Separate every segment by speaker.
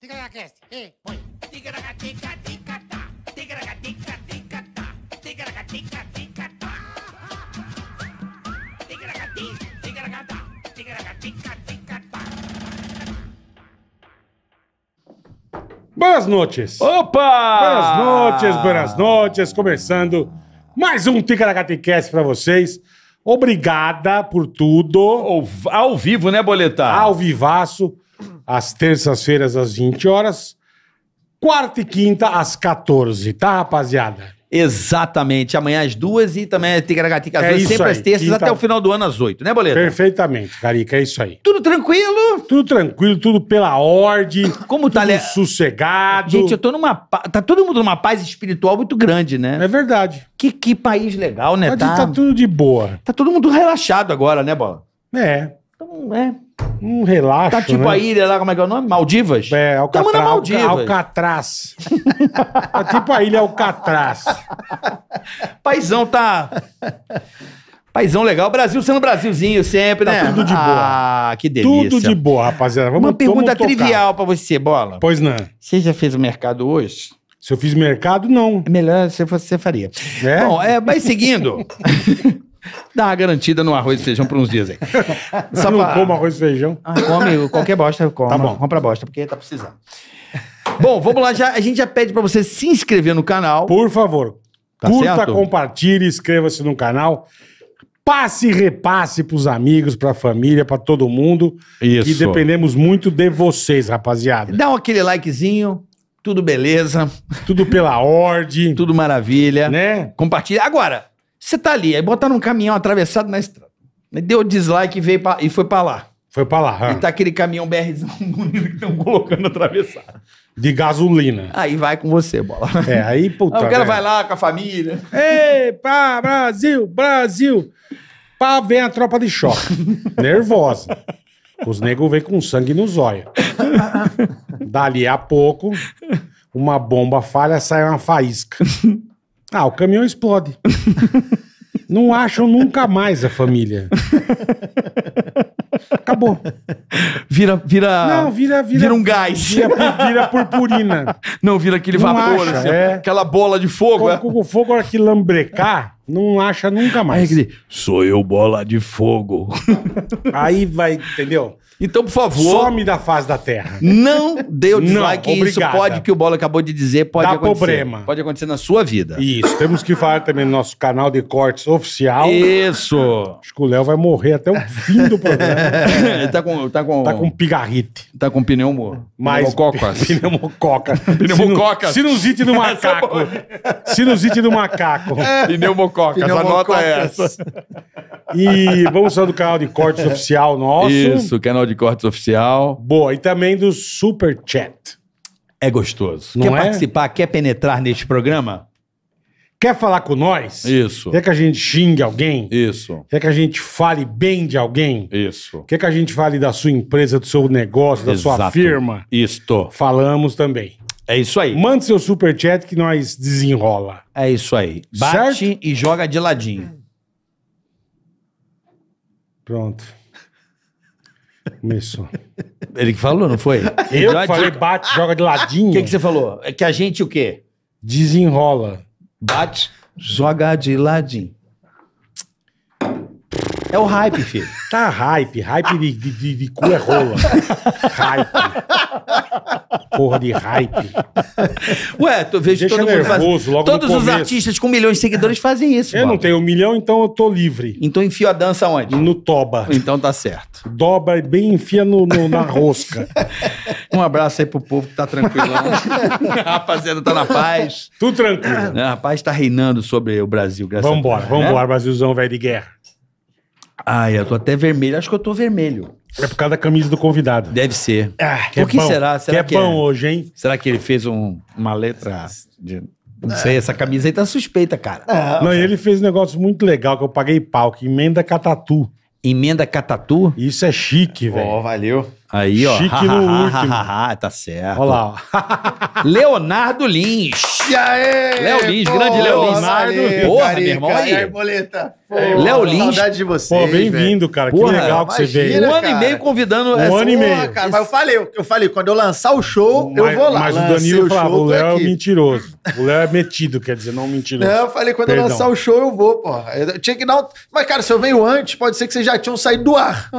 Speaker 1: Ticaracast, e põe.
Speaker 2: Ticaracatica, ticatá. Ticaracatica, ticatá. Ticaracatica, ticatá. Ticaracati, ticaracatá. Ticaracatica, ticatá.
Speaker 3: Boas noites. Boas
Speaker 4: Opa!
Speaker 3: noites, boas noites. Começando mais um Ticaracatecast pra vocês. Obrigada por tudo.
Speaker 4: Ao, ao vivo, né, Boletar?
Speaker 3: Ao vivaço, às terças-feiras, às 20 horas. Quarta e quinta, às 14, tá, rapaziada?
Speaker 4: Exatamente. Amanhã às duas e também é Ticaracatica às
Speaker 3: É
Speaker 4: duas,
Speaker 3: isso
Speaker 4: sempre
Speaker 3: aí.
Speaker 4: às terças,
Speaker 3: Quinta-
Speaker 4: até o final do ano às oito, né, Boletar?
Speaker 3: Perfeitamente, Carica, é isso aí.
Speaker 4: Tudo tranquilo?
Speaker 3: Tudo tranquilo, tudo pela ordem.
Speaker 4: Como tá,
Speaker 3: tudo
Speaker 4: Ale-
Speaker 3: sossegado.
Speaker 4: Gente, eu tô numa. pa- Tá todo mundo numa paz espiritual muito grande, né?
Speaker 3: É verdade.
Speaker 4: Que, que país legal, né?
Speaker 3: Pode
Speaker 4: Tá,
Speaker 3: tá tudo de boa.
Speaker 4: tá todo mundo relaxado agora, né, Bola?
Speaker 3: É,
Speaker 4: Então, é.
Speaker 3: um relaxo,
Speaker 4: Tá tipo
Speaker 3: né?
Speaker 4: a ilha lá, como é que é o nome? Maldivas?
Speaker 3: É,
Speaker 4: Tamo
Speaker 3: Alcatra,
Speaker 4: na
Speaker 3: Alca-
Speaker 4: Maldivas.
Speaker 3: Alcatraz. é tipo a ilha Alcatraz.
Speaker 4: Paizão tá. Paizão legal. Brasil sendo Brasilzinho sempre,
Speaker 3: Tá
Speaker 4: né?
Speaker 3: tudo de boa.
Speaker 4: Ah, que delícia.
Speaker 3: Tudo de boa, rapaziada. Vamos,
Speaker 4: Uma pergunta
Speaker 3: vamos tocar.
Speaker 4: trivial pra você, Bola.
Speaker 3: Pois não.
Speaker 4: Você já fez o mercado hoje?
Speaker 3: Se eu fiz mercado, não.
Speaker 4: É melhor se você faria.
Speaker 3: É?
Speaker 4: Bom, é, mas seguindo. Dá uma garantida no arroz e feijão por uns dias aí.
Speaker 3: Eu não
Speaker 4: pra-
Speaker 3: como arroz e feijão.
Speaker 4: Ah, come qualquer bosta, come.
Speaker 3: Tá bom.
Speaker 4: Compra bosta, porque tá precisando. Bom, vamos lá. Já, a gente já pede pra você se inscrever no canal.
Speaker 3: Por favor,
Speaker 4: Tá
Speaker 3: curta,
Speaker 4: certo?
Speaker 3: compartilhe, inscreva-se no canal. Passe e repasse pros amigos, pra família, pra todo mundo. E dependemos muito de vocês, rapaziada.
Speaker 4: Dá aquele likezinho. Tudo beleza.
Speaker 3: Tudo pela ordem,
Speaker 4: Tudo é. maravilha.
Speaker 3: né?
Speaker 4: Compartilha. Agora, você tá ali, aí botaram um caminhão atravessado na estrada. Aí Deu dislike e, veio pra- e foi pra lá.
Speaker 3: Foi pra lá.
Speaker 4: E tá aquele caminhão BRzão bonito que estão colocando atravessado.
Speaker 3: De gasolina.
Speaker 4: Aí vai com você, bola.
Speaker 3: É, aí, puta.
Speaker 4: Aí o cara
Speaker 3: velho.
Speaker 4: vai lá com a família.
Speaker 3: Ei, pá, Brasil, Brasil. Pá, vem a tropa de choque. Nervosa. Os negros vêm com sangue nos olhos. Dali a pouco, uma bomba falha, sai uma faísca. Ah, o caminhão explode. Não acham nunca mais a família. Acabou.
Speaker 4: Vira, vira.
Speaker 3: Não, vira, vira.
Speaker 4: Vira um gás.
Speaker 3: Vira, vira purpurina.
Speaker 4: Não, vira aquele
Speaker 3: Não
Speaker 4: vapor,
Speaker 3: acha,
Speaker 4: assim,
Speaker 3: é.
Speaker 4: aquela bola de fogo.
Speaker 3: Com,
Speaker 4: é.
Speaker 3: com o fogo, a hora que lambrecar, não acha nunca
Speaker 4: Aí
Speaker 3: mais.
Speaker 4: ele diz, sou eu bola de fogo.
Speaker 3: Aí vai, entendeu?
Speaker 4: Então, por favor,
Speaker 3: Some da face da terra.
Speaker 4: não dê o
Speaker 3: Não,
Speaker 4: dislike. isso
Speaker 3: obrigada.
Speaker 4: pode, que o Bola acabou de dizer, pode
Speaker 3: Dá
Speaker 4: acontecer.
Speaker 3: problema.
Speaker 4: Pode acontecer na sua vida.
Speaker 3: Isso, temos que falar também no nosso canal de cortes oficial.
Speaker 4: Isso.
Speaker 3: Acho que o Léo vai morrer até o fim do programa.
Speaker 4: Ele tá com. Tá com,
Speaker 3: tá com pigarrite.
Speaker 4: tá com pneumo.
Speaker 3: Mas
Speaker 4: pneumococas.
Speaker 3: Pneumococa.
Speaker 4: Pneumococas.
Speaker 3: Sinu- Sinusite do macaco. Sinusite do macaco.
Speaker 4: Pneumococas, anota é essa.
Speaker 3: E vamos falar do canal de cortes oficial nosso.
Speaker 4: Isso, canal de cortes oficial.
Speaker 3: Boa, e também do Super Chat.
Speaker 4: É gostoso.
Speaker 3: Não
Speaker 4: quer
Speaker 3: é?
Speaker 4: participar, quer penetrar neste programa?
Speaker 3: Quer falar com nós?
Speaker 4: Isso.
Speaker 3: Quer que a gente xingue alguém?
Speaker 4: Isso.
Speaker 3: Quer que a gente fale bem de alguém?
Speaker 4: Isso.
Speaker 3: Quer que a gente fale da sua empresa, do seu negócio, da sua
Speaker 4: Exato.
Speaker 3: firma?
Speaker 4: Isto.
Speaker 3: Falamos também.
Speaker 4: É isso aí.
Speaker 3: Mande seu superchat que nós desenrola.
Speaker 4: É isso aí. Bate e joga de ladinho.
Speaker 3: Pronto. Começou.
Speaker 4: Ele que falou, não foi?
Speaker 3: Eu
Speaker 4: Joga
Speaker 3: que
Speaker 4: de-
Speaker 3: falei bate, joga de ladinho.
Speaker 4: O que, que você falou? É que a gente o quê?
Speaker 3: Desenrola.
Speaker 4: Bate, joga de ladinho. É o hype, filho.
Speaker 3: Tá hype. Hype de, de, de- de cu é rola. hype. Porra de hype.
Speaker 4: Ué, tu vejo
Speaker 3: Deixa
Speaker 4: todo mundo
Speaker 3: nervoso
Speaker 4: faz...
Speaker 3: logo no
Speaker 4: Todos os
Speaker 3: começo.
Speaker 4: artistas com milhões de seguidores fazem isso.
Speaker 3: Eu não
Speaker 4: Bola.
Speaker 3: tenho um milhão, então eu tô livre.
Speaker 4: Então enfio a dança onde?
Speaker 3: No toba.
Speaker 4: Então tá certo.
Speaker 3: Dobra e bem enfia no, no- na rosca.
Speaker 4: Um abraço aí pro povo que tá tranquilo. a rapaziada tá na paz.
Speaker 3: Tudo tranquilo.
Speaker 4: Né? A paz tá reinando sobre o Brasil, graças
Speaker 3: Vambora,
Speaker 4: a Deus. né?
Speaker 3: vambora, Brasilzão velho de guerra.
Speaker 4: Ai, eu tô até vermelho. Acho que eu tô vermelho.
Speaker 3: É por causa da camisa do convidado.
Speaker 4: Deve ser.
Speaker 3: Ah,
Speaker 4: Por que será? Será
Speaker 3: que,
Speaker 4: que
Speaker 3: é
Speaker 4: é?
Speaker 3: pão hoje, hein?
Speaker 4: Será que ele fez um- uma letra de... Não sei, essa camisa aí tá suspeita, cara.
Speaker 1: Ah,
Speaker 3: Não, e ele fez um negócio muito legal que eu paguei pau, que emenda catatu.
Speaker 4: Emenda catatu.
Speaker 3: Isso é chique, velho.
Speaker 4: valeu. Aí, ó.
Speaker 3: Chique no último.
Speaker 4: tá certo.
Speaker 3: Olha lá, ó.
Speaker 4: Leonardo Lins.
Speaker 1: E aê!
Speaker 4: Léo Lins, grande Léo Lins.
Speaker 1: Leonardo,
Speaker 4: Porra, meu irmão, aí.
Speaker 1: Arboleta.
Speaker 4: Léo Lins.
Speaker 1: Saudade de você.
Speaker 3: Pô, bem-vindo, cara.
Speaker 4: Porra,
Speaker 3: que legal que você
Speaker 1: imagina,
Speaker 3: veio.
Speaker 4: Um ano
Speaker 1: cara.
Speaker 4: e meio convidando.
Speaker 3: Um ano e meio.
Speaker 1: Cara, mas eu falei, eu falei, quando eu lançar o show, eu
Speaker 3: Mas-
Speaker 1: vou lá.
Speaker 3: Mas o
Speaker 1: Lancei
Speaker 3: Danilo
Speaker 1: show,
Speaker 3: falava, o
Speaker 1: tô
Speaker 3: Léo é
Speaker 1: aqui.
Speaker 3: mentiroso. O Léo é metido, quer dizer, não mentiroso.
Speaker 1: Não, eu falei, quando
Speaker 3: Perdão.
Speaker 1: eu lançar o show, eu vou, porra. Eu tinha que dar um... Mas, cara, se eu venho antes, pode ser que vocês já tinham saído do ar.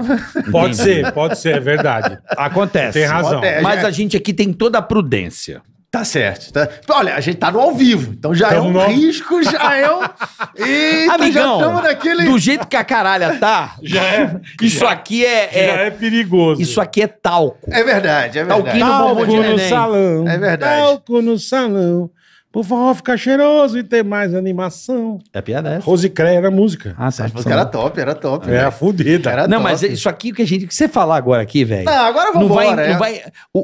Speaker 3: Pode ser, pode ser, é verdade.
Speaker 4: Acontece.
Speaker 3: Tem razão.
Speaker 1: Acontece.
Speaker 4: Mas a gente aqui tem toda a prudência.
Speaker 1: Tá certo. tá- Olha, a gente tá no ao vivo, então já
Speaker 3: Tamo
Speaker 1: é um
Speaker 3: no ao-
Speaker 1: risco, já é um...
Speaker 4: Então
Speaker 1: Eita, já
Speaker 4: Amigão,
Speaker 1: estamos naquele...
Speaker 4: do jeito que a caralha tá,
Speaker 3: Já é,
Speaker 4: isso aqui é, é-
Speaker 3: já é perigoso.
Speaker 4: Isso aqui é talco.
Speaker 1: É verdade, é verdade.
Speaker 4: Talquinho
Speaker 1: Tá,
Speaker 4: bom
Speaker 1: bom
Speaker 3: Talco
Speaker 4: de
Speaker 1: demais.
Speaker 3: no
Speaker 4: neném.
Speaker 3: salão.
Speaker 1: É verdade.
Speaker 3: Talco no salão. Por favor, ficar cheiroso e ter mais animação.
Speaker 4: É piada essa?
Speaker 3: Rose Cré era música.
Speaker 4: Ah, tá.
Speaker 1: Essa música era top, era top.
Speaker 3: Era fudida.
Speaker 1: Ah, Era
Speaker 4: Não,
Speaker 1: top.
Speaker 4: mas isso aqui que a gente. O que você falar agora aqui, velho?
Speaker 1: Não, agora é.
Speaker 4: Não
Speaker 1: vamos
Speaker 4: vai,
Speaker 1: embora.
Speaker 4: não vai, o,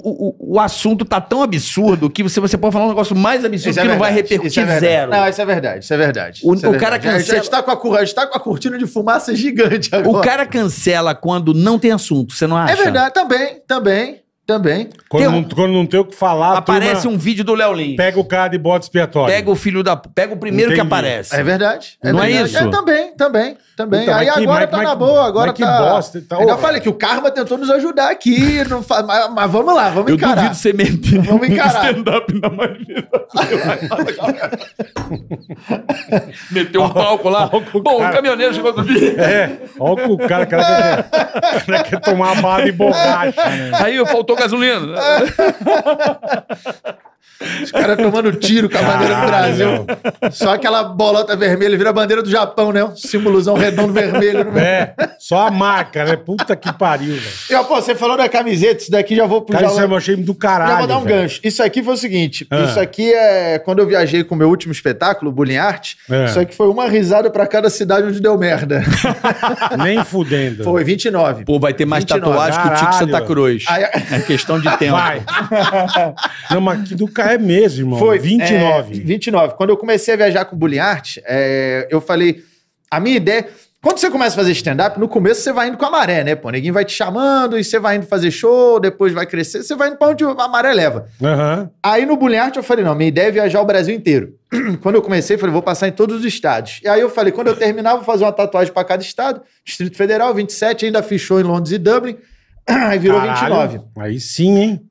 Speaker 4: o, o assunto tá tão absurdo que você, você pode falar um negócio mais absurdo que não vai repercutir zero.
Speaker 1: Não, é isso é verdade, isso é verdade.
Speaker 4: O-
Speaker 1: isso é
Speaker 4: o cara
Speaker 1: verdade. A gente-
Speaker 4: cancela-
Speaker 1: A gente tá com a, cur- a gente tá com a cortina de fumaça gigante agora.
Speaker 4: O cara cancela quando não tem assunto, você não acha?
Speaker 1: É verdade, também, também, também.
Speaker 3: Quando,
Speaker 4: Tem um-
Speaker 3: não, quando não tem o que falar, a
Speaker 4: Aparece
Speaker 3: turma
Speaker 4: um vídeo do Léo Lins. Pega,
Speaker 3: pega o cara de bota expiatório.
Speaker 4: o filho da. Pega o primeiro que
Speaker 3: Entendi.
Speaker 4: aparece.
Speaker 1: É verdade.
Speaker 4: Não é
Speaker 1: verdade.
Speaker 4: isso?
Speaker 1: também, também, também.
Speaker 3: Então,
Speaker 1: Aí
Speaker 3: mas que-
Speaker 1: agora
Speaker 3: mas-
Speaker 1: tá
Speaker 3: mas
Speaker 1: na
Speaker 3: que-
Speaker 1: boa, agora
Speaker 3: mas que
Speaker 1: tá...
Speaker 3: bosta, tá-
Speaker 1: Ainda
Speaker 3: Ô,
Speaker 1: falei que o karma tentou nos ajudar aqui, não fa- mas, mas vamos lá, vamos
Speaker 4: Eu
Speaker 1: encarar.
Speaker 4: duvido você meter
Speaker 1: Vamos encarar.
Speaker 4: um stand-up na maioria das Meteu um palco lá.
Speaker 3: Palco,
Speaker 4: Bom,
Speaker 3: cara.
Speaker 4: o caminhoneiro chegou do dia.
Speaker 3: É, olha o cara, o cara quer, o cara quer tomar bala de borracha, né?
Speaker 1: É.
Speaker 4: Aí faltou gasolina.
Speaker 1: Os caras tomando tiro com a bandeira do Brasil.
Speaker 3: Caralho.
Speaker 1: Só aquela bolota vermelha, vira a bandeira do Japão, né? Um símbolozão redondo vermelho. no meio.
Speaker 3: É, só a marca, né? Puta que pariu, velho.
Speaker 1: E, ó, pô, você falou da camiseta, isso daqui já vou pro
Speaker 3: Cara, isso
Speaker 1: já-
Speaker 3: eu achei do
Speaker 1: Já
Speaker 3: caralho.
Speaker 1: vou dar um
Speaker 3: velho.
Speaker 1: gancho. Isso aqui foi o seguinte:
Speaker 3: Ah.
Speaker 1: isso aqui é. Quando eu viajei com o meu último espetáculo, Bullying Art,
Speaker 3: É.
Speaker 1: isso aqui foi uma risada pra cada cidade onde deu merda.
Speaker 3: Nem fudendo.
Speaker 1: foi 29.
Speaker 4: Pô, vai ter mais
Speaker 1: 29.
Speaker 4: tatuagem que o Tico
Speaker 3: Caralho.
Speaker 4: Santa Cruz.
Speaker 1: Aí-
Speaker 4: É questão de tempo.
Speaker 3: Vai. Não, mas que do cara é mesmo, irmão. Foi.
Speaker 1: É,
Speaker 3: 29.
Speaker 1: 29. Quando eu comecei a viajar com Bullying Art, é, eu falei. A minha ideia. Quando você começa a fazer stand-up, no começo você vai indo com a maré, né? Pô, ninguém vai te chamando e você vai indo fazer show, depois vai crescer, você vai indo pra onde a maré leva.
Speaker 3: Aham.
Speaker 1: Aí no Bullying Art eu falei, não, minha ideia é viajar o Brasil inteiro. quando eu comecei, eu falei, vou passar em todos os estados. E aí eu falei, quando eu terminar, vou fazer uma tatuagem pra cada estado. Distrito Federal, 27, ainda fechou em Londres e Dublin. aí virou
Speaker 3: Caralho.
Speaker 1: 29.
Speaker 3: Aí sim, hein?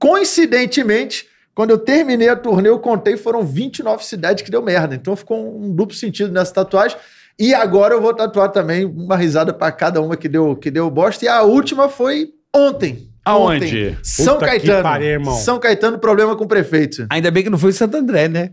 Speaker 1: Coincidentemente, quando eu terminei a turnê, eu contei, foram 29 cidades que deu merda. Então ficou um duplo sentido nessa tatuagem. E agora eu vou tatuar também uma risada pra cada uma que deu, que deu bosta. E a última foi ontem.
Speaker 4: Aonde?
Speaker 1: Ontem. São
Speaker 3: Puta que
Speaker 1: Caetano.
Speaker 3: pariu, irmão.
Speaker 1: São Caetano, problema com o prefeito.
Speaker 4: Ainda bem que não foi em Santo André, né?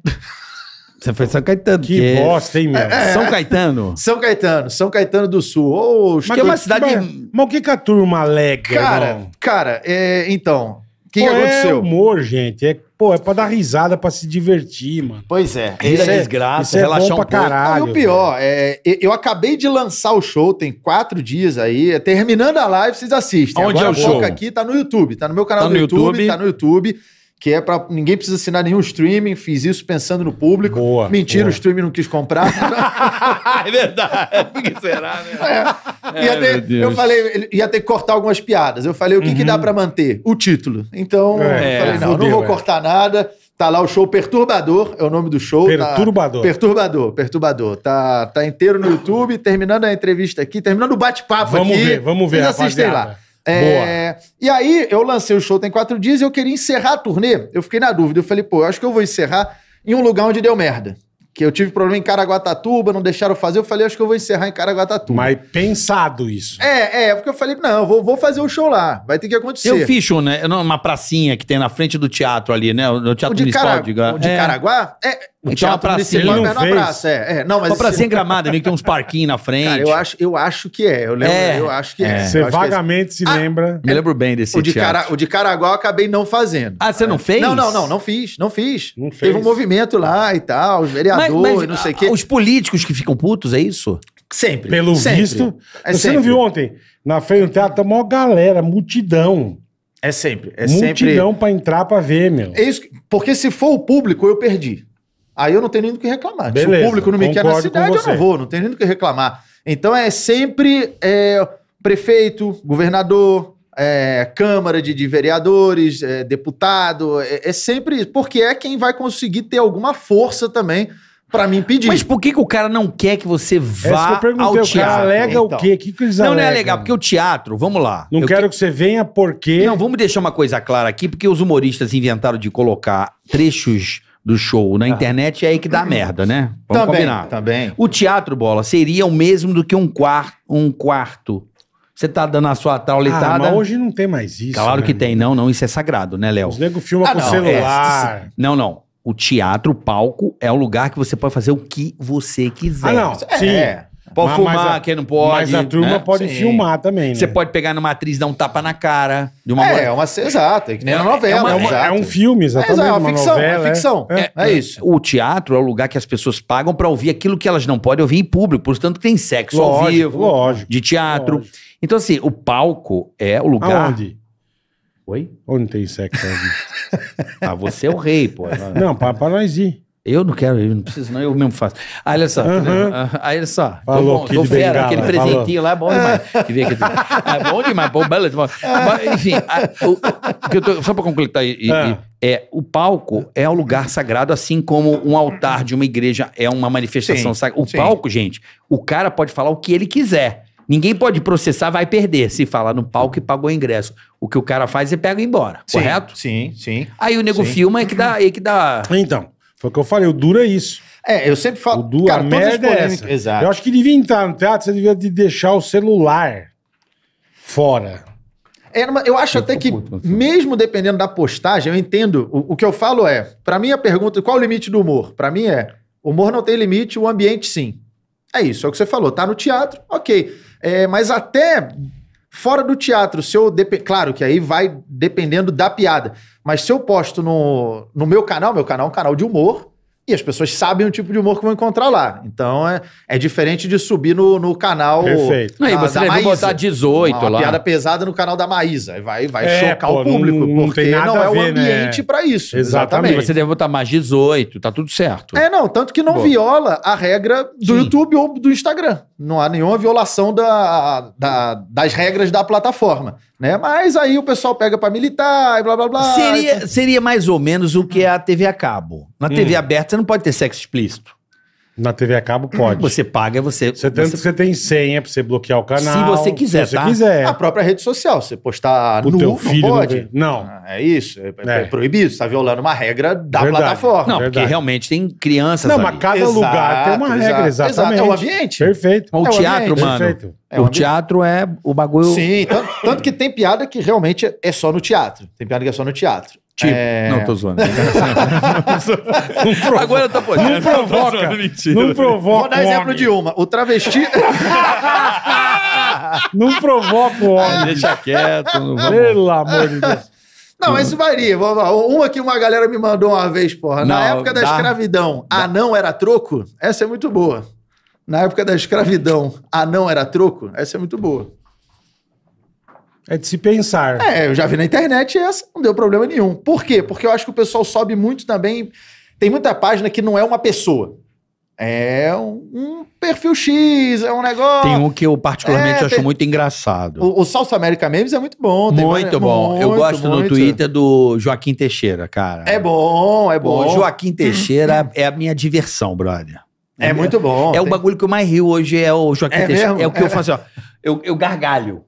Speaker 4: Você foi em São Caetano.
Speaker 3: Que
Speaker 4: porque-
Speaker 3: bosta, hein, meu?
Speaker 1: É.
Speaker 4: São Caetano.
Speaker 1: São Caetano, São Caetano do Sul. Ô,
Speaker 4: que é uma
Speaker 3: mas-
Speaker 4: cidade-
Speaker 3: Mas, mas o que, que a turma alega,
Speaker 1: cara,
Speaker 3: irmão?
Speaker 1: cara, é, então, o que,
Speaker 3: Pô,
Speaker 1: que
Speaker 3: É
Speaker 1: aconteceu?
Speaker 3: humor, gente. É, pô, é pra dar risada, pra se divertir, mano.
Speaker 1: Pois é.
Speaker 4: Isso
Speaker 1: é-
Speaker 4: é desgraça,
Speaker 3: isso é
Speaker 4: relaxar
Speaker 3: bom
Speaker 4: um
Speaker 3: pra
Speaker 4: pouco.
Speaker 1: Não,
Speaker 3: caralho.
Speaker 1: e o pior, é, e- eu acabei de lançar o show, tem quatro dias aí. é, Terminando a live, vocês assistem.
Speaker 4: Onde
Speaker 1: Agora
Speaker 4: é o
Speaker 1: a boca
Speaker 4: show?
Speaker 1: aqui tá no YouTube, tá no meu canal
Speaker 4: Tá
Speaker 1: do
Speaker 4: no
Speaker 1: YouTube,
Speaker 4: YouTube.
Speaker 1: tá no YouTube. Que é pra. Ninguém precisa assinar nenhum streaming, fiz isso pensando no público.
Speaker 3: Boa,
Speaker 1: Mentira,
Speaker 3: boa.
Speaker 1: o streaming não quis comprar. É.
Speaker 4: é verdade. Por que será, né?
Speaker 1: Ia
Speaker 4: Ai,
Speaker 1: ter-
Speaker 4: meu Deus. Uhum.
Speaker 1: eu falei, ele ia ter que cortar algumas piadas. Eu falei, o que, que dá pra manter? O título. Então,
Speaker 3: É,
Speaker 1: eu falei, não,
Speaker 3: fudeu,
Speaker 1: não vou
Speaker 3: é.
Speaker 1: cortar nada. Tá lá o show Perturbador, é o nome do show. tá-
Speaker 3: Perturbador.
Speaker 1: Perturbador, Perturbador. Tá, tá inteiro no YouTube, terminando a entrevista aqui, terminando o bate-papo aqui.
Speaker 3: Vamos ver, vamos ver,
Speaker 1: Vocês assistem lá.
Speaker 3: rapaziada.
Speaker 1: É, e aí, eu lancei o show tem quatro dias e eu queria encerrar a turnê. Eu fiquei na dúvida. Eu falei, pô, eu acho que eu vou encerrar em um lugar onde deu merda. Que eu tive problema em Caraguatatuba, não deixaram eu fazer. Eu falei, acho que eu vou encerrar em Caraguatatuba.
Speaker 3: Mas pensado isso.
Speaker 1: É, é, porque eu falei, não, eu vou, vou fazer o show lá, vai ter que acontecer.
Speaker 4: Eu fiz um, né? Uma pracinha que tem na frente do teatro ali, né? No
Speaker 1: o
Speaker 4: Teatro
Speaker 1: de,
Speaker 4: Municipal,
Speaker 1: Cara...
Speaker 4: diga.
Speaker 1: o de
Speaker 4: É.
Speaker 1: Caraguá? É,
Speaker 4: Então,
Speaker 1: o
Speaker 4: uma
Speaker 1: teatro
Speaker 4: pracinha.
Speaker 1: municipal
Speaker 3: Ele
Speaker 1: é
Speaker 3: não
Speaker 1: na
Speaker 3: fez.
Speaker 1: praça, é, é. Não, mas
Speaker 4: Uma pracinha
Speaker 1: esse-
Speaker 4: gramada, meio que tem uns parquinhos na frente.
Speaker 1: cara, eu acho, eu acho que é, eu lembro,
Speaker 4: É,
Speaker 1: eu acho que é.
Speaker 4: é.
Speaker 1: eu
Speaker 3: Você
Speaker 1: acho que é
Speaker 3: vagamente se lembra.
Speaker 4: Me lembro bem
Speaker 1: esse.
Speaker 4: desse
Speaker 1: o, de
Speaker 4: teatro.
Speaker 1: Cara... o de Caraguá eu acabei não fazendo. É.
Speaker 4: Ah, você não fez?
Speaker 1: Não, não, não, não fiz, não fiz.
Speaker 3: Não fez.
Speaker 1: Teve um movimento lá e tal, os
Speaker 4: Mas-
Speaker 1: vereadores,
Speaker 4: mas,
Speaker 1: não
Speaker 4: ah,
Speaker 1: sei o quê.
Speaker 4: Os políticos que ficam putos, é isso?
Speaker 1: Sempre.
Speaker 3: Pelo
Speaker 1: sempre.
Speaker 3: visto.
Speaker 1: É
Speaker 3: você
Speaker 1: sempre.
Speaker 3: não viu ontem? Na frente do teatro, tá mó galera, multidão.
Speaker 1: É sempre, é sempre.
Speaker 3: multidão pra entrar pra ver, meu.
Speaker 1: É isso, que- porque se for o público, eu perdi. Aí eu não tenho nem do que reclamar. se
Speaker 3: Beleza,
Speaker 1: o público não me quer na
Speaker 3: concordo com
Speaker 1: cidade, eu
Speaker 3: você.
Speaker 1: não vou, não tenho nem do que reclamar. Então é sempre é, prefeito, governador, é, Câmara de, de Vereadores, é, deputado, é, é sempre isso, porque é quem vai conseguir ter alguma força também pra me impedir.
Speaker 4: Mas por que, que o cara não quer que você
Speaker 3: É isso que
Speaker 4: vá
Speaker 3: eu perguntei.
Speaker 4: ao
Speaker 3: O cara
Speaker 4: teatro?
Speaker 3: alega
Speaker 1: então.
Speaker 3: o quê? O que, que eles
Speaker 4: Não, não é
Speaker 3: alegam?
Speaker 4: legal, porque o teatro, vamos lá.
Speaker 3: Não
Speaker 4: Eu
Speaker 3: quero que você venha porque... Ah,
Speaker 4: Não, vamos deixar uma coisa clara aqui, porque os humoristas inventaram de colocar trechos do show
Speaker 1: Tá.
Speaker 4: na internet, é aí que dá merda, né? Vamos
Speaker 1: também,
Speaker 4: combinar.
Speaker 1: também.
Speaker 4: O teatro, bola, seria o mesmo do que um, quar um quarto. Você tá dando a sua
Speaker 3: Ah,
Speaker 4: traulitada.
Speaker 3: mas hoje não tem mais isso.
Speaker 4: né? claro
Speaker 3: né,
Speaker 4: que
Speaker 3: meu?
Speaker 4: tem, não, não, isso é sagrado, né, Léo?
Speaker 3: Os nego filma
Speaker 1: Ah,
Speaker 3: com
Speaker 1: não,
Speaker 3: celular.
Speaker 4: Não, não. O teatro, o palco, é o lugar que você pode fazer o que você quiser.
Speaker 3: Ah, não. Sim.
Speaker 1: É.
Speaker 4: Pode
Speaker 3: Mas-
Speaker 4: fumar,
Speaker 3: mas a-
Speaker 4: quem não pode.
Speaker 3: Mas a turma
Speaker 4: né?
Speaker 3: pode
Speaker 1: Sim.
Speaker 3: filmar também, né?
Speaker 4: Você pode pegar numa atriz, dar um tapa na cara de uma
Speaker 1: É,
Speaker 4: mulher.
Speaker 1: é uma exato, é que nem na novela.
Speaker 4: É uma-
Speaker 3: É, uma-
Speaker 1: exato.
Speaker 3: é um filme,
Speaker 1: É,
Speaker 3: exatamente.
Speaker 1: exato, é uma ficção,
Speaker 3: novela,
Speaker 1: é ficção.
Speaker 3: É.
Speaker 1: É, é isso.
Speaker 4: O teatro é o lugar que as pessoas pagam pra ouvir aquilo que elas não podem ouvir em público, portanto tem sexo ao
Speaker 3: Lógico,
Speaker 4: vivo,
Speaker 3: lógico,
Speaker 4: de teatro.
Speaker 3: lógico.
Speaker 4: Então assim, o palco é o lugar.
Speaker 3: Aonde?
Speaker 4: Oi?
Speaker 3: Onde tem sexo? ao vivo?
Speaker 4: Ah, você é o rei, pô.
Speaker 3: não, pra, pra nós ir.
Speaker 4: Eu não quero, eu não preciso, não, eu mesmo faço. Ah, olha só,
Speaker 3: Aham.
Speaker 4: entendeu? Ah, aí olha só. Tô
Speaker 3: Falou,
Speaker 4: bom,
Speaker 3: Kid
Speaker 4: tô fera,
Speaker 3: Bengala,
Speaker 4: aquele
Speaker 3: falou.
Speaker 4: presentinho lá é bom demais. Que vem aqui, é bom demais, bom, belo demais. Mas, Enfim, a- o- o que eu tô- só para completar, e- e-
Speaker 3: Ah.
Speaker 4: é, o palco é um lugar sagrado, assim como um altar de uma igreja é uma manifestação
Speaker 1: Sim,
Speaker 4: sagrada. O
Speaker 1: sim.
Speaker 4: palco, gente, o cara pode falar o que ele quiser. Ninguém pode processar, vai perder. Se falar no palco e pagou o ingresso. O que o cara faz é pega e embora,
Speaker 1: Sim,
Speaker 4: correto?
Speaker 1: Sim, sim.
Speaker 4: Aí o nego
Speaker 1: Sim.
Speaker 4: filma e que dá. É que dá...
Speaker 3: Então, foi o que eu falei, o duro é isso.
Speaker 1: É, eu sempre
Speaker 3: O
Speaker 1: falo.
Speaker 3: duro, a
Speaker 1: todas as
Speaker 3: merda é
Speaker 1: polêmicas-
Speaker 3: essa.
Speaker 1: Exato.
Speaker 3: Eu acho que devia entrar no teatro, você devia de deixar o celular fora.
Speaker 1: É, mas eu acho até que, mesmo dependendo da postagem, eu entendo. O, o que eu falo é, pra mim a pergunta, qual o limite do humor? Pra mim é, o humor não tem limite, o ambiente sim. É isso, é o que você falou. Tá no teatro, ok. É, mas até fora do teatro, se eu... depe- Claro que aí vai dependendo da piada. Mas se eu posto no, no meu canal, meu canal é um canal de humor, e as pessoas sabem o tipo de humor que vão encontrar lá. Então é, é diferente de subir no, no canal...
Speaker 3: Perfeito.
Speaker 4: Não, e
Speaker 1: da-
Speaker 4: você
Speaker 1: da
Speaker 4: deve
Speaker 1: Maísa.
Speaker 4: botar 18
Speaker 1: uma, uma
Speaker 4: lá.
Speaker 1: piada pesada no canal da Maísa. Aí Vai, vai
Speaker 3: É,
Speaker 1: chocar
Speaker 3: pô,
Speaker 1: o público,
Speaker 3: não- não
Speaker 1: porque
Speaker 3: tem nada
Speaker 1: não é
Speaker 3: a
Speaker 1: o
Speaker 3: ver, né?
Speaker 1: ambiente pra isso.
Speaker 3: Exatamente.
Speaker 4: Você deve botar mais 18, tá tudo certo.
Speaker 1: É, não, tanto que não
Speaker 4: Boa.
Speaker 1: viola a regra do
Speaker 4: Sim.
Speaker 1: YouTube ou do Instagram. Não há nenhuma violação da, da- das regras da plataforma, né? Mas aí o pessoal pega pra militar e blá, blá, blá.
Speaker 4: Seria, seria mais ou menos o que é a TV a cabo. Na TV aberta você não pode ter sexo explícito.
Speaker 3: Na TV a cabo pode. Você,
Speaker 4: Você paga, você.
Speaker 3: tanto
Speaker 4: você-
Speaker 3: que você tem senha pra você bloquear o canal.
Speaker 4: Se você quiser,
Speaker 3: Se você
Speaker 4: tá?
Speaker 3: quiser.
Speaker 1: A própria rede social, você postar
Speaker 3: É. o
Speaker 1: nu,
Speaker 3: teu filho
Speaker 1: Ah, não
Speaker 3: não
Speaker 1: pode?
Speaker 3: vê. Não.
Speaker 1: Ah, É isso, é, é
Speaker 3: É.
Speaker 1: proibido, você tá violando uma regra da
Speaker 3: Verdade.
Speaker 1: plataforma.
Speaker 4: Não, porque
Speaker 3: Verdade.
Speaker 4: realmente tem crianças.
Speaker 3: Não,
Speaker 4: ali.
Speaker 3: mas cada
Speaker 1: Exato,
Speaker 3: lugar tem uma regra,
Speaker 1: Ah, exato.
Speaker 3: exatamente.
Speaker 1: Exato, é o ambiente.
Speaker 3: Perfeito.
Speaker 4: O
Speaker 1: é o
Speaker 4: teatro,
Speaker 1: ambiente,
Speaker 4: mano.
Speaker 3: Perfeito.
Speaker 1: É um
Speaker 4: o
Speaker 1: ambiente.
Speaker 4: teatro é o bagulho.
Speaker 1: Sim, tanto, tanto que tem piada que realmente é- é só no teatro. Tem piada que é só no teatro.
Speaker 4: Tipo.
Speaker 1: É,
Speaker 4: Não, tô zoando.
Speaker 3: Não provoca.
Speaker 4: Agora tá podendo.
Speaker 3: Não provoca. Não provoca.
Speaker 1: Vou dar exemplo
Speaker 3: homem.
Speaker 1: de uma. O travesti.
Speaker 3: Não provoca o homem.
Speaker 4: Deixa quieto. Não vamos.
Speaker 3: Pelo amor de Deus.
Speaker 1: Não, mas isso varia. Vou- vou- Uma que uma galera me mandou uma vez, porra.
Speaker 4: Não,
Speaker 1: Na época da
Speaker 4: dá-
Speaker 1: escravidão, anão era troco? Essa é muito boa. Na época da escravidão, anão era troco? Essa é muito boa.
Speaker 3: É de se pensar.
Speaker 1: É, eu já vi na internet e essa não deu problema nenhum. Por quê? Porque eu acho que o pessoal sobe muito também. Tem muita página que não é uma pessoa. É um, um perfil X, é um negócio.
Speaker 4: Tem um que eu particularmente
Speaker 1: É,
Speaker 4: acho
Speaker 1: tem-
Speaker 4: muito engraçado.
Speaker 1: O, o South America Memes é muito bom. tem
Speaker 4: Muito
Speaker 1: várias-
Speaker 4: bom. eu
Speaker 1: muito,
Speaker 4: gosto no
Speaker 1: muito.
Speaker 4: Twitter do Joaquim Teixeira, cara.
Speaker 1: É bom, é bom.
Speaker 4: O Joaquim Teixeira é a minha diversão, brother.
Speaker 1: É muito bom.
Speaker 4: É o
Speaker 1: Tem-
Speaker 4: bagulho que eu mais rio hoje, é o Joaquim
Speaker 1: É
Speaker 4: Teixeira.
Speaker 1: mesmo?
Speaker 4: É o que eu faço, ó. Eu, eu gargalho.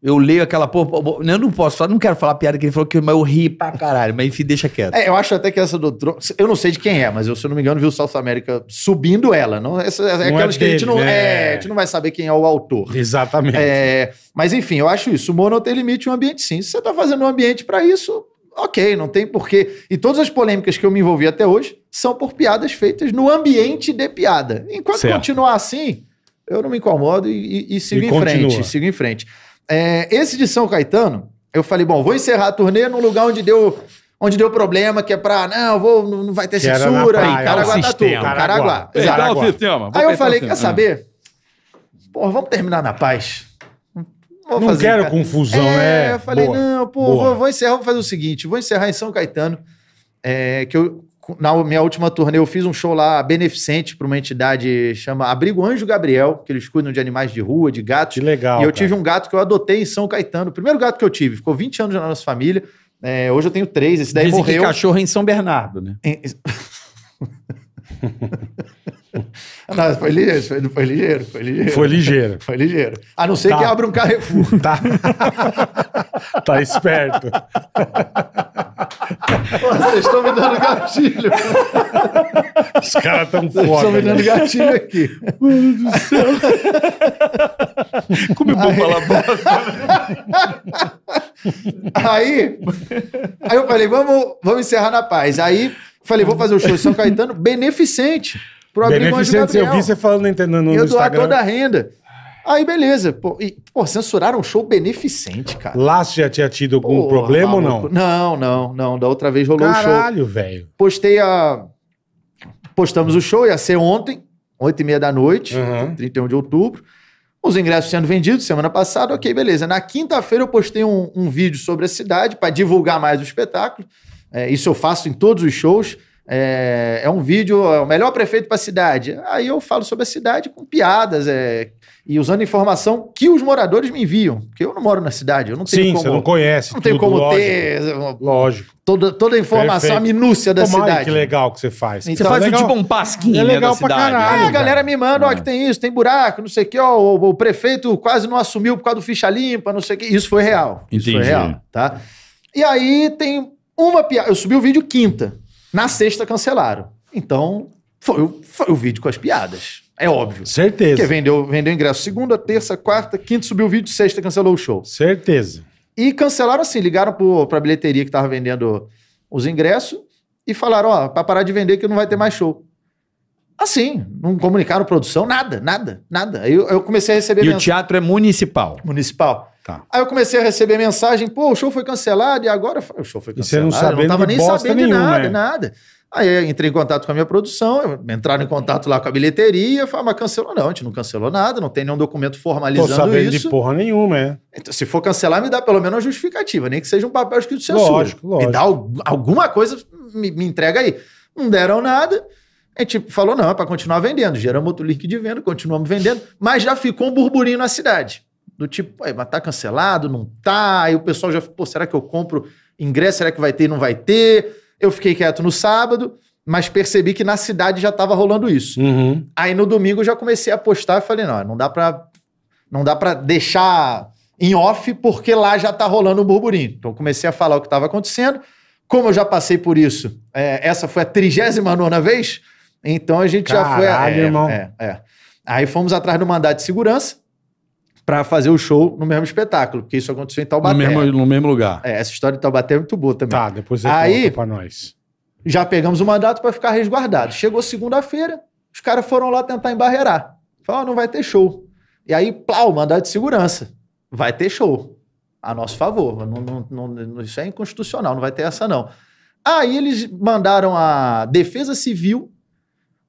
Speaker 4: Eu leio aquela porra. Eu não posso falar, não quero falar a piada que ele falou, que, mas eu ri pra caralho. Mas enfim, deixa quieto.
Speaker 1: É, eu acho até que essa do Tron. Eu não sei de quem é, mas eu, se eu não me engano, vi o South America subindo ela. Não, essa, é
Speaker 3: é
Speaker 1: aquelas que a gente
Speaker 3: dele,
Speaker 1: não.
Speaker 3: né?
Speaker 1: É, a gente não vai saber quem é o autor.
Speaker 3: Exatamente.
Speaker 1: É, mas enfim, eu acho isso. O humor não tem limite, o ambiente sim. Se você tá fazendo um ambiente pra isso, ok, não tem porquê. E todas as polêmicas que eu me envolvi até hoje são por piadas feitas no ambiente de piada. Enquanto
Speaker 3: Certo.
Speaker 1: continuar assim, eu não me incomodo e, e- e sigo
Speaker 3: E
Speaker 1: em
Speaker 3: continua.
Speaker 1: frente. Sigo em frente. É, esse de São Caetano, eu falei, bom, vou encerrar a turnê num lugar onde deu. Onde deu problema, que é pra. Não, vou, não não vai ter
Speaker 3: Que era na
Speaker 1: censura.
Speaker 3: praia, É
Speaker 1: em
Speaker 3: o
Speaker 1: Caraguatatuba.
Speaker 3: sistema.
Speaker 1: Caraguá.
Speaker 3: Caraguá. Então,
Speaker 1: Exato.
Speaker 3: Agora.
Speaker 4: sistema.
Speaker 1: Aí eu falei, quer saber? Pô, vamos terminar na paz. Vou
Speaker 3: não
Speaker 1: fazer,
Speaker 3: quero
Speaker 1: cara.
Speaker 3: confusão,
Speaker 1: É,
Speaker 3: né?
Speaker 1: eu falei,
Speaker 3: Boa.
Speaker 1: não, pô,
Speaker 3: Boa.
Speaker 1: vou, vou encerrar, vou fazer o seguinte, vou encerrar em São Caetano, é, que eu na minha última turnê, eu fiz um show lá beneficente para uma entidade chama Abrigo Anjo Gabriel, que eles cuidam de animais de rua, de gatos.
Speaker 3: Que legal.
Speaker 1: E eu
Speaker 3: cara.
Speaker 1: tive um gato que eu adotei em São Caetano. O primeiro gato que eu tive. Ficou 20 anos na nossa família. É, hoje eu tenho três. Esse daí
Speaker 4: Dizem que
Speaker 1: morreu.
Speaker 4: cachorro é em São Bernardo, né?
Speaker 1: Em- Não, foi ligeiro, foi, foi ligeiro, foi ligeiro.
Speaker 3: Foi ligeiro.
Speaker 1: Foi ligeiro. A não ser
Speaker 3: Tá.
Speaker 1: que abra um Carrefour.
Speaker 3: Tá. tá esperto.
Speaker 1: Vocês estão me dando gatilho.
Speaker 3: Os caras tão
Speaker 1: Vocês estão
Speaker 3: foda.
Speaker 1: me dando
Speaker 3: né?
Speaker 1: gatilho aqui.
Speaker 5: Como é bom falar bosta.
Speaker 1: Aí, aí eu falei, vamos, vamos encerrar na paz. Aí falei, vou fazer o show em São Gaetano beneficente pro Abrigo Anjo
Speaker 3: Beneficente, eu
Speaker 1: Gabriel.
Speaker 3: vi você falando no, no, no
Speaker 1: eu doar
Speaker 3: Instagram.
Speaker 1: toda a renda. Aí, beleza. Pô, e, pô, censuraram um show beneficente, cara.
Speaker 3: Lá você já tinha tido algum
Speaker 1: Porra,
Speaker 3: Um problema ou
Speaker 1: maluco.
Speaker 3: não?
Speaker 1: Não, não, não. Da outra vez rolou o show.
Speaker 3: Caralho, velho.
Speaker 1: Postei a. Postamos o show, ia ser ontem, 8 e meia da noite,
Speaker 3: Uhum.
Speaker 1: 31 de outubro. Os ingressos sendo vendidos semana passada, ok, beleza. Na quinta-feira eu postei um, um vídeo sobre a cidade para divulgar mais o espetáculo. É, isso eu faço em todos os shows. É, é um vídeo, é o melhor prefeito para a cidade. Aí eu falo sobre a cidade com piadas é, e usando informação que os moradores me enviam. Porque eu não moro na cidade, eu não tenho
Speaker 3: Sim,
Speaker 1: como,
Speaker 3: você não conhece.
Speaker 1: não tenho
Speaker 3: tudo,
Speaker 1: como
Speaker 3: lógico.
Speaker 1: ter é, uma-
Speaker 3: Lógico.
Speaker 1: toda, toda a informação, a
Speaker 3: Perfeito.
Speaker 1: minúcia da
Speaker 3: Pô, Mari,
Speaker 1: cidade. Então,
Speaker 3: que legal que você faz.
Speaker 1: Você
Speaker 4: Você
Speaker 3: Tá
Speaker 4: faz
Speaker 3: legal.
Speaker 4: um tipo um pasquinho
Speaker 3: É
Speaker 4: né,
Speaker 3: legal
Speaker 4: da
Speaker 3: pra
Speaker 4: cidade.
Speaker 3: caralho.
Speaker 1: Ah,
Speaker 3: velho.
Speaker 1: a galera me manda, ó,
Speaker 4: É.
Speaker 1: que tem isso, tem buraco, não sei o que, ó, o, o prefeito quase não assumiu por causa do ficha limpa, não sei o que. Isso foi real. Isso foi
Speaker 4: Entendi.
Speaker 1: real, tá? E aí tem uma piada. Eu subi o vídeo quinta. Na sexta cancelaram. Então, foi, o- foi o vídeo com as piadas. É óbvio. Porque
Speaker 3: um- Certeza.
Speaker 1: vendeu, vendeu ingresso segunda, terça, quarta, quinta, subiu o vídeo, sexta cancelou o show.
Speaker 3: Certeza.
Speaker 1: E cancelaram assim, ligaram pro, pra bilheteria que tava vendendo os ingressos e falaram, ó, pra parar de vender que não vai ter mais show. Assim, não comunicaram produção, nada, nada, nada. Aí eu, eu comecei a receber
Speaker 4: E o
Speaker 1: mensagem
Speaker 4: teatro é municipal.
Speaker 1: municipal.
Speaker 4: Tá.
Speaker 1: Aí eu comecei a receber mensagem, pô, o show foi cancelado e agora Eu falei, o show foi
Speaker 3: E você não
Speaker 1: cancelado. eu não
Speaker 3: sabendo
Speaker 1: tava
Speaker 3: de
Speaker 1: nem
Speaker 3: bosta
Speaker 1: sabendo de
Speaker 3: nenhuma,
Speaker 1: nada,
Speaker 3: né?
Speaker 1: nada. Aí eu entrei em contato com a minha produção, eu- entraram em contato lá com a bilheteria, falaram, mas cancelou não, a gente não cancelou nada, não tem nenhum documento
Speaker 3: Tô
Speaker 1: formalizando
Speaker 3: sabendo
Speaker 1: isso.
Speaker 3: de porra nenhuma, é.
Speaker 1: Então, se for cancelar, me dá pelo menos uma justificativa, nem que seja um papel escrito censura.
Speaker 3: Lógico, lógico.
Speaker 1: Me dá al- alguma coisa, me, me entrega aí. Não deram nada. A gente falou, não, é para continuar vendendo. Geramos outro link de venda, continuamos vendendo, mas já ficou um burburinho na cidade. Do tipo, "Ué, mas tá cancelado, não tá. Aí o pessoal já, pô, será que eu compro ingresso? Será que vai ter? Não vai ter. Eu fiquei quieto no sábado, mas percebi que na cidade já estava rolando isso.
Speaker 3: Uhum.
Speaker 1: Aí no domingo eu já comecei a postar e falei, não, não dá pra, não dá pra deixar em off porque lá já tá rolando um burburinho. Então eu comecei a falar o que estava acontecendo. Como eu já passei por isso, é, essa foi a 39ª vez, então a gente já foi...
Speaker 3: Caralho,
Speaker 1: é,
Speaker 3: irmão.
Speaker 1: é, é. Aí fomos atrás do mandado de segurança pra fazer o show no mesmo espetáculo, porque isso aconteceu em
Speaker 4: No
Speaker 1: Taubaté.
Speaker 4: mesmo, no mesmo lugar.
Speaker 1: É, essa história de Taubaté é muito boa também.
Speaker 3: Tá, depois você
Speaker 1: Aí-
Speaker 3: conta pra nós.
Speaker 1: Já pegamos o mandato para ficar resguardado. Chegou segunda-feira, os caras foram lá tentar embarrear. Falaram, "Ó, não vai ter show. E aí, plau, mandado de segurança. Vai ter show. A nosso favor. Não- não- não- não- isso é inconstitucional, não vai ter essa não. Aí eles mandaram a Defesa Civil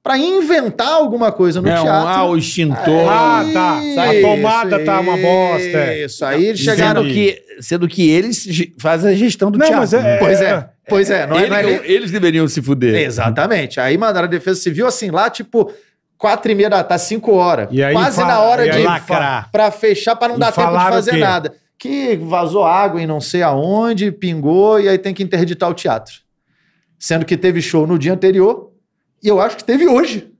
Speaker 1: para inventar alguma coisa no
Speaker 4: É um- ah,
Speaker 1: teatro.
Speaker 4: o extintor.
Speaker 3: Ah, tá. A tomada tá uma bosta, é.
Speaker 1: Isso, aí eles chegaram...
Speaker 4: Sendo que, sendo que eles ge- fazem a gestão do teatro.
Speaker 1: Pois é, pois é. Não é,
Speaker 4: Ele-
Speaker 1: não é nem-
Speaker 4: Eles deveriam se fuder.
Speaker 1: Exatamente. Aí mandaram a Defesa Civil assim, lá tipo, quatro e meia da tarde, tá cinco horas.
Speaker 3: E aí
Speaker 1: Quase
Speaker 3: fa-
Speaker 1: na hora
Speaker 3: e aí
Speaker 1: de
Speaker 3: lacrar.
Speaker 1: para fechar, para não
Speaker 3: E
Speaker 1: dar tempo de
Speaker 3: falaram o
Speaker 1: fazer
Speaker 3: quê?
Speaker 1: nada. Que vazou água em não sei aonde, pingou, e aí tem que interditar o teatro. Sendo que teve show no dia anterior, e eu acho que teve hoje.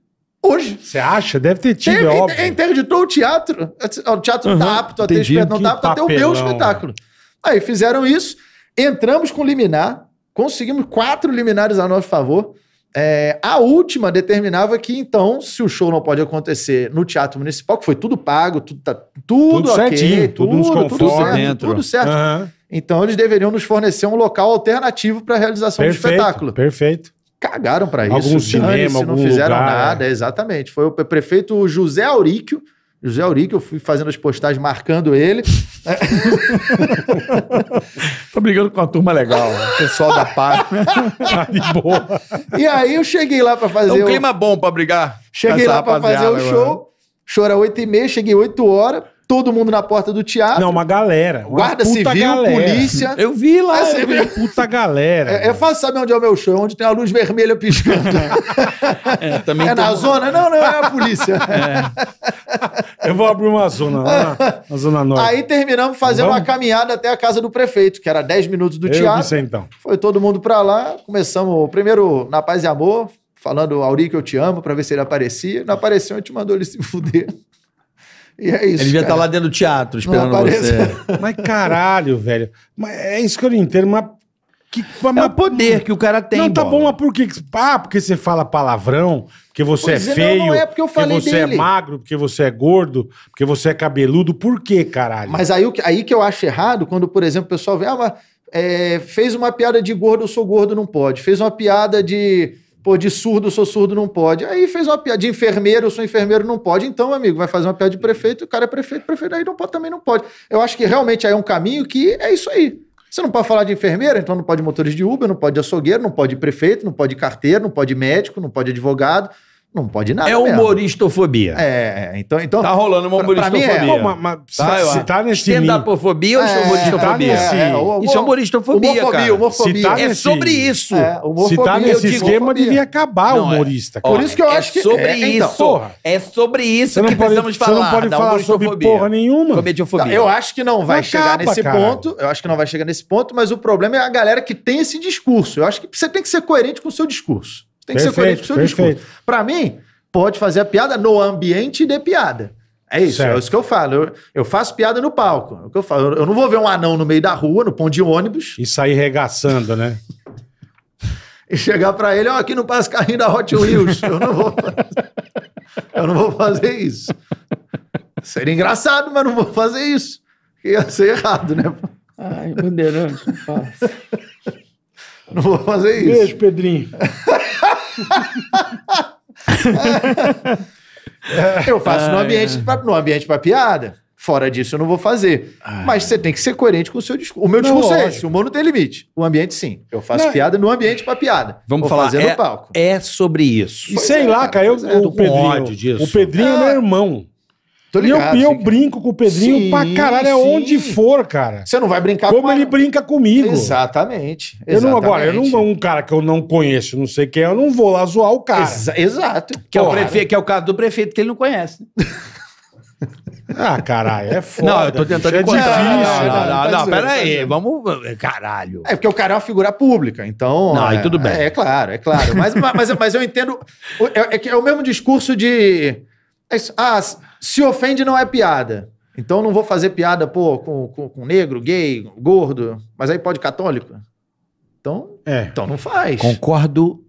Speaker 1: Hoje.
Speaker 3: Você acha? Deve ter tido,
Speaker 1: Teve,
Speaker 3: é óbvio.
Speaker 1: interditou o teatro. É, O teatro não
Speaker 4: Uhum,
Speaker 1: tá apto a ter
Speaker 3: entendi.
Speaker 1: espetáculo, não tá
Speaker 3: Que
Speaker 1: apto a ter o meu
Speaker 3: papelão,
Speaker 1: espetáculo. Aí fizeram isso, entramos com liminar, conseguimos quatro liminares a nosso favor. É, a última determinava que, então, se o show não pode acontecer no Teatro Municipal, que foi tudo pago, tudo, tá, tudo,
Speaker 3: Tudo
Speaker 1: ok,
Speaker 3: certinho, tudo nos conformes.
Speaker 1: certo,
Speaker 4: Dentro.
Speaker 1: tudo certo.
Speaker 3: Aham.
Speaker 1: Então, eles deveriam nos fornecer um local alternativo para a realização do espetáculo
Speaker 3: Perfeito, perfeito.
Speaker 1: cagaram pra isso.
Speaker 3: Algum
Speaker 1: dane-se,
Speaker 3: cinema,
Speaker 1: não
Speaker 3: algum
Speaker 1: fizeram
Speaker 3: lugar, é.
Speaker 1: nada, exatamente. Foi o pre- prefeito José Auríquio. José Auríquio, eu fui fazendo as postagens marcando ele.
Speaker 4: Tô brigando com uma turma legal. O pessoal da paz. né?
Speaker 3: Tá de boa.
Speaker 1: E aí eu cheguei lá pra
Speaker 4: É
Speaker 1: fazer
Speaker 4: um
Speaker 1: o
Speaker 4: clima bom pra brigar.
Speaker 1: Cheguei lá pra fazer o show. Show era 8 e meia, cheguei 8 horas. todo mundo na porta do teatro.
Speaker 3: Não, uma galera. uma
Speaker 1: Ah,
Speaker 3: puta
Speaker 1: guarda civil,
Speaker 3: galera.
Speaker 1: polícia.
Speaker 4: Eu vi lá.
Speaker 1: Ah,
Speaker 4: eu
Speaker 1: você
Speaker 4: vi.
Speaker 1: viu?
Speaker 3: Puta galera.
Speaker 1: É, é fácil saber onde é o meu show, onde tem a luz vermelha piscando.
Speaker 4: É, também
Speaker 1: é
Speaker 4: tem-
Speaker 1: na zona? Não, não, é a polícia.
Speaker 3: Eu vou abrir uma zona lá, na- na Zona Norte.
Speaker 1: Aí terminamos fazendo
Speaker 3: Vamos?
Speaker 1: uma caminhada até a casa do prefeito, que era 10 minutos do
Speaker 3: eu
Speaker 1: teatro.
Speaker 3: vi então.
Speaker 1: Foi todo mundo pra lá, começamos o primeiro na paz e amor, falando Auri que eu te amo, pra ver se ele aparecia. Não apareceu, a gente mandou ele se fuder. E é isso.
Speaker 4: Ele devia estar
Speaker 1: cara.
Speaker 4: lá dentro do teatro esperando
Speaker 1: aparece.
Speaker 4: você.
Speaker 3: Mas caralho, velho. Mas é isso que eu não entendo, mas... Que, mas
Speaker 4: É o poder que o cara tem.
Speaker 3: não, tá
Speaker 4: bola.
Speaker 3: bom, mas por que? que- Ah, porque você fala palavrão, porque você é
Speaker 1: Pois é, não,
Speaker 3: feio,
Speaker 1: não é porque eu falei
Speaker 3: você é
Speaker 1: dele.
Speaker 3: magro, porque você é gordo, porque você é cabeludo. Por que, caralho?
Speaker 1: Mas aí, o que- aí que eu acho errado, quando, por exemplo, o pessoal vê, ah, mas, é, fez uma piada de gordo, eu sou gordo, não pode. Fez uma piada de, pô, de surdo, eu sou surdo, não pode. Aí fez uma piada de enfermeiro, eu sou enfermeiro, não pode. Então, amigo, vai fazer uma piada de prefeito, o cara é prefeito, prefeito, aí não pode, também não pode. Eu acho que realmente aí é um caminho que é isso aí. Você não pode falar de enfermeira, então não pode motorista de Uber, não pode açougueiro, não pode prefeito, não pode carteiro, não pode médico, não pode advogado, não pode nada
Speaker 4: É
Speaker 1: Tá mesmo.
Speaker 4: humoristofobia.
Speaker 1: É, então, então
Speaker 5: Tá rolando uma
Speaker 1: Pra- pra mim é.
Speaker 5: humoristofobia.
Speaker 3: Pô, mas- mas se,
Speaker 5: Vai lá.
Speaker 3: se tá nesse nível...
Speaker 4: Stand-upofobia ou
Speaker 1: É,
Speaker 4: humoristofobia?
Speaker 3: tá nesse-
Speaker 1: o-
Speaker 4: Isso é humoristofobia,
Speaker 1: Homofobia,
Speaker 4: cara.
Speaker 1: homofobia.
Speaker 3: Se tá
Speaker 4: É
Speaker 3: nesse-
Speaker 4: sobre isso.
Speaker 1: É,
Speaker 3: Se
Speaker 1: homofobia,
Speaker 3: tá nesse
Speaker 1: eu digo,
Speaker 3: esquema,
Speaker 1: homofobia.
Speaker 3: devia acabar o
Speaker 4: Não, é.
Speaker 3: humorista.
Speaker 4: Ó,
Speaker 3: cara.
Speaker 1: Por isso que eu
Speaker 4: é
Speaker 1: acho que-
Speaker 4: sobre
Speaker 1: é, então,
Speaker 4: isso.
Speaker 3: porra.
Speaker 4: é sobre isso
Speaker 3: Você não
Speaker 4: que
Speaker 3: pode,
Speaker 4: precisamos
Speaker 3: você
Speaker 4: falar.
Speaker 3: não pode
Speaker 4: da
Speaker 3: falar sobre
Speaker 4: humoristofobia.
Speaker 3: porra nenhuma.
Speaker 1: Tá,
Speaker 4: Comediofobia.
Speaker 1: eu acho que não vai
Speaker 3: Mas
Speaker 1: chegar
Speaker 3: acaba,
Speaker 1: nesse
Speaker 3: cara.
Speaker 1: ponto. Eu acho que não vai chegar nesse ponto, mas o problema é a galera que tem esse discurso. Eu acho que você tem que ser coerente com o seu discurso. Você tem que ser
Speaker 3: Perfeito,
Speaker 1: coerente com o seu
Speaker 3: perfeito.
Speaker 1: discurso. Pra mim, pode fazer a piada no ambiente de piada. É isso,
Speaker 3: Certo.
Speaker 1: é isso que eu falo. Eu, eu faço piada no palco. É o que eu falo. Eu, eu não vou ver um anão no meio da rua, no pão de ônibus,
Speaker 3: E sair regaçando, né?
Speaker 1: e chegar pra ele, ó, aqui não passa carrinho da Hot Wheels. Eu não vou fazer, eu não vou fazer isso. Seria engraçado, mas não vou fazer isso. Ia ser errado, né?
Speaker 4: Ai, bandeirante.
Speaker 1: Não vou fazer isso.
Speaker 3: Pedrinho.
Speaker 1: Eu faço no ambiente, pra, no ambiente pra piada. Fora disso, eu não vou fazer. Mas você tem que ser coerente com o seu discurso. O meu
Speaker 3: Não,
Speaker 1: discurso é
Speaker 3: lógico.
Speaker 1: esse. O humor não tem limite. O ambiente, sim. Eu faço
Speaker 3: Não.
Speaker 1: piada no ambiente pra piada.
Speaker 4: Vamos
Speaker 1: vou
Speaker 4: falar,
Speaker 1: fazer
Speaker 4: é-
Speaker 1: no palco.
Speaker 4: É sobre isso.
Speaker 3: E sei
Speaker 1: é,
Speaker 3: lá,
Speaker 1: cara,
Speaker 3: cara, eu,
Speaker 1: pois é,
Speaker 3: o
Speaker 1: tô com Ah,
Speaker 3: Pedrinho,
Speaker 4: ódio disso.
Speaker 3: o Pedrinho é meu irmão.
Speaker 1: Tô
Speaker 3: E eu,
Speaker 1: ligado. assim.
Speaker 3: e eu
Speaker 1: sim.
Speaker 3: brinco com o Pedrinho
Speaker 1: Sim,
Speaker 3: pra caralho, é
Speaker 1: sim.
Speaker 3: onde for, cara.
Speaker 1: Você não vai brincar
Speaker 3: Como
Speaker 1: a-
Speaker 3: ele brinca comigo.
Speaker 1: Exatamente.
Speaker 3: Eu não, agora, eu
Speaker 1: exatamente.
Speaker 3: não um cara que eu não conheço, não sei quem, é, eu não vou lá zoar o cara.
Speaker 1: Exa- exato.
Speaker 4: Que é, o
Speaker 1: Porra.
Speaker 3: né?
Speaker 4: prefe- que é o caso do prefeito que ele não conhece. né?
Speaker 3: Ah, caralho, é foda.
Speaker 4: não, eu tô tentando
Speaker 3: bicho, é
Speaker 4: encontrar.
Speaker 3: difícil.
Speaker 4: Não, não,
Speaker 1: né?
Speaker 4: não,
Speaker 1: Tá
Speaker 4: não,
Speaker 1: zoando, tá
Speaker 4: peraí.
Speaker 1: zoando.
Speaker 4: Vamos. Caralho.
Speaker 1: É porque o cara é uma figura pública, então.
Speaker 4: Não,
Speaker 1: é,
Speaker 4: aí tudo bem.
Speaker 1: É, claro, é claro. Mas, mas, mas eu entendo. É, é que é o mesmo discurso de. é isso, Ah, se ofende não é piada. Então não vou fazer piada, pô, com, com, com negro, gay, gordo. Mas aí pode católico? Então,
Speaker 3: É.
Speaker 1: então não faz.
Speaker 4: Concordo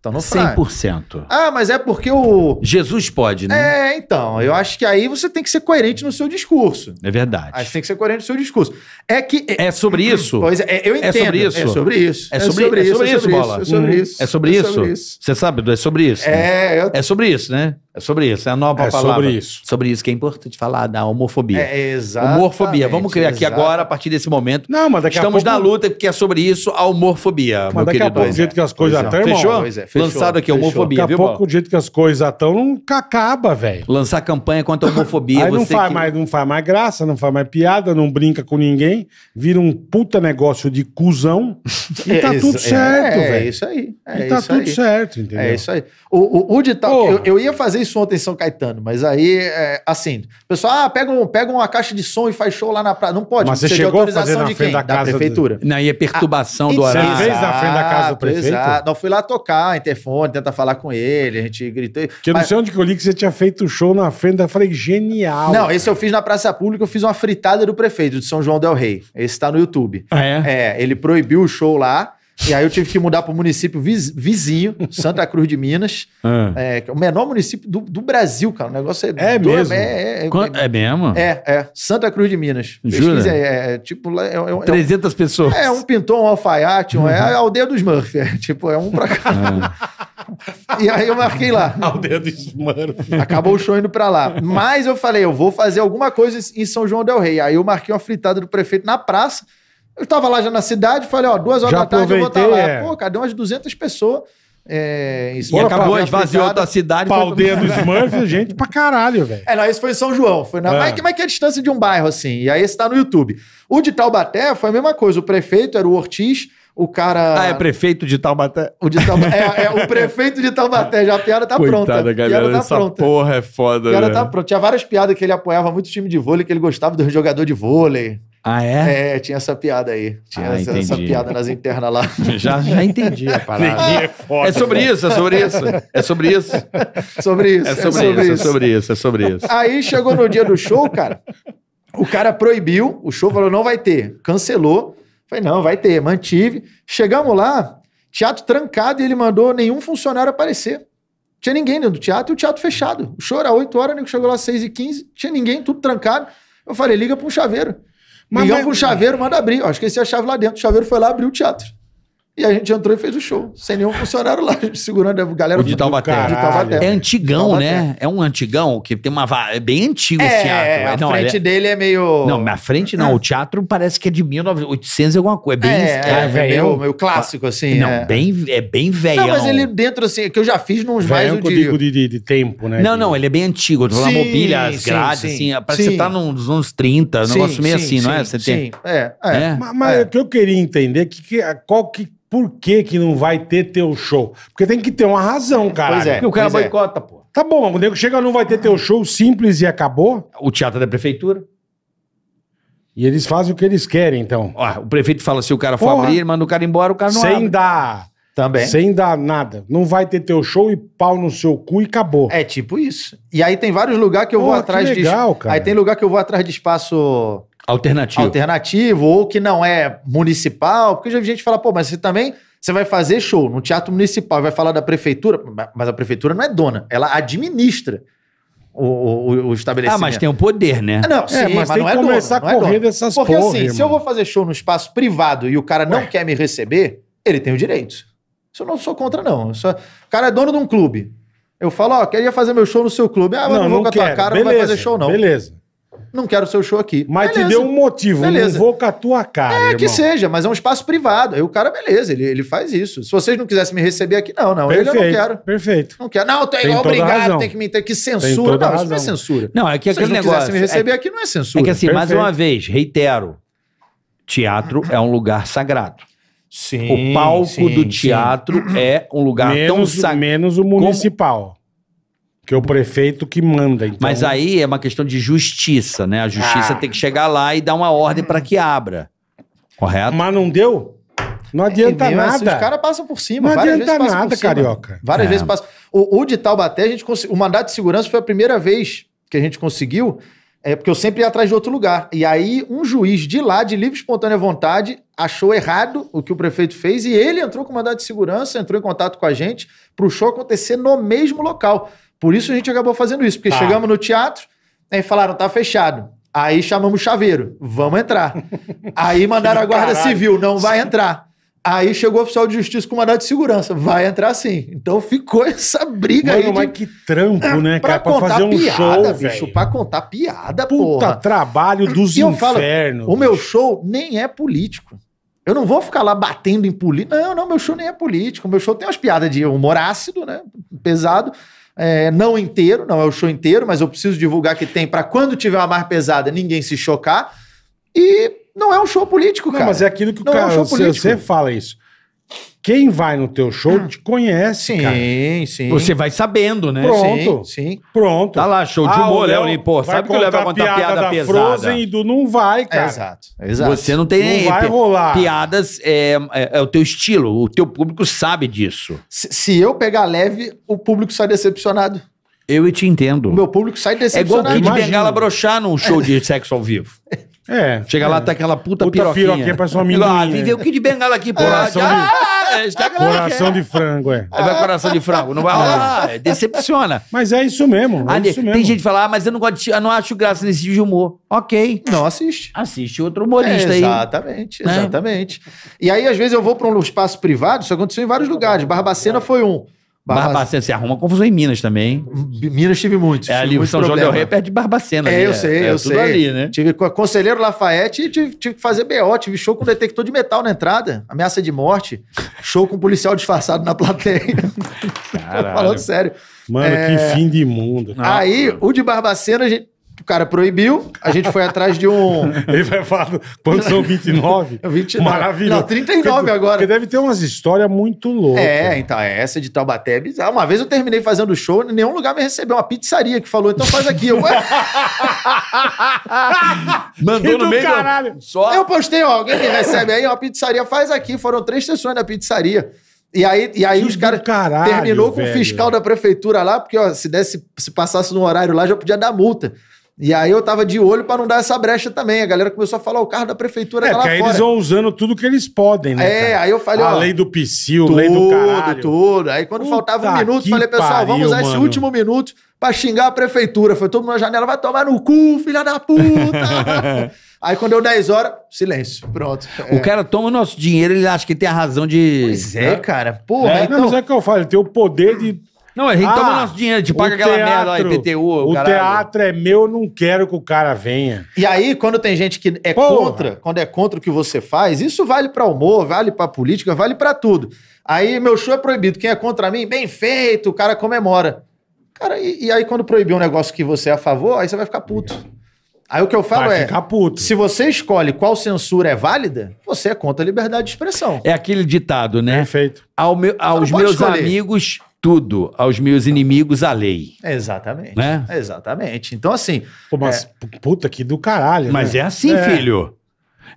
Speaker 1: Então não faz.
Speaker 4: 100%.
Speaker 1: Ah, mas é porque o.
Speaker 4: Jesus pode, né?
Speaker 1: É, então. Eu acho que aí você tem que ser coerente no seu discurso.
Speaker 4: É verdade.
Speaker 1: Aí você tem que ser coerente no seu discurso. É que.
Speaker 4: É sobre isso?
Speaker 1: Pois é, é, eu
Speaker 4: É
Speaker 1: entendo.
Speaker 4: sobre isso?
Speaker 1: É sobre isso.
Speaker 4: É sobre, é sobre isso, Bola.
Speaker 1: É sobre
Speaker 4: Uhum.
Speaker 1: isso.
Speaker 4: É sobre isso? Você sabe, Edu? É sobre isso. né?
Speaker 1: É, eu...
Speaker 4: É sobre isso, né? É sobre isso. É a nova
Speaker 3: É sobre
Speaker 4: palavra.
Speaker 3: isso.
Speaker 4: Sobre isso que é importante falar da homofobia.
Speaker 1: é exato.
Speaker 4: homofobia. Vamos criar aqui agora, a partir desse momento.
Speaker 3: Não, mas daqui
Speaker 4: Estamos
Speaker 3: a pouco...
Speaker 4: na luta, porque é sobre isso a homofobia,
Speaker 3: Mas
Speaker 4: meu
Speaker 3: daqui a
Speaker 4: querido.
Speaker 3: pouco, o jeito que as coisas
Speaker 1: Pois é.
Speaker 3: estão, irmão.
Speaker 4: Fechou?
Speaker 1: Pois é, fechou,
Speaker 4: Lançado aqui,
Speaker 1: fechou.
Speaker 4: homofobia,
Speaker 3: Daqui a
Speaker 4: viu,
Speaker 3: pouco,
Speaker 4: Paulo?
Speaker 3: o jeito que as coisas estão, não acaba, velho.
Speaker 4: Lançar campanha contra a homofobia.
Speaker 3: Aí não
Speaker 4: você
Speaker 3: faz,
Speaker 4: que-
Speaker 3: mais, não faz mais graça, não faz mais piada, não brinca com ninguém, vira um puta negócio de cuzão e tá
Speaker 1: É,
Speaker 3: tudo
Speaker 1: é,
Speaker 3: certo,
Speaker 1: é, É
Speaker 3: velho.
Speaker 1: isso aí. É
Speaker 3: e tá
Speaker 1: isso
Speaker 3: tudo
Speaker 1: aí.
Speaker 3: certo, entendeu?
Speaker 1: É isso aí. O, o, o de tal.
Speaker 3: Porra.
Speaker 1: Eu, eu ia fazer isso ontem em São Caetano, mas aí, é, assim, o pessoal, ah, pega, um, pega uma caixa de som e faz show lá na praia. Não pode,
Speaker 3: Mas você
Speaker 1: precisa de
Speaker 3: chegou a fazer na frente da
Speaker 1: Da
Speaker 3: casa do-
Speaker 1: prefeitura.
Speaker 4: Não, e a né, é perturbação
Speaker 1: Ah,
Speaker 4: do
Speaker 1: então-
Speaker 4: horário.
Speaker 3: Você fez na frente da casa do
Speaker 1: Exato,
Speaker 3: prefeito?
Speaker 1: Exato. Não, fui lá tocar, interfone, tentar falar com ele, a gente gritou.
Speaker 3: Que eu não
Speaker 1: Mas-
Speaker 3: sei onde que eu li que você tinha feito show na frente, da- eu falei, genial.
Speaker 1: Não, esse eu fiz na praça pública, eu fiz uma fritada do prefeito de São João del Rei. Esse tá no YouTube.
Speaker 4: Ah, é?
Speaker 1: É, ele proibiu o show lá. E aí eu tive que mudar pro município viz- vizinho, Santa Cruz de Minas,
Speaker 4: Ah.
Speaker 1: é, que é o menor município do, do Brasil, cara. O negócio é...
Speaker 3: É
Speaker 1: doido,
Speaker 3: mesmo?
Speaker 1: É, é, é,
Speaker 4: Quan- É mesmo?
Speaker 1: é, é, Santa Cruz de Minas.
Speaker 4: Jura?
Speaker 1: Pesquisa, É, é, tipo, lá é, é, um- é um-
Speaker 4: 300 pessoas.
Speaker 1: é um pintor, um alfaiate, um, é a aldeia dos Murphy. É, tipo, é um pra cá.
Speaker 3: É.
Speaker 1: E aí eu marquei lá.
Speaker 3: Aldeia do Smurf.
Speaker 1: Acabou o show indo pra lá. Mas eu falei, eu vou fazer alguma coisa em São João del Rei. Aí eu marquei uma fritada do prefeito na praça. Eu tava lá já na cidade, falei, ó, duas horas
Speaker 3: Já
Speaker 1: da tarde eu vou estar lá.
Speaker 3: aproveitei, é.
Speaker 1: Pô, cadê umas 200 pessoas? é, em
Speaker 4: E
Speaker 1: São
Speaker 3: Bora,
Speaker 4: acabou,
Speaker 1: Paulo,
Speaker 4: esvaziou
Speaker 1: Africada.
Speaker 4: outra cidade. foi
Speaker 3: Pau
Speaker 4: pro-
Speaker 3: dedo Smurf, gente pra caralho, velho.
Speaker 1: É, não, esse foi em São João. Foi na...
Speaker 3: É.
Speaker 1: Mas, que- mas que é a distância de um bairro, assim. E aí esse tá no YouTube. O de Taubaté foi a mesma coisa. O prefeito era o Ortiz, o cara.
Speaker 4: Ah, é prefeito de Taubaté.
Speaker 1: o, de Tauba- é, é, o prefeito de Taubaté. Já a piada tá pronta.
Speaker 5: Coitada,
Speaker 1: A
Speaker 5: galera.
Speaker 1: piada tá
Speaker 5: essa
Speaker 1: pronta.
Speaker 5: porra é
Speaker 1: A
Speaker 5: foda,
Speaker 1: piada
Speaker 5: né?
Speaker 1: tá pronta. Tinha várias piadas que ele apoiava muito time de vôlei, que ele gostava do jogador de vôlei.
Speaker 4: Ah, é?
Speaker 1: É, tinha essa piada aí. Tinha
Speaker 5: Ah,
Speaker 1: essa, essa
Speaker 5: entendi.
Speaker 1: piada nas internas lá.
Speaker 4: Já, já entendi a parada.
Speaker 3: Neguinho é foda.
Speaker 4: É sobre isso, é sobre isso. É sobre isso.
Speaker 1: Sobre isso.
Speaker 4: É sobre isso, é sobre isso, é sobre isso.
Speaker 1: Aí chegou no dia do show, cara. O cara proibiu, o show falou: não vai ter. Cancelou. Falei, não, vai ter, mantive. Chegamos lá, teatro trancado, e ele mandou nenhum funcionário aparecer. Tinha ninguém dentro do teatro e o teatro fechado. O show era 8 horas, o nego chegou lá às 6 e 15 tinha ninguém, tudo trancado. Eu falei, liga pra um chaveiro.
Speaker 3: Mas-
Speaker 1: Ligamos
Speaker 3: mas-
Speaker 1: pra um chaveiro, manda abrir. Ó, esqueci é a chave lá dentro. O chaveiro foi lá, abriu o teatro. E a gente entrou e fez o show. Sem nenhum funcionário lá, segurando a galera.
Speaker 4: O de Taubaté.
Speaker 1: De Taubaté.
Speaker 4: É antigão,
Speaker 1: Taubaté.
Speaker 4: né? É um antigão que tem uma. va- É bem antigo esse
Speaker 1: É,
Speaker 4: teatro.
Speaker 1: é, a
Speaker 4: não, ele
Speaker 1: frente
Speaker 4: é-
Speaker 1: dele é meio...
Speaker 4: não, na frente não. O teatro parece que é de 1800 e alguma coisa. É bem.
Speaker 1: É, é,
Speaker 4: é,
Speaker 1: é meio,
Speaker 3: velhão.
Speaker 1: meio clássico, assim.
Speaker 4: não,
Speaker 1: é.
Speaker 4: bem, é bem velhão.
Speaker 1: Não, mas ele dentro, assim, que eu já fiz nos mais
Speaker 3: Velho,
Speaker 1: um
Speaker 3: que eu digo de,
Speaker 1: dia.
Speaker 3: de- de tempo, né?
Speaker 4: Não,
Speaker 3: de-
Speaker 4: não, ele é bem antigo. Eu tô falando
Speaker 1: Sim,
Speaker 4: mobília, as
Speaker 1: sim,
Speaker 4: grades,
Speaker 1: sim.
Speaker 4: assim. Parece que
Speaker 1: Sim.
Speaker 4: você tá nos anos 30, um negócio meio assim, não é? Você tem.
Speaker 1: Sim, é, é.
Speaker 4: É.
Speaker 3: Ma- Mas, o que eu queria entender é que, que- qual que, por que que não vai ter teu show? Porque tem que ter uma razão, cara.
Speaker 1: Pois é.
Speaker 4: Porque o cara
Speaker 1: Pois é.
Speaker 4: boicota, pô.
Speaker 3: Tá bom, o nego chega, não vai ter teu show simples e acabou.
Speaker 4: O teatro da prefeitura.
Speaker 3: E eles fazem o que eles querem, então.
Speaker 4: Ó, o prefeito fala se o cara for
Speaker 3: Porra.
Speaker 4: abrir, ele manda o cara embora, o cara não
Speaker 3: sem
Speaker 4: abre.
Speaker 3: dar.
Speaker 1: Também.
Speaker 3: Sem dar nada. Não vai ter teu show e pau no seu cu e acabou.
Speaker 1: É tipo isso. E aí tem vários lugares que eu vou
Speaker 3: Porra,
Speaker 1: atrás
Speaker 3: que legal,
Speaker 1: de.
Speaker 3: cara.
Speaker 1: Aí tem lugar que eu vou atrás de espaço
Speaker 4: Alternativo.
Speaker 1: alternativo ou que não é municipal, porque eu já vi gente falar, pô, mas você também você vai fazer show no teatro municipal, e vai falar da prefeitura, Ma- mas a prefeitura não é dona, ela administra o, o, o
Speaker 4: Ah,
Speaker 1: estabelecimento.
Speaker 4: mas tem o poder, né?
Speaker 1: Ah, não,
Speaker 3: É,
Speaker 1: sim,
Speaker 3: mas
Speaker 1: mas,
Speaker 3: tem
Speaker 1: não
Speaker 3: que
Speaker 1: é
Speaker 3: começar
Speaker 1: dono, não
Speaker 3: a
Speaker 1: é
Speaker 3: correr
Speaker 1: dono.
Speaker 3: dessas
Speaker 1: Porque
Speaker 3: porra,
Speaker 1: assim, se
Speaker 3: irmão.
Speaker 1: eu vou fazer show no espaço privado e o cara não quer me receber, ele tem o direito. Isso eu não sou contra, não. Eu sou- O cara é dono de um clube. Eu falo, ó, queria fazer meu show no seu clube. Ah, mas não, vou com a tua
Speaker 3: quero.
Speaker 1: cara, não vai
Speaker 3: Beleza,
Speaker 1: fazer show, não.
Speaker 3: Beleza.
Speaker 1: Não quero seu show aqui.
Speaker 3: Mas
Speaker 1: Beleza.
Speaker 3: te deu um motivo.
Speaker 1: Beleza.
Speaker 3: Não vou com a tua cara.
Speaker 1: É
Speaker 3: irmão.
Speaker 1: que seja, mas é um espaço privado. Aí o cara, beleza, ele, ele faz isso. Se vocês não quisessem me receber aqui, não, não. Ele,
Speaker 3: Perfeito.
Speaker 1: eu não quero.
Speaker 3: Perfeito.
Speaker 1: Não quero. Não, tem,
Speaker 3: Tem toda
Speaker 1: obrigado,
Speaker 3: razão.
Speaker 1: tem que me ter que
Speaker 3: Tem
Speaker 1: censura.
Speaker 3: toda
Speaker 1: Não, isso não é
Speaker 3: razão.
Speaker 1: censura.
Speaker 4: Não, é que
Speaker 1: Se vocês
Speaker 4: aquele
Speaker 1: não
Speaker 4: negócio.
Speaker 1: quisessem me
Speaker 4: é-
Speaker 1: receber aqui, não é
Speaker 4: É
Speaker 1: censura.
Speaker 4: que assim, mais
Speaker 3: Perfeito.
Speaker 4: uma vez, reitero: teatro é um lugar sagrado.
Speaker 1: Sim,
Speaker 4: o palco
Speaker 1: sim,
Speaker 4: do
Speaker 1: sim.
Speaker 4: teatro é um lugar tão
Speaker 3: Menos,
Speaker 4: sagrado.
Speaker 3: menos o municipal. Que é o prefeito que manda. Então,
Speaker 4: Mas aí é uma questão de justiça, né? A justiça tem que chegar lá e dar uma ordem para que abra. Correto?
Speaker 3: Mas não deu? Não adianta
Speaker 1: E mesmo assim,
Speaker 3: nada.
Speaker 1: Os caras passam por cima.
Speaker 3: Não
Speaker 1: várias
Speaker 3: adianta
Speaker 1: vezes passam por
Speaker 3: nada,
Speaker 1: cima.
Speaker 3: carioca.
Speaker 1: Várias
Speaker 4: É.
Speaker 1: vezes passa. O, o de Taubaté, a gente conseguiu. O mandato de segurança foi a primeira vez que a gente conseguiu. É porque eu sempre ia atrás de outro lugar. E aí, um juiz de lá, de livre e espontânea vontade, achou errado o que o prefeito fez e ele entrou com o mandato de segurança, entrou em contato com a gente para o show acontecer no mesmo local. Por isso a gente acabou fazendo isso, porque
Speaker 3: Tá.
Speaker 1: chegamos no teatro, aí falaram, tá fechado. Aí chamamos o chaveiro, vamos entrar. Aí mandaram a guarda
Speaker 3: Caralho.
Speaker 1: civil, não vai entrar. Aí chegou o oficial de justiça com mandado de segurança, vai entrar sim. Então ficou essa briga
Speaker 3: Mano,
Speaker 1: aí
Speaker 3: mas
Speaker 1: de,
Speaker 3: que
Speaker 1: É,
Speaker 3: trampo, né, cara? Pra fazer um show, velho.
Speaker 1: pra contar piada,
Speaker 3: Puta
Speaker 1: porra.
Speaker 3: trabalho dos
Speaker 1: E eu falo,
Speaker 3: infernos.
Speaker 1: O meu show nem é político. Eu não vou ficar lá batendo em político. Não, não, meu show nem é político. Meu show tem umas piadas de humor ácido, né? Pesado. É, não inteiro, não é o show inteiro, mas eu preciso divulgar que tem pra quando tiver uma mais pesada ninguém se chocar. E não é um show político,
Speaker 3: Não,
Speaker 1: cara.
Speaker 3: mas é aquilo que o
Speaker 1: Não, é um
Speaker 3: cara.
Speaker 1: show
Speaker 3: você,
Speaker 1: político. Hum.
Speaker 3: você fala isso. Quem vai no teu show te conhece,
Speaker 1: Sim,
Speaker 3: cara. é
Speaker 1: sim.
Speaker 4: Você vai sabendo, né?
Speaker 3: Pronto.
Speaker 1: Sim, sim.
Speaker 3: Pronto.
Speaker 4: Tá lá, show de
Speaker 3: Ah,
Speaker 4: humor,
Speaker 3: o
Speaker 4: Léo Pô,
Speaker 3: vai
Speaker 4: sabe que o Léo vai contar piada,
Speaker 3: da
Speaker 4: pesada.
Speaker 3: Frozen e do não vai,
Speaker 1: É,
Speaker 3: cara.
Speaker 1: exato, exato.
Speaker 4: Você não tem
Speaker 3: Não vai
Speaker 4: pi-
Speaker 3: rolar.
Speaker 4: piadas, é, é- é o teu estilo, o teu público sabe disso.
Speaker 1: Se, se eu pegar leve, o público sai decepcionado.
Speaker 4: Eu te entendo.
Speaker 1: O meu público
Speaker 4: é
Speaker 1: sai
Speaker 4: igual o
Speaker 1: decepcionado.
Speaker 4: Kid
Speaker 3: imagino.
Speaker 4: Bengala broxar num show de sexo ao vivo.
Speaker 3: É.
Speaker 4: Chega
Speaker 3: é.
Speaker 4: lá, tá aquela puta,
Speaker 3: Puta
Speaker 4: piroquinha.
Speaker 3: piroquinha, parece um amendoim,
Speaker 4: Ah,
Speaker 3: né?
Speaker 4: vem ver o Kid Bengala aqui, porra.
Speaker 3: Coração de-
Speaker 4: Ah, está com-
Speaker 3: Coração de frango, é.
Speaker 4: Aí vai coração de frango. Não vai rolar. Ah, é, Decepciona.
Speaker 3: Mas é isso mesmo. É
Speaker 4: Ali-
Speaker 3: isso mesmo.
Speaker 4: tem gente que fala, ah, mas eu não, gosto de- eu não acho graça nesse tipo de humor. Ok.
Speaker 1: Não assiste.
Speaker 4: Assiste outro
Speaker 1: É,
Speaker 4: humorista aí.
Speaker 1: exatamente,
Speaker 4: Né?
Speaker 1: exatamente. E aí, às vezes, eu vou para um espaço privado, isso aconteceu em vários lugares. Barbacena foi um.
Speaker 4: Barbacena, você arruma confusão em Minas também, hein?
Speaker 1: Minas tive muitos.
Speaker 4: É
Speaker 1: tive
Speaker 4: ali, o
Speaker 1: muito
Speaker 4: São João del
Speaker 1: problema.
Speaker 4: Rei perto de Barbacena.
Speaker 1: É,
Speaker 4: ali,
Speaker 1: eu sei, eu
Speaker 4: tudo
Speaker 1: sei.
Speaker 4: ali, né?
Speaker 1: Tive com conselheiro Lafayette e tive, tive que fazer BO, tive show com detector de metal na entrada, ameaça de morte, show com policial disfarçado na plateia. Tô falando sério.
Speaker 3: Mano,
Speaker 4: É.
Speaker 3: que fim de mundo.
Speaker 4: Ah.
Speaker 1: Aí, o de Barbacena, a gente- o cara proibiu, a gente foi atrás de um.
Speaker 3: Ele vai falar do- quantos são 29?
Speaker 1: 29.
Speaker 3: Maravilhoso.
Speaker 1: Não, 39
Speaker 3: Porque-
Speaker 1: agora.
Speaker 3: Porque deve ter umas histórias muito loucas.
Speaker 1: É, então, essa de Taubaté é bizarra. Uma vez eu terminei fazendo show, em nenhum lugar me recebeu uma pizzaria que falou, então faz aqui. Eu, Ué,
Speaker 3: Que
Speaker 4: Mandou
Speaker 3: do
Speaker 4: no meio do...
Speaker 3: caralho.
Speaker 4: Só...
Speaker 1: eu postei, ó, alguém me recebe aí, ó, pizzaria faz aqui. Foram três sessões da pizzaria. E aí, e aí
Speaker 3: Que
Speaker 1: os caras
Speaker 3: do caralho,
Speaker 1: terminou com
Speaker 3: velho.
Speaker 1: o fiscal da prefeitura lá, porque ó, se desse, se passasse no horário lá, já podia dar multa. E aí eu tava de olho pra não dar essa brecha também. A galera começou a falar, o carro da prefeitura
Speaker 3: É,
Speaker 1: tá lá
Speaker 3: porque aí
Speaker 1: fora.
Speaker 3: eles vão usando tudo que eles podem, né?
Speaker 1: É,
Speaker 3: cara?
Speaker 1: aí eu falei,
Speaker 3: A
Speaker 1: ó,
Speaker 3: lei do psil, lei do caralho.
Speaker 1: tudo. Aí quando
Speaker 3: Puta
Speaker 1: faltava um minuto,
Speaker 3: que
Speaker 1: falei, pessoal,
Speaker 3: pariu,
Speaker 1: vamos usar esse
Speaker 3: mano.
Speaker 1: último minuto pra xingar a prefeitura. Foi todo mundo na janela, vai tomar no cu, filha da puta. aí quando deu 10 horas, silêncio. Pronto. É.
Speaker 4: O cara toma o nosso dinheiro, ele acha que tem a razão de...
Speaker 1: Pois é, cara. Porra,
Speaker 3: É, né? Não,
Speaker 1: então...
Speaker 3: mas é o que eu falo, ele tem o poder de.
Speaker 4: Não, a gente
Speaker 3: Ah,
Speaker 4: toma o nosso dinheiro, te
Speaker 3: o
Speaker 4: paga aquela merda lá,
Speaker 3: teatro-
Speaker 4: IPTU, o
Speaker 3: O
Speaker 4: caralho.
Speaker 3: teatro é meu, eu não quero que o cara venha.
Speaker 1: E aí, quando tem gente que é
Speaker 3: Porra.
Speaker 1: contra, quando é contra o que você faz, isso vale pra humor, vale pra política, vale pra tudo. Aí, meu show é proibido. Quem é contra mim, bem feito, o cara comemora. Cara, e, e aí quando proibir um negócio que você é a favor, aí você vai ficar puto. Aí o que eu falo
Speaker 3: Vai
Speaker 1: é...
Speaker 3: ficar puto.
Speaker 1: Se você escolhe qual censura é válida, você é contra a liberdade de expressão.
Speaker 4: É aquele ditado, né?
Speaker 3: Perfeito.
Speaker 4: Ao meu- aos
Speaker 1: não pode
Speaker 4: meus
Speaker 1: escolher.
Speaker 4: amigos, tudo. Aos meus inimigos, a lei.
Speaker 1: Exatamente.
Speaker 4: Né?
Speaker 1: Exatamente. Então, assim,
Speaker 3: Pô, mas p- puta que do caralho.
Speaker 4: Mas
Speaker 3: né?
Speaker 4: é assim,
Speaker 3: É.
Speaker 4: filho.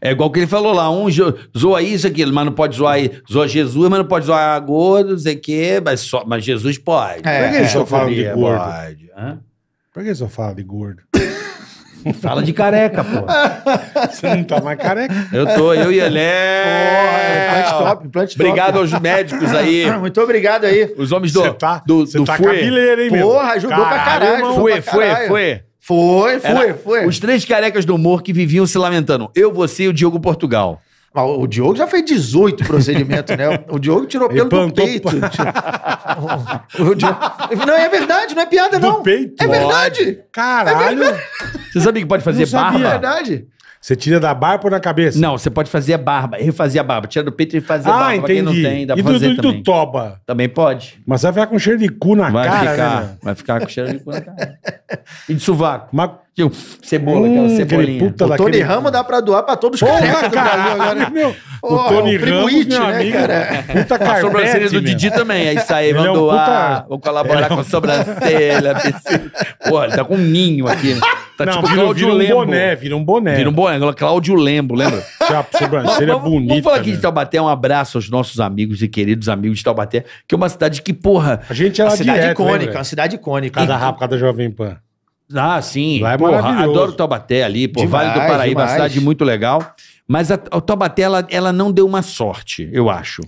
Speaker 4: É igual que ele falou lá, um jo- zoa isso, aquilo, mas não pode zoar, zoa Jesus, mas não pode zoar gordo, não sei o quê, mas, só, mas Jesus pode.
Speaker 1: É,
Speaker 4: Por que
Speaker 1: é,
Speaker 3: só falam de
Speaker 4: pode?
Speaker 3: gordo.
Speaker 4: Pode, hã?
Speaker 3: Por que só fala de gordo?
Speaker 4: Fala de careca, pô.
Speaker 3: Você não tá mais careca.
Speaker 4: Eu tô, eu e a
Speaker 1: implante
Speaker 4: Léo.
Speaker 1: top, implante top.
Speaker 4: É, Obrigado aos médicos aí,
Speaker 1: Muito obrigado aí.
Speaker 4: os homens do,
Speaker 3: Você tá,
Speaker 4: do,
Speaker 3: você
Speaker 4: do
Speaker 3: tá
Speaker 4: Fue.
Speaker 3: cabileiro, hein, meu?
Speaker 1: Porra, ajudou pra caralho,
Speaker 3: irmão.
Speaker 1: ajudou
Speaker 4: Fue,
Speaker 1: pra
Speaker 4: Fue,
Speaker 1: caralho.
Speaker 4: Fue.
Speaker 1: Foi, foi,
Speaker 4: Era
Speaker 3: É.
Speaker 1: foi.
Speaker 4: Os três carecas do humor que viviam se lamentando. Eu, você e o Diogo Portugal.
Speaker 1: Mas O Diogo já fez 18 procedimentos, né? O Diogo tirou
Speaker 3: Ele
Speaker 1: pelo do
Speaker 3: plantou-
Speaker 1: peito. O- o Diogo- Não, é verdade, não é piada,
Speaker 3: Do
Speaker 1: não.
Speaker 3: peito?
Speaker 1: É verdade.
Speaker 3: Caralho.
Speaker 4: Você sabia que pode fazer
Speaker 3: Não sabia.
Speaker 1: É
Speaker 4: barba?
Speaker 1: verdade.
Speaker 3: Você tira da barba e põe na cabeça?
Speaker 4: Não, você pode fazer a barba, refazer a barba. Tira do peito e fazer a
Speaker 3: Ah,
Speaker 4: barba.
Speaker 3: entendi.
Speaker 4: Pra quem não tem, dá
Speaker 3: e
Speaker 4: pra
Speaker 3: do,
Speaker 4: fazer
Speaker 3: do,
Speaker 4: também.
Speaker 3: do toba.
Speaker 4: Também pode.
Speaker 3: Mas vai ficar com cheiro de cu na
Speaker 4: Vai
Speaker 3: cara,
Speaker 4: ficar,
Speaker 3: né? meu?
Speaker 4: vai ficar com cheiro de cu na cara. E de sovaco.
Speaker 3: Mas
Speaker 4: Tipo, Cebola, aquela
Speaker 3: Hum, aquele
Speaker 4: cebolinha.
Speaker 3: puta
Speaker 1: o Tony
Speaker 3: daquele-
Speaker 1: Ramos dá pra doar pra todos os
Speaker 3: Porra,
Speaker 1: carecas do Brasil agora.
Speaker 3: caralho, É meu. O
Speaker 1: Porra,
Speaker 3: Tony
Speaker 1: o primo
Speaker 3: Ramos,
Speaker 1: It,
Speaker 3: meu
Speaker 1: né,
Speaker 3: amigo.
Speaker 1: cara?
Speaker 3: Puta
Speaker 4: A
Speaker 3: carpete,
Speaker 4: sobrancelha do
Speaker 3: meu.
Speaker 4: Didi também. Aí sai,
Speaker 3: Ele é um
Speaker 4: mandou
Speaker 3: puta- é um
Speaker 4: ah, Vou colaborar com a sobrancelha. PC. Pô, ele tá com um ninho aqui. né? Tá
Speaker 3: Não,
Speaker 4: tipo
Speaker 3: vira,
Speaker 4: Cláudio
Speaker 3: vira um
Speaker 4: Lembo.
Speaker 3: boné, vira um boné.
Speaker 4: Vira um boné. Cláudio Lembo, lembra?
Speaker 3: A
Speaker 4: Vamos-
Speaker 3: sobrancelha
Speaker 4: um vamos-
Speaker 3: bonita.
Speaker 4: Vamos falar aqui
Speaker 1: né?
Speaker 3: meu.
Speaker 4: de Taubaté. Um abraço aos nossos amigos e queridos amigos de Taubaté, que é uma cidade que, porra.
Speaker 3: A gente era
Speaker 1: Uma cidade
Speaker 3: direto,
Speaker 1: icônica,
Speaker 3: lembra?
Speaker 1: uma cidade icônica.
Speaker 3: Cada rapa, cada Jovem Pan.
Speaker 4: Ah, sim.
Speaker 3: Lá é
Speaker 4: porra,
Speaker 3: maravilhoso.
Speaker 4: adoro Taubaté ali, pô.
Speaker 1: Demais,
Speaker 4: vale do Paraíba, uma
Speaker 1: demais.
Speaker 4: cidade muito legal. Mas a, a Taubaté, ela, ela não deu uma sorte, eu acho.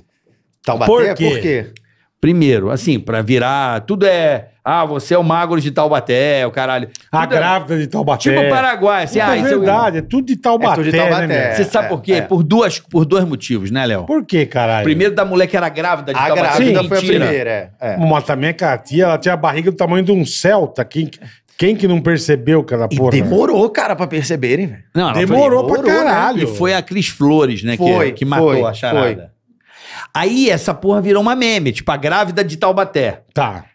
Speaker 1: Taubaté,
Speaker 3: Por quê?
Speaker 1: Por quê?
Speaker 4: Primeiro, assim, pra virar, tudo é. Ah, você é o magro de Taubaté, o caralho.
Speaker 3: A
Speaker 4: Tudo é-
Speaker 3: grávida de Taubaté.
Speaker 4: Tipo o Paraguai, assim,
Speaker 3: Puta,
Speaker 4: ah,
Speaker 3: é
Speaker 4: isso é o-
Speaker 3: verdade, é tudo de Taubaté,
Speaker 1: É tudo de
Speaker 3: né,
Speaker 1: Taubaté.
Speaker 3: meu?
Speaker 4: Você sabe
Speaker 1: É,
Speaker 4: por quê?
Speaker 1: é.
Speaker 4: Por, duas, por dois motivos, né, Léo?
Speaker 3: Por que, caralho?
Speaker 4: Primeiro, da mulher que era grávida de
Speaker 1: A
Speaker 4: Taubaté.
Speaker 1: grávida
Speaker 4: Sim,
Speaker 1: foi a
Speaker 4: mentira.
Speaker 1: primeira. é, é.
Speaker 3: Mas também que a tia, ela tinha a barriga do tamanho de um Celta. Quem, quem que não percebeu aquela
Speaker 1: E
Speaker 3: porra?
Speaker 1: demorou, cara, pra perceberem, velho.
Speaker 4: Não, ela foi-
Speaker 3: Demorou,
Speaker 1: Demorou,
Speaker 3: pra
Speaker 1: né?
Speaker 3: caralho.
Speaker 4: E foi a Cris Flores, né?
Speaker 1: Foi,
Speaker 4: que, que matou
Speaker 1: foi,
Speaker 4: a charada. Aí essa porra virou uma meme, tipo a grávida de Taubaté.
Speaker 3: Tá.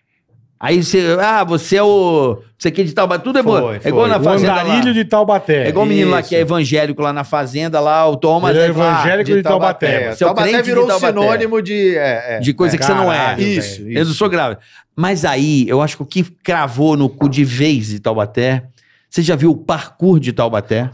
Speaker 4: Aí você, ah, você é o. não sei o que de Taubaté. Tudo é
Speaker 1: Foi,
Speaker 4: bom. É
Speaker 1: foi.
Speaker 4: igual na
Speaker 3: O
Speaker 4: fazenda. Lá.
Speaker 3: andarilho de Taubaté.
Speaker 4: É igual o menino lá
Speaker 1: Isso.
Speaker 4: que é evangélico lá na fazenda, lá, o Thomas.
Speaker 3: Ele é
Speaker 4: aí fala, ah,
Speaker 3: evangélico de Taubaté.
Speaker 1: É,
Speaker 4: Você é o
Speaker 1: Taubaté
Speaker 4: crente
Speaker 1: virou
Speaker 4: de Taubaté.
Speaker 1: sinônimo de... é, é.
Speaker 4: de coisa
Speaker 3: É,
Speaker 4: que você não é.
Speaker 3: caralho,
Speaker 1: Isso,
Speaker 4: Eu não
Speaker 1: isso.
Speaker 4: sou grávida. Mas aí, eu acho que o que cravou no cu de vez de Taubaté. Você já viu o parkour de Taubaté?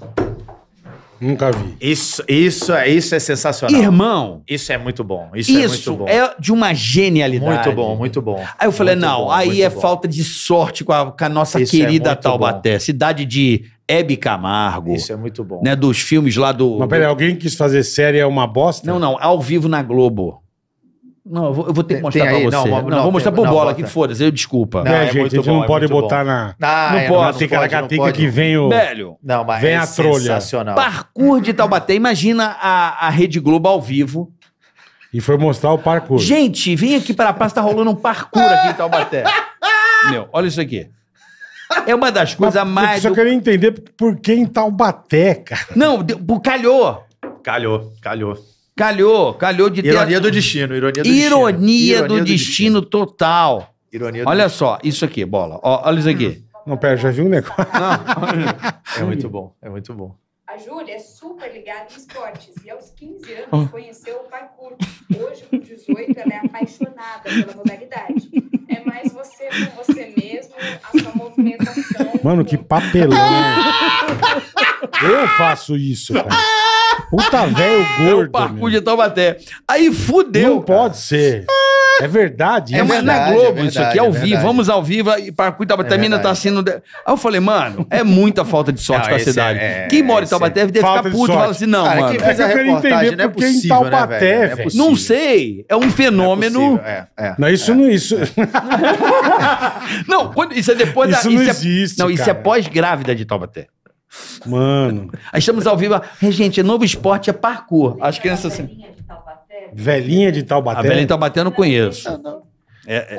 Speaker 3: Nunca vi.
Speaker 1: Isso, isso, é, isso é sensacional.
Speaker 4: Irmão,
Speaker 1: Isso é muito bom. Isso,
Speaker 4: isso,
Speaker 1: é muito bom.
Speaker 4: é de uma genialidade.
Speaker 1: Muito bom, muito bom.
Speaker 4: Aí eu falei,
Speaker 1: Muito
Speaker 4: não,
Speaker 1: bom,
Speaker 4: aí
Speaker 1: muito
Speaker 4: é
Speaker 1: bom.
Speaker 4: falta de sorte com a, com a nossa
Speaker 1: Isso é
Speaker 4: querida
Speaker 1: muito
Speaker 4: Taubaté, cidade de Hebe Camargo,
Speaker 1: Isso é muito bom.
Speaker 4: né, dos filmes lá do...
Speaker 3: Mas peraí, alguém quis fazer série é uma bosta?
Speaker 4: Não, não, ao vivo na Globo. Não, eu vou, eu vou ter que
Speaker 1: Tem-
Speaker 4: mostrar
Speaker 1: tem
Speaker 4: pra
Speaker 1: aí?
Speaker 4: você.
Speaker 1: Não,
Speaker 4: Não,
Speaker 1: vamos- não,
Speaker 4: vou mostrar
Speaker 1: tem-
Speaker 4: pro
Speaker 1: não,
Speaker 4: Bola
Speaker 1: bota.
Speaker 4: aqui, foda-se, eu desculpa.
Speaker 1: Não,
Speaker 3: é,
Speaker 1: é
Speaker 3: gente,
Speaker 1: muito
Speaker 3: a gente
Speaker 1: bom,
Speaker 3: não
Speaker 1: é
Speaker 3: pode
Speaker 1: muito bom.
Speaker 3: botar na...
Speaker 1: Ah,
Speaker 4: Não
Speaker 1: é,
Speaker 4: pode,
Speaker 3: na
Speaker 1: não
Speaker 3: ticaracatica
Speaker 1: pode,
Speaker 3: que
Speaker 1: não.
Speaker 3: vem o...
Speaker 4: Velho,
Speaker 1: Não, mas
Speaker 3: Vem
Speaker 1: é
Speaker 3: a trolha.
Speaker 1: sensacional.
Speaker 4: parkour de Taubaté, imagina a, a Rede Globo ao vivo,
Speaker 3: E foi mostrar o parkour.
Speaker 4: Gente, vem aqui para a praça, tá rolando um parkour aqui em
Speaker 1: então,
Speaker 4: Taubaté. Meu, olha isso aqui. É uma das coisas
Speaker 3: Mas
Speaker 4: mais.
Speaker 3: Só
Speaker 4: do-
Speaker 3: queria entender por- por que em Taubaté, cara.
Speaker 4: Não, deu- calhou.
Speaker 1: Calhou, calhou.
Speaker 4: Calhou, calhou de ter.
Speaker 1: Ironia do destino, ironia do destino.
Speaker 4: Ironia do destino total.
Speaker 1: Ironia do
Speaker 4: Olha
Speaker 1: destino.
Speaker 4: só, isso aqui, bola. Ó, olha isso aqui.
Speaker 3: Não, pera, já vi um negócio.
Speaker 1: É muito bom, é muito bom.
Speaker 6: A Júlia é super ligada em esportes e aos 15 anos conheceu o parkour. Hoje, com 18, ela é apaixonada pela modalidade. É mais você com você mesmo, a sua movimentação.
Speaker 3: Mano, que papelão. Eu faço isso, cara. Puta velho
Speaker 4: É o
Speaker 3: gordo.
Speaker 4: parkour
Speaker 3: meu.
Speaker 4: de Taubaté. Aí fudeu.
Speaker 3: Não
Speaker 4: cara.
Speaker 3: pode ser. É verdade.
Speaker 4: É,
Speaker 3: isso?
Speaker 4: mas na
Speaker 1: verdade,
Speaker 4: Globo
Speaker 1: é verdade,
Speaker 4: isso aqui, ao
Speaker 1: é
Speaker 4: vivo.
Speaker 1: verdade.
Speaker 4: Vamos ao vivo e Parkour de Taubaté.
Speaker 1: É
Speaker 4: a mina tá
Speaker 1: verdade.
Speaker 4: sendo. de- Aí eu falei, mano, é muita falta de sorte
Speaker 1: Não,
Speaker 4: pra
Speaker 1: esse
Speaker 4: cidade.
Speaker 1: é- é-
Speaker 4: Quem mora em
Speaker 1: esse é-
Speaker 4: Taubaté deve ficar
Speaker 3: falta de
Speaker 4: puto e
Speaker 3: sorte.
Speaker 4: fala assim: não,
Speaker 1: Cara,
Speaker 4: mano.
Speaker 1: quem fez
Speaker 3: É
Speaker 1: a
Speaker 3: que eu queria
Speaker 1: reportagem
Speaker 3: entender
Speaker 1: não é
Speaker 3: por que em
Speaker 1: possível, né,
Speaker 3: Taubaté,
Speaker 1: velho?
Speaker 3: velho.
Speaker 1: é possível.
Speaker 4: Não sei. É um fenômeno.
Speaker 1: possível, É, é.
Speaker 3: Não, isso não isso.
Speaker 4: não, quando- isso é depois da.
Speaker 3: Isso não
Speaker 4: é-
Speaker 3: existe,
Speaker 4: Não, isso
Speaker 3: cara.
Speaker 4: é pós-grávida de Taubaté.
Speaker 3: Mano,
Speaker 4: Aí estamos ao vivo. É, gente, é novo esporte, é parkour. As crianças assim.
Speaker 3: velhinha de Taubaté.
Speaker 4: A velha em Taubaté eu não conheço.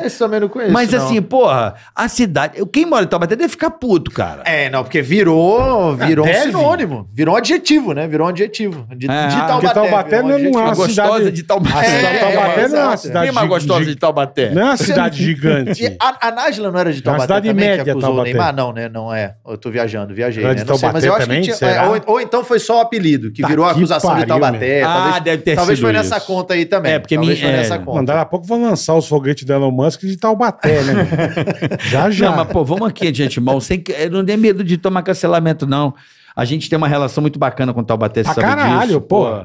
Speaker 1: Esse também não conheço.
Speaker 4: Mas
Speaker 1: não.
Speaker 4: assim, porra, a cidade. Quem mora em Taubaté deve ficar puto, cara.
Speaker 1: É, não, porque virou, virou um
Speaker 3: deve.
Speaker 1: sinônimo. Virou um adjetivo, né? Virou um adjetivo. De,
Speaker 4: É,
Speaker 1: de
Speaker 4: porque
Speaker 1: Taubaté.
Speaker 3: Taubaté
Speaker 1: virou um
Speaker 3: não é
Speaker 1: adjetivo.
Speaker 3: uma
Speaker 4: A gostosa
Speaker 3: cidade-
Speaker 4: de Taubaté.
Speaker 3: A cidade
Speaker 1: É,
Speaker 3: de Taubaté não é uma
Speaker 1: exato.
Speaker 3: cidade
Speaker 4: Quem mais
Speaker 3: gi-
Speaker 4: gostosa
Speaker 3: gi-
Speaker 4: de Taubaté?
Speaker 3: Não é uma cidade gigante.
Speaker 1: E a, a Nájila não era de
Speaker 3: É uma
Speaker 1: Taubaté
Speaker 3: cidade
Speaker 1: também,
Speaker 3: média,
Speaker 1: que acusou
Speaker 3: Taubaté.
Speaker 1: o Neymar? Não, né? Não é. Eu tô viajando, viajei,
Speaker 3: Era
Speaker 4: é
Speaker 1: né?
Speaker 3: de
Speaker 1: Não sei, mas
Speaker 3: Taubaté
Speaker 1: eu acho
Speaker 3: também?
Speaker 1: que tinha...
Speaker 3: Será?
Speaker 1: é, Ou, ou então foi só o apelido, que
Speaker 3: Tá
Speaker 1: virou a
Speaker 3: que
Speaker 1: acusação
Speaker 3: pariu,
Speaker 1: de Taubaté.
Speaker 4: meu. Ah,
Speaker 1: talvez,
Speaker 4: deve ter
Speaker 1: Talvez
Speaker 4: sido
Speaker 1: foi nessa
Speaker 4: isso.
Speaker 1: conta aí também.
Speaker 4: É, porque
Speaker 1: talvez
Speaker 4: mim-
Speaker 1: foi
Speaker 4: é.
Speaker 1: nessa
Speaker 3: Mano,
Speaker 1: conta.
Speaker 3: daqui a pouco vão lançar os foguetes da Elon Musk de Taubaté, né? mano? já, já.
Speaker 4: Não, mas pô, vamos aqui, gente mal. Sem, que- eu não tem medo de tomar cancelamento, não. A gente tem uma relação muito bacana com o Taubaté, você
Speaker 3: Pra
Speaker 4: sabe
Speaker 3: caralho,
Speaker 4: disso.
Speaker 3: pô.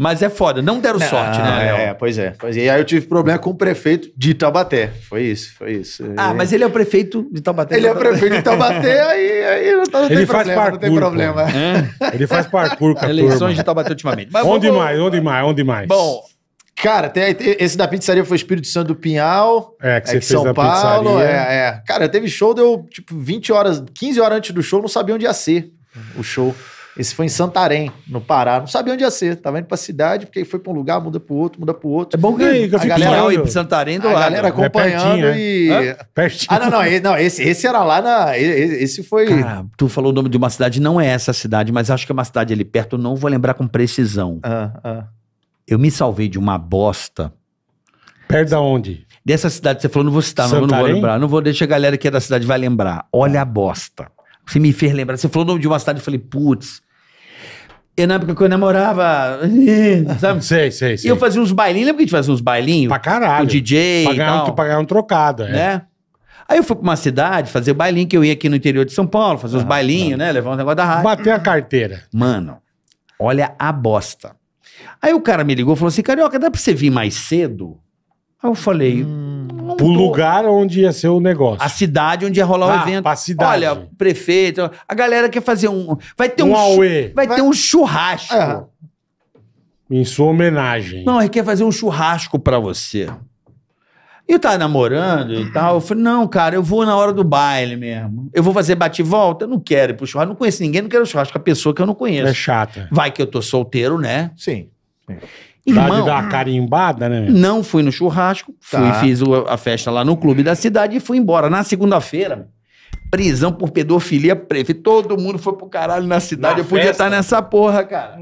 Speaker 4: Mas é foda. Não deram sorte,
Speaker 1: Ah,
Speaker 4: né, Léo?
Speaker 1: É, pois é. Pois é. E aí eu tive problema com o prefeito de Taubaté. Foi isso, foi isso.
Speaker 4: Ah, mas ele é o prefeito de Taubaté.
Speaker 1: Ele é prefeito de Taubaté, aí, aí não, tá, não
Speaker 3: Ele
Speaker 1: tem
Speaker 3: faz
Speaker 1: problema, não tem
Speaker 3: parkour,
Speaker 1: problema.
Speaker 4: é
Speaker 3: Ele faz parkour com a turma.
Speaker 4: Eleições de Taubaté ultimamente. Mas
Speaker 3: Onde
Speaker 4: vamos-
Speaker 3: mais? Onde mais? Onde mais?
Speaker 4: Bom,
Speaker 1: Cara, tem, tem- esse da pizzaria foi Espírito Santo do Pinhal.
Speaker 3: É, que você
Speaker 1: aqui em
Speaker 3: fez da pizzaria.
Speaker 1: É, é. Cara, teve show, deu tipo 20 horas, 15 horas antes do show, não sabia onde ia ser o show. Esse foi em Santarém, no Pará. Não sabia onde ia ser. Tava indo pra cidade, porque foi pra um lugar, muda pro outro, muda pro
Speaker 3: é
Speaker 1: outro.
Speaker 3: bom que, que eu
Speaker 1: a
Speaker 3: fico
Speaker 1: galera-
Speaker 4: Pinhal
Speaker 3: falando.
Speaker 4: e Santarém do
Speaker 1: a
Speaker 4: lado.
Speaker 1: galera acompanhando
Speaker 3: pertinho, né?
Speaker 1: e.
Speaker 3: Pertinho.
Speaker 1: Ah, não, não. Esse, não, esse, esse era lá na. e- e- Esse foi.
Speaker 4: Cara, tu falou o nome de uma cidade, não é essa cidade, mas acho que é uma cidade ali perto, eu não vou lembrar com precisão.
Speaker 1: Ah, ah.
Speaker 4: Eu me salvei de uma bosta.
Speaker 3: Perto da onde?
Speaker 4: Dessa cidade que você falou, não vou citar, não, eu não vou
Speaker 3: Santarém? Tá.
Speaker 4: lembrar. Não vou, deixa a galera que é da cidade vai lembrar. Olha a bosta. Você me fez lembrar. Você falou o nome de uma cidade, eu falei, putz. Eu na época que eu namorava. Sabe?
Speaker 3: Sei, sei,
Speaker 4: E
Speaker 3: sei.
Speaker 4: eu fazia uns bailinhos, lembra que a gente fazia uns bailinhos?
Speaker 3: Pra
Speaker 4: Com
Speaker 3: caralho.
Speaker 4: DJ
Speaker 3: Pra
Speaker 4: e
Speaker 3: ganhar, um,
Speaker 4: tal,
Speaker 3: pra ganhar um trocado. É.
Speaker 4: né? Aí eu fui pra uma cidade fazer bailinho, que eu ia aqui no interior de São Paulo,
Speaker 3: Ah,
Speaker 4: fazer uns bailinhos,
Speaker 3: tá.
Speaker 4: né? Levar um negócio da rádio.
Speaker 3: Bater a carteira.
Speaker 4: Mano, olha a bosta. Aí o cara me ligou e falou assim: Carioca, dá pra você vir mais cedo? Aí eu falei: não
Speaker 3: Hum, Pro
Speaker 4: tô.
Speaker 3: lugar onde ia ser o negócio.
Speaker 4: A cidade onde ia rolar Assim, o
Speaker 3: Ah,
Speaker 4: evento.
Speaker 3: pra cidade.
Speaker 4: Olha, prefeito, a galera quer fazer um. Vai ter um.
Speaker 3: um
Speaker 4: chu-
Speaker 3: Aue.
Speaker 4: vai ter um churrasco.
Speaker 1: É.
Speaker 3: Em sua homenagem.
Speaker 4: Não, ele quer fazer um churrasco pra você. E eu tava namorando e tal. Eu falei, não, cara, eu vou na hora do baile mesmo. Eu vou fazer bate-volta? Eu não quero ir pro churrasco. Não conheço ninguém, não quero churrasco com a pessoa que eu não
Speaker 3: É
Speaker 4: conheço.
Speaker 3: chata.
Speaker 4: Vai que eu tô solteiro, né?
Speaker 1: Sim.
Speaker 3: Dá de
Speaker 4: Irmão,
Speaker 3: dar uma carimbada, né? meu?
Speaker 4: Não fui no churrasco, fui,
Speaker 1: Tá.
Speaker 4: fiz o- a festa lá no clube da cidade e fui embora. Na segunda-feira, prisão por pedofilia, prefeito. Todo mundo foi pro caralho na cidade.
Speaker 3: Na
Speaker 4: Eu podia
Speaker 3: festa?
Speaker 4: estar nessa porra, cara.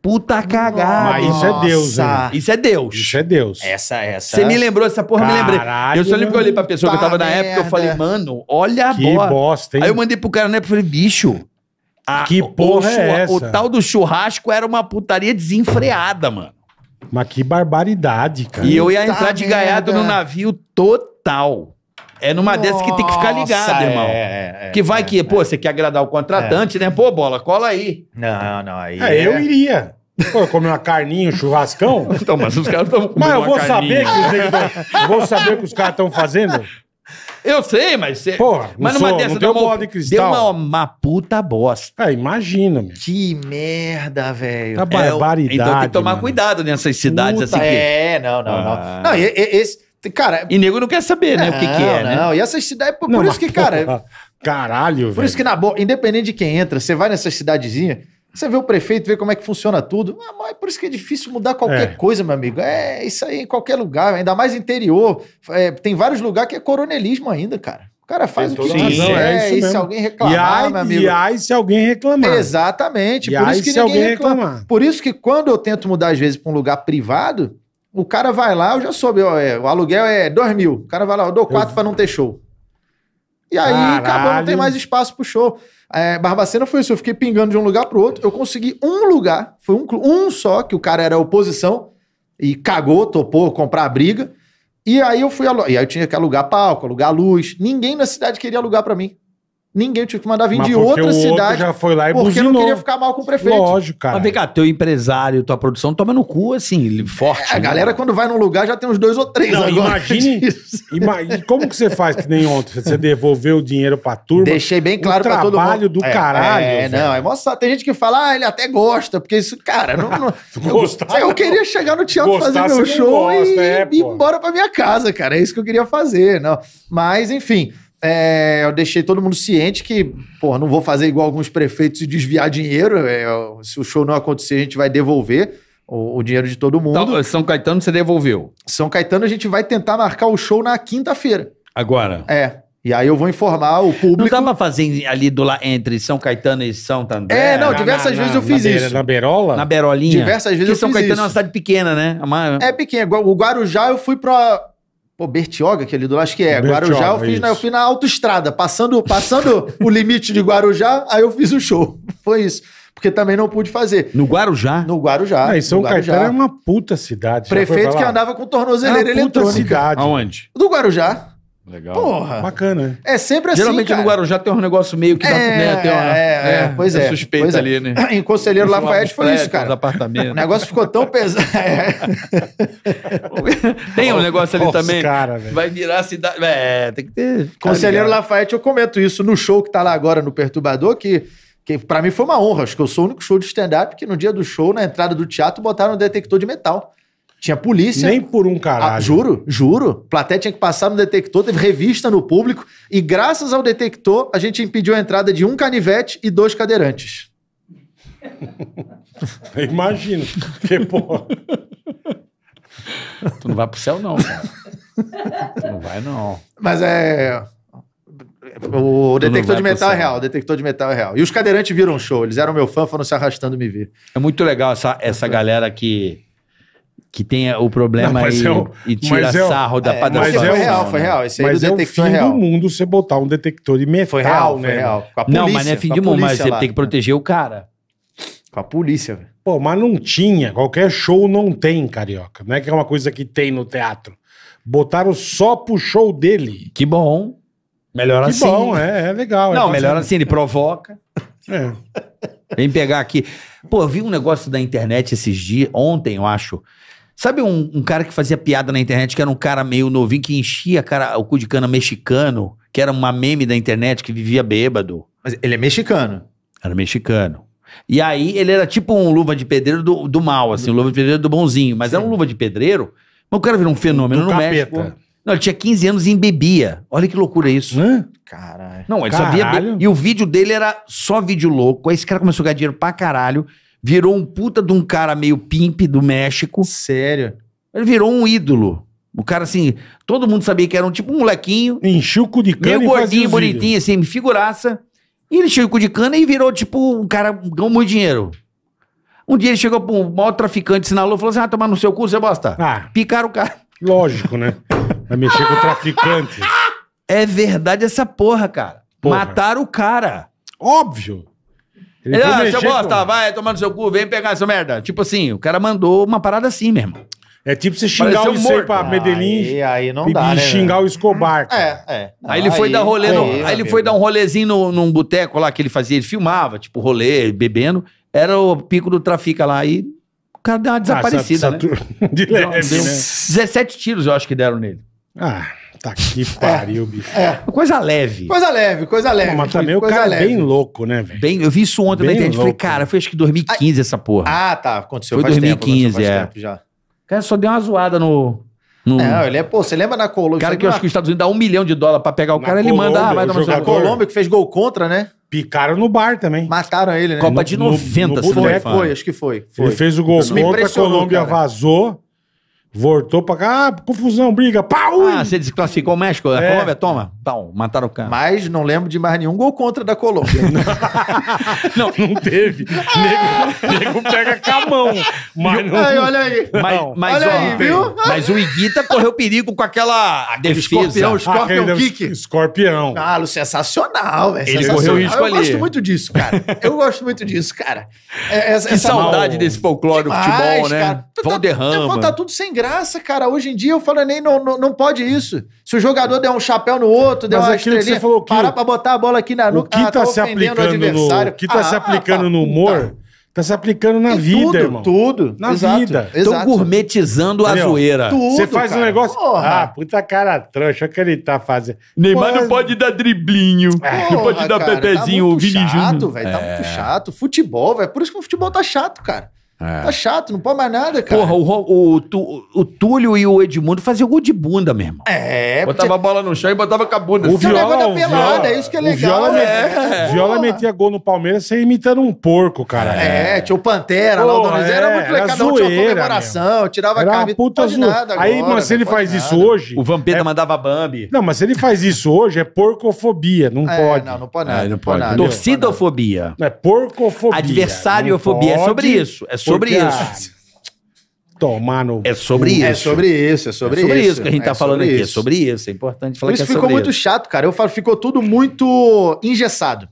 Speaker 4: Puta cagada.
Speaker 3: Mas isso é Deus, né?
Speaker 4: Isso é Deus.
Speaker 3: Isso é Deus.
Speaker 1: Essa, essa.
Speaker 4: Você me lembrou essa porra, me lembrei.
Speaker 3: Caralho,
Speaker 4: Eu só lembro que eu olhei pra pessoa que eu tava na
Speaker 1: Puta
Speaker 4: época, eu
Speaker 1: merda.
Speaker 4: falei, mano, olha a
Speaker 3: Que
Speaker 4: bola.
Speaker 3: bosta, hein?
Speaker 4: Aí eu mandei pro cara na época e falei, bicho. a-
Speaker 3: Que
Speaker 4: o-
Speaker 3: porra
Speaker 4: o,
Speaker 3: é
Speaker 4: churra-
Speaker 3: essa?
Speaker 4: O tal do churrasco era uma putaria desenfreada, mano.
Speaker 3: Mas que barbaridade, cara.
Speaker 4: E eu ia
Speaker 1: Puta
Speaker 4: entrar de gaiato
Speaker 1: merda.
Speaker 4: no navio total. É numa dessas que tem que ficar ligado, irmão.
Speaker 1: é,
Speaker 4: que vai que, pô, você quer agradar o contratante, né? Pô, bola, cola aí.
Speaker 1: Não, não, aí.
Speaker 3: É, eu iria. Pô, eu comer uma carninha, um churrascão.
Speaker 4: Então, mas os caras estão
Speaker 3: Mas eu vou saber que os negros- eu vou saber o que os caras estão fazendo.
Speaker 4: Eu sei, mas... Você...
Speaker 3: Porra, não,
Speaker 4: mas
Speaker 3: sou,
Speaker 4: numa
Speaker 3: não
Speaker 4: dessas
Speaker 3: tenho
Speaker 4: deu, uma,
Speaker 3: bola de cristal.
Speaker 4: deu uma, uma puta bosta.
Speaker 3: É, imagina, meu.
Speaker 1: Que merda, velho.
Speaker 3: Tá barbaridade.
Speaker 4: É, então tem que tomar
Speaker 3: mano.
Speaker 4: cuidado nessas cidades
Speaker 1: Puta,
Speaker 4: assim que...
Speaker 1: É, não, não,
Speaker 4: Ah.
Speaker 1: não. Não, e, e- esse. Cara.
Speaker 4: E nego não quer saber, né, o que que é,
Speaker 1: não,
Speaker 4: né?
Speaker 1: Não, e essas cidades. Por,
Speaker 3: Não,
Speaker 1: por
Speaker 3: mas
Speaker 1: isso que, cara.
Speaker 3: porra, Caralho, velho.
Speaker 1: Por isso que, na boa, independente de quem entra, você vai nessa cidadezinha. Você vê o prefeito, vê como é que funciona tudo. Ah, mas é por isso que é difícil mudar qualquer
Speaker 3: É.
Speaker 1: coisa, meu amigo. É isso aí em qualquer lugar, ainda mais interior. É, tem vários lugares que é coronelismo ainda, cara. O cara faz
Speaker 3: Tem
Speaker 1: o que
Speaker 3: toda
Speaker 1: quiser,
Speaker 3: razão, é isso
Speaker 1: e se
Speaker 3: mesmo.
Speaker 1: alguém
Speaker 3: E
Speaker 1: reclamar, meu
Speaker 3: ai,
Speaker 1: amigo.
Speaker 3: e ai se alguém reclamar.
Speaker 1: Exatamente.
Speaker 3: E
Speaker 1: por
Speaker 3: ai
Speaker 1: isso que
Speaker 3: se
Speaker 1: ninguém
Speaker 3: alguém
Speaker 1: reclama.
Speaker 3: reclamar.
Speaker 1: Por isso que quando eu tento mudar, às vezes, para um lugar privado, o cara vai lá, eu já soube, ó, é, o aluguel é 2 mil. O cara vai lá, eu dou quatro para não ter show. E aí, acabou, não
Speaker 3: Caralho.
Speaker 1: tem mais espaço pro show. É, Barbacena foi isso, eu fiquei pingando de um lugar pro outro. Eu consegui um lugar, foi um, clu- um só, que o cara era oposição, e cagou, topou comprar a briga. E aí eu fui alugar. E aí eu tinha que alugar palco, alugar luz. Ninguém na cidade queria alugar para mim. Ninguém, eu tive que mandar vir
Speaker 3: Mas
Speaker 1: de
Speaker 3: porque
Speaker 1: outra
Speaker 3: o outro
Speaker 1: cidade
Speaker 3: já foi lá e
Speaker 1: porque
Speaker 3: buzinou.
Speaker 1: não queria ficar mal com o prefeito.
Speaker 3: Lógico, cara.
Speaker 4: Mas vem cá, teu empresário, tua produção toma no cu, assim, ele- forte.
Speaker 1: É, A
Speaker 4: né?
Speaker 1: galera, quando vai num lugar, já tem uns dois ou três
Speaker 3: Não,
Speaker 1: agora.
Speaker 3: imagine-
Speaker 1: Isso.
Speaker 3: Ima- E como que você faz que nem ontem? Você devolveu o dinheiro pra turma?
Speaker 1: Deixei bem claro pra todo mundo.
Speaker 3: um trabalho do
Speaker 1: É,
Speaker 3: caralho,
Speaker 1: É,
Speaker 3: velho.
Speaker 1: não, é mostrar. Tem gente que fala, ah, ele até gosta, porque isso, cara, não. não-
Speaker 3: Gostar?
Speaker 1: eu queria chegar no teatro
Speaker 3: Gostar,
Speaker 1: fazer
Speaker 3: você
Speaker 1: meu
Speaker 3: não
Speaker 1: show e
Speaker 3: gosta, é,
Speaker 1: e ir
Speaker 3: pô.
Speaker 1: embora pra minha casa, cara. É isso que eu queria fazer. Não. Mas, enfim, é, eu deixei todo mundo ciente que, pô, não vou fazer igual alguns prefeitos e desviar dinheiro. é, se o show não acontecer, a gente vai devolver o, o dinheiro de todo mundo.
Speaker 4: Então, São Caetano você devolveu.
Speaker 1: São Caetano, a gente vai tentar marcar o show na quinta-feira.
Speaker 4: Agora.
Speaker 1: É. E aí eu vou informar o
Speaker 4: Não
Speaker 1: público.
Speaker 4: dá pra fazer ali do lá entre São Caetano e São Tandé?
Speaker 1: É, não,
Speaker 3: Na-
Speaker 1: diversas
Speaker 3: na-
Speaker 1: vezes
Speaker 3: na-
Speaker 1: eu fiz
Speaker 3: na beira-
Speaker 1: isso.
Speaker 3: Na berola?
Speaker 4: Na Berolinha?
Speaker 1: Diversas vezes
Speaker 4: Porque
Speaker 1: eu
Speaker 4: São
Speaker 1: fiz
Speaker 4: Caetano
Speaker 1: isso.
Speaker 4: é uma cidade pequena, né? É uma-
Speaker 1: É pequeno. Gua- O Guarujá eu fui pra. Pô, Bertioga, aquele do lá, acho que é.
Speaker 3: Bertioga,
Speaker 1: Guarujá eu fiz,
Speaker 3: isso.
Speaker 1: na, eu fui na autoestrada, passando, passando o limite de Guarujá, aí eu fiz o show. Foi isso. Porque também não pude fazer.
Speaker 4: No Guarujá?
Speaker 1: No Guarujá.
Speaker 3: Ah, e São
Speaker 1: no Guarujá.
Speaker 3: Caetano é uma puta cidade. Já foi
Speaker 1: Prefeito
Speaker 3: pra
Speaker 1: que
Speaker 3: lá?
Speaker 1: andava com
Speaker 3: é
Speaker 1: tornozeleira
Speaker 3: uma puta
Speaker 1: eletrônica.
Speaker 3: cidade.
Speaker 4: Aonde?
Speaker 1: Do Guarujá.
Speaker 5: Legal.
Speaker 1: Porra.
Speaker 3: Bacana, né?
Speaker 1: É sempre assim.
Speaker 4: Geralmente
Speaker 1: cara.
Speaker 4: no Guarujá tem um negócio meio que dá.
Speaker 1: É,
Speaker 4: né, tem uma,
Speaker 1: é, é, pois é,
Speaker 4: Suspeita
Speaker 1: pois é.
Speaker 4: ali, né?
Speaker 1: Em Conselheiro Lafayette foi isso,
Speaker 4: Os
Speaker 1: cara.
Speaker 4: apartamentos.
Speaker 1: O negócio ficou tão pesado. É.
Speaker 4: Tem um negócio ali
Speaker 3: Olha os
Speaker 4: também.
Speaker 3: Cara, velho.
Speaker 4: Vai virar cidade. É, tem que ter.
Speaker 1: Tá Conselheiro
Speaker 4: lá.
Speaker 1: Lafayette, eu comento isso no show que tá lá agora no Perturbador, que, que para mim foi uma honra. Acho que eu sou o único show de stand-up que no dia do show, na entrada do teatro, botaram um detector de metal. Tinha polícia.
Speaker 3: Nem por um
Speaker 1: Ah,
Speaker 3: caralho.
Speaker 1: juro, juro. Platéia tinha que passar no detector, teve revista no público. E graças ao detector, a gente impediu a entrada de um canivete e dois cadeirantes.
Speaker 3: Eu imagino. Porque, pô,
Speaker 4: Tu não vai pro céu, não, cara. tu não vai, não.
Speaker 1: Mas é. O detector
Speaker 4: vai
Speaker 1: de
Speaker 4: pro
Speaker 1: metal é
Speaker 4: céu.
Speaker 1: real, o detector de metal é real. E os cadeirantes viram o show, eles eram meu fã, foram se arrastando me ver.
Speaker 4: É muito legal essa, essa galera que, que tem o
Speaker 3: É. Não,
Speaker 4: problema
Speaker 3: mas
Speaker 4: e,
Speaker 3: é um-
Speaker 4: e tira
Speaker 3: mas é um-
Speaker 4: sarro da
Speaker 1: É,
Speaker 4: padrão.
Speaker 1: mas
Speaker 3: mas é
Speaker 1: foi
Speaker 3: um-
Speaker 1: real, foi real. Esse aí
Speaker 3: mas
Speaker 1: do
Speaker 3: é o
Speaker 1: detector
Speaker 3: fim
Speaker 1: é real.
Speaker 3: do mundo você botar um detector de metal,
Speaker 1: Foi real,
Speaker 3: né?
Speaker 1: foi real. Com a polícia.
Speaker 4: Não, mas não é fim
Speaker 1: com a
Speaker 4: de mundo, mas
Speaker 1: polícia
Speaker 4: você
Speaker 1: lá.
Speaker 4: tem que proteger o cara.
Speaker 1: Com a polícia, velho.
Speaker 3: Pô, mas não tinha. Qualquer show não tem, carioca. Não é que é uma coisa que tem no teatro. Botaram só pro show dele.
Speaker 4: Que bom. Melhor
Speaker 3: que
Speaker 4: assim.
Speaker 3: bom, é, é legal.
Speaker 4: Não,
Speaker 3: é
Speaker 4: melhor assim, ele provoca.
Speaker 3: É.
Speaker 4: Vem pegar aqui. Pô, eu vi um negócio da internet esses dias, ontem, eu acho. Sabe um, um cara que fazia piada na internet, que era um cara meio novinho, que enchia a cara, o cu de cana mexicano, que era uma meme da internet, que vivia bêbado.
Speaker 1: Mas ele é mexicano.
Speaker 4: Era mexicano. E aí ele era tipo um luva de pedreiro do, do mal, assim, um luva de pedreiro do bonzinho. Mas era um luva de pedreiro, mas o cara virou um fenômeno
Speaker 3: Do
Speaker 4: no né?
Speaker 3: capeta.
Speaker 4: México. Não, ele tinha 15 anos e embebia. Olha que loucura isso.
Speaker 3: Hã?
Speaker 1: Caralho.
Speaker 4: Não, ele só via...
Speaker 3: Caralho.
Speaker 4: be- E o vídeo dele era só vídeo louco. Aí esse cara começou a ganhar dinheiro pra caralho. Virou um puta de um cara meio pimp do México.
Speaker 1: Sério.
Speaker 4: Ele virou um ídolo. O cara, assim, todo mundo sabia que era um tipo um molequinho,
Speaker 3: Enchiu o cu de cana
Speaker 4: meio
Speaker 3: e fazia
Speaker 4: gordinho,
Speaker 3: os vídeos.
Speaker 4: bonitinho, assim, figuraça. E ele chegou com de cana e virou, tipo, um cara que ganhou muito dinheiro. Um dia ele chegou pra um maior traficante, sinalou, falou assim: ah, tomar no seu cu, você bosta.
Speaker 3: Ah,
Speaker 4: Picaram o cara.
Speaker 3: lógico, né? Vai mexer com o traficante.
Speaker 4: É verdade essa porra, cara.
Speaker 3: Porra.
Speaker 4: Mataram o cara.
Speaker 3: Óbvio. Ele
Speaker 4: Ele,
Speaker 3: foi
Speaker 4: ah,
Speaker 3: mexer
Speaker 4: seu bosta,
Speaker 3: com-
Speaker 4: vai tomar no seu cu, vem pegar essa merda. Tipo assim, o cara mandou uma parada assim mesmo.
Speaker 3: É tipo você xingar
Speaker 4: Pareceu
Speaker 3: o Issei
Speaker 4: morto.
Speaker 3: pra Medellín
Speaker 1: Ah, Aí, aí não
Speaker 3: e,
Speaker 1: dá,
Speaker 3: e
Speaker 1: né?
Speaker 3: xingar o Escobar.
Speaker 1: velho?
Speaker 3: cara.
Speaker 1: É, é.
Speaker 4: aí ele foi dar rolê, no- aí,
Speaker 1: meu
Speaker 4: ele foi
Speaker 1: amigo.
Speaker 4: dar um rolezinho no, num boteco lá que ele fazia, ele filmava, tipo, rolê, bebendo. Era o pico do trafica lá e o cara deu uma desaparecida,
Speaker 3: Ah,
Speaker 4: né?
Speaker 3: essa- essa tur- De leve,
Speaker 4: Deu
Speaker 3: né?
Speaker 4: 17 tiros, eu acho que deram nele.
Speaker 3: Ah, tá que pariu, bicho.
Speaker 4: Uma coisa leve.
Speaker 1: Coisa leve, coisa leve.
Speaker 3: Pô, mas também o
Speaker 1: coisa
Speaker 3: cara é
Speaker 1: leve.
Speaker 3: bem louco, né, velho?
Speaker 4: Bem, eu vi isso ontem na
Speaker 3: Bem
Speaker 4: internet. Falei,
Speaker 3: louco.
Speaker 4: cara, foi acho que 2015 essa porra.
Speaker 1: Ah, tá. Aconteceu
Speaker 4: Foi
Speaker 1: faz
Speaker 4: 2015,
Speaker 1: tempo. aconteceu
Speaker 4: é.
Speaker 1: Faz tempo já.
Speaker 4: O cara só deu uma zoada no. no
Speaker 1: Não, ele é... Pô, você lembra na Colômbia?
Speaker 4: cara
Speaker 1: Foi
Speaker 4: que eu
Speaker 1: na
Speaker 4: acho que os Estados Unidos dá um milhão de dólar pra pegar o
Speaker 3: Na
Speaker 4: cara, ele
Speaker 3: Colômbia,
Speaker 4: manda, ah, vai
Speaker 3: o
Speaker 4: tomar no seu
Speaker 1: A
Speaker 3: jogador-
Speaker 4: cu.
Speaker 1: Colômbia que fez gol contra, né?
Speaker 3: Picaram no bar também.
Speaker 1: Mataram ele, né?
Speaker 4: Copa é de
Speaker 3: no- no
Speaker 4: 90, se não
Speaker 1: foi,
Speaker 4: me
Speaker 3: boteco
Speaker 1: foi,
Speaker 4: engano.
Speaker 1: acho que foi.
Speaker 3: Ele
Speaker 1: foi.
Speaker 3: fez o gol
Speaker 1: Isso me
Speaker 3: contra, a
Speaker 1: impressionou,
Speaker 3: Colômbia
Speaker 1: cara.
Speaker 3: vazou, voltou pra cá, ah, confusão, briga, pau!
Speaker 4: Ah, você desclassificou o México? A
Speaker 3: É.
Speaker 4: Colômbia, toma. Pau, mataram o cara.
Speaker 1: Mas não lembro de mais nenhum gol contra da Colômbia.
Speaker 5: Não, não teve. Nego, nego pega com a mão. Mas não.
Speaker 1: Aí, olha aí.
Speaker 4: Mas,
Speaker 5: Não.
Speaker 4: mas,
Speaker 1: Olha
Speaker 4: ó,
Speaker 1: aí, viu?
Speaker 4: mas o Iguita correu perigo com aquela defesa.
Speaker 1: Escorpião, Scorpion
Speaker 3: Ah, Aquele
Speaker 1: Kick.
Speaker 3: Escorpião.
Speaker 1: Ah, Lu, sensacional, velho.
Speaker 4: Ele
Speaker 1: sensacional.
Speaker 4: correu risco
Speaker 1: Eu
Speaker 4: ali.
Speaker 1: gosto muito disso, cara. Eu gosto muito disso, cara. É, essa,
Speaker 4: Que
Speaker 1: essa-
Speaker 4: saudade
Speaker 3: mal-
Speaker 4: desse folclore do
Speaker 1: Demais,
Speaker 4: futebol, né?
Speaker 1: cara. Tá-
Speaker 4: Valderrama.
Speaker 1: Tá tudo sem graça, cara. Hoje em dia eu falo, nem não, não, não pode isso. Se o jogador der um chapéu no outro, der
Speaker 3: Mas é
Speaker 1: uma
Speaker 3: aquilo que você
Speaker 1: estrelinha,
Speaker 3: falou, o Ki-
Speaker 1: parar pra botar a bola aqui na
Speaker 3: O
Speaker 1: nuca,
Speaker 3: que
Speaker 1: ah,
Speaker 3: tá se
Speaker 1: ofendendo o
Speaker 3: aplicando no, o
Speaker 1: adversário.
Speaker 3: que tá
Speaker 1: Ah,
Speaker 3: se aplicando
Speaker 1: pá,
Speaker 3: no humor, tá se aplicando na
Speaker 1: Em
Speaker 3: vida,
Speaker 1: tudo,
Speaker 3: irmão.
Speaker 1: Tudo.
Speaker 3: Na
Speaker 1: Exato,
Speaker 3: vida.
Speaker 4: Estão
Speaker 1: exato.
Speaker 4: gourmetizando a
Speaker 3: Aí, ó.
Speaker 4: zoeira.
Speaker 1: Tudo,
Speaker 3: Você faz
Speaker 1: cara.
Speaker 3: um negócio.
Speaker 1: Porra.
Speaker 3: Ah, puta cara trouxa, o que ele tá fazendo?
Speaker 5: Neymar
Speaker 3: Mas-
Speaker 5: não pode dar driblinho. não
Speaker 1: É. Porra,
Speaker 5: pode dar
Speaker 1: cara,
Speaker 5: pepezinho
Speaker 1: tá
Speaker 5: ou
Speaker 1: muito
Speaker 5: Vini
Speaker 1: chato,
Speaker 5: Júnior.
Speaker 1: velho. Tá
Speaker 3: É.
Speaker 1: muito chato. Futebol, velho. Por isso que o futebol tá chato, cara.
Speaker 3: É.
Speaker 1: Tá chato, não pode mais nada, cara.
Speaker 4: Porra, o, Ro- o, Tu- o Túlio e o Edmundo faziam gol de bunda, meu irmão.
Speaker 1: É,
Speaker 5: Botava a bola no chão e botava com a bunda.
Speaker 3: O
Speaker 5: assim.
Speaker 1: Isso é um negócio da
Speaker 3: Viola, o
Speaker 1: pelada,
Speaker 3: Viola-
Speaker 1: é isso que é
Speaker 3: o
Speaker 1: legal.
Speaker 3: Viola me-
Speaker 1: é.
Speaker 3: Viola
Speaker 1: Porra.
Speaker 3: metia gol no Palmeiras, você imitando um porco, cara.
Speaker 1: É, tinha o Pantera lá, o
Speaker 3: Porra,
Speaker 1: Donizete, era
Speaker 3: é,
Speaker 1: muito
Speaker 3: era
Speaker 1: legal, cada um tinha uma
Speaker 3: zoeira,
Speaker 1: comemoração, tirava
Speaker 3: Era
Speaker 1: a
Speaker 3: uma
Speaker 1: camisa,
Speaker 3: puta
Speaker 1: pode
Speaker 3: zoeira.
Speaker 1: nada
Speaker 3: Aí,
Speaker 1: agora,
Speaker 3: mas se ele
Speaker 1: velho, pode
Speaker 3: faz isso
Speaker 1: nada.
Speaker 3: hoje.
Speaker 4: O
Speaker 1: É.
Speaker 4: Vampeta mandava Bambi.
Speaker 3: Não, mas se ele faz isso hoje, é porcofobia, não
Speaker 1: É,
Speaker 3: pode.
Speaker 1: Não,
Speaker 3: Não,
Speaker 1: não pode nada,
Speaker 4: Ah,
Speaker 1: não pode nada.
Speaker 4: Torcidofobia.
Speaker 3: é porcofobia.
Speaker 4: Adversariofobia.
Speaker 3: Não
Speaker 4: É sobre
Speaker 3: pode,
Speaker 4: isso. É sobre
Speaker 3: porque,
Speaker 4: isso.
Speaker 3: ah, tomar no.
Speaker 4: É sobre isso.
Speaker 1: É sobre isso, é
Speaker 4: É
Speaker 1: sobre, isso.
Speaker 4: que a gente
Speaker 1: é
Speaker 4: tá falando
Speaker 1: sobre
Speaker 4: aqui. É
Speaker 1: isso.
Speaker 4: sobre isso. É importante falar
Speaker 1: Por isso
Speaker 4: que é
Speaker 1: ficou
Speaker 4: sobre
Speaker 1: muito
Speaker 4: isso.
Speaker 1: chato, cara. Eu falo, ficou tudo muito engessado.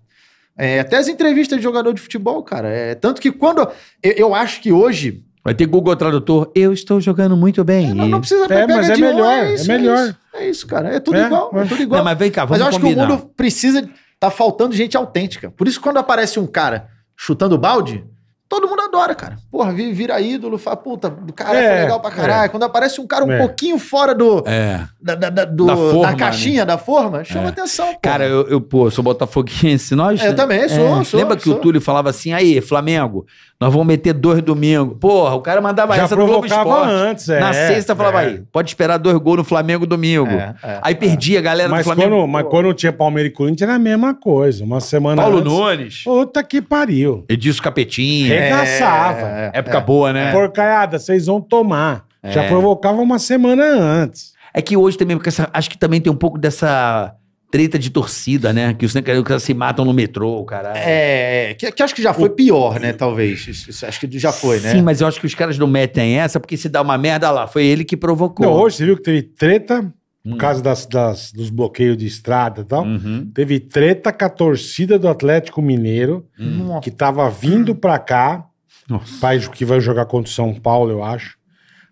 Speaker 1: É, até as entrevistas de jogador de futebol, cara. É, tanto que quando. Eu, eu acho que hoje.
Speaker 4: Vai ter Google Tradutor. Eu estou jogando muito bem.
Speaker 1: Não,
Speaker 4: E-
Speaker 1: não precisa
Speaker 3: É, mas é
Speaker 1: pegadinha,
Speaker 3: melhor, é melhor.
Speaker 1: isso, é isso, cara. É tudo
Speaker 3: É,
Speaker 1: igual. É tudo igual.
Speaker 4: Não, mas vem cá,
Speaker 1: Mas
Speaker 4: Ah, vamos
Speaker 1: eu acho
Speaker 4: combinar.
Speaker 1: que o mundo precisa. Tá faltando gente autêntica. Por isso, que quando aparece um cara chutando balde, todo mundo adora, cara. Porra, vi- vira ídolo, fala, puta, do cara
Speaker 3: É,
Speaker 1: foi legal pra caralho. Quando aparece um cara um
Speaker 3: É.
Speaker 1: pouquinho fora do.
Speaker 4: É.
Speaker 1: Da, da- da- do-
Speaker 4: Da forma, né? É.
Speaker 1: da caixinha, da forma, chama atenção. porra. É,
Speaker 4: Cara, eu, eu, pô, sou botafoguense. Nós, É.
Speaker 1: Eu também sou, sou,
Speaker 4: Lembra que
Speaker 1: sou.
Speaker 4: o Túlio falava assim, aí, Flamengo, nós vamos meter dois domingo. Porra, o cara mandava
Speaker 3: Já
Speaker 4: essa do Globo
Speaker 3: provocava
Speaker 4: Esporte.
Speaker 3: antes, é.
Speaker 4: Na sexta falava
Speaker 3: é.
Speaker 4: aí, pode esperar dois gols no Flamengo domingo.
Speaker 1: É, é.
Speaker 4: aí perdia a galera do
Speaker 3: Mas
Speaker 4: Flamengo.
Speaker 3: quando, mas quando tinha Palmeiras e Corinthians era a mesma coisa. Uma semana
Speaker 4: Paulo
Speaker 3: antes.
Speaker 4: Nunes, É.
Speaker 3: Puta que pariu.
Speaker 4: Edilson Capetinho,
Speaker 3: Regaçava.
Speaker 1: É, é,
Speaker 4: época boa, né?
Speaker 3: Porcaiada, vocês vão tomar. Já provocava uma semana antes.
Speaker 4: É que hoje também, porque essa- acho que também tem um pouco dessa treta de torcida, né? Que os caras se matam no metrô, caralho.
Speaker 1: É, que, que acho que já foi pior, né? Talvez. Isso- isso acho que já foi, né?
Speaker 4: Sim, mas eu acho que os caras não metem essa, porque se dá uma merda olha lá, foi ele que provocou.
Speaker 3: Não, hoje você viu que teve treta
Speaker 4: Hum.
Speaker 3: por causa das, das- dos bloqueios de estrada e tal.
Speaker 4: Uhum.
Speaker 3: Teve treta com a torcida do Atlético Mineiro,
Speaker 4: Hum.
Speaker 3: que tava vindo pra cá,
Speaker 4: Nossa.
Speaker 3: pra- que vai jogar contra o São Paulo, eu acho.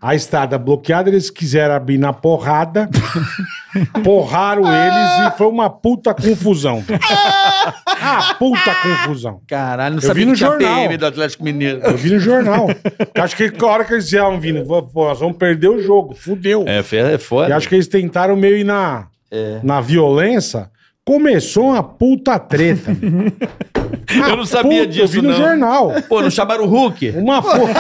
Speaker 3: A estrada bloqueada, eles quiseram abrir na porrada, porraram eles e foi uma puta confusão. ah, puta confusão.
Speaker 4: Caralho, não
Speaker 3: Eu vi
Speaker 4: sabia
Speaker 3: no
Speaker 4: que tinha
Speaker 3: jornal.
Speaker 4: PM do Atlético Mineiro.
Speaker 3: Eu vi no jornal. Eu acho que a hora que eles vieram vindo, pô, nós vamos perder o jogo, fudeu.
Speaker 4: É, é foda.
Speaker 3: E acho que eles tentaram meio ir na,
Speaker 5: É.
Speaker 3: na violência. Começou uma puta treta.
Speaker 5: Eu não sabia
Speaker 3: puta, Eu
Speaker 5: disso,
Speaker 3: vi no
Speaker 5: não.
Speaker 3: jornal.
Speaker 4: Pô, não chamaram o Hulk?
Speaker 3: Uma porra.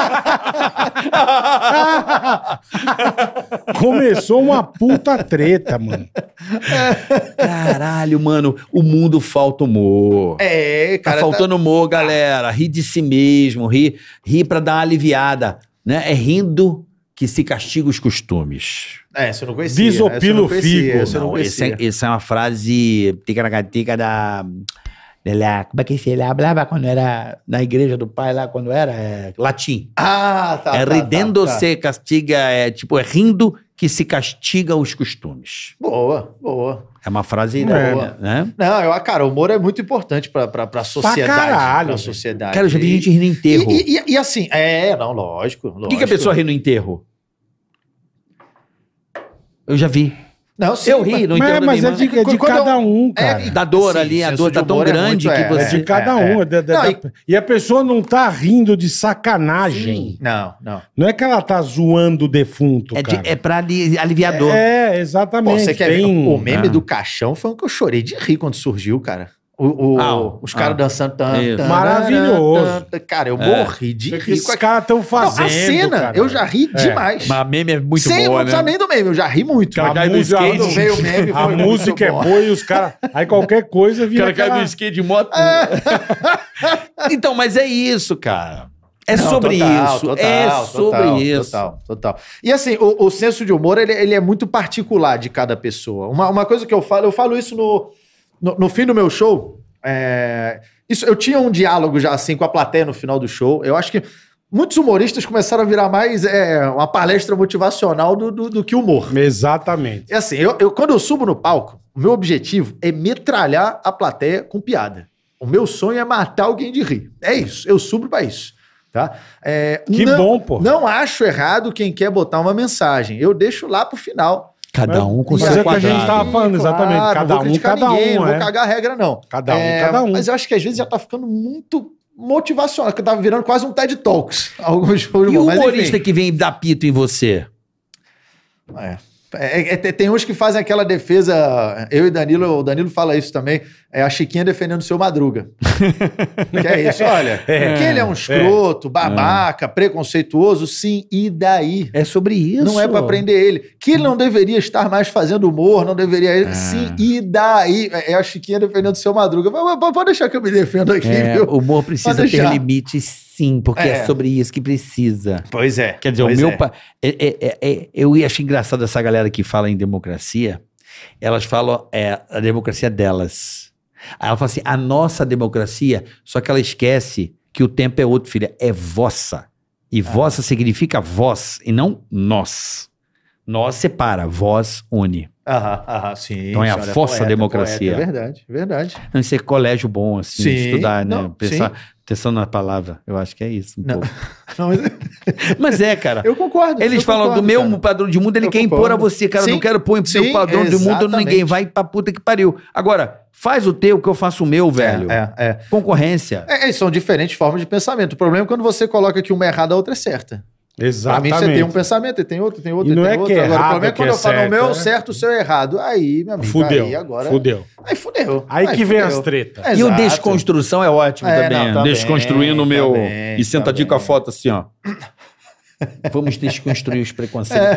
Speaker 3: Começou uma puta treta, mano.
Speaker 4: Caralho, mano, o mundo falta humor.
Speaker 1: É,
Speaker 4: tá
Speaker 1: cara.
Speaker 4: faltando humor, galera. Ri de si mesmo, ri, ri pra dar uma aliviada. Né? É rindo que se castiga os costumes.
Speaker 1: tá- É, você não conhecia.
Speaker 3: Desopila
Speaker 1: né? Essa eu não
Speaker 3: o figo.
Speaker 1: conhecia, essa eu não
Speaker 4: Não, essa,
Speaker 1: conhecia.
Speaker 4: é, essa é uma frase ticaracatica da. sei lá, Como é que se lembrava quando era na igreja do pai lá, quando era? É, latim.
Speaker 1: Ah, tá.
Speaker 4: é
Speaker 1: tá,
Speaker 4: ridendo
Speaker 1: tá, tá.
Speaker 4: se castiga, é tipo, é rindo que se castiga os costumes.
Speaker 1: Boa, boa.
Speaker 4: É uma frase,
Speaker 1: Boa.
Speaker 4: né?
Speaker 1: Não, eu, cara, o humor é muito importante pra, pra, pra sociedade.
Speaker 3: caralho,
Speaker 1: pra
Speaker 3: velho.
Speaker 1: sociedade.
Speaker 4: Cara, eu já vi gente rir no
Speaker 1: Tá e,
Speaker 4: enterro.
Speaker 1: e, e, e assim, é, não, lógico.
Speaker 4: Por que, que a pessoa ri no enterro? Eu já vi.
Speaker 1: Não, sim,
Speaker 4: eu ri no
Speaker 3: Mas,
Speaker 4: enterro da
Speaker 3: mas
Speaker 4: minha
Speaker 3: é
Speaker 4: irmã.
Speaker 3: de, é de
Speaker 1: Quando- quando
Speaker 3: cada
Speaker 1: eu-
Speaker 3: um,
Speaker 1: É,
Speaker 3: cara.
Speaker 4: Da dor
Speaker 1: Sim,
Speaker 4: ali, a
Speaker 1: senso
Speaker 4: dor
Speaker 1: de
Speaker 4: tá tão
Speaker 1: humor é
Speaker 4: grande
Speaker 1: muito-
Speaker 4: que
Speaker 1: é,
Speaker 3: É,
Speaker 4: você...
Speaker 3: de cada
Speaker 1: é,
Speaker 3: um. é da- da-
Speaker 1: Não,
Speaker 3: da- E a pessoa não tá rindo de sacanagem.
Speaker 4: Sim.
Speaker 1: Não, não.
Speaker 3: Não é que ela tá zoando o defunto,
Speaker 4: É, de,
Speaker 3: cara.
Speaker 4: é pra ali- aliviar a dor.
Speaker 3: É,
Speaker 1: Pô,
Speaker 3: exatamente.
Speaker 1: você quer ver?
Speaker 3: Tem-
Speaker 1: O meme
Speaker 4: Ah.
Speaker 1: do caixão foi um que eu chorei de rir quando surgiu, cara. O- o-
Speaker 4: Ah,
Speaker 1: os caras dançando tan,
Speaker 4: Isso.
Speaker 1: tan,
Speaker 3: Maravilhoso.
Speaker 1: tan, tan, tan. Cara, eu
Speaker 4: É.
Speaker 1: morri de
Speaker 3: O que
Speaker 1: rir
Speaker 3: esses
Speaker 1: com
Speaker 3: caras estão
Speaker 1: Não,
Speaker 3: fazendo?
Speaker 1: a cena,
Speaker 3: cara?
Speaker 1: eu já ri
Speaker 3: É.
Speaker 1: demais.
Speaker 4: Mas a meme é muito
Speaker 1: Sem
Speaker 4: boa,
Speaker 1: não precisar
Speaker 4: né?
Speaker 1: nem do meme, eu já ri muito.
Speaker 4: Cara,
Speaker 3: A
Speaker 4: cai do
Speaker 3: música-
Speaker 4: skate.
Speaker 1: Quando veio o meme,
Speaker 3: A
Speaker 1: foi muito
Speaker 3: música é
Speaker 1: bom.
Speaker 3: boa e os caras. Aí qualquer coisa
Speaker 4: O
Speaker 3: vira.
Speaker 4: cara cai
Speaker 1: né?
Speaker 3: aquela-
Speaker 4: do skate de moto. então, mas é isso, cara. É
Speaker 1: Não,
Speaker 4: sobre
Speaker 1: total,
Speaker 4: isso.
Speaker 1: total,
Speaker 4: é
Speaker 1: total,
Speaker 4: sobre isso.
Speaker 1: Total, total. E assim, o, o senso de humor, ele, ele é muito particular de cada pessoa. Uma, uma coisa que eu falo, eu falo isso no, no, no fim do meu show. é, isso, eu tinha um diálogo já assim com a plateia no final do show. Eu acho que muitos humoristas começaram a virar mais é, uma palestra motivacional do, do, do que humor.
Speaker 3: Exatamente.
Speaker 1: É assim, eu, eu- quando eu subo no palco, o meu objetivo é metralhar a plateia com piada. O meu sonho é matar alguém de rir. É isso, eu subo pra isso. Tá? É,
Speaker 3: Que
Speaker 1: não,
Speaker 3: bom, pô.
Speaker 1: Não acho errado quem quer botar uma mensagem. Eu deixo lá pro final.
Speaker 4: Cada um com
Speaker 3: Mas
Speaker 4: seu
Speaker 3: é que a gente
Speaker 4: quadrado.
Speaker 3: tava- falando, exatamente. Cada
Speaker 1: não vou
Speaker 3: um,
Speaker 1: criticar
Speaker 3: cada
Speaker 1: ninguém,
Speaker 3: um,
Speaker 1: Não vou
Speaker 3: é.
Speaker 1: cagar a regra, não.
Speaker 3: Cada um,
Speaker 1: É,
Speaker 3: cada um.
Speaker 1: Mas eu acho que às vezes já tá ficando muito motivacional, que tá virando quase um TED Talks. Alguns
Speaker 4: E o humorista que vem dar pito em você?
Speaker 1: É. É, é, tem- tem uns que fazem aquela defesa. Eu e Danilo, o Danilo fala isso também. É a Chiquinha defendendo o seu Madruga. que é isso, olha.
Speaker 3: É,
Speaker 1: que ele é um escroto, babaca, preconceituoso, sim, e daí?
Speaker 4: É sobre isso.
Speaker 1: Não é pra prender ele. Que ele não deveria estar mais fazendo humor, não deveria ele. Sim, e daí? É é a Chiquinha defendendo o seu Madruga. Mas, mas, Pode deixar que eu me defendo aqui,
Speaker 4: É,
Speaker 1: viu?
Speaker 4: o humor
Speaker 1: Pode
Speaker 4: precisa ter
Speaker 1: deixar.
Speaker 4: limites, sim, porque é.
Speaker 1: É.
Speaker 4: sobre isso que precisa.
Speaker 1: Pois é.
Speaker 4: Quer dizer, o meu. pa- é- é- é- é- eu acho engraçado essa galera que fala em democracia. Elas falam é, a democracia delas. Aí ela fala assim: a nossa democracia, só que ela esquece que o tempo é outro, filha. É vossa.
Speaker 1: É.
Speaker 4: E vossa significa vós e não nós. Nós separa, vós une.
Speaker 1: Aham, aham, sim.
Speaker 4: Então é a
Speaker 1: senhora,
Speaker 4: força
Speaker 1: poeta,
Speaker 4: da democracia.
Speaker 1: poeta, É verdade, verdade.
Speaker 4: Não, isso é colégio bom, assim,
Speaker 1: Sim,
Speaker 4: estudar, né?
Speaker 1: não,
Speaker 4: Pensar, pensando na palavra. Eu acho que é isso. um
Speaker 1: Não.
Speaker 4: pouco.
Speaker 1: Não, mas-
Speaker 4: Mas é, cara.
Speaker 1: Eu concordo.
Speaker 4: Eles
Speaker 1: eu
Speaker 4: falam
Speaker 1: concordo,
Speaker 4: do meu
Speaker 1: cara.
Speaker 4: padrão de mundo, ele
Speaker 1: Eu
Speaker 4: quer impor
Speaker 1: concordo.
Speaker 4: a você, cara. Eu não
Speaker 1: Sim,
Speaker 4: quero pôr o seu
Speaker 1: sim,
Speaker 4: padrão de mundo a
Speaker 1: exatamente.
Speaker 4: ninguém. Vai pra puta que pariu. Agora, faz o teu que eu faço o meu, velho.
Speaker 1: É, é,
Speaker 4: Concorrência.
Speaker 1: é. É, são diferentes formas de pensamento. O problema é quando você coloca que uma é errada, a outra é certa. Pra
Speaker 3: Exatamente.
Speaker 1: mim, você tem um pensamento, e tem outro, tem outro,
Speaker 3: E não
Speaker 1: tem
Speaker 3: é que
Speaker 1: outro.
Speaker 3: é
Speaker 1: agora, o
Speaker 3: errado
Speaker 1: problema é
Speaker 3: que
Speaker 1: quando
Speaker 3: é
Speaker 1: eu falo o
Speaker 3: certo,
Speaker 1: meu é
Speaker 3: né?
Speaker 1: o certo, o seu é errado. Aí, meu amigo,
Speaker 3: Fudeu.
Speaker 1: aí agora...
Speaker 3: Fudeu.
Speaker 1: Aí fudeu.
Speaker 3: Aí que vem as
Speaker 1: fudeu. É,
Speaker 3: tretas.
Speaker 4: E o
Speaker 1: Exato.
Speaker 4: desconstrução é ótimo
Speaker 1: É,
Speaker 4: também.
Speaker 1: não, tá
Speaker 4: Desconstruindo o
Speaker 1: bem,
Speaker 4: meu.
Speaker 1: tá bem,
Speaker 4: e sentadinho
Speaker 1: tá
Speaker 4: com a
Speaker 1: bem.
Speaker 4: foto assim, ó. Vamos desconstruir os preconceitos.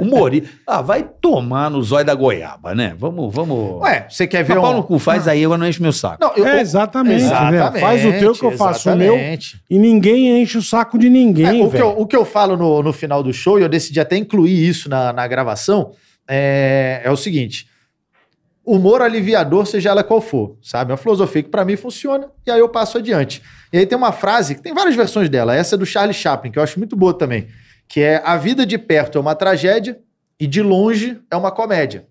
Speaker 4: O Mori. Ah, vai tomar no zóio da goiaba, né? Vamos, vamos.
Speaker 1: Ué, você quer ver
Speaker 4: Mas
Speaker 1: um...
Speaker 4: Paulo Cu, faz aí, eu não enche meu saco.
Speaker 1: Não, eu...
Speaker 3: É, exatamente.
Speaker 1: Exatamente,
Speaker 3: né? Faz o teu que eu faço o meu
Speaker 1: exatamente.
Speaker 3: e ninguém enche o saco de
Speaker 1: É,
Speaker 3: ninguém.
Speaker 1: o, que
Speaker 3: velho.
Speaker 1: eu, o que eu falo no, no final do show, e eu decidi até incluir isso na, na gravação, é, é o seguinte: humor aliviador, seja ela qual for, sabe? É uma filosofia que pra mim funciona, e aí eu passo adiante. E aí tem uma frase, que tem várias versões dela, essa é do Charlie Chaplin, que eu acho muito boa também, que é: A vida de perto é uma tragédia e de longe é uma comédia.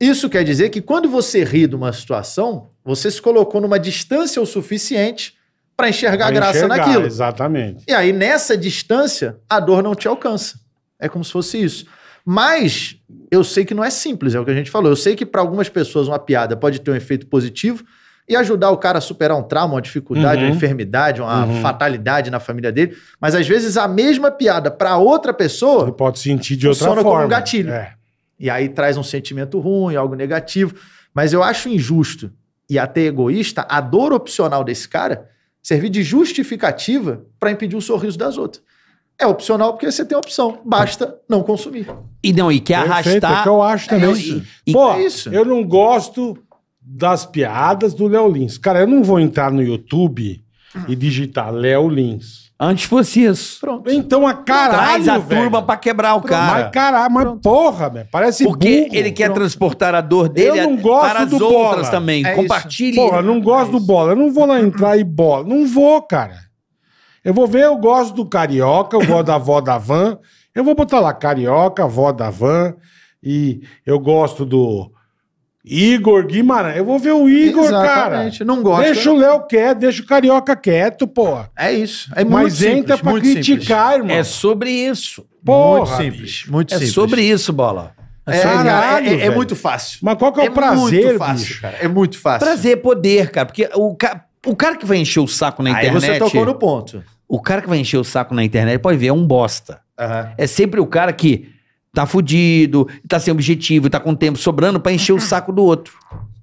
Speaker 1: Isso quer dizer que quando você ri de uma situação, você se colocou numa distância o suficiente pra
Speaker 3: Pra
Speaker 1: enxergar a graça
Speaker 3: enxergar,
Speaker 1: naquilo.
Speaker 3: Exatamente.
Speaker 1: E aí, nessa distância, a dor não te alcança. É como se fosse isso. Mas eu sei que não é simples, é o que a gente falou. Eu sei que para algumas pessoas uma piada pode ter um efeito positivo e ajudar o cara a superar um trauma, uma dificuldade,
Speaker 3: Uhum.
Speaker 1: uma enfermidade, uma
Speaker 3: Uhum.
Speaker 1: fatalidade na família dele. Mas às vezes a mesma piada para outra
Speaker 3: Você
Speaker 1: pessoa
Speaker 3: pode sentir de outra
Speaker 1: Funciona como um
Speaker 3: forma.
Speaker 1: gatilho.
Speaker 3: É.
Speaker 1: e aí traz um sentimento ruim, algo negativo. Mas eu acho injusto e até egoísta a dor opcional desse cara servir de justificativa para impedir o sorriso das outras. É opcional porque você tem opção. Basta não consumir.
Speaker 4: E não, e quer
Speaker 3: Perfeito, é
Speaker 4: arrastar.
Speaker 3: que eu acho também.
Speaker 4: E- e-
Speaker 3: Pô,
Speaker 1: é isso.
Speaker 3: eu não gosto das piadas do Léo Lins. Cara, eu não vou entrar no YouTube
Speaker 4: Ah.
Speaker 3: e digitar Léo Lins.
Speaker 4: Antes fosse isso.
Speaker 1: Pronto.
Speaker 3: Então a caralho,
Speaker 4: Traz a
Speaker 3: velho.
Speaker 4: turma pra quebrar o cara.
Speaker 3: Mas caralho, mas porra, velho. Parece
Speaker 4: Porque
Speaker 3: burro.
Speaker 4: ele quer
Speaker 3: Pronto.
Speaker 4: transportar a dor dele
Speaker 3: Eu não gosto
Speaker 4: para as
Speaker 3: do
Speaker 4: outras
Speaker 3: bola.
Speaker 4: também.
Speaker 1: É
Speaker 4: Compartilhe.
Speaker 3: Porra, eu não gosto do bola. Eu não vou lá entrar e bola. Não vou, cara. Eu vou ver, eu gosto do carioca, eu gosto da vó da van. Eu vou botar lá carioca, vó da van. E eu gosto do Igor Guimarães. Eu vou ver o Igor,
Speaker 1: Exatamente. Não
Speaker 3: cara.
Speaker 1: gosta. né?
Speaker 3: Deixa o Léo quieto, deixa o carioca quieto, porra.
Speaker 1: É isso. É muito
Speaker 3: Mas
Speaker 1: simples,
Speaker 3: entra pra
Speaker 1: muito
Speaker 3: criticar, irmão.
Speaker 4: É sobre isso.
Speaker 1: Simples.
Speaker 3: porra,
Speaker 1: muito simples. Muito
Speaker 4: É
Speaker 1: simples.
Speaker 4: sobre isso, bola.
Speaker 1: É,
Speaker 3: sobre-
Speaker 1: cara,
Speaker 3: Caralho,
Speaker 1: é- é- é
Speaker 3: velho.
Speaker 1: muito fácil.
Speaker 3: Mas qual que é o prazer,
Speaker 1: muito fácil,
Speaker 3: bicho?
Speaker 1: cara. É muito
Speaker 3: Assim.
Speaker 1: fácil.
Speaker 4: Prazer, poder, cara. Porque o, ca- o cara que vai encher o saco na
Speaker 1: Aí
Speaker 4: internet.
Speaker 1: você tocou no ponto.
Speaker 4: O cara que vai encher o saco na internet pode ver, é um bosta.
Speaker 1: Aham.
Speaker 4: É sempre o cara que tá fudido, tá sem objetivo, tá com tempo sobrando pra encher o saco do outro.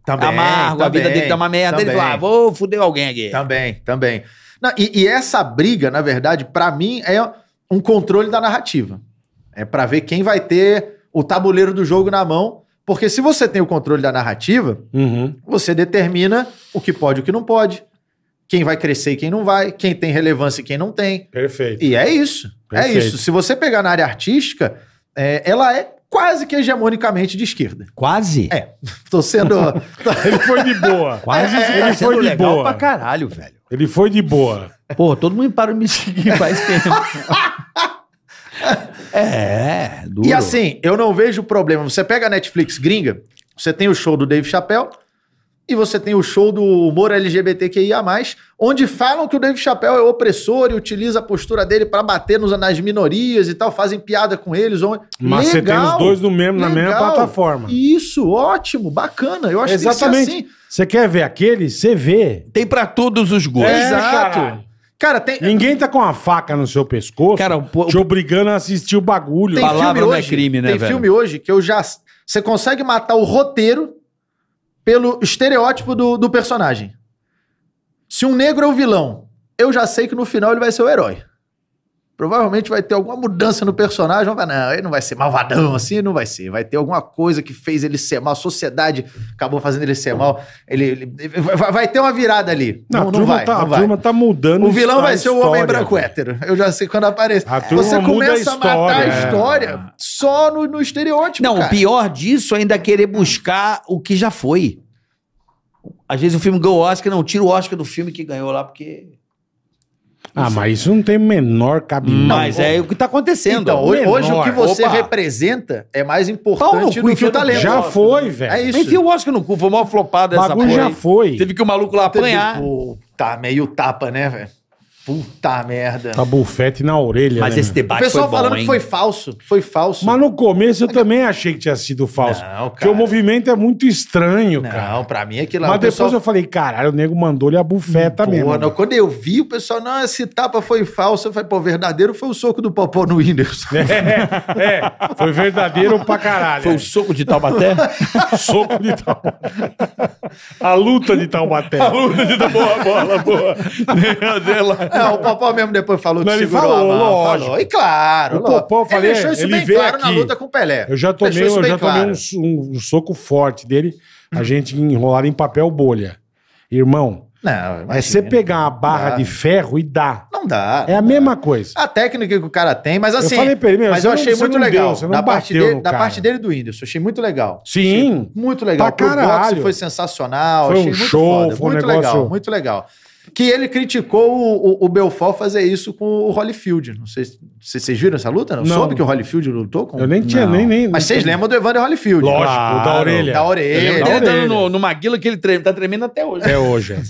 Speaker 1: Também,
Speaker 4: amargo, a vida
Speaker 1: também,
Speaker 4: dele tá uma merda. Ele
Speaker 1: também. Tá-
Speaker 4: fala, ah, vou fuder alguém aqui.
Speaker 1: É. Também, também. Não, e, e essa briga, na verdade, pra mim é um controle da narrativa. É pra ver quem vai ter o tabuleiro do jogo na mão, porque se você tem o controle da narrativa,
Speaker 3: Uhum.
Speaker 1: você determina o que pode e o que não pode, quem vai crescer e quem não vai, quem tem relevância e quem não tem.
Speaker 3: Perfeito.
Speaker 1: E é isso. É
Speaker 3: Perfeito.
Speaker 1: isso. Se você pegar na área artística, é, ela é quase que hegemonicamente de esquerda.
Speaker 4: Quase?
Speaker 1: É. Tô sendo.
Speaker 3: Ele foi de boa.
Speaker 4: Quase
Speaker 1: É, é,
Speaker 4: você
Speaker 3: ele
Speaker 4: tá sendo
Speaker 3: foi de
Speaker 4: legal
Speaker 3: boa.
Speaker 4: pra caralho, velho.
Speaker 3: Ele foi de boa.
Speaker 4: Pô, todo mundo parou de me seguir faz tempo. é, duro.
Speaker 1: E assim, eu não vejo problema. Você pega a Netflix gringa, você tem o show do Dave Chappelle e você tem o show do humor LGBTQIA+, onde falam que o Dave Chappelle é opressor e utiliza a postura dele pra bater nos, nas minorias e tal, fazem piada com eles. Ou...
Speaker 3: Mas você tem os dois no mesmo, na mesma
Speaker 1: legal.
Speaker 3: plataforma.
Speaker 1: Isso, ótimo, bacana. Eu acho
Speaker 3: Exatamente.
Speaker 1: que tem que ser assim.
Speaker 3: Você quer ver aquele? Você vê.
Speaker 4: Tem pra todos os gostos.
Speaker 1: É. Exato.
Speaker 3: caralho.
Speaker 1: Cara, tem,
Speaker 3: Ninguém tá com uma faca no seu pescoço
Speaker 4: Cara, o, po-
Speaker 3: te obrigando a assistir o bagulho.
Speaker 1: tem
Speaker 4: Palavra
Speaker 1: filme
Speaker 4: não é
Speaker 1: hoje,
Speaker 4: crime, né,
Speaker 1: Tem
Speaker 4: velho?
Speaker 1: filme hoje que eu já... Você consegue matar o roteiro pelo estereótipo do, do personagem. Se um negro é o vilão, eu já sei que no final ele vai ser o herói. Provavelmente vai ter alguma mudança no personagem. Não, vai- não, ele não vai ser malvadão assim, não vai ser. Vai ter alguma coisa que fez ele ser mal. A sociedade acabou fazendo ele ser mal. Ele, ele- vai, vai ter uma virada ali.
Speaker 3: Não,
Speaker 1: Não,
Speaker 3: a
Speaker 1: não,
Speaker 3: turma
Speaker 1: vai,
Speaker 3: tá,
Speaker 1: não
Speaker 3: A
Speaker 1: vai.
Speaker 3: turma tá mudando
Speaker 1: O vilão
Speaker 3: a
Speaker 1: vai ser o homem
Speaker 3: história,
Speaker 1: branco
Speaker 3: velho.
Speaker 1: hétero. Eu já sei quando aparece.
Speaker 3: A turma
Speaker 1: Você
Speaker 3: muda
Speaker 1: começa
Speaker 3: a
Speaker 1: a, matar
Speaker 3: história. é.
Speaker 1: a história só no, no estereótipo.
Speaker 4: Não,
Speaker 1: cara.
Speaker 4: o pior disso ainda é querer buscar o que já foi. Às vezes o filme ganhou o Oscar, não, tira o Oscar do filme que ganhou lá, porque.
Speaker 3: Ah, mas isso não tem o menor cabimento.
Speaker 4: Mas é o que tá acontecendo.
Speaker 1: Então, hoje, hoje o que
Speaker 3: menor.
Speaker 1: você
Speaker 4: Opa.
Speaker 1: representa é mais
Speaker 4: Pau no
Speaker 1: importante
Speaker 4: cu,
Speaker 1: do que
Speaker 4: enfia
Speaker 1: o
Speaker 4: no-
Speaker 1: talento.
Speaker 3: Já foi, velho.
Speaker 1: É isso.
Speaker 4: Enfia o Oscar no cu, foi o maior
Speaker 3: O
Speaker 4: flopado dessa
Speaker 3: bagulho
Speaker 4: porra.
Speaker 3: já
Speaker 4: aí.
Speaker 3: foi.
Speaker 4: Teve que o maluco lá
Speaker 1: Puta,
Speaker 4: apanhar.
Speaker 1: Puta, meio tapa, né, velho? Puta merda.
Speaker 3: Tá bufete na orelha.
Speaker 4: Mas
Speaker 3: né,
Speaker 4: esse
Speaker 3: meu?
Speaker 1: o
Speaker 4: debate
Speaker 1: pessoal
Speaker 4: foi bom,
Speaker 1: falando
Speaker 4: hein?
Speaker 1: que foi falso. Foi falso.
Speaker 3: Mas no começo eu também achei que tinha sido falso.
Speaker 1: Não,
Speaker 3: Porque o movimento é muito estranho, cara.
Speaker 1: Não, pra mim é que lá.
Speaker 3: Mas
Speaker 1: o
Speaker 3: depois
Speaker 1: pessoal-
Speaker 3: eu falei, caralho, o nego mandou-lhe a bufeta
Speaker 1: Pô,
Speaker 3: mesmo.
Speaker 1: não, quando eu vi, o pessoal, não, esse tapa foi falso. Eu falei, pô, verdadeiro foi o soco do Popó no Whindersson.
Speaker 3: É, é, foi verdadeiro pra caralho.
Speaker 4: Foi o soco de Taubaté?
Speaker 3: um soco de Taubaté. A luta de Taubaté. A luta de Taubaté. Boa bola, boa.
Speaker 1: Não, É, o Popó mesmo depois falou
Speaker 3: Não,
Speaker 1: que
Speaker 3: ele
Speaker 1: segurou
Speaker 3: falou,
Speaker 1: a mão.
Speaker 3: lógico.
Speaker 1: Falou. E claro,
Speaker 3: O Popó, eu falei,
Speaker 1: deixou isso
Speaker 3: ele
Speaker 1: bem
Speaker 3: veio
Speaker 1: claro na
Speaker 3: aqui.
Speaker 1: luta com o Pelé.
Speaker 3: Eu já tomei,
Speaker 1: É, Deixou isso
Speaker 3: eu
Speaker 1: bem
Speaker 3: já tomei
Speaker 1: claro.
Speaker 3: um, so- um- um soco forte dele, a gente enrolado em papel bolha. Irmão,
Speaker 1: Não,
Speaker 3: é
Speaker 1: imagina. Ah.
Speaker 3: você pegar uma barra
Speaker 1: Dá.
Speaker 3: de ferro e dá.
Speaker 1: Não dá.
Speaker 3: É a mesma coisa.
Speaker 1: A técnica que o cara tem, mas assim.
Speaker 3: eu falei pra ele, meu,
Speaker 1: mas
Speaker 3: você
Speaker 1: eu
Speaker 3: não-
Speaker 1: achei
Speaker 3: você
Speaker 1: muito
Speaker 3: não
Speaker 1: legal.
Speaker 3: deu, você não
Speaker 1: da, parte
Speaker 3: bateu
Speaker 1: dele,
Speaker 3: no
Speaker 1: da
Speaker 3: cara.
Speaker 1: parte dele e do Whindersson, achei muito legal.
Speaker 3: Sim.
Speaker 1: Muito legal.
Speaker 3: Pra
Speaker 1: Pro boxe
Speaker 3: caralho.
Speaker 1: foi sensacional.
Speaker 3: Foi um
Speaker 1: achei muito
Speaker 3: show,
Speaker 1: foda.
Speaker 3: foi um
Speaker 1: muito
Speaker 3: negócio-
Speaker 1: legal, muito legal. Que ele criticou o, o, o Belfort fazer isso com o Holyfield. Não sei se se vocês viram essa luta. Não,
Speaker 3: Não.
Speaker 1: soube que o Holyfield lutou com
Speaker 3: Eu nem tinha,
Speaker 4: Não.
Speaker 3: nem, nem.
Speaker 1: Mas vocês lembram do Evander Holyfield? né?
Speaker 3: Lógico,
Speaker 4: Claro.
Speaker 3: o da orelha.
Speaker 1: Da
Speaker 3: Eu lembro
Speaker 1: orelha.
Speaker 3: da
Speaker 4: Ele
Speaker 3: orelha.
Speaker 4: dando no, no Maguila que ele treme, tá tremendo até hoje.
Speaker 3: É hoje. é.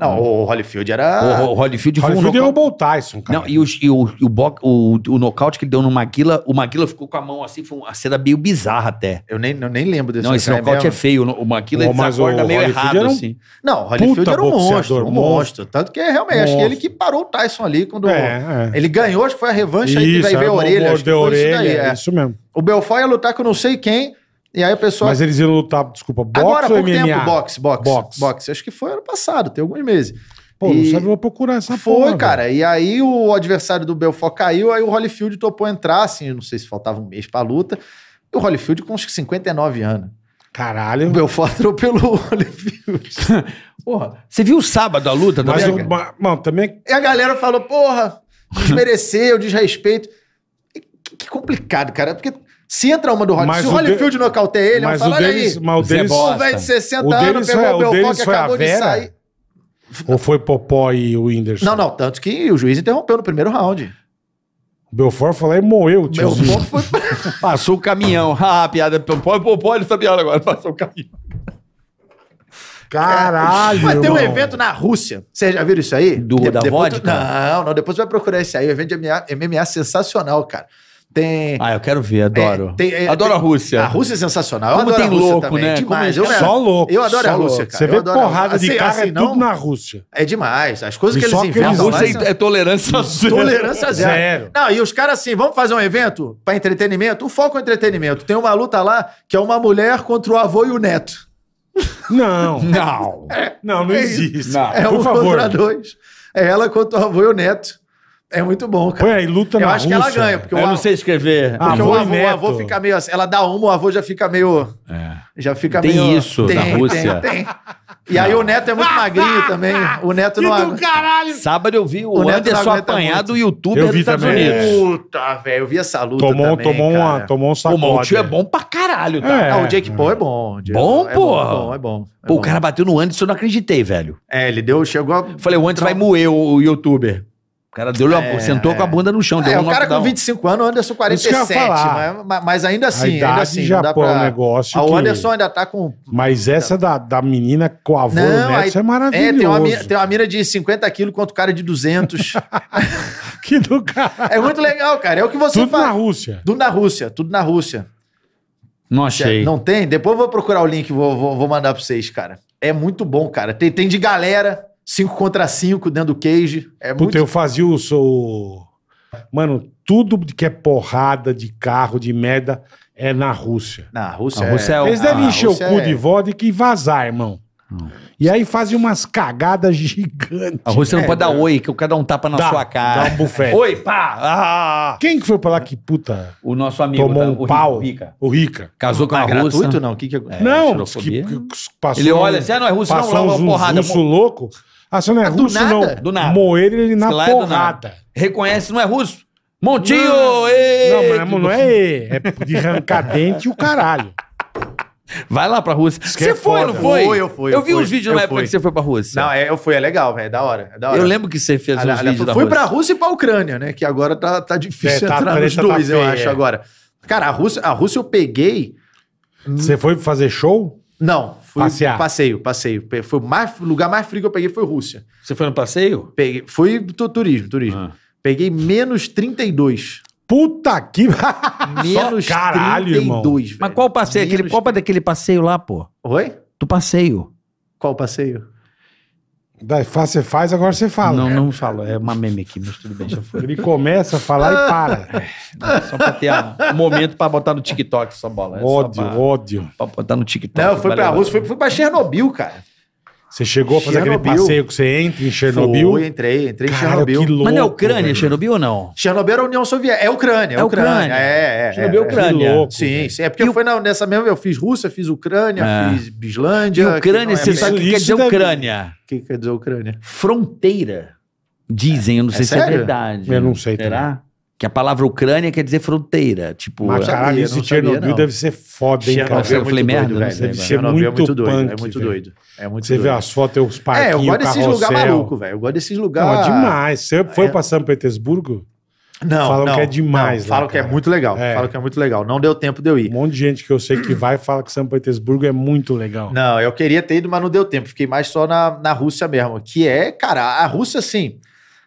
Speaker 1: Não, o
Speaker 4: O,
Speaker 1: Holyfield era.
Speaker 4: o Holyfield foi um
Speaker 3: Holyfield
Speaker 4: nocaute.
Speaker 3: derrubou o Tyson, cara.
Speaker 4: Não, e, os- e o, e o, bo- o, o nocaute que ele deu no Maguila, o Maguila ficou com a mão assim, foi uma cena meio bizarra até.
Speaker 1: Eu nem, eu nem lembro desse
Speaker 4: Não, esse
Speaker 1: cara,
Speaker 4: nocaute é
Speaker 1: mesmo.
Speaker 4: feio. O Maguila
Speaker 3: Pô,
Speaker 4: ele
Speaker 3: mas
Speaker 4: acorda
Speaker 3: o
Speaker 4: meio
Speaker 3: Holyfield
Speaker 4: errado,
Speaker 3: era um-
Speaker 4: assim.
Speaker 1: Não, o Holyfield
Speaker 3: Puta
Speaker 1: era um monstro,
Speaker 3: boxeador,
Speaker 1: um monstro. Tanto que realmente, acho que
Speaker 3: Monstro.
Speaker 1: ele que parou o Tyson ali quando.
Speaker 3: É, é.
Speaker 1: Ele ganhou, acho que foi a revanche aí que vai ver
Speaker 3: era
Speaker 1: a
Speaker 3: o
Speaker 1: orelha. Acho que
Speaker 3: mordeu a
Speaker 1: foi isso
Speaker 3: orelha,
Speaker 1: daí, é.
Speaker 3: é isso mesmo.
Speaker 1: O Belfort ia lutar com não sei quem, e aí o pessoal.
Speaker 3: Mas eles iam lutar, desculpa, boxe
Speaker 1: Agora, há
Speaker 3: ou
Speaker 1: pouco
Speaker 3: MMA?
Speaker 1: tempo, boxe, boxe,
Speaker 3: Boxe.
Speaker 1: boxe. Acho que foi ano passado, tem alguns meses.
Speaker 3: Pô, não
Speaker 1: E-
Speaker 3: sabe, eu vou procurar essa
Speaker 1: Foi,
Speaker 3: porra,
Speaker 1: cara. E aí o adversário do Belfort caiu, aí o Holyfield topou entrar, assim, eu não sei se faltava um mês pra luta. E o Holyfield com uns 59 anos.
Speaker 3: velho.
Speaker 1: O
Speaker 3: Caralho.
Speaker 1: Belfort atropelou o Holyfield. Porra.
Speaker 4: Você viu o sábado a luta do
Speaker 3: Mas,
Speaker 1: Também,
Speaker 3: eu,
Speaker 1: cara.
Speaker 3: ma- mano, também
Speaker 1: E a galera falou, porra, desmereceu, desrespeito. E Que, que complicado, cara. Porque se entra uma do Holyfield,
Speaker 3: Mas
Speaker 1: se o
Speaker 3: o de-
Speaker 1: Holyfield nocauteia ele, eu
Speaker 3: mas
Speaker 1: falo,
Speaker 3: o
Speaker 1: olha
Speaker 3: deles,
Speaker 1: aí.
Speaker 3: mas o
Speaker 4: Zé
Speaker 3: deles,
Speaker 4: Bola.
Speaker 1: Um velho de 60
Speaker 3: O
Speaker 1: anos
Speaker 3: deles
Speaker 1: pegou
Speaker 3: foi- o
Speaker 1: o Belfort
Speaker 3: deles
Speaker 1: que
Speaker 3: foi a
Speaker 1: acabou de
Speaker 3: Vera?
Speaker 1: sair.
Speaker 3: ou foi Popó e o Whindersson?
Speaker 1: Não, não, tanto que o juiz interrompeu no primeiro round.
Speaker 3: O Belfort falou e moeu o
Speaker 1: Meu
Speaker 3: tiozinho.
Speaker 1: foco foi.
Speaker 4: Passou o caminhão. Ah, piada. Pode, pode, pode essa piada agora. Passou o caminhão.
Speaker 3: Caralho,
Speaker 1: Vai ter um
Speaker 3: irmão.
Speaker 1: evento na Rússia. Vocês já viram isso aí?
Speaker 4: Do- da
Speaker 1: depois,
Speaker 4: vodka?
Speaker 1: Não, não, depois vai procurar isso aí. O evento de MMA, MMA sensacional, cara. Tem.
Speaker 4: Ah, eu quero ver, adoro.
Speaker 1: É, tem- é,
Speaker 4: adoro a
Speaker 1: tem-
Speaker 4: Rússia.
Speaker 1: A Rússia é sensacional.
Speaker 4: Como
Speaker 1: eu adoro
Speaker 4: tem
Speaker 1: a Rússia
Speaker 4: louco,
Speaker 1: também.
Speaker 4: né?
Speaker 1: Demais.
Speaker 4: Como é-
Speaker 1: eu,
Speaker 3: Só louco.
Speaker 1: Eu adoro
Speaker 3: só
Speaker 1: a Rússia,
Speaker 3: louco.
Speaker 1: cara.
Speaker 3: Você
Speaker 1: Eu
Speaker 3: vê
Speaker 1: adoro a
Speaker 3: porrada
Speaker 1: Rússia.
Speaker 3: de
Speaker 1: Assim,
Speaker 3: carro é
Speaker 1: assim,
Speaker 3: tudo
Speaker 1: não-
Speaker 3: na Rússia.
Speaker 1: É demsais. As coisas
Speaker 3: E
Speaker 1: que
Speaker 3: só
Speaker 1: eles
Speaker 3: aqueles
Speaker 4: A
Speaker 1: inventam lá.
Speaker 4: Rússia
Speaker 1: são-
Speaker 4: é, é tolerância zero.
Speaker 1: Tolerância zero.
Speaker 3: Zero.
Speaker 1: Não, e os caras assim, vamos fazer um evento pra entretenimento? O foco é entretenimento. Tem uma luta lá que é uma mulher contra o avô e o neto.
Speaker 3: Não,
Speaker 5: Não.
Speaker 3: não, não
Speaker 1: É isso.
Speaker 3: existe.
Speaker 5: Não.
Speaker 1: É
Speaker 3: Por
Speaker 1: um
Speaker 3: favor.
Speaker 1: contra dois. É ela contra o avô e o neto. É muito bom, cara.
Speaker 3: Põe aí, luta
Speaker 1: Eu
Speaker 3: na
Speaker 1: acho que ela
Speaker 3: Rússia.
Speaker 1: ganha, porque o
Speaker 4: Eu não
Speaker 1: avô-
Speaker 4: sei escrever.
Speaker 3: Ah,
Speaker 1: Porque
Speaker 3: avô
Speaker 1: o,
Speaker 3: e
Speaker 1: avô, o
Speaker 3: neto.
Speaker 1: avô fica meio assim. Ela dá uma, o avô já fica meio.
Speaker 3: É.
Speaker 1: Já fica
Speaker 4: Tem
Speaker 1: meio.
Speaker 4: isso na Rússia?
Speaker 1: Tem, tem. E aí o neto é muito magrinho também. O neto não. agu-
Speaker 3: caralho!
Speaker 4: Sábado eu vi o,
Speaker 1: O Neto
Speaker 4: Anderson
Speaker 1: não aguenta
Speaker 4: apanhar
Speaker 1: muito.
Speaker 4: do youtuber
Speaker 3: é Eu vi
Speaker 4: dos Estados
Speaker 3: também, é.
Speaker 4: Unidos.
Speaker 1: Puta, velho. Eu vi essa luta.
Speaker 3: Tomou,
Speaker 1: também,
Speaker 3: tomou, uma,
Speaker 1: cara.
Speaker 3: tomou um
Speaker 4: Pô,
Speaker 3: sacode.
Speaker 4: mas o tio é bom pra caralho, tá?
Speaker 3: É.
Speaker 1: Ah, o Jake Paul é bom. o Jake
Speaker 4: Bom,
Speaker 1: Paul
Speaker 4: porra.
Speaker 1: É bom, é bom. é
Speaker 4: Pô, o
Speaker 1: bom.
Speaker 4: cara bateu no Anderson, eu não acreditei, velho.
Speaker 1: É, ele deu, chegou a.
Speaker 4: Falei, o Anderson vai moer o, o youtuber. O cara deu
Speaker 1: É,
Speaker 4: sentou
Speaker 1: é.
Speaker 4: com a bunda no chão, deu
Speaker 1: É,
Speaker 4: um
Speaker 1: o cara com
Speaker 4: knockdown.
Speaker 1: 25 anos, o Anderson
Speaker 3: Isso que eu ia
Speaker 1: 47.
Speaker 3: falar.
Speaker 1: Mas, mas- mas ainda
Speaker 3: a
Speaker 1: assim, ainda
Speaker 3: idade
Speaker 1: assim.
Speaker 3: já
Speaker 1: não dá
Speaker 3: põe um
Speaker 1: pra...
Speaker 3: negócio
Speaker 1: Ah,
Speaker 3: que...
Speaker 1: O Anderson ainda tá com.
Speaker 3: Mas essa da, da menina com a avô
Speaker 1: Não,
Speaker 3: e o neto,
Speaker 1: aí-
Speaker 3: isso é
Speaker 1: É,
Speaker 3: maravilhoso.
Speaker 1: tem uma, mina, tem uma mina de 50 quilos contra o cara de 200.
Speaker 3: Que do cara.
Speaker 1: é muito legal, cara. É o que você É
Speaker 3: Tudo
Speaker 1: faz.
Speaker 3: na Rússia.
Speaker 1: Tudo na Rússia, tudo na Rússia.
Speaker 4: Não achei.
Speaker 1: Não tem? Depois eu vou procurar o link e vou, vou, vou mandar pra vocês, cara. É muito bom, cara. Tem, tem de galera, 5 contra 5 dentro do cage. É
Speaker 3: Puta,
Speaker 1: muito...
Speaker 3: eu fazia o sou. Mano, tudo que é porrada de carro, de merda, é na Rússia.
Speaker 1: Na Rússia,
Speaker 4: A Rússia é o-
Speaker 3: Eles devem
Speaker 1: a
Speaker 3: encher o Ah, cu
Speaker 1: Rússia é-
Speaker 3: de vodka e vazar, irmão.
Speaker 4: Hum.
Speaker 3: E aí fazem umas cagadas gigantes.
Speaker 4: A Rússia não
Speaker 1: É,
Speaker 4: pode dar
Speaker 1: dá.
Speaker 4: oi, que o cara dá um
Speaker 1: é
Speaker 4: tapa na
Speaker 3: Dá,
Speaker 4: sua
Speaker 3: Dá
Speaker 4: cara.
Speaker 3: um bufete.
Speaker 4: Oi, pá! Ah!
Speaker 3: Quem que foi pra lá que puta
Speaker 4: O nosso amigo
Speaker 3: tomou
Speaker 4: tá-
Speaker 3: um
Speaker 4: o
Speaker 3: pau? um
Speaker 4: Rica.
Speaker 3: O Rica.
Speaker 4: Casou com a
Speaker 1: Mas
Speaker 4: russa.
Speaker 1: gratuito, não? O que que Ah,
Speaker 4: É,
Speaker 1: é...
Speaker 3: não,
Speaker 4: xerofobia.
Speaker 3: que- que passou
Speaker 4: Ele
Speaker 3: um-
Speaker 4: olha assim, ah, não é russo, não,
Speaker 3: Passou
Speaker 4: lá
Speaker 3: um
Speaker 4: uma porrada.
Speaker 3: zunzuço louco. Ah, você não é
Speaker 1: Ah, do
Speaker 3: russo,
Speaker 1: nada?
Speaker 3: não.
Speaker 4: Do nada.
Speaker 3: Moer ele na
Speaker 4: Sei lá, é do
Speaker 3: porrada.
Speaker 4: Reconhece, não é russo? Montinho!
Speaker 3: Não.
Speaker 4: ê!
Speaker 3: Não, mas não é E, é de arrancar dente e o caralho.
Speaker 4: Vai lá pra Rússia.
Speaker 3: que
Speaker 4: Você
Speaker 3: é
Speaker 4: foi,
Speaker 3: foda.
Speaker 4: não foi?
Speaker 1: Fui, eu fui,
Speaker 4: Eu
Speaker 1: eu
Speaker 4: vi
Speaker 1: fui,
Speaker 4: uns vídeos na
Speaker 1: eu
Speaker 4: época
Speaker 1: fui.
Speaker 4: que você foi pra Rússia.
Speaker 1: Não, é, eu fui, é legal, velho. É da hora. É da hora.
Speaker 4: Eu lembro que você fez
Speaker 1: Olha,
Speaker 4: uns
Speaker 1: olha,
Speaker 4: vídeos da
Speaker 1: fui
Speaker 4: Rússia.
Speaker 1: pra Rússia e pra Ucrânia, né? Que agora tá, tá difícil
Speaker 3: É, tá-
Speaker 1: entrar
Speaker 3: a
Speaker 1: nos
Speaker 3: treta tá
Speaker 1: dois, eu
Speaker 3: feia, é.
Speaker 1: acho, agora. Cara, a Rússia, a Rússia eu peguei.
Speaker 3: Você foi fazer show?
Speaker 1: Não, fui
Speaker 3: Passear.
Speaker 1: passeio, passeio. Pe- Foi o mais- o lugar mais frio que eu peguei foi Rússia.
Speaker 4: Você foi no passeio?
Speaker 1: Peguei, fui tu- turismo, turismo.
Speaker 4: Ah.
Speaker 1: Peguei menos 32.
Speaker 3: Puta que.
Speaker 1: Menos
Speaker 3: caralho, irmão.
Speaker 4: Mas qual passeio? Aquele,
Speaker 1: Menos-
Speaker 4: qual é daquele passeio lá, pô?
Speaker 1: Oi?
Speaker 4: Do passeio.
Speaker 1: Qual passeio?
Speaker 3: Daí fa- Você faz, agora você fala.
Speaker 4: Não, não falo. É uma meme aqui, mas tudo bem, já foi.
Speaker 3: Ele começa a falar e para.
Speaker 4: Só pra ter a- um momento pra botar no TikTok essa bola. É só
Speaker 3: Ódio,
Speaker 4: pra-
Speaker 3: ódio.
Speaker 4: Pra botar no TikTok.
Speaker 1: Não, eu fui
Speaker 4: Vai
Speaker 1: pra
Speaker 4: levar.
Speaker 1: Rússia, fui, fui pra Chernobyl, cara.
Speaker 3: Você chegou a fazer aquele
Speaker 1: Chernobyl.
Speaker 3: passeio que você entra em Chernobyl?
Speaker 1: Fui, entrei, entrei em
Speaker 3: Cara, que
Speaker 1: Chernobyl.
Speaker 3: louco.
Speaker 4: Mas não é Ucrânia,
Speaker 3: velho.
Speaker 4: Chernobyl ou não?
Speaker 1: Chernobyl era a União Soviética. É Ucrânia, é
Speaker 4: É
Speaker 1: Ucrânia.
Speaker 4: Ucrânia.
Speaker 1: É, é.
Speaker 4: Chernobyl é
Speaker 1: é.
Speaker 4: Ucrânia.
Speaker 3: louco,
Speaker 1: Sim,
Speaker 3: velho.
Speaker 1: sim. É porque
Speaker 4: E
Speaker 1: eu
Speaker 4: o-
Speaker 1: fui na- nessa mesma, eu fiz Rússia, fiz Ucrânia,
Speaker 4: É.
Speaker 1: fiz
Speaker 4: E
Speaker 1: Bislândia.
Speaker 4: Ucrânia,
Speaker 1: que não é
Speaker 4: você sabe o que
Speaker 3: isso
Speaker 1: bem-
Speaker 4: quer dizer
Speaker 3: deve-
Speaker 4: Ucrânia?
Speaker 1: O que quer dizer Ucrânia?
Speaker 4: Fronteira. Dizem, eu não sei se é
Speaker 1: sério?
Speaker 4: verdade.
Speaker 3: Eu não sei
Speaker 4: Será? Que a palavra Ucrânia quer dizer fronteira. Tipo,
Speaker 3: Mas
Speaker 1: sabia,
Speaker 3: caralho,
Speaker 1: não
Speaker 3: esse
Speaker 1: sabia,
Speaker 3: Chernobyl
Speaker 1: não. é
Speaker 3: deve ser foda, hein, cara?
Speaker 4: Nossa, eu
Speaker 1: muito
Speaker 4: falei merda,
Speaker 1: doido,
Speaker 4: né?
Speaker 1: velho.
Speaker 4: Deve ser
Speaker 1: Chernobyl é
Speaker 3: muito
Speaker 1: muito doido.
Speaker 3: punk,
Speaker 1: é muito
Speaker 3: velho.
Speaker 1: doido. É muito
Speaker 3: Você vê
Speaker 1: doido.
Speaker 3: as fotos, tem os
Speaker 1: É, eu
Speaker 3: parquinhos,
Speaker 1: gosto desses
Speaker 3: carrossel.
Speaker 1: lugares malucos, velho. Eu gosto desses
Speaker 3: Não, é
Speaker 1: lugares.
Speaker 3: demais. Você
Speaker 1: É.
Speaker 3: foi pra São Petersburgo?
Speaker 1: Não,
Speaker 3: Falam
Speaker 1: não,
Speaker 3: que é demais
Speaker 1: Não,
Speaker 3: lá,
Speaker 1: falam que é
Speaker 3: cara.
Speaker 1: muito legal.
Speaker 3: É.
Speaker 1: Falam que é muito legal. Não deu tempo de eu
Speaker 3: Um
Speaker 1: ir.
Speaker 3: monte de gente que eu sei que vai fala que São Petersburgo é muito legal.
Speaker 1: Não, eu queria ter ido, mas não deu tempo. Fiquei mais só na, na Rússia mesmo. Que é, cara, a Rússia, assim,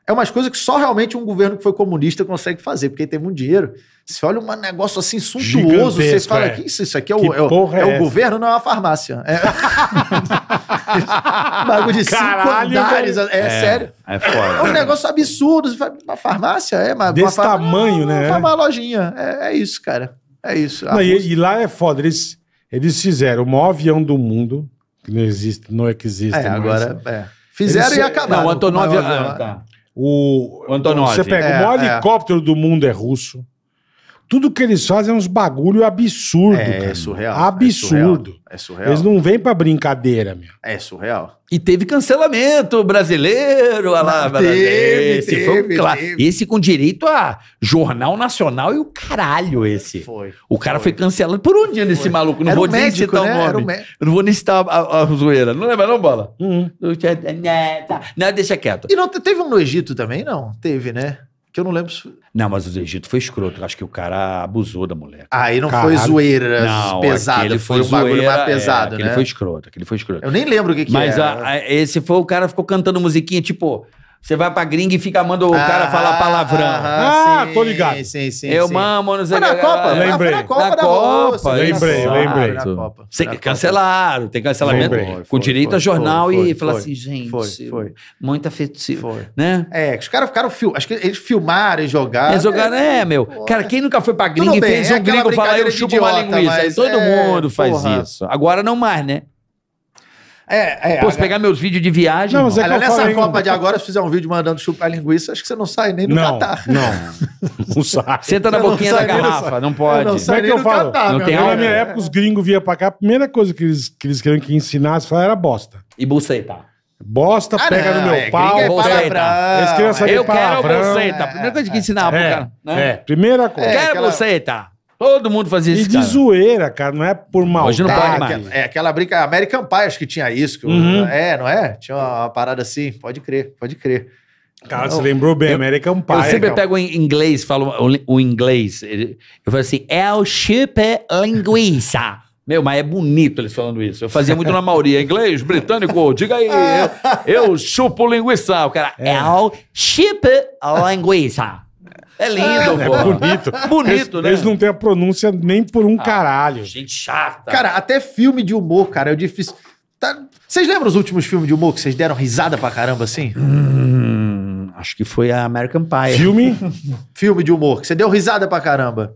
Speaker 1: é umas coisas que só realmente um governo que foi comunista consegue fazer, porque tem muito dinheiro. Você olha um negócio assim suntuoso, você
Speaker 3: Gigantesco,
Speaker 1: fala,
Speaker 3: é.
Speaker 1: que isso? Isso aqui é
Speaker 3: Que
Speaker 1: o, é o-
Speaker 3: porra é
Speaker 1: é o
Speaker 3: essa?
Speaker 1: governo, não é uma farmácia. É... Bagulho de
Speaker 3: Caralho,
Speaker 1: cinco andares. É, sério.
Speaker 4: É
Speaker 1: É um
Speaker 4: foda.
Speaker 1: negócio absurdo. Você fala, Uma farmácia? É, mas
Speaker 3: Desse
Speaker 1: uma far-
Speaker 3: tamanho, né?
Speaker 1: Foi uma lojinha. É, é isso, cara. É isso. A
Speaker 3: Não,
Speaker 1: Rússia-
Speaker 3: e, e lá é foda. Eles, eles fizeram o maior avião do mundo, que não existe, não é que existe
Speaker 1: é,
Speaker 3: mais.
Speaker 1: agora. é. Fizeram
Speaker 3: Eles-
Speaker 1: e acabaram.
Speaker 4: Não, o Antonov...
Speaker 1: Mas,
Speaker 4: Ah,
Speaker 1: mas-
Speaker 4: tá.
Speaker 3: O,
Speaker 4: O Antonov.
Speaker 3: Você pega o
Speaker 1: É,
Speaker 3: maior
Speaker 1: é.
Speaker 3: helicóptero do mundo é russo. Tudo que eles fazem é uns bagulho absurdo,
Speaker 1: É,
Speaker 3: cara.
Speaker 1: é surreal.
Speaker 3: Absurdo.
Speaker 1: É surreal. É
Speaker 3: Eles
Speaker 1: surreal.
Speaker 3: não vêm pra brincadeira, meu.
Speaker 1: É surreal.
Speaker 4: E teve cancelamento brasileiro. Olha lá,
Speaker 1: Teve,
Speaker 4: brasileiro. esse
Speaker 1: teve,
Speaker 4: foi um clá-
Speaker 1: teve.
Speaker 4: Esse com direito a Jornal Nacional e o caralho esse.
Speaker 1: Foi.
Speaker 4: O cara foi,
Speaker 1: Foi.
Speaker 4: cancelado por um dia nesse
Speaker 1: Foi.
Speaker 4: maluco. Não
Speaker 1: Era
Speaker 4: vou
Speaker 1: um
Speaker 4: nem
Speaker 1: médico,
Speaker 4: citar
Speaker 1: né?
Speaker 4: o
Speaker 1: Era um
Speaker 4: nome.
Speaker 1: mé-
Speaker 4: Não vou nem citar a, a- a zoeira. Não lembra não, Bola?
Speaker 3: Hum.
Speaker 4: Não, deixa quieto.
Speaker 1: E não te- teve um no Egito também, não? Teve, né? Que eu não lembro. se-
Speaker 4: Não, mas o Egito foi escroto. Acho que o cara abusou da mulher.
Speaker 1: Aí Ah, não
Speaker 3: Caralho.
Speaker 1: foi zoeira pesada.
Speaker 4: aquele
Speaker 1: É, Foi um bagulho
Speaker 4: zoeira,
Speaker 1: mais pesado,
Speaker 4: é, aquele
Speaker 1: né?
Speaker 4: foi escroto, aquele foi escroto.
Speaker 1: Eu nem lembro o que, é. que
Speaker 4: Mas
Speaker 1: era.
Speaker 4: a- a- esse foi o cara ficou cantando musiquinha, tipo, você vai pra gringa e fica mandando o cara
Speaker 1: Ah,
Speaker 4: falar palavrão.
Speaker 1: aham,
Speaker 3: Ah, tô ligado.
Speaker 1: Sim, sim,
Speaker 4: eu
Speaker 1: sim.
Speaker 4: mamo, não sei
Speaker 1: Foi
Speaker 4: o
Speaker 1: na
Speaker 4: que.
Speaker 1: Copa?
Speaker 4: Lá-
Speaker 3: Lembrei.
Speaker 1: Foi na Copa
Speaker 4: Na
Speaker 1: da
Speaker 4: Copa,
Speaker 1: Rússia.
Speaker 3: lembrei,
Speaker 1: Foi na
Speaker 3: lembrei.
Speaker 1: Copa.
Speaker 4: Sei
Speaker 1: Na
Speaker 4: que
Speaker 1: Copa.
Speaker 4: cancelaram, tem cancelamento
Speaker 3: Lembrei.
Speaker 4: com
Speaker 1: Foi,
Speaker 4: direito
Speaker 1: foi,
Speaker 4: a jornal
Speaker 1: foi,
Speaker 4: e
Speaker 1: foi,
Speaker 4: falar
Speaker 1: foi,
Speaker 4: assim, gente,
Speaker 1: Foi, foi,
Speaker 4: muito afetivo,
Speaker 1: foi.
Speaker 4: né?
Speaker 1: É, que os caras ficaram. Fil... Acho que eles filmaram e jogaram.
Speaker 4: é jogar,
Speaker 1: né?
Speaker 4: é, meu.
Speaker 1: porra.
Speaker 4: Cara, quem nunca foi pra gringa
Speaker 1: Tudo
Speaker 4: e
Speaker 1: bem,
Speaker 4: fez
Speaker 1: é
Speaker 4: um
Speaker 1: aquela
Speaker 4: gringo falar,
Speaker 1: brincadeira
Speaker 4: eu
Speaker 1: de é,
Speaker 4: chupo uma
Speaker 1: idiota,
Speaker 4: linguiça? Aí
Speaker 1: mas
Speaker 4: todo
Speaker 1: é,
Speaker 4: mundo faz
Speaker 1: porra.
Speaker 4: isso. Agora não mais, né?
Speaker 1: É, é.
Speaker 4: Pô,
Speaker 1: a-
Speaker 4: se pegar meus vídeos de viagem.
Speaker 3: Não, mas
Speaker 4: irmão.
Speaker 3: é que
Speaker 1: Aliás,
Speaker 3: eu
Speaker 1: nessa
Speaker 3: falei,
Speaker 1: Copa de agora, se fizer um vídeo mandando chupar linguiça, acho que você não sai nem do
Speaker 3: Não,
Speaker 1: Catar.
Speaker 3: não. tá Não sai.
Speaker 4: Senta na
Speaker 1: Eu não
Speaker 4: boquinha da
Speaker 1: sabia
Speaker 4: garrafa, não pode.
Speaker 1: Eu não
Speaker 3: Como é
Speaker 1: sai
Speaker 3: que
Speaker 1: nem
Speaker 3: eu
Speaker 1: do
Speaker 3: falo?
Speaker 1: Catar,
Speaker 4: Não
Speaker 1: meu
Speaker 4: tem
Speaker 1: amigo.
Speaker 3: Eu, na
Speaker 4: aula,
Speaker 3: minha época, os gringos vinham pra cá, a primeira coisa que eles, que eles queriam que ensinasse falar era bosta.
Speaker 4: E buceta.
Speaker 3: Bosta,
Speaker 1: Ah,
Speaker 3: pega
Speaker 1: não,
Speaker 3: no meu
Speaker 1: é,
Speaker 3: pau.
Speaker 1: gringa é
Speaker 4: você-
Speaker 3: pega-
Speaker 1: palavrão,
Speaker 3: Eles queriam saber
Speaker 4: Eu quero
Speaker 3: palavrão.
Speaker 1: tá?
Speaker 4: buceta. Primeira coisa que ensinava pro
Speaker 3: É,
Speaker 4: cara. né?
Speaker 3: é, primeira coisa.
Speaker 1: É,
Speaker 4: Quero
Speaker 1: aquela-
Speaker 4: buceta. Todo mundo fazia
Speaker 3: E
Speaker 4: isso,
Speaker 3: de
Speaker 4: cara.
Speaker 3: zoeira, cara, não é por maldade.
Speaker 4: Hoje não pode
Speaker 1: Ah,
Speaker 4: mais.
Speaker 1: aquela- é aquela brinca American Pie, acho que tinha isso. que o-
Speaker 3: Uhum.
Speaker 1: É, não é? Tinha uma, uma parada assim, pode crer, pode crer.
Speaker 3: Cara, você lembrou bem, American Pie.
Speaker 4: eu sempre
Speaker 3: cara.
Speaker 4: pego em inglês, falo o, o inglês. ele- Eu falo assim, é o chupa linguiça. Meu, mas é bonito eles falando isso. Eu fazia muito na maioria. Inglês, britânico, diga aí. Eu, eu chupo linguiça. O cara, é o chupa linguiça. É lindo,
Speaker 3: É
Speaker 4: pô.
Speaker 3: bonito.
Speaker 4: Bonito,
Speaker 3: eles,
Speaker 4: né? Ah.
Speaker 3: Eles não têm a pronúncia nem por um caralho.
Speaker 4: Gente
Speaker 3: Tá.
Speaker 4: chata.
Speaker 1: Cara, até filme de humor, cara, é difícil. Tá- Vocês lembram os últimos filmes de humor que vocês deram risada pra caramba assim?
Speaker 4: Hum, acho que foi a American Pie.
Speaker 3: Filme?
Speaker 1: Filme de humor que você deu risada pra caramba.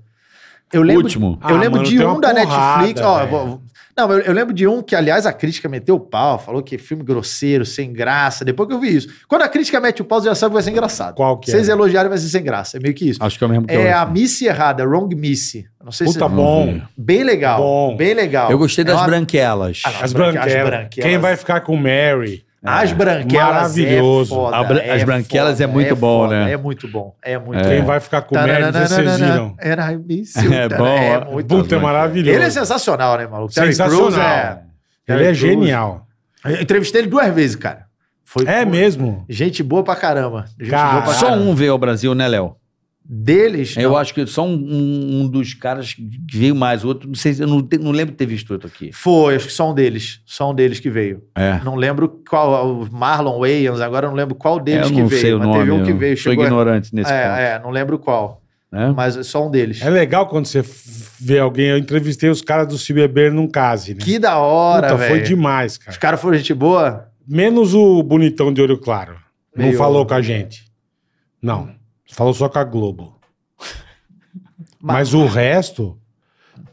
Speaker 1: Eu lembro,
Speaker 4: Último.
Speaker 1: Eu
Speaker 3: Ah,
Speaker 1: lembro
Speaker 3: mano,
Speaker 1: de
Speaker 3: tem uma
Speaker 1: um da
Speaker 3: porrada,
Speaker 1: Netflix. ó,
Speaker 3: velho.
Speaker 1: vou- vou- não, eu, eu lembro de um que, aliás, a crítica meteu o pau, falou que é filme grosseiro, sem graça. Depois que eu vi isso. Quando a crítica mete o pau, você já sabe que vai ser engraçado.
Speaker 3: Qual que é? Ah,
Speaker 1: Vocês elogiarem, vai ser sem graça. É meio que isso.
Speaker 4: Acho que é o mesmo que
Speaker 1: É
Speaker 4: eu.
Speaker 1: a Miss Errada, Wrong Miss. Não sei
Speaker 3: Puta
Speaker 1: se.
Speaker 3: bom.
Speaker 1: Bem legal.
Speaker 3: Bom.
Speaker 1: Bem legal.
Speaker 4: Eu gostei
Speaker 1: É
Speaker 4: das
Speaker 1: uma-
Speaker 4: branquelas.
Speaker 1: Ah,
Speaker 3: As
Speaker 1: As
Speaker 3: branquelas.
Speaker 1: branquelas.
Speaker 3: Quem vai ficar com Mary?
Speaker 1: As branquelas.
Speaker 3: É, Maravilhoso.
Speaker 1: É foda,
Speaker 4: A bran-
Speaker 1: é
Speaker 4: As branquelas
Speaker 1: foda,
Speaker 4: é muito bom, né?
Speaker 1: É muito bom. É muito
Speaker 3: Quem
Speaker 1: bom.
Speaker 3: vai ficar com Mary? Vocês viram.
Speaker 1: Era Miss.
Speaker 4: É bom,
Speaker 1: É
Speaker 4: ó.
Speaker 1: muito bom.
Speaker 3: Puta, é maravilhoso.
Speaker 1: Ele é sensacional, né, maluco? Terry
Speaker 3: Sensacional.
Speaker 1: Crews é-
Speaker 3: Ele é genial.
Speaker 1: Eu entrevistei ele duas vezes, cara. Foi
Speaker 3: É
Speaker 1: pô,
Speaker 3: mesmo?
Speaker 1: Gente boa pra caramba. Gente
Speaker 3: Cara.
Speaker 1: boa pra
Speaker 4: Só
Speaker 1: caramba.
Speaker 4: um veio ao Brasil, né, Léo?
Speaker 1: Deles.
Speaker 4: Eu
Speaker 1: não.
Speaker 4: acho que só um, um- um dos caras que veio mais, o outro, não sei, se- eu não, te- não lembro de ter visto outro aqui.
Speaker 1: Foi, acho que só um deles. Só um deles que veio.
Speaker 4: É.
Speaker 1: Não lembro qual. O Marlon Wayans, agora eu não lembro qual
Speaker 4: É,
Speaker 1: deles
Speaker 4: eu
Speaker 1: que
Speaker 4: não
Speaker 1: veio.
Speaker 4: sei o
Speaker 1: mas
Speaker 4: nome.
Speaker 1: teve um que
Speaker 4: eu
Speaker 1: veio.
Speaker 4: sou
Speaker 1: Chegou
Speaker 4: ignorante nesse ponto.
Speaker 1: é, é, não lembro qual.
Speaker 4: né?
Speaker 1: Mas é só um deles.
Speaker 3: É legal quando você f- vê alguém. Eu entrevistei os caras do Se Beber Num Case, né?
Speaker 1: Que da hora,
Speaker 3: Puta, foi
Speaker 1: velho.
Speaker 3: demais,
Speaker 1: Os
Speaker 3: cara.
Speaker 1: caras foram gente boa.
Speaker 3: Menos o bonitão de olho claro. Não
Speaker 1: Meio-
Speaker 3: falou com a gente. Não. Falou só com a Globo. Mas, o resto.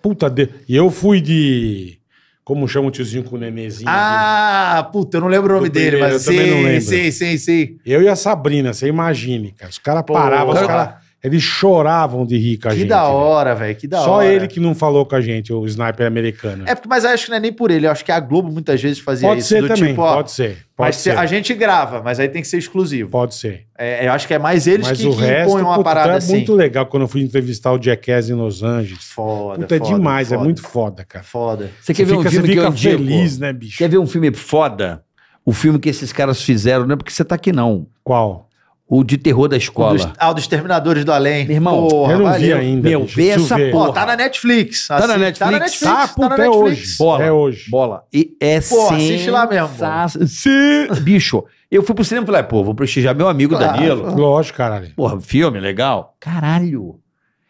Speaker 3: Puta de... E eu fui de. Como chama o tiozinho com o nenenzinho?
Speaker 1: Ah, puta, eu não lembro o nome
Speaker 3: Do
Speaker 1: dele,
Speaker 3: primeiro,
Speaker 1: mas
Speaker 3: eu também não
Speaker 1: sim,
Speaker 3: lembro.
Speaker 1: sim, sim, sim.
Speaker 3: Eu e a Sabrina, você imagine, cara. Os caras
Speaker 1: Pô,
Speaker 3: paravam, os
Speaker 1: cara.
Speaker 3: caras. Eles choravam de rir com a
Speaker 1: Que
Speaker 3: gente.
Speaker 1: da
Speaker 3: velho.
Speaker 1: hora, velho. Que da
Speaker 3: Só
Speaker 1: hora.
Speaker 3: ele que não falou com a gente, o sniper americano.
Speaker 1: É porque, mas eu acho que não é nem por ele, eu acho que a Globo muitas vezes fazia
Speaker 3: pode
Speaker 1: isso.
Speaker 3: ser
Speaker 1: do
Speaker 3: também,
Speaker 1: tipo, ó,
Speaker 3: pode ser. Pode
Speaker 1: mas se-
Speaker 3: ser.
Speaker 1: a gente grava, mas aí tem que ser exclusivo.
Speaker 3: Pode ser.
Speaker 1: É, eu acho que é mais eles
Speaker 3: Mas
Speaker 1: que,
Speaker 3: o
Speaker 1: que
Speaker 3: resto.
Speaker 1: impõem uma
Speaker 3: puta,
Speaker 1: parada
Speaker 3: é
Speaker 1: assim.
Speaker 3: muito legal quando eu fui entrevistar o Jackass em Los Angeles.
Speaker 1: Foda,
Speaker 3: Puta, é
Speaker 1: foda,
Speaker 3: demais,
Speaker 1: foda,
Speaker 3: é muito foda, cara.
Speaker 1: foda.
Speaker 4: Você quer ver um
Speaker 3: fica,
Speaker 4: filme
Speaker 3: você
Speaker 4: que eu
Speaker 3: fica
Speaker 4: indico?
Speaker 3: feliz, né, bicho?
Speaker 4: Quer ver um filme foda? O filme que esses caras fizeram, não é porque você tá aqui não.
Speaker 3: Qual?
Speaker 4: O de terror da escola.
Speaker 1: Dos, ah, o dos Terminadores do Além.
Speaker 4: Meu irmão,
Speaker 1: Porra,
Speaker 3: eu não vi
Speaker 1: valeu.
Speaker 3: ainda.
Speaker 4: Meu,
Speaker 3: bicho,
Speaker 4: vê
Speaker 3: preciso
Speaker 4: essa
Speaker 3: ver.
Speaker 4: porra.
Speaker 1: Pô, tá na Netflix.
Speaker 4: Tá na
Speaker 1: Tá na
Speaker 4: Netflix?
Speaker 1: Netflix.
Speaker 3: Ah,
Speaker 1: tá
Speaker 3: puta,
Speaker 1: na
Speaker 3: é
Speaker 1: Netflix.
Speaker 3: hoje.
Speaker 4: Bola.
Speaker 3: É hoje.
Speaker 4: Bola. E é
Speaker 1: Pô, assiste lá mesmo.
Speaker 4: sensa- Se- Bicho, eu fui pro cinema e falei, "Ah, pô, vou prestigiar meu amigo
Speaker 1: Claro.
Speaker 4: Danilo.
Speaker 3: Lógico, caralho.
Speaker 4: Porra, filme legal. Caralho.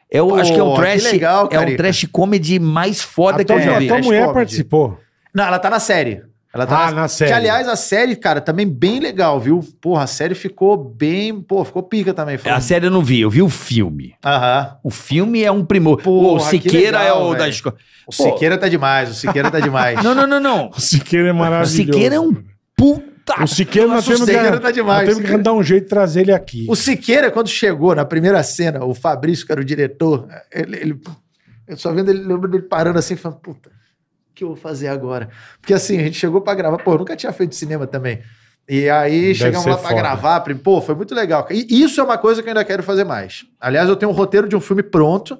Speaker 4: Eu
Speaker 1: Pô,
Speaker 4: acho que é um
Speaker 1: que
Speaker 4: trash,
Speaker 1: legal,
Speaker 4: é um
Speaker 1: Carica.
Speaker 4: trash comedy mais
Speaker 3: A
Speaker 4: foda que
Speaker 3: tua,
Speaker 4: eu já
Speaker 1: é,
Speaker 4: vi.
Speaker 3: a tua
Speaker 1: Trash
Speaker 3: mulher
Speaker 1: comedy.
Speaker 3: participou.
Speaker 1: Não, ela tá na série. Ela tá
Speaker 3: Ah, na série.
Speaker 1: Que, aliás, a série, cara, também bem legal, viu? Porra, a série ficou bem. Pô, ficou pica também. foi-
Speaker 4: A série eu não vi, eu vi o filme.
Speaker 1: Aham.
Speaker 4: O filme é um primor.
Speaker 1: Porra,
Speaker 4: o
Speaker 1: que
Speaker 4: Siqueira
Speaker 1: legal,
Speaker 4: é o da
Speaker 1: velho.
Speaker 4: escola.
Speaker 1: O Siqueira tá demais, o Siqueira tá demais.
Speaker 4: Não, não, não, não.
Speaker 3: O Siqueira é maravilhoso.
Speaker 4: Siqueira é um Puta!
Speaker 3: O Siqueira nós temos que,
Speaker 1: assustei, cara, tá demais.
Speaker 3: nós temos que dar um jeito de trazer ele aqui.
Speaker 1: O Siqueira, quando chegou na primeira cena, o Fabrício, que era o diretor, ele, ele- eu só vendo ele, lembro dele parando assim, falando, puta, o que eu vou fazer agora? Porque assim, a gente chegou pra gravar, pô, eu nunca tinha feito cinema também. E aí
Speaker 3: Deve
Speaker 1: chegamos
Speaker 3: ser
Speaker 1: lá pra
Speaker 3: foda.
Speaker 1: gravar, prim- pô, foi muito legal. E isso é uma coisa que eu ainda quero fazer mais. Aliás, eu tenho um roteiro de um filme pronto,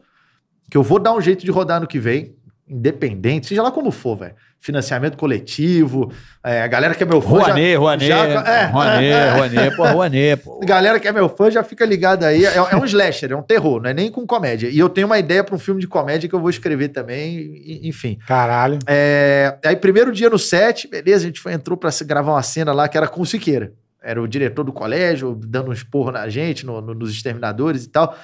Speaker 1: que eu vou dar um jeito de rodar no que vem, independente, seja lá como for, velho. Financiamento coletivo, é, a galera que é meu fã. já-
Speaker 4: Rouanet, Rouanet.
Speaker 1: já- é,
Speaker 4: Rouanet,
Speaker 1: é, é.
Speaker 4: Rouanet, pô, Rouanet, pô.
Speaker 1: Galera que é meu fã já fica ligada aí. É, é um slasher, é um terror, não é nem com comédia. E eu tenho uma ideia para um filme de comédia que eu vou escrever também, e- enfim.
Speaker 3: Caralho.
Speaker 1: É, aí, primeiro dia no set, beleza, a gente foi, entrou para gravar uma cena lá que era com o Siqueira. Era o diretor do colégio, dando um esporro na gente, no- no- nos exterminadores e tal.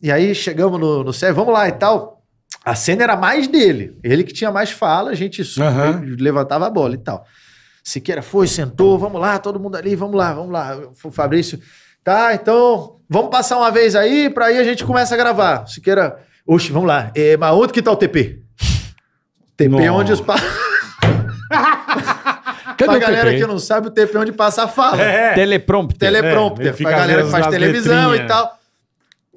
Speaker 1: E aí chegamos no, no set, vamos lá e tal. A cena era mais dele. Ele que tinha mais fala, a gente su-
Speaker 3: Aham.
Speaker 1: levantava a bola e tal. Siqueira foi, sentou, vamos lá, todo mundo ali, vamos lá, vamos lá. O Fabrício, tá, então, vamos passar uma vez aí, pra aí a gente começa a gravar. Siqueira, oxe, vamos lá. É, mas onde que tá o TP? TP
Speaker 3: Nossa.
Speaker 1: onde os pa... pra
Speaker 5: o
Speaker 1: galera
Speaker 5: TP?
Speaker 1: que não sabe, o TP é onde passa a fala.
Speaker 5: É.
Speaker 4: Teleprompter.
Speaker 1: Teleprompter,
Speaker 5: É, ele
Speaker 1: pra
Speaker 5: fica
Speaker 1: galera
Speaker 5: às
Speaker 1: que faz
Speaker 5: vezes nas
Speaker 1: televisão
Speaker 5: letrinhas.
Speaker 1: e tal.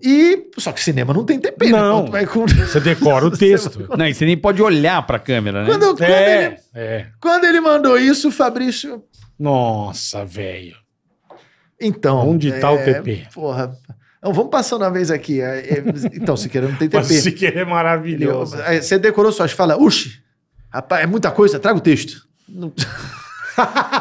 Speaker 1: E. Só que cinema não tem TP, né?
Speaker 5: Não.
Speaker 1: Quanto mais- com-
Speaker 5: Você decora o texto.
Speaker 4: Não, e você nem pode olhar pra câmera, né?
Speaker 1: Quando, quando ele,
Speaker 5: É, é.
Speaker 1: quando ele mandou isso, o Fabrício.
Speaker 5: Nossa, velho.
Speaker 1: Então.
Speaker 5: Onde tá o TP?
Speaker 1: Porra. Então, vamos passando uma vez aqui. É, é, Então, se querer, não tem
Speaker 5: Mas
Speaker 1: TP.
Speaker 5: se que é
Speaker 1: Ele-
Speaker 5: maravilhoso.
Speaker 1: aí Você decorou suas falas. Uxi, rapaz, é muita coisa, traga o texto. Não-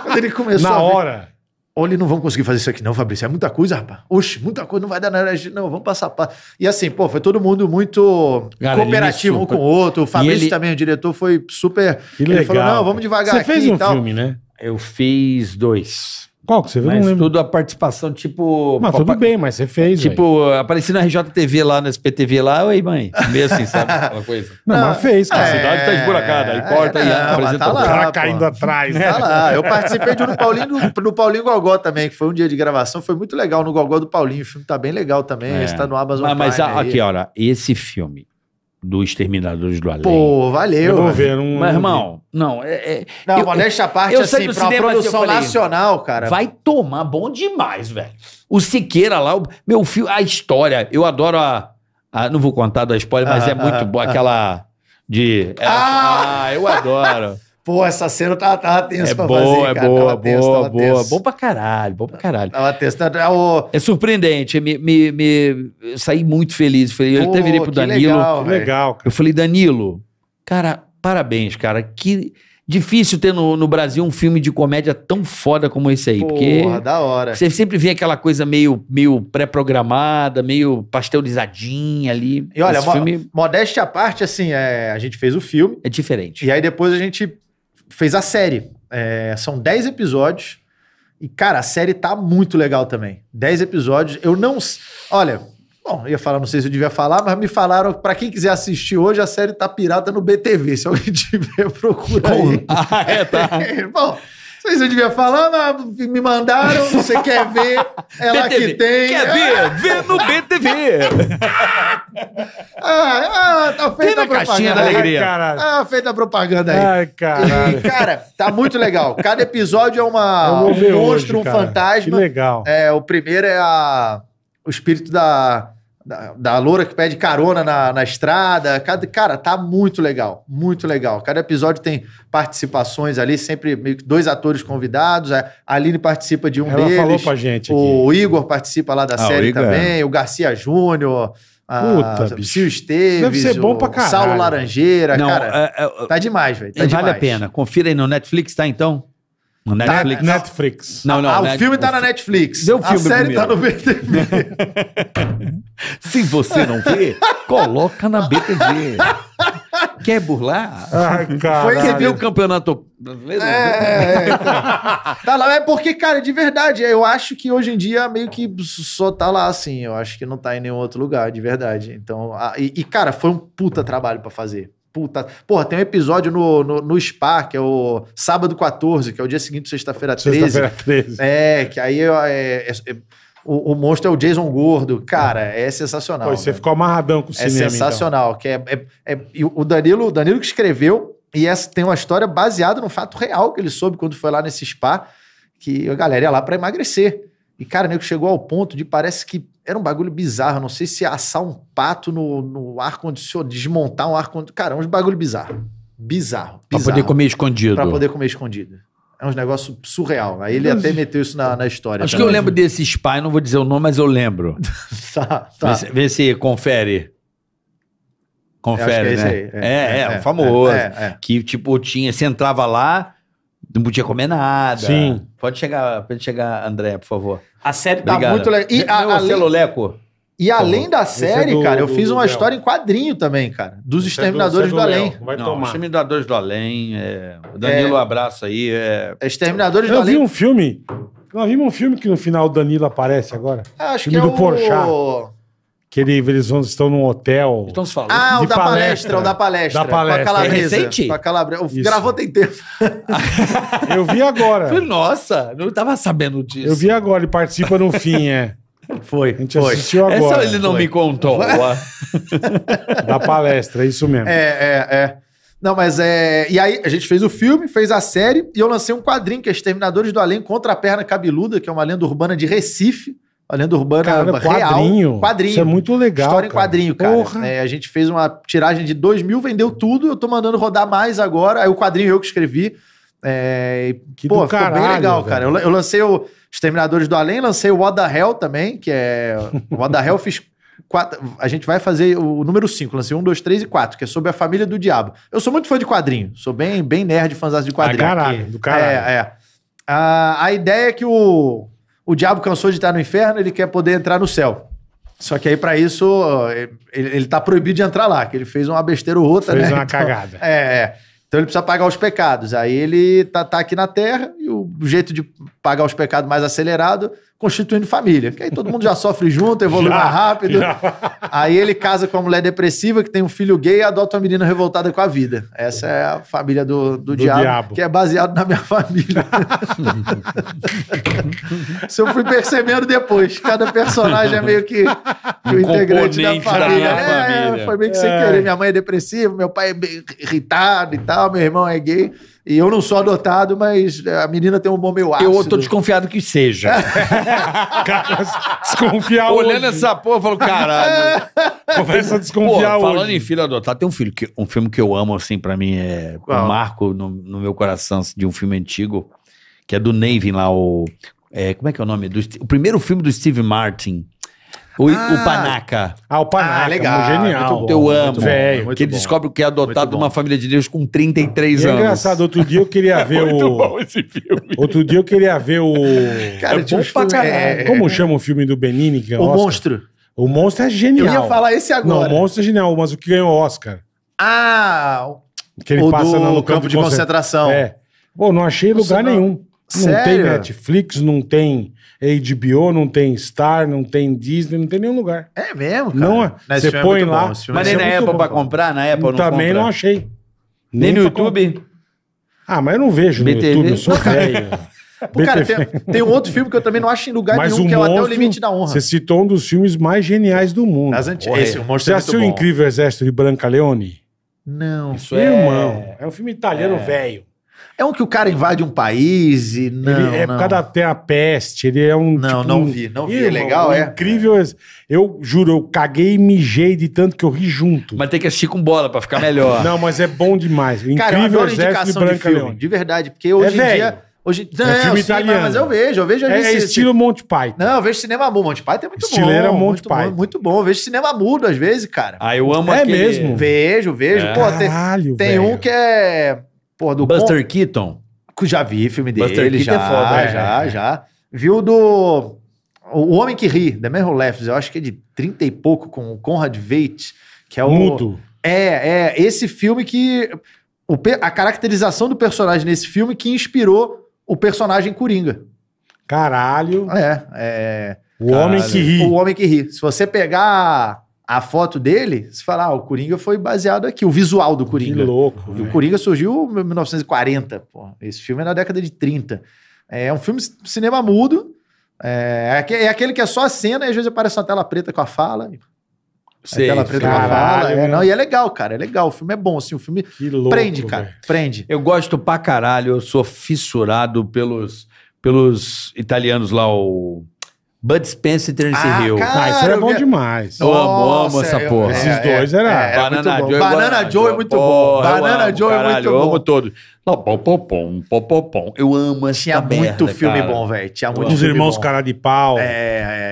Speaker 1: Quando ele começou
Speaker 5: Na
Speaker 1: a É ver-
Speaker 5: hora.
Speaker 1: Olha, não vamos conseguir fazer isso aqui, não, Fabrício. É muita coisa, rapaz. Oxe, muita coisa, não vai dar nada. Não, vamos passar a passo. E assim, pô, foi todo mundo muito
Speaker 4: Cara, ele
Speaker 1: cooperativo um
Speaker 4: super-
Speaker 1: com o outro. O Fabrício
Speaker 4: ele-
Speaker 1: também, o diretor, foi super.
Speaker 5: Que
Speaker 1: ele
Speaker 5: legal.
Speaker 1: falou: não,
Speaker 5: cara.
Speaker 1: vamos devagar
Speaker 5: Você
Speaker 1: aqui
Speaker 5: fez
Speaker 1: e
Speaker 5: um
Speaker 1: tal.
Speaker 5: filme, né?
Speaker 4: Eu fiz dois.
Speaker 5: Qual que você viu? Eu
Speaker 4: Mas
Speaker 5: não lembro.
Speaker 4: tudo a participação, tipo.
Speaker 5: Mas tudo bem, mas você fez, velho.
Speaker 4: Tipo, apareci na RJTV lá, no SPTV lá, oi mãe, meio assim, sabe? Aquela coisa.
Speaker 5: Não,
Speaker 1: Não,
Speaker 5: mas fez,
Speaker 1: É,
Speaker 4: A
Speaker 5: cara.
Speaker 4: cidade tá esburacada, aí corta e
Speaker 1: não, mas
Speaker 4: apresenta
Speaker 1: tá
Speaker 4: o
Speaker 5: O
Speaker 1: lá,
Speaker 5: cara
Speaker 1: pô.
Speaker 5: caindo atrás, né?
Speaker 1: Tá lá. Eu participei de um do Paulinho, do, do Paulinho Gogó também, que foi um dia de gravação. Foi muito legal no Gogó do Paulinho. O filme tá bem legal também.
Speaker 4: É.
Speaker 1: Esse tá no Amazon
Speaker 4: Mas, mas
Speaker 1: Prime
Speaker 4: a-
Speaker 1: aí.
Speaker 4: aqui, olha, esse filme do Exterminadores do Além.
Speaker 1: Pô, valeu.
Speaker 5: Eu vou ver. um Não,
Speaker 4: mas, irmão, não, é- é-
Speaker 1: Não,
Speaker 4: Eu-
Speaker 1: modéstia à parte,
Speaker 4: eu saí
Speaker 1: assim,
Speaker 4: do
Speaker 1: pra uma
Speaker 4: cinema, assim, eu
Speaker 1: produção
Speaker 4: falei,
Speaker 1: nacional, cara.
Speaker 4: vai tomar bom demais, velho. O Siqueira lá, o, meu filho, a história, eu adoro a, a- não vou contar da spoiler, mas
Speaker 1: Ah,
Speaker 4: é muito
Speaker 1: ah,
Speaker 4: boa aquela de é,
Speaker 1: Ah!
Speaker 4: ah, eu adoro.
Speaker 1: Pô, essa cena tava, tava tensa
Speaker 4: é
Speaker 1: pra
Speaker 4: boa,
Speaker 1: fazer,
Speaker 4: é
Speaker 1: cara.
Speaker 4: boa,
Speaker 1: tava tenso,
Speaker 4: boa,
Speaker 1: tava
Speaker 4: boa,
Speaker 1: tenso.
Speaker 4: bom pra caralho, bom pra caralho.
Speaker 1: Tava tenso. Não, é o-
Speaker 4: É surpreendente, me, me, me- eu saí muito feliz. Falei, eu
Speaker 1: Pô,
Speaker 4: até virei pro
Speaker 1: que
Speaker 4: Danilo.
Speaker 1: legal,
Speaker 5: Que
Speaker 1: velho.
Speaker 5: legal, cara.
Speaker 4: Eu falei, Danilo, cara, parabéns, cara. Que difícil ter no, no Brasil um filme de comédia tão foda como esse aí. porque
Speaker 1: Porra, da hora.
Speaker 4: você sempre vê aquela coisa meio, meio pré-programada, meio pasteurizadinha ali.
Speaker 1: E olha,
Speaker 4: esse
Speaker 1: mo-
Speaker 4: filme
Speaker 1: modéstia à parte, assim, é, a gente fez o filme
Speaker 4: é diferente.
Speaker 1: e aí depois a gente fez a série. É, são 10 episódios e, cara, a série tá muito legal também. 10 episódios. Eu não... s- Olha, bom, eu ia falar, não sei se eu devia falar, mas me falaram, pra quem quiser assistir hoje, a série tá pirata no BTV. Se alguém tiver, procura aí.
Speaker 4: Ah, é, tá.
Speaker 1: Bom, não sei se eu devia falar, mas me mandaram, você quer ver, é lá que tem. né?
Speaker 4: Quer ver? Vê no BTV.
Speaker 1: Ah, ah, tá
Speaker 4: Vê
Speaker 1: feita a
Speaker 4: na caixinha
Speaker 1: propaganda.
Speaker 4: da alegria.
Speaker 5: Caralho.
Speaker 1: Ah, feita a propaganda aí.
Speaker 5: Ai, caralho.
Speaker 1: E, cara, tá muito legal. Cada episódio é
Speaker 5: Eu
Speaker 1: uma,
Speaker 5: vou ver
Speaker 1: um monstro,
Speaker 5: hoje,
Speaker 1: um
Speaker 5: cara. Que
Speaker 1: fantasma.
Speaker 5: legal.
Speaker 1: É, o primeiro é a, o espírito da, da, da loura que pede carona na, na estrada. Cada, cara, tá muito legal. Muito legal. Cada episódio tem participações ali, sempre meio que dois atores convidados. A Aline participa de um
Speaker 5: Ela
Speaker 1: deles.
Speaker 5: falou pra gente aqui.
Speaker 1: O Igor participa lá da
Speaker 4: Ah, o
Speaker 1: série
Speaker 4: Igor é.
Speaker 1: também, o Garcia Júnior, a-
Speaker 5: Puta,
Speaker 1: o
Speaker 5: bicho.
Speaker 1: Sil Esteves,
Speaker 5: Deve ser bom pra
Speaker 1: o
Speaker 5: caralho.
Speaker 1: Saulo Laranjeira,
Speaker 4: Não,
Speaker 1: cara.
Speaker 4: é- é-
Speaker 1: Tá demais, velho. Tá
Speaker 4: vale
Speaker 1: demais. Tá.
Speaker 4: a pena. Confira aí no Netflix, tá então? No Netflix.
Speaker 5: Netflix.
Speaker 4: Não, não.
Speaker 1: ah,
Speaker 4: né?
Speaker 1: o filme tá na Netflix.
Speaker 4: Vê o
Speaker 1: a
Speaker 4: filme
Speaker 1: série
Speaker 4: primeiro.
Speaker 1: tá no BTV.
Speaker 4: Se você não vê, coloca na BTV. Quer burlar?
Speaker 5: Ai, Ah,
Speaker 1: Foi né?
Speaker 5: caralho.
Speaker 4: Quer ver o campeonato brasileiro?
Speaker 1: é, é, então. Tá lá, é porque, cara, de verdade, eu acho que hoje em dia meio que só tá lá assim. Eu acho que não tá em nenhum outro lugar, de verdade. Então, a- e, e, cara, foi um puta trabalho pra fazer. Puta. Porra, tem um episódio no, no, no Spa, que é o sábado 14, que é o dia seguinte, sexta-feira 13.
Speaker 5: Sexta-feira 13.
Speaker 1: É, que aí ó, é, é- é- o, o monstro é o Jason Gordo. Cara, é sensacional.
Speaker 5: Pô, você
Speaker 1: velho.
Speaker 5: ficou amarradão com o
Speaker 1: É
Speaker 4: então.
Speaker 5: cinema, então.
Speaker 1: sensacional. Que é, é- é- e o Danilo, o Danilo que escreveu, e essa tem uma história baseada num fato real que ele soube quando foi lá nesse spa, que a galera ia lá pra emagrecer. E, cara, o nego chegou ao ponto de parece que era um bagulho bizarro. Não sei se assar um pato no, no ar-condicionado, desmontar um ar-condicionado. Cara, é uns bagulho bizarro. Bizarro.
Speaker 4: Pra
Speaker 1: bizarro.
Speaker 4: poder comer escondido.
Speaker 1: Pra poder comer escondido. É um negócio surreal. Aí ele até meteu isso na, na história.
Speaker 4: Acho que eu lembro desse spy, não vou dizer o nome, mas eu lembro.
Speaker 1: Tá,
Speaker 4: Vê,
Speaker 1: tá.
Speaker 4: se, vê se confere. Confere,
Speaker 1: Eu acho que
Speaker 4: né?
Speaker 1: é esse aí.
Speaker 4: É, é, o famoso.
Speaker 1: É, é.
Speaker 4: Que, tipo, tinha, você entrava lá, não podia comer nada.
Speaker 5: Sim.
Speaker 4: Pode chegar, pode chegar, André, por favor.
Speaker 1: A série tá
Speaker 4: Obrigado.
Speaker 1: muito legal. E,
Speaker 4: Meu tá
Speaker 1: a- além,
Speaker 4: celuleco.
Speaker 1: e além da
Speaker 5: Esse é
Speaker 1: série,
Speaker 5: do-
Speaker 1: cara, eu
Speaker 5: do-
Speaker 1: fiz
Speaker 5: do
Speaker 1: uma
Speaker 5: Léo.
Speaker 1: história em quadrinho também, cara. Dos
Speaker 5: então.
Speaker 1: Exterminadores do,
Speaker 5: Você é Léo,
Speaker 1: Além.
Speaker 5: Vai
Speaker 4: não,
Speaker 5: tomar.
Speaker 4: Exterminadores do Além. é, o Danilo, um abraço aí. é,
Speaker 1: Exterminadores do
Speaker 5: Eu vi
Speaker 1: Além.
Speaker 5: um filme. Nós vimos um filme que no final o Danilo aparece agora.
Speaker 1: Acho que
Speaker 5: filme
Speaker 1: é
Speaker 5: do
Speaker 1: o...
Speaker 5: Porchat. que ele- eles vão- estão num hotel.
Speaker 4: Estão se falando.
Speaker 1: Ah, o
Speaker 5: De
Speaker 1: da palestra,
Speaker 5: palestra.
Speaker 1: o da palestra.
Speaker 5: Da palestra.
Speaker 1: Com a calabresa.
Speaker 4: É recente?
Speaker 1: Com a calabresa.
Speaker 5: Isso.
Speaker 1: Gravou tem tempo.
Speaker 5: Eu vi agora.
Speaker 4: Falei, Nossa, não tava sabendo disso.
Speaker 5: Eu vi agora, ele participa no fim, é.
Speaker 1: Foi,
Speaker 5: A gente assistiu
Speaker 4: Essa
Speaker 5: agora.
Speaker 4: ele não
Speaker 1: Foi.
Speaker 4: me contou.
Speaker 1: Foi.
Speaker 4: Ó.
Speaker 5: Da palestra, é isso mesmo.
Speaker 1: É, é, é. Não, mas é. E aí, a gente fez o filme, fez a série, e eu lancei um quadrinho que é Exterminadores do Além contra a Perna Cabeluda, que é uma lenda urbana de Recife. Uma lenda urbana
Speaker 3: Cara,
Speaker 1: real.
Speaker 3: quadrinho.
Speaker 1: Quadrinho.
Speaker 3: Isso é muito legal.
Speaker 1: História em
Speaker 3: cara.
Speaker 1: quadrinho, cara.
Speaker 3: Porra.
Speaker 1: É, a gente fez uma tiragem de 2 mil, vendeu tudo, eu tô mandando rodar mais agora. Aí o quadrinho eu que escrevi. É, e,
Speaker 3: Que
Speaker 1: pô,
Speaker 3: do
Speaker 1: ficou
Speaker 3: caralho,
Speaker 1: bem legal,
Speaker 3: velho.
Speaker 1: cara. Eu, eu lancei o Exterminadores do Além, lancei o What the Hell também, que é. O What the Hell fiz. Quatro, a gente vai fazer o número 5, lancei 1, 2, 3 e 4, que é sobre a família do diabo. Eu sou muito fã de quadrinho, sou bem, bem nerd, fãzão de
Speaker 3: Ah,
Speaker 1: quadrinho.
Speaker 3: caralho, do caralho.
Speaker 1: É, é. A, a ideia é que o, o diabo cansou de estar no inferno, ele quer poder entrar no céu. Só que aí, pra isso, ele, ele tá proibido de entrar lá, que ele fez uma besteira ou outra,
Speaker 3: Fez
Speaker 1: né?
Speaker 3: uma
Speaker 1: Então,
Speaker 3: cagada.
Speaker 1: é, é. Então ele precisa pagar os pecados. Aí ele tá, tá aqui na Terra e o jeito de pagar os pecados mais acelerado, constituindo família. Que aí todo mundo já sofre junto, evolui
Speaker 3: Já,
Speaker 1: mais rápido.
Speaker 3: já.
Speaker 1: Aí ele casa com uma mulher depressiva que tem um filho gay e adota uma menina revoltada com a vida. Essa é a família do,
Speaker 3: Do
Speaker 1: do, diabo,
Speaker 3: diabo.
Speaker 1: que é baseado na minha família. Isso eu fui percebendo depois. Cada personagem é meio que que o
Speaker 5: Um
Speaker 1: integrante da
Speaker 5: componente da
Speaker 1: família.
Speaker 5: minha
Speaker 1: É,
Speaker 5: família.
Speaker 1: Foi meio que sem
Speaker 3: É.
Speaker 1: querer. Minha mãe é depressiva, meu pai é bem irritado e tal, meu irmão é gay. E eu não sou adotado, mas a menina tem um bom meio ácido.
Speaker 4: Eu tô desconfiado que seja.
Speaker 3: Cara, desconfiar
Speaker 4: Tá Olhando
Speaker 3: hoje.
Speaker 1: assim,
Speaker 4: essa porra, eu falo, caralho.
Speaker 3: Começa a
Speaker 4: Pô,
Speaker 3: desconfiar
Speaker 4: falando
Speaker 3: hoje.
Speaker 4: em filho adotado, tem um filho que, um filme que eu amo, assim, pra mim é
Speaker 1: Qual?
Speaker 4: um marco no, no meu coração assim, de um filme antigo, que é do Navin lá, o. é, como é que é o nome? Do, Ste- o primeiro filme do Steve Martin. O,
Speaker 1: Ah.
Speaker 4: o Panaca.
Speaker 3: Ah, o Panaca,
Speaker 1: Ah, legal,
Speaker 3: um genial.
Speaker 1: muito bom,
Speaker 4: eu amo.
Speaker 3: Velho.
Speaker 1: muito
Speaker 4: que ele
Speaker 1: bom.
Speaker 4: descobre que é
Speaker 1: Muito
Speaker 4: adotado de
Speaker 1: bom.
Speaker 4: uma família de Deus com
Speaker 3: E
Speaker 4: 33
Speaker 3: é
Speaker 4: anos.
Speaker 3: engraçado, outro dia eu queria ver o...
Speaker 5: esse filme.
Speaker 3: Outro dia eu queria ver o...
Speaker 1: Cara, tinha uns filmes- é-
Speaker 3: Como chama o filme do Benini? Que
Speaker 1: O
Speaker 3: Oscar?
Speaker 1: monstro.
Speaker 3: O Monstro é
Speaker 1: Eu
Speaker 3: genial.
Speaker 1: ia falar esse
Speaker 3: Não,
Speaker 1: agora.
Speaker 3: o Monstro é genial, mas o que ganhou o Oscar?
Speaker 1: Ah,
Speaker 3: Que ele
Speaker 1: o
Speaker 3: passa
Speaker 1: do
Speaker 3: no
Speaker 1: campo, de
Speaker 3: concentra-
Speaker 1: concentração.
Speaker 3: É. Pô, não achei
Speaker 1: Nossa,
Speaker 3: lugar
Speaker 1: não.
Speaker 3: nenhum. Não tem
Speaker 1: Sério?
Speaker 3: Netflix, não tem HBO, não tem Star, não tem Disney, não tem nenhum lugar.
Speaker 1: É mesmo, cara.
Speaker 3: Não,
Speaker 1: Mas
Speaker 3: você
Speaker 1: esse filme é
Speaker 3: põe
Speaker 1: muito
Speaker 3: lá,
Speaker 1: bom, esse filme
Speaker 4: Mas
Speaker 1: é
Speaker 4: nem
Speaker 1: muito
Speaker 4: na
Speaker 3: muito
Speaker 4: Apple
Speaker 3: bom.
Speaker 4: pra comprar, na
Speaker 1: É,
Speaker 4: Apple não
Speaker 3: Também
Speaker 4: compra.
Speaker 3: não achei.
Speaker 4: Nem no
Speaker 3: pra
Speaker 4: YouTube.
Speaker 3: Ah, mas eu não vejo no
Speaker 4: BTV.
Speaker 3: YouTube, eu sou velho.
Speaker 1: Pô, cara, tem, tem um outro filme que eu também não acho em lugar
Speaker 3: Mas
Speaker 1: nenhum,
Speaker 3: o
Speaker 1: que é o Até o
Speaker 3: Monstro,
Speaker 1: Limite da Honra.
Speaker 3: Você citou um dos filmes mais geniais do mundo.
Speaker 1: Das anti-
Speaker 4: Porra,
Speaker 1: Esse, o
Speaker 3: Você
Speaker 1: Monstro é muito
Speaker 3: assistiu
Speaker 1: bom.
Speaker 3: O Incrível Exército de Branca Leone?
Speaker 1: Não.
Speaker 4: Isso é.
Speaker 3: Irmão, é um filme italiano velho.
Speaker 1: É um que o cara invade um país e não,
Speaker 3: ele é
Speaker 1: não.
Speaker 3: por causa da terra peste, ele é um.
Speaker 1: Não,
Speaker 3: tipo,
Speaker 1: não
Speaker 3: um-
Speaker 1: vi, não vi. É
Speaker 3: Irmão,
Speaker 1: legal,
Speaker 3: um
Speaker 1: é?
Speaker 3: Incrível. ex- Eu juro, eu caguei e mijei de tanto que eu ri junto.
Speaker 4: Mas tem que assistir com bola pra ficar melhor.
Speaker 3: Não, mas é bom demais. O
Speaker 1: Cara, eu
Speaker 3: Incrível
Speaker 1: adoro
Speaker 3: Exército de
Speaker 1: indicação de
Speaker 3: Branca
Speaker 1: filme,
Speaker 3: Leone. É
Speaker 1: de verdade, porque hoje em
Speaker 3: velho. É
Speaker 1: dia... Hoje, não,
Speaker 3: filme
Speaker 1: eu sei,
Speaker 3: italiano.
Speaker 1: Mas eu vejo, eu vejo...
Speaker 3: É,
Speaker 1: às vezes
Speaker 3: é
Speaker 1: esse-
Speaker 3: estilo Monty Python.
Speaker 1: Não, eu vejo cinema mudo. Monty Python é muito
Speaker 3: Estileira
Speaker 1: bom.
Speaker 3: Monty
Speaker 1: muito bom,
Speaker 3: Python.
Speaker 1: Muito bom. Eu vejo cinema mudo às vezes, cara.
Speaker 4: Ah, eu amo
Speaker 3: É
Speaker 4: aquele-
Speaker 3: mesmo?
Speaker 1: Vejo, vejo. Pô,
Speaker 3: Ah,
Speaker 1: tem,
Speaker 3: Caralho,
Speaker 1: tem
Speaker 3: velho.
Speaker 1: um que é... Pô, do...
Speaker 4: Buster Keaton.
Speaker 1: Que Já vi filme
Speaker 4: Buster
Speaker 1: dele,
Speaker 4: Keaton
Speaker 1: já,
Speaker 4: é foda,
Speaker 3: é.
Speaker 1: já, já. Viu do... O Homem que Ri, The Man Who Laughs, eu acho que é de 30 e pouco, com o Conrad Veidt, que é o...
Speaker 3: Mudo.
Speaker 1: É, é, esse filme que... o pe- a caracterização do personagem nesse filme que inspirou o personagem Coringa.
Speaker 3: Caralho.
Speaker 1: É, é...
Speaker 3: O homem que ri.
Speaker 1: O Homem que Ri. Se você pegar a foto dele, você fala, ah, o Coringa foi baseado aqui, o visual do
Speaker 3: Que
Speaker 1: Coringa.
Speaker 3: louco.
Speaker 1: E o
Speaker 3: velho.
Speaker 1: Coringa surgiu em 1940. Pô. Esse filme é na década de 30. É um filme de cinema mudo. É, aque- é aquele que é só a cena e às vezes aparece uma tela preta com a fala.
Speaker 4: Sei,
Speaker 1: a tela preta com a
Speaker 3: caralho,
Speaker 1: fala. É,
Speaker 3: meu.
Speaker 1: não, e é legal, cara. É legal. O filme é bom. Assim, o filme
Speaker 3: Que louco.
Speaker 1: prende, cara.
Speaker 3: velho.
Speaker 1: Prende.
Speaker 4: Eu gosto pra caralho, eu sou fissurado pelos, pelos italianos lá, o Bud Spencer e Terence
Speaker 1: Ah,
Speaker 4: Hill.
Speaker 1: cara,
Speaker 3: Ah, isso era
Speaker 1: eu
Speaker 3: bom
Speaker 1: vi-
Speaker 3: demais.
Speaker 4: Eu amo, amo
Speaker 1: Nossa,
Speaker 4: essa
Speaker 1: eu- é,
Speaker 4: porra.
Speaker 3: Esses dois era-
Speaker 1: muito bom.
Speaker 4: eu
Speaker 1: Banana
Speaker 4: amo.
Speaker 1: Joe é muito bom.
Speaker 4: Porra, eu
Speaker 1: Banana
Speaker 4: amo,
Speaker 1: Joe é muito
Speaker 4: caralho, Eu amo
Speaker 1: bom.
Speaker 4: todos. Lá, pom, pom, pom, pom, pom, pom. Eu amo essa
Speaker 1: Tinha muito
Speaker 4: merda,
Speaker 1: filme
Speaker 4: cara.
Speaker 1: bom, velho. Tinha muito
Speaker 3: Os
Speaker 1: filme
Speaker 3: irmãos
Speaker 1: bom.
Speaker 3: cara de pau.
Speaker 1: É,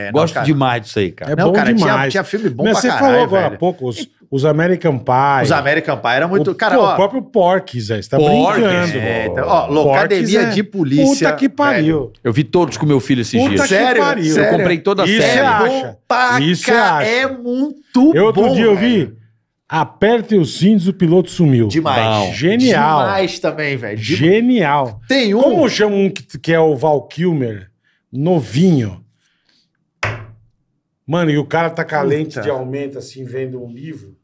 Speaker 1: é, não,
Speaker 4: Gosto
Speaker 1: cara.
Speaker 4: demais disso aí, cara.
Speaker 3: É
Speaker 1: Não,
Speaker 3: bom
Speaker 1: cara, tinha,
Speaker 3: demais.
Speaker 1: tinha filme bom
Speaker 3: Mas
Speaker 1: pra
Speaker 3: você
Speaker 1: caralho,
Speaker 3: falou agora
Speaker 1: velho.
Speaker 3: há pouco, os, os American Pie.
Speaker 1: Os American Pie era muito...
Speaker 3: o,
Speaker 1: cara,
Speaker 3: pô,
Speaker 1: ó,
Speaker 3: o próprio Porques, aí, você tá
Speaker 4: Porques,
Speaker 3: brincando.
Speaker 1: É,
Speaker 3: pô.
Speaker 1: então, ó, Locademia
Speaker 3: Porques é-
Speaker 1: de Polícia.
Speaker 3: Puta que pariu.
Speaker 4: Eu vi todos com meu filho esses
Speaker 3: Puta
Speaker 4: dias.
Speaker 3: que
Speaker 1: Sério?
Speaker 3: pariu.
Speaker 1: Sério?
Speaker 4: Eu comprei toda a
Speaker 3: Isso
Speaker 4: série.
Speaker 3: é
Speaker 1: Velho.
Speaker 3: a-
Speaker 1: Bom
Speaker 3: acha.
Speaker 1: pra
Speaker 3: Isso
Speaker 1: ca-
Speaker 3: é acha.
Speaker 1: É muito
Speaker 3: Eu outro
Speaker 1: bom,
Speaker 3: dia eu
Speaker 1: velho.
Speaker 3: vi. Aperte os cintos, o piloto sumiu.
Speaker 1: Demais.
Speaker 4: Bom.
Speaker 3: Genial.
Speaker 1: Demais também, velho. De-
Speaker 3: Genial.
Speaker 1: Tem um...
Speaker 3: Como chama um que, que é o Val Kilmer? Novinho. Mano, e o cara tá com a
Speaker 1: Puta.
Speaker 3: lente de aumento, assim, vendo um livro.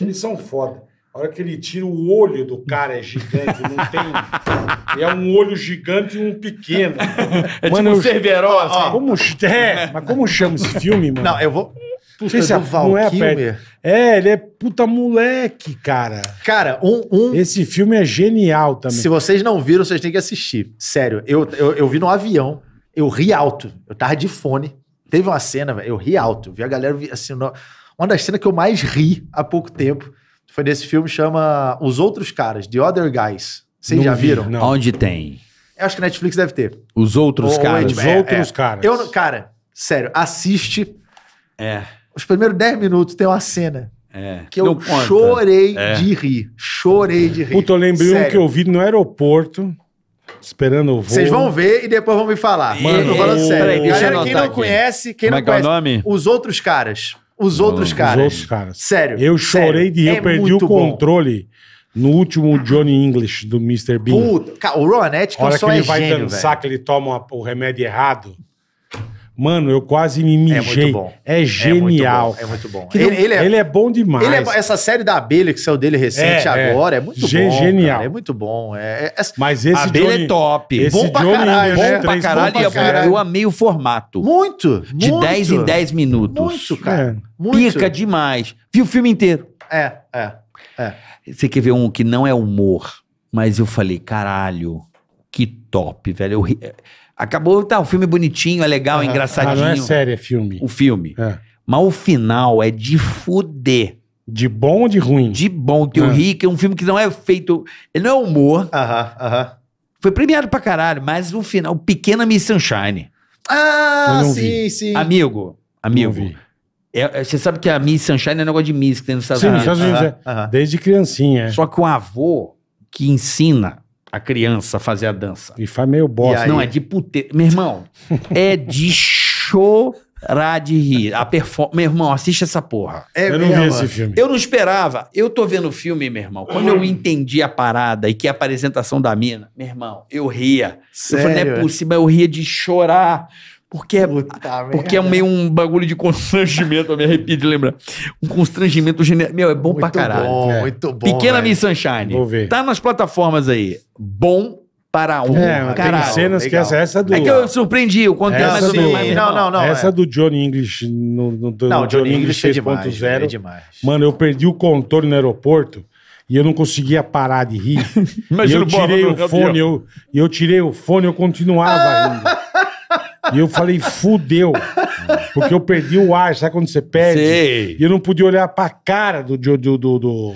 Speaker 3: Eles são foda. A hora que ele tira o olho do cara é gigante, não tem. É um olho gigante e um pequeno.
Speaker 4: É
Speaker 3: Mano,
Speaker 4: tipo
Speaker 3: eu-
Speaker 4: Cerveró, assim.
Speaker 3: Como, ch- é, mas como chama esse filme, mano?
Speaker 1: Não, eu vou... Puta,
Speaker 3: Sei se é-
Speaker 1: do
Speaker 3: não é
Speaker 1: Valkyrie.
Speaker 3: É, ele é puta moleque, cara.
Speaker 1: Cara, um, um-
Speaker 3: Esse filme é genial também.
Speaker 1: se vocês não viram, vocês têm que assistir. Sério, eu, eu, eu vi no avião, eu ri alto. Eu tava de fone. Teve uma cena, velho, eu ri alto. Eu vi a galera, vi- assim, no- uma das cenas que eu mais ri há pouco tempo foi nesse filme, chama Os Outros Caras, The Other Guys. Vocês
Speaker 3: Não
Speaker 1: já
Speaker 3: vi,
Speaker 1: viram?
Speaker 3: Não.
Speaker 4: Onde tem?
Speaker 1: Eu acho que Netflix deve ter.
Speaker 4: Os outros
Speaker 1: Ou
Speaker 4: caras.
Speaker 3: Os
Speaker 1: É,
Speaker 3: outros
Speaker 1: é.
Speaker 3: caras.
Speaker 1: Eu, não- cara, sério, assiste.
Speaker 4: É.
Speaker 1: Os primeiros 10 minutos tem uma cena
Speaker 4: É.
Speaker 1: que eu
Speaker 4: Não conta.
Speaker 1: chorei
Speaker 4: É.
Speaker 1: de rir. Chorei de rir.
Speaker 3: Puta, eu lembrei um
Speaker 1: Sério.
Speaker 3: que eu vi no aeroporto, esperando o voo.
Speaker 1: Vocês vão ver e depois vão me falar.
Speaker 4: Mano,
Speaker 1: Mano, eu tô falando
Speaker 3: o-
Speaker 1: sério.
Speaker 3: peraí, deixa eu
Speaker 1: Galera, quem
Speaker 4: anotar
Speaker 1: não
Speaker 4: aqui.
Speaker 1: conhece, quem
Speaker 4: Como é
Speaker 1: não
Speaker 4: que é o nome?
Speaker 1: conhece, os outros caras. Os outros
Speaker 4: Os
Speaker 3: Os
Speaker 1: caras.
Speaker 3: outros caras.
Speaker 1: Sério.
Speaker 3: Eu
Speaker 1: sério,
Speaker 3: chorei de rir,
Speaker 1: é
Speaker 3: eu perdi o
Speaker 1: muito bom.
Speaker 3: controle no último Johnny English do Mr. Bean.
Speaker 1: Puta, cara, o Ron
Speaker 3: A hora
Speaker 1: Atkinson
Speaker 3: que
Speaker 1: é
Speaker 3: ele vai
Speaker 1: gênio,
Speaker 3: dançar,
Speaker 1: velho.
Speaker 3: que ele toma uma- o remédio errado. Mano, eu quase me
Speaker 1: É
Speaker 3: mijei. É,
Speaker 1: muito bom.
Speaker 3: genial.
Speaker 1: É muito bom. É muito bom.
Speaker 3: Que não-
Speaker 1: Ele, ele é,
Speaker 3: bom demais.
Speaker 1: ele é- essa série da abelha que saiu dele recente
Speaker 3: É, é.
Speaker 1: agora é, muito
Speaker 3: Ge-
Speaker 1: bom.
Speaker 3: genial.
Speaker 1: cara, É muito bom. É, é- é-
Speaker 3: Mas esse
Speaker 4: a abelha
Speaker 3: Johnny...
Speaker 4: é top.
Speaker 3: Esse
Speaker 1: Bom pra
Speaker 3: Johnny
Speaker 1: caralho,
Speaker 3: English é
Speaker 1: né?
Speaker 4: bom
Speaker 1: Bom
Speaker 3: 3,
Speaker 4: pra caralho.
Speaker 1: pra
Speaker 4: e eu-
Speaker 1: caralho.
Speaker 4: Eu amei o formato.
Speaker 1: muito.
Speaker 4: de
Speaker 1: muito.
Speaker 4: 10 em 10 minutos.
Speaker 1: Muito,
Speaker 3: É,
Speaker 1: cara. Muito.
Speaker 4: Pica demais. Vi o filme inteiro.
Speaker 1: É, é.
Speaker 4: Você quer ver um que não é humor, mas eu falei, caralho, que top, velho. Eu ri- eh, Acabou, tá, o filme é bonitinho, é legal, é
Speaker 1: Aham.
Speaker 3: Ah, não é
Speaker 4: engraçadinho.
Speaker 3: sério, é filme.
Speaker 4: o filme.
Speaker 3: É.
Speaker 4: Mas o final é de fuder.
Speaker 3: De bom ou de ruim?
Speaker 4: De bom. Teu
Speaker 3: É.
Speaker 4: rico é um filme que não é feito. Ele não é humor.
Speaker 1: Aham, aham.
Speaker 4: Foi premiado pra caralho, mas o final, Pequena Miss Sunshine.
Speaker 1: Ah,
Speaker 3: Eu não Ah,
Speaker 1: sim, sim.
Speaker 4: Amigo,
Speaker 3: Não
Speaker 4: amigo.
Speaker 3: vi.
Speaker 4: é- é- Você sabe que a Miss Sunshine é negócio de Miss que tem nos Estados
Speaker 3: Sim,
Speaker 4: Unidos.
Speaker 3: Estados Unidos, é.
Speaker 1: Aham.
Speaker 3: Desde criancinha. é.
Speaker 4: Só que o avô que ensina a criança a fazer a dança.
Speaker 3: E faz meio bosta.
Speaker 1: E aí?
Speaker 4: Não, é de puteiro. Meu irmão, é de chorar de rir. A perform... Meu irmão, assiste essa porra.
Speaker 1: É
Speaker 3: eu não
Speaker 1: mesmo.
Speaker 3: vi esse filme.
Speaker 4: Eu não esperava. Eu tô vendo o filme, meu irmão. Quando eu entendi a parada e que é a apresentação da mina, meu irmão, eu ria. Eu falei, não é
Speaker 1: Sério?
Speaker 4: possível, eu ria de chorar. Porque é,
Speaker 1: Puta
Speaker 4: porque é
Speaker 1: merda.
Speaker 4: meio um bagulho de constrangimento, eu me arrepio de lembrar. Um constrangimento general. Meu, é bom pra
Speaker 1: Muito
Speaker 4: caralho.
Speaker 1: Bom,
Speaker 3: É.
Speaker 1: Muito bom.
Speaker 4: Pequena
Speaker 1: velho.
Speaker 4: Miss Sunshine.
Speaker 3: Vou ver.
Speaker 4: Tá nas plataformas aí. Bom para um.
Speaker 3: É, mas
Speaker 4: caralho.
Speaker 3: tem cenas que
Speaker 1: legal.
Speaker 3: essa, essa do...
Speaker 4: É que eu surpreendi o conteúdo,
Speaker 3: Essa é
Speaker 4: mas tudo
Speaker 3: do-
Speaker 4: bem, mas,
Speaker 1: Sim,
Speaker 4: irmão,
Speaker 1: não, não, não.
Speaker 3: essa
Speaker 1: é.
Speaker 3: do Johnny English no, no, no-
Speaker 1: Não,
Speaker 3: no
Speaker 1: Johnny English é demais.
Speaker 3: 3.0.
Speaker 1: É demais.
Speaker 3: Mano, eu perdi o controle no aeroporto e eu não conseguia parar de rir. e
Speaker 4: Imagina
Speaker 3: eu
Speaker 4: o Borba
Speaker 3: tirei
Speaker 4: no
Speaker 3: o
Speaker 4: avião.
Speaker 3: fone, eu, e eu tirei o fone, eu continuava rindo. E eu falei, fudeu. Porque eu perdi o ar, sabe quando você perde?
Speaker 4: Sei.
Speaker 3: E eu não podia olhar pra cara do, do, do, do, do,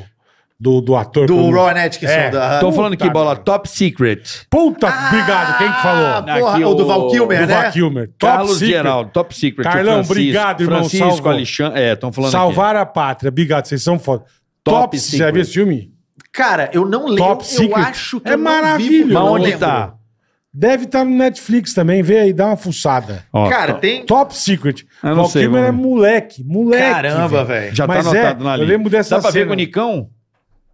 Speaker 3: do- do ator.
Speaker 1: Do
Speaker 3: Quando-
Speaker 1: Ron Atkinson.
Speaker 3: É.
Speaker 1: da-
Speaker 4: Tô falando que
Speaker 3: Puta,
Speaker 4: bola
Speaker 3: cara.
Speaker 4: top secret.
Speaker 3: Puta,
Speaker 1: Ah,
Speaker 3: obrigado. Quem que falou?
Speaker 1: Porra,
Speaker 4: Aqui
Speaker 1: o do
Speaker 4: o-
Speaker 1: Val Kilmer,
Speaker 3: do
Speaker 1: né?
Speaker 3: Val Kilmer. Top
Speaker 4: Carlos
Speaker 3: Secret.
Speaker 4: Geraldo, top secret. O
Speaker 3: Carlão, obrigado, irmão,
Speaker 4: Francisco
Speaker 3: salvou.
Speaker 4: Alexandre. É, estão falando aqui.
Speaker 3: Salvar a pátria. Obrigado, vocês são foda.
Speaker 4: Top
Speaker 3: Top, você já
Speaker 4: Secret.
Speaker 3: viu esse filme?
Speaker 1: Cara, eu não lembro.
Speaker 3: Top
Speaker 1: eu
Speaker 3: Secret.
Speaker 1: acho que
Speaker 3: É
Speaker 1: eu não vi,
Speaker 3: maravilhoso.
Speaker 1: porque eu
Speaker 4: Mas
Speaker 1: não
Speaker 4: onde
Speaker 1: lembro.
Speaker 4: tá?
Speaker 3: Deve estar no Netflix também, vê aí, dá uma fuçada.
Speaker 4: Ó,
Speaker 1: Cara,
Speaker 4: tá-
Speaker 1: tem...
Speaker 3: Top Secret.
Speaker 4: Eu não
Speaker 3: Val
Speaker 4: sei,
Speaker 3: Kilmer é
Speaker 4: mano.
Speaker 3: moleque, moleque.
Speaker 1: Caramba, velho.
Speaker 4: já tá
Speaker 3: mas é,
Speaker 4: anotado na
Speaker 3: eu
Speaker 4: lista.
Speaker 3: lembro dessa
Speaker 4: Dá pra ver
Speaker 3: cena.
Speaker 4: com o Nicão?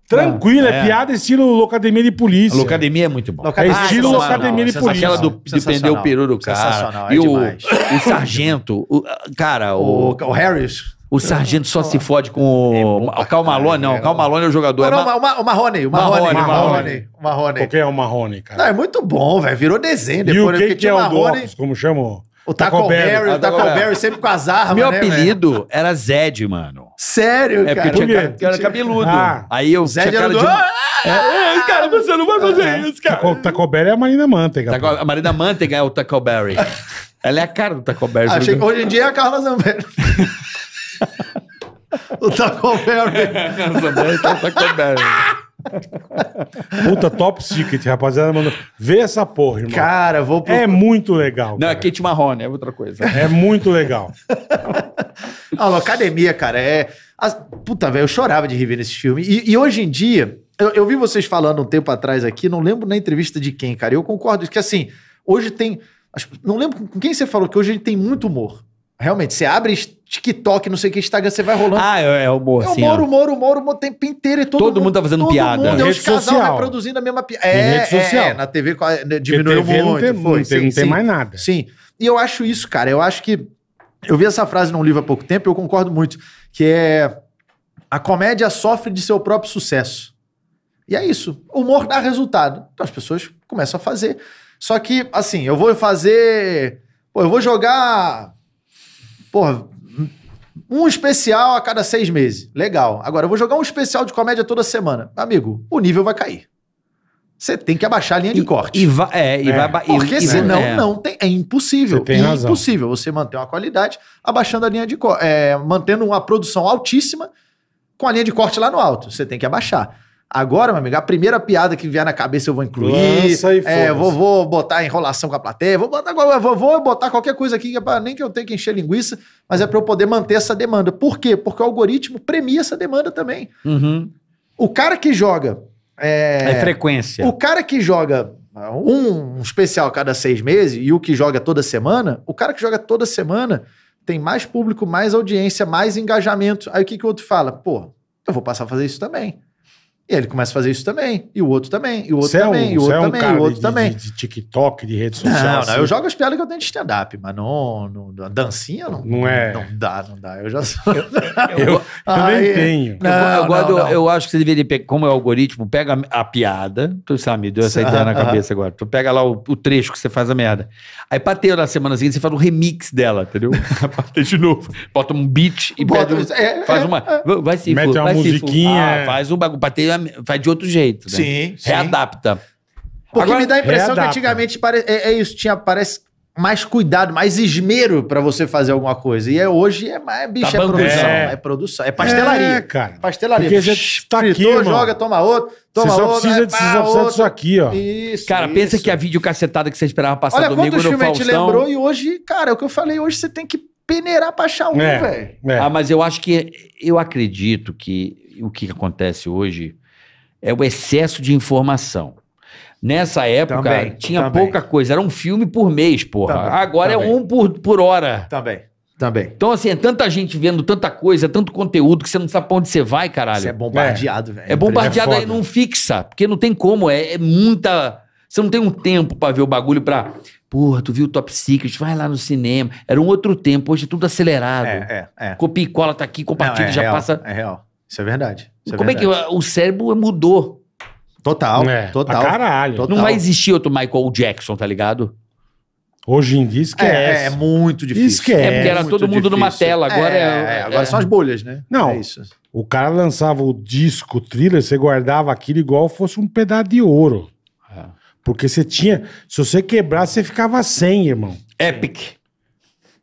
Speaker 3: Tranquilo,
Speaker 1: Ah,
Speaker 3: é,
Speaker 4: É.
Speaker 3: piada estilo Locademia de
Speaker 4: A
Speaker 3: Polícia.
Speaker 4: Locademia é muito bom.
Speaker 1: Locademia
Speaker 3: É estilo
Speaker 1: ah, sensacional,
Speaker 3: Locademia de
Speaker 1: sensacional.
Speaker 3: Polícia.
Speaker 4: Aquela do, de prender o
Speaker 1: Sensacional.
Speaker 4: peru do cara.
Speaker 1: Sensacional, é
Speaker 4: e o,
Speaker 1: demais.
Speaker 4: o sargento, o- cara, o,
Speaker 1: O, o Harris.
Speaker 4: o sargento só se fode com o...
Speaker 1: É bom
Speaker 4: o Cal Malone, não. O Cal Malone é o jogador.
Speaker 1: Não,
Speaker 4: é
Speaker 1: não,
Speaker 4: ma-
Speaker 1: o Ma- o Marrone. O
Speaker 4: Marrone,
Speaker 1: Marrone.
Speaker 3: Marrone.
Speaker 1: Marrone. O Marrone.
Speaker 3: Qual que é o Marrone,
Speaker 1: Não,
Speaker 3: cara?
Speaker 1: é muito bom, velho. Virou desenho
Speaker 3: e o
Speaker 1: depois. né?
Speaker 3: que, que
Speaker 1: Porque tinha
Speaker 3: é
Speaker 1: o
Speaker 3: o do
Speaker 1: Marrone,
Speaker 3: óculos, como chama?
Speaker 1: o Taco Berry.
Speaker 4: Ah,
Speaker 1: O Taco
Speaker 4: Taco
Speaker 1: Berry sempre com as armas,
Speaker 4: Meu
Speaker 1: né, velho?
Speaker 4: apelido era Zed, mano.
Speaker 1: Sério,
Speaker 4: É
Speaker 1: cara.
Speaker 4: porque eu
Speaker 3: por
Speaker 4: tinha,
Speaker 3: quê?
Speaker 4: ca- eu era cabeludo.
Speaker 3: Ah.
Speaker 4: Aí eu
Speaker 1: Zé
Speaker 4: tinha
Speaker 1: de Ah,
Speaker 4: cara de... um-
Speaker 1: Arudô.
Speaker 4: É, é, cara, você não vai
Speaker 1: ah,
Speaker 4: fazer isso, cara.
Speaker 3: Taco, Taco Bell é a Marina Manteiga.
Speaker 4: Taco-
Speaker 3: pô.
Speaker 4: a Marina Manteiga é o Taco Berry. Ela é a cara do Taco Berry.
Speaker 1: Achei que hoje em dia é a Carla Zambelli. o Taco Berry.
Speaker 4: né? Então, Taco Berry.
Speaker 3: Puta, Top Secret, rapaziada. Mano. Vê essa porra, irmão.
Speaker 1: Cara, vou pro...
Speaker 3: É muito legal.
Speaker 4: Não, é
Speaker 3: cara.
Speaker 4: Kate Marrone, é outra coisa.
Speaker 3: É muito legal.
Speaker 1: Ah, academia, cara, é... as- Puta, velho, eu chorava de rever nesse filme. E, e hoje em dia, eu, eu vi vocês falando um tempo atrás aqui, não lembro na entrevista de quem, cara. Eu concordo que, assim, hoje tem... acho- Não lembro com quem você falou que hoje tem muito humor. Realmente, você abre TikTok, não sei o que, Instagram, você vai rolando.
Speaker 4: Ah, é, é o humor,
Speaker 1: É o
Speaker 4: assim,
Speaker 1: Moro,
Speaker 4: ó.
Speaker 1: Moro, Moro, Moro, o tempo inteiro. e Todo,
Speaker 4: Todo mundo tá fazendo piada.
Speaker 1: Todo
Speaker 3: Em
Speaker 1: mundo, é
Speaker 3: rede
Speaker 1: os casal
Speaker 3: social.
Speaker 1: reproduzindo a mesma piada.
Speaker 3: Em
Speaker 1: É,
Speaker 3: rede social.
Speaker 1: é, na TV co- eh,
Speaker 3: Porque
Speaker 1: diminuiu
Speaker 3: TV não
Speaker 1: muito.
Speaker 3: tem,
Speaker 1: foi,
Speaker 3: não tem,
Speaker 1: sim,
Speaker 3: não tem
Speaker 1: sim.
Speaker 3: mais nada.
Speaker 1: Sim. E eu acho isso, cara. Eu acho que... Eu vi essa frase num livro há pouco tempo e eu concordo muito. Que é... A comédia sofre de seu próprio sucesso. E é isso. O humor dá resultado. Então as pessoas começam a fazer. Só que, assim, eu vou fazer... Pô, eu vou jogar... Porra... Um especial a cada seis meses. Legal. Agora, eu vou jogar um especial de comédia toda semana. Amigo, o nível vai cair. Você tem que abaixar a linha de
Speaker 4: E-
Speaker 1: corte.
Speaker 4: E vai, é, e
Speaker 3: É.
Speaker 4: vai... ba- e-
Speaker 1: Porque
Speaker 4: e-
Speaker 1: senão
Speaker 4: é.
Speaker 1: não tem, é impossível.
Speaker 3: Você tem
Speaker 1: é
Speaker 3: razão.
Speaker 1: impossível você manter uma qualidade abaixando a linha de corte, é, mantendo uma produção altíssima com a linha de corte lá no alto. Você tem que abaixar. Agora, meu amigo, a primeira piada que vier na cabeça eu vou incluir.
Speaker 3: Lança e
Speaker 1: é,
Speaker 3: foda-se.
Speaker 1: vou, vou botar enrolação com a plateia, vou botar, vou, vou botar qualquer coisa aqui, que é pra- nem que eu tenha que encher linguiça, mas é para eu poder manter essa demanda. Por quê? Porque o algoritmo premia essa demanda também.
Speaker 4: Uhum.
Speaker 1: O cara que joga.
Speaker 4: É, frequência.
Speaker 1: O cara que joga um, um especial a cada seis meses e o que joga toda semana, o cara que joga toda semana tem mais público, mais audiência, mais engajamento. Aí o que, que o outro fala? Pô, eu vou passar a fazer isso também. E ele começa a fazer isso também, e o outro também, e o outro
Speaker 3: Você é um,
Speaker 1: também, e o
Speaker 3: você
Speaker 1: outro
Speaker 3: é um
Speaker 1: também,
Speaker 3: cara
Speaker 1: e o outro
Speaker 3: de,
Speaker 1: também.
Speaker 3: De, de TikTok, de rede social.
Speaker 1: Não,
Speaker 3: assim.
Speaker 1: não, eu jogo as piadas que eu tenho de stand-up, mas não, não, não- dancinha não,
Speaker 3: Não é.
Speaker 1: Não dá, não dá. Eu já sou.
Speaker 3: Eu, eu nem
Speaker 1: Aí-
Speaker 3: tenho.
Speaker 1: Não,
Speaker 4: eu, gosto-
Speaker 1: não, não.
Speaker 4: eu acho que você deveria pegar, como é o algoritmo, pega a, a piada. Tu sabe, me deu essa
Speaker 1: Sim,
Speaker 4: ideia na
Speaker 1: aham,
Speaker 4: cabeça agora. Tu pega lá o, o trecho que você faz a merda. Aí bateu na semana seguinte, você faz um remix dela, entendeu? Bateu de novo. Bota um beat e
Speaker 1: Bota-
Speaker 4: pega um-
Speaker 1: é,
Speaker 4: Faz
Speaker 1: é,
Speaker 4: uma.
Speaker 1: é.
Speaker 4: Vai se
Speaker 3: Mete
Speaker 4: fu-
Speaker 3: uma
Speaker 4: vai se fu-
Speaker 3: musiquinha.
Speaker 4: Ah, faz um bagulho. Bateu, faz de outro jeito. né?
Speaker 1: Sim, sim.
Speaker 4: Readapta.
Speaker 1: Porque
Speaker 3: Agora,
Speaker 1: me dá a impressão
Speaker 3: readapta.
Speaker 1: que antigamente pare- é, é isso, tinha, parece mais cuidado, mais esmero pra você fazer alguma coisa. E é, hoje é mais, bicho,
Speaker 4: Tá
Speaker 1: é
Speaker 4: bancando.
Speaker 1: produção.
Speaker 3: É.
Speaker 1: É produção, é pastelaria.
Speaker 3: É, cara.
Speaker 1: Pastelaria.
Speaker 3: Porque já
Speaker 1: Psh,
Speaker 3: tá aqui,
Speaker 1: fritou,
Speaker 3: mano.
Speaker 1: joga, toma outro,
Speaker 3: Você
Speaker 1: toma
Speaker 3: só
Speaker 1: outro.
Speaker 3: precisa,
Speaker 1: aí
Speaker 3: de,
Speaker 1: pá,
Speaker 3: você só precisa disso
Speaker 1: né? Tá outro.
Speaker 3: aqui, ó.
Speaker 1: Isso,
Speaker 4: Cara, pensa
Speaker 1: isso.
Speaker 4: que a videocacetada que você esperava passar
Speaker 1: Olha
Speaker 4: domingo
Speaker 1: quantos
Speaker 4: no
Speaker 1: filmes a gente
Speaker 4: Faustão...
Speaker 1: lembrou e hoje, cara, é o que eu falei, hoje você tem que peneirar pra achar um,
Speaker 3: É.
Speaker 1: velho.
Speaker 3: É.
Speaker 4: Ah, mas eu acho que eu acredito que o que acontece hoje é o excesso de informação. Nessa época
Speaker 1: Também,
Speaker 4: tinha
Speaker 1: também.
Speaker 4: pouca coisa, era um filme por mês, porra.
Speaker 1: Também,
Speaker 4: Agora é
Speaker 1: também.
Speaker 4: um por, por hora.
Speaker 1: Também, também.
Speaker 4: Então, assim, é tanta gente vendo tanta coisa, tanto conteúdo que você não sabe pra onde você vai, caralho.
Speaker 1: Você é bombardeado, velho.
Speaker 4: É bombardeado
Speaker 3: É
Speaker 4: aí
Speaker 3: foda.
Speaker 4: não fixa, porque não tem como, é, é muita. Você não tem um tempo pra ver o bagulho pra. Porra, tu viu o Top Secret, vai lá no cinema. Era um outro tempo, hoje é tudo acelerado.
Speaker 1: É, é, é.
Speaker 4: Copia e cola, tá aqui, compartilha,
Speaker 1: Não, é
Speaker 4: já
Speaker 1: real,
Speaker 4: passa.
Speaker 1: É real. Isso é verdade. Isso
Speaker 4: Como é que
Speaker 1: verdade.
Speaker 4: o o cérebro mudou?
Speaker 1: Total,
Speaker 3: É,
Speaker 1: Ah, total.
Speaker 3: Pra caralho.
Speaker 1: Total.
Speaker 4: Não vai existir outro Michael Jackson, tá ligado?
Speaker 3: Hoje em dia
Speaker 1: É,
Speaker 3: esquece.
Speaker 1: é, é muito difícil.
Speaker 3: Esquece. É,
Speaker 4: É, porque era
Speaker 1: muito
Speaker 4: todo mundo
Speaker 1: difícil.
Speaker 4: numa tela, agora é.
Speaker 1: agora
Speaker 4: é-
Speaker 1: são as bolhas, né?
Speaker 3: Não.
Speaker 1: É isso.
Speaker 3: O cara lançava o disco, o thriller, você guardava aquilo igual fosse um pedaço de ouro.
Speaker 4: É.
Speaker 3: Porque você tinha. Se você quebrasse, você ficava sem, irmão.
Speaker 4: Epic.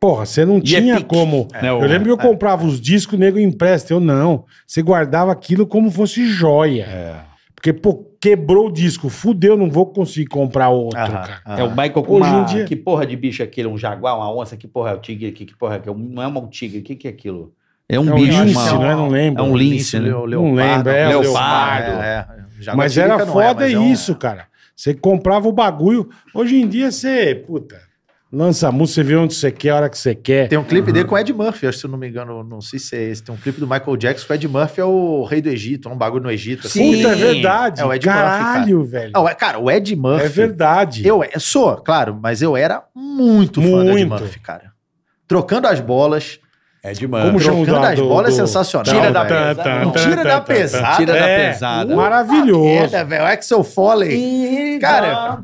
Speaker 3: Porra, você
Speaker 1: é
Speaker 3: não tinha
Speaker 4: pique.
Speaker 3: como.
Speaker 4: Né, o-
Speaker 3: É. eu lembro que eu comprava os discos, o nego empresta. Eu não. Você guardava aquilo como fosse joia.
Speaker 1: É.
Speaker 3: Porque, pô, quebrou o disco, fudeu, não vou conseguir comprar outro,
Speaker 1: Aham,
Speaker 3: cara.
Speaker 1: aham.
Speaker 4: É o Michael com
Speaker 3: Hoje
Speaker 4: uma-
Speaker 3: em dia-
Speaker 4: Que porra de bicho é aquele? Um jaguar, uma onça? Que porra é o tigre? Que, que porra é aquilo? Não é uma um tigre, o que, que é aquilo? É um
Speaker 3: é um
Speaker 4: bicho,
Speaker 3: lince,
Speaker 4: uma-
Speaker 3: não é? Não lembro.
Speaker 4: é um lince, né?
Speaker 1: leo-
Speaker 3: Não lembro, é,
Speaker 1: leopardo.
Speaker 4: o leopardo.
Speaker 1: É, é. Jaguatirica
Speaker 3: Mas era
Speaker 1: não é,
Speaker 3: foda
Speaker 1: mas é um-
Speaker 3: isso, cara. Você comprava o bagulho. Hoje em dia você, puta, lança a música, você vê onde você quer, a hora que você quer.
Speaker 1: Tem um clipe dele com o Ed Murphy, acho que se eu não me engano, não sei se é esse. Tem um clipe do Michael Jackson com o Ed Murphy, é o rei do Egito, é um bagulho no Egito.
Speaker 4: Sim.
Speaker 3: Puta, é verdade.
Speaker 1: É o Ed Murphy,
Speaker 3: Caralho, velho.
Speaker 1: Não, é- cara, o Ed Murphy.
Speaker 3: é verdade.
Speaker 1: Eu é- sou, claro, mas eu era muito, fã do Ed
Speaker 3: Muito.
Speaker 1: Murphy, cara. Trocando as bolas.
Speaker 4: É
Speaker 3: Como
Speaker 4: demais.
Speaker 3: chama o
Speaker 1: Trocando
Speaker 3: da-
Speaker 1: as
Speaker 3: do-
Speaker 1: bolas é
Speaker 3: do-
Speaker 1: sensacional.
Speaker 4: Tira da
Speaker 1: velho.
Speaker 4: pesada. Não,
Speaker 1: Tira da pesada.
Speaker 4: Tira da
Speaker 3: É.
Speaker 4: pesada.
Speaker 3: Maravilhoso.
Speaker 1: Merda, velho. Axel Foley. Cara,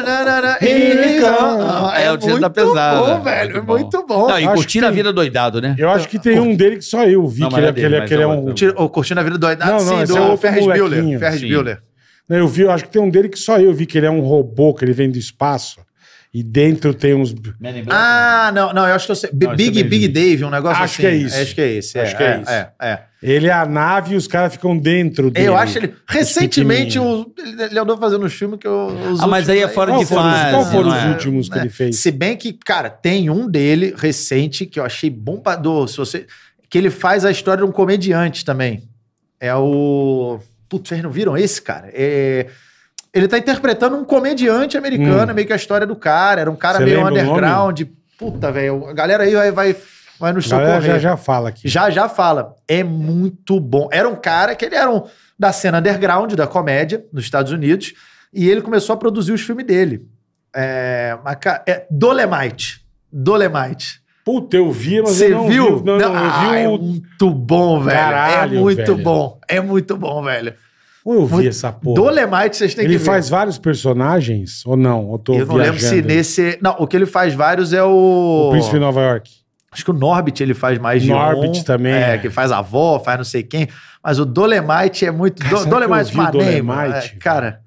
Speaker 1: né?
Speaker 4: É, o Tiro da Pesada.
Speaker 1: Bom,
Speaker 4: Muito
Speaker 1: velho,
Speaker 4: bom.
Speaker 1: é muito bom.
Speaker 4: Não, e
Speaker 3: Acho
Speaker 4: curtir
Speaker 3: que
Speaker 4: a
Speaker 3: tem-
Speaker 4: vida doidado, né?
Speaker 3: Eu acho que tem um dele que só eu vi,
Speaker 4: Não,
Speaker 3: que
Speaker 4: mas
Speaker 3: ele,
Speaker 4: é dele,
Speaker 3: aquele,
Speaker 4: mas
Speaker 3: aquele
Speaker 4: é
Speaker 3: é
Speaker 4: outro.
Speaker 3: um.
Speaker 1: Tira- oh, curtindo a vida doidada,
Speaker 3: Não, não,
Speaker 1: sim,
Speaker 3: esse
Speaker 1: do
Speaker 3: é outro
Speaker 1: Ferris Bueller.
Speaker 3: molequinho,
Speaker 1: Ferris
Speaker 4: sim.
Speaker 1: Bueller.
Speaker 3: Eu vi, eu acho que tem um dele que só eu vi, que ele é um robô, que ele vem do espaço. E dentro tem uns.
Speaker 4: Men in Black.
Speaker 1: Ah, não, não, eu acho que eu sei. B-
Speaker 4: Não, esse
Speaker 1: Big,
Speaker 4: é Big
Speaker 1: Big Dave, um negócio
Speaker 3: Acho
Speaker 1: assim.
Speaker 3: que é isso.
Speaker 1: Acho que é esse.
Speaker 3: Acho que é isso.
Speaker 1: É, é.
Speaker 3: Ele é a nave e os caras ficam dentro dele.
Speaker 1: Eu acho ele. Recentemente,
Speaker 3: pequenininhos.
Speaker 1: o, ele ele andou fazendo um filme que eu. os
Speaker 4: Ah, mas
Speaker 1: últimos
Speaker 4: aí é fora
Speaker 3: Qual
Speaker 4: de
Speaker 3: foram os-
Speaker 4: fase.
Speaker 3: qual foram
Speaker 4: não
Speaker 3: os
Speaker 4: é?
Speaker 3: últimos? que ele fez.
Speaker 1: Se bem que, cara, tem um dele recente que eu achei bom pra do, se você que ele faz a história de um comediante também. É o Putz, vocês não viram esse, cara? É- Ele tá interpretando um comediante americano, meio que a história do cara, era um cara
Speaker 3: Você
Speaker 1: meio
Speaker 3: lembra o
Speaker 1: underground. Puta, velho, a galera aí vai vai, vai nos
Speaker 3: Galera,
Speaker 1: socorrer.
Speaker 3: já já fala aqui.
Speaker 1: Já já fala. É muito bom. Era um cara que ele era um da cena underground da comédia nos Estados Unidos e ele começou a produzir os filmes dele. É, uma ca- é Dolemite. Dolemite.
Speaker 3: Puta, eu vi, mas
Speaker 1: Você
Speaker 3: eu não
Speaker 1: viu?
Speaker 3: vi. Não, não,
Speaker 1: Ah, é
Speaker 3: eu vi o...
Speaker 1: muito bom, velho.
Speaker 3: Caralho,
Speaker 1: é muito
Speaker 3: velho.
Speaker 1: bom. É muito bom, velho.
Speaker 4: um
Speaker 3: Ou eu vi
Speaker 1: Muito-
Speaker 3: essa porra.
Speaker 1: Dolemite, vocês têm
Speaker 3: Ele
Speaker 1: que
Speaker 3: faz
Speaker 1: ver.
Speaker 3: vários personagens ou não? Eu, tô
Speaker 1: Eu não lembro se
Speaker 3: viajando.
Speaker 1: nesse. Não, o que ele faz vários é o.
Speaker 3: O Príncipe de Nova York.
Speaker 1: Acho que o Norbit ele faz mais de
Speaker 3: Norbit
Speaker 1: um,
Speaker 3: também,
Speaker 1: É,
Speaker 3: é.
Speaker 1: que faz a avó, faz não sei quem. Mas o Dolemite é muito.
Speaker 3: Cara,
Speaker 1: Do-
Speaker 3: sabe que eu
Speaker 1: Dolemite
Speaker 3: vi o
Speaker 1: Manema,
Speaker 3: Dolemite?
Speaker 1: é, Cara,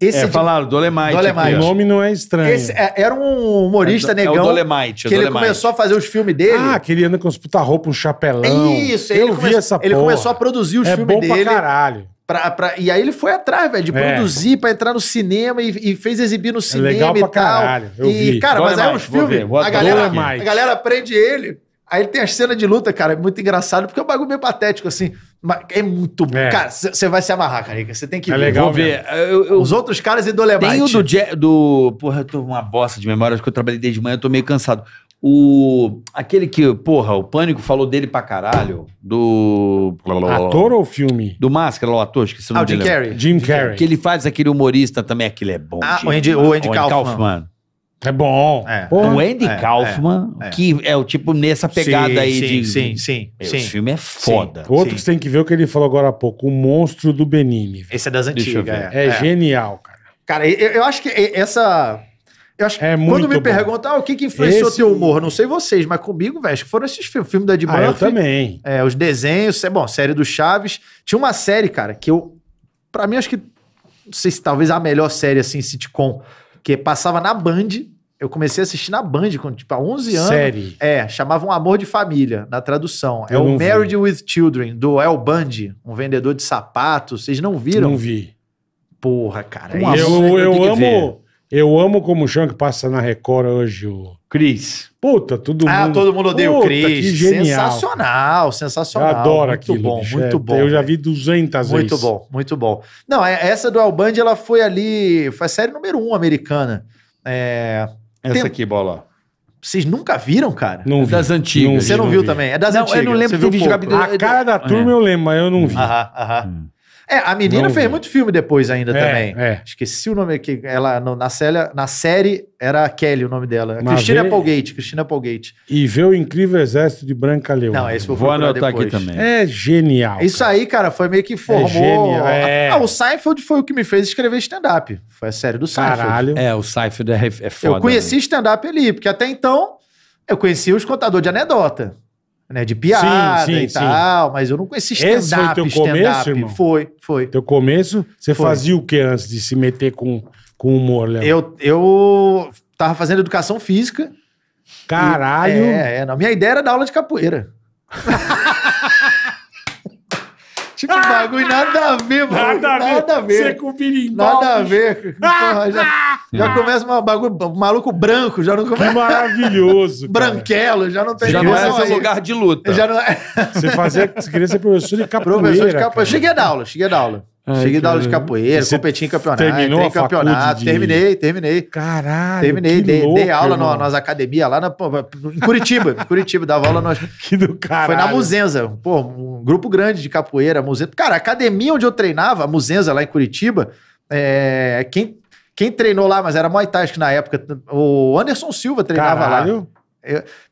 Speaker 1: esse,
Speaker 4: É,
Speaker 1: de-
Speaker 4: falaram Dolemite.
Speaker 1: Dolemite.
Speaker 3: O
Speaker 4: aqui, ó.
Speaker 3: nome não é estranho.
Speaker 1: esse é- era um humorista
Speaker 4: é,
Speaker 1: negão
Speaker 4: o Dolemite. é o
Speaker 1: que ele
Speaker 4: Dolemite.
Speaker 1: começou a fazer os filmes dele. É
Speaker 3: Ah, que ele anda com os puta roupa, um chapelão.
Speaker 1: Isso,
Speaker 3: eu
Speaker 1: ele,
Speaker 3: vi
Speaker 1: come-
Speaker 3: essa
Speaker 1: ele
Speaker 3: porra.
Speaker 1: começou a produzir os
Speaker 3: É
Speaker 1: filmes
Speaker 3: bom
Speaker 1: dele.
Speaker 3: pra caralho.
Speaker 1: pra- pra- e aí ele foi atrás, velho, de
Speaker 3: É.
Speaker 1: produzir pra entrar no cinema e, e fez exibir no cinema
Speaker 3: legal
Speaker 1: e
Speaker 3: pra
Speaker 1: tal.
Speaker 3: caralho, eu
Speaker 1: e,
Speaker 3: vi.
Speaker 1: cara, mas aí
Speaker 4: Dolemite,
Speaker 1: os
Speaker 4: vou ver,
Speaker 1: filmes.
Speaker 4: vou
Speaker 1: A galera,
Speaker 3: adorar aqui.
Speaker 1: a galera prende ele. Aí ele tem a cena de luta, cara, é muito engraçado, porque é um bagulho meio patético, assim. Mas é muito bom.
Speaker 3: É.
Speaker 1: Cara, você vai se amarrar, Carica. Você tem que
Speaker 3: É
Speaker 1: ver.
Speaker 3: legal
Speaker 4: Vou ver. Eu, eu-
Speaker 1: Os outros caras e Dolemite.
Speaker 4: tem o do, Je- do. Porra, eu tô uma bosta de memória. Acho que eu trabalhei desde manhã, eu tô meio cansado. O. Aquele que, porra, o Pânico falou dele pra caralho. Do.
Speaker 3: Ator ou filme?
Speaker 4: Do Máscara, lá, o ator, esqueci o
Speaker 1: Ah,
Speaker 4: nome
Speaker 1: o Jim
Speaker 4: dele.
Speaker 1: Carrey.
Speaker 3: Jim Carrey.
Speaker 4: Que ele faz aquele humorista também, aquele é bom.
Speaker 1: Ah,
Speaker 4: gente.
Speaker 1: o Andy, o Andy Kaufman.
Speaker 3: É bom.
Speaker 1: É.
Speaker 3: Porra.
Speaker 4: O Andy
Speaker 1: É,
Speaker 4: Kaufman,
Speaker 1: é, é.
Speaker 4: que é o tipo nessa pegada
Speaker 1: Sim,
Speaker 4: aí
Speaker 1: sim,
Speaker 4: de.
Speaker 1: Sim, sim,
Speaker 4: Meu,
Speaker 1: sim.
Speaker 4: Esse filme é foda.
Speaker 3: Outro
Speaker 1: Sim.
Speaker 3: que você tem que ver é o que ele falou agora há pouco. O Monstro do Benini. velho.
Speaker 1: Esse é das
Speaker 4: Deixa eu
Speaker 1: antigas.
Speaker 4: ver.
Speaker 3: É, genial, cara.
Speaker 1: Cara, eu, eu acho que e- essa. Eu acho que
Speaker 3: É muito
Speaker 1: quando me
Speaker 3: bom.
Speaker 1: perguntam ah, o que, que influenciou
Speaker 3: Esse-
Speaker 1: teu humor, não sei vocês, mas comigo, velho, acho que foram esses filmes, filme da Ed
Speaker 3: Ah, eu
Speaker 1: Murphy,
Speaker 3: também.
Speaker 1: é, os desenhos, é bom, série do Chaves. Tinha uma série, cara, que eu. Pra mim, acho que. Não sei se talvez a melhor série, assim, sitcom, que passava na Band. Eu comecei a assistir na Band, quando, tipo, há 11 anos.
Speaker 3: Série.
Speaker 1: É, chamavam Amor de Família, na tradução. É
Speaker 3: Eu
Speaker 1: o
Speaker 3: não vi.
Speaker 1: Married with Children, do El Bundy, um vendedor de sapatos. Vocês não viram?
Speaker 3: Não vi.
Speaker 1: Porra, cara.
Speaker 4: Um
Speaker 1: é isso.
Speaker 4: amor,
Speaker 3: eu eu
Speaker 4: tem que ver.
Speaker 3: amo... Eu amo como o Chan que passa na Record hoje. o-
Speaker 4: Cris.
Speaker 3: Puta, todo
Speaker 1: ah,
Speaker 3: mundo...
Speaker 1: todo mundo odeia o
Speaker 3: Puta,
Speaker 1: Chris.
Speaker 3: que genial.
Speaker 1: Sensacional,
Speaker 3: Eu
Speaker 1: sensacional.
Speaker 3: adoro
Speaker 1: muito
Speaker 3: aquilo.
Speaker 1: Bom,
Speaker 3: bicho.
Speaker 1: muito
Speaker 3: É,
Speaker 1: bom.
Speaker 3: Eu já
Speaker 1: velho.
Speaker 3: vi 200 vezes.
Speaker 1: Muito bom, muito bom. Não, é- essa do Albandi, ela foi ali. Foi a série número um americana. É,
Speaker 4: Essa
Speaker 1: Tem-
Speaker 4: aqui, bola.
Speaker 1: vocês nunca viram, cara?
Speaker 3: Não vi.
Speaker 4: Das antigas.
Speaker 3: Não vi,
Speaker 1: Você não, viu também? É das
Speaker 4: Não, eu
Speaker 1: antigas.
Speaker 4: não lembro
Speaker 1: Você
Speaker 4: de
Speaker 1: viu
Speaker 4: ter visto
Speaker 1: pouco.
Speaker 4: Gabi-
Speaker 3: A cara da
Speaker 4: É.
Speaker 3: turma eu lembro, mas eu não vi.
Speaker 1: Aham, aham.
Speaker 4: Hum.
Speaker 1: É, a menina
Speaker 3: Não
Speaker 1: fez
Speaker 3: vi.
Speaker 1: muito filme depois ainda
Speaker 3: É,
Speaker 1: também.
Speaker 3: é.
Speaker 1: Esqueci o nome aqui. Ela, no- na, série, na série era a Kelly o nome dela.
Speaker 3: Mas
Speaker 1: Cristina
Speaker 3: vê-
Speaker 1: Applegate. Cristina Applegate.
Speaker 3: E ver o incrível exército de Branca Leoa.
Speaker 1: Não, esse eu
Speaker 4: Vou
Speaker 1: procurar
Speaker 4: anotar aqui
Speaker 1: depois.
Speaker 4: também.
Speaker 3: É genial.
Speaker 1: Isso
Speaker 3: cara.
Speaker 1: aí, cara, foi meio que formou.
Speaker 3: gênio, é.
Speaker 1: Ah, o Seinfeld foi o que me fez escrever stand-up. Foi a série do Seinfeld.
Speaker 3: Caralho.
Speaker 4: É, o Seinfeld é, é foda.
Speaker 1: Eu conheci
Speaker 4: né?
Speaker 1: stand-up ali, porque até então eu conhecia os contadores de anedota, né? De piada
Speaker 3: Sim, sim,
Speaker 1: e
Speaker 3: sim.
Speaker 1: tal, mas eu não conhecia
Speaker 3: Esse foi o
Speaker 1: stand-up.
Speaker 3: teu
Speaker 1: stand-up.
Speaker 3: começo, irmão?
Speaker 1: Foi, foi.
Speaker 3: Teu começo, você
Speaker 1: Foi.
Speaker 3: fazia o que antes de se meter com com humor, Léo?
Speaker 1: Eu, eu tava fazendo educação física.
Speaker 3: Caralho.
Speaker 1: É, é. Não. Minha ideia era dar aula de capoeira. tipo, bagulho nada a ver, mano. Nada a ver.
Speaker 3: Você com birimbau.
Speaker 1: Nada a ver. Porra, já, já começa um bagulho, um maluco branco, já não
Speaker 3: Que
Speaker 1: começa
Speaker 3: maravilhoso. cara.
Speaker 1: branquelo, já não tem
Speaker 4: Já não
Speaker 1: noção
Speaker 4: é seu
Speaker 1: aí.
Speaker 4: lugar de luta.
Speaker 1: Já não é.
Speaker 3: Você, fazia, você queria ser professor de capoeira.
Speaker 1: Professor de capoeira.
Speaker 3: cara.
Speaker 1: Cheguei a dar aula, cheguei a dar aula.
Speaker 3: Ai,
Speaker 1: cheguei a dar aula de
Speaker 3: cara.
Speaker 1: capoeira,
Speaker 3: Você
Speaker 1: competi em campeonato,
Speaker 3: terminou
Speaker 1: entrei
Speaker 3: a
Speaker 1: em campeonato,
Speaker 3: faculdade de-
Speaker 1: terminei, terminei.
Speaker 3: Caralho.
Speaker 1: Terminei,
Speaker 3: que
Speaker 1: dei,
Speaker 3: louco,
Speaker 1: dei aula
Speaker 3: irmão.
Speaker 1: no, nas academias lá na, pô, em Curitiba. em Curitiba, dava aula nós.
Speaker 3: Que do caralho.
Speaker 1: Foi na Muzenza, pô, um grupo grande de capoeira, Muzenza. Cara, a academia onde eu treinava, a Muzenza lá em Curitiba, é, quem, quem treinou lá, mas era Muay Thai, acho que na época, o Anderson Silva treinava lá.
Speaker 3: Caralho.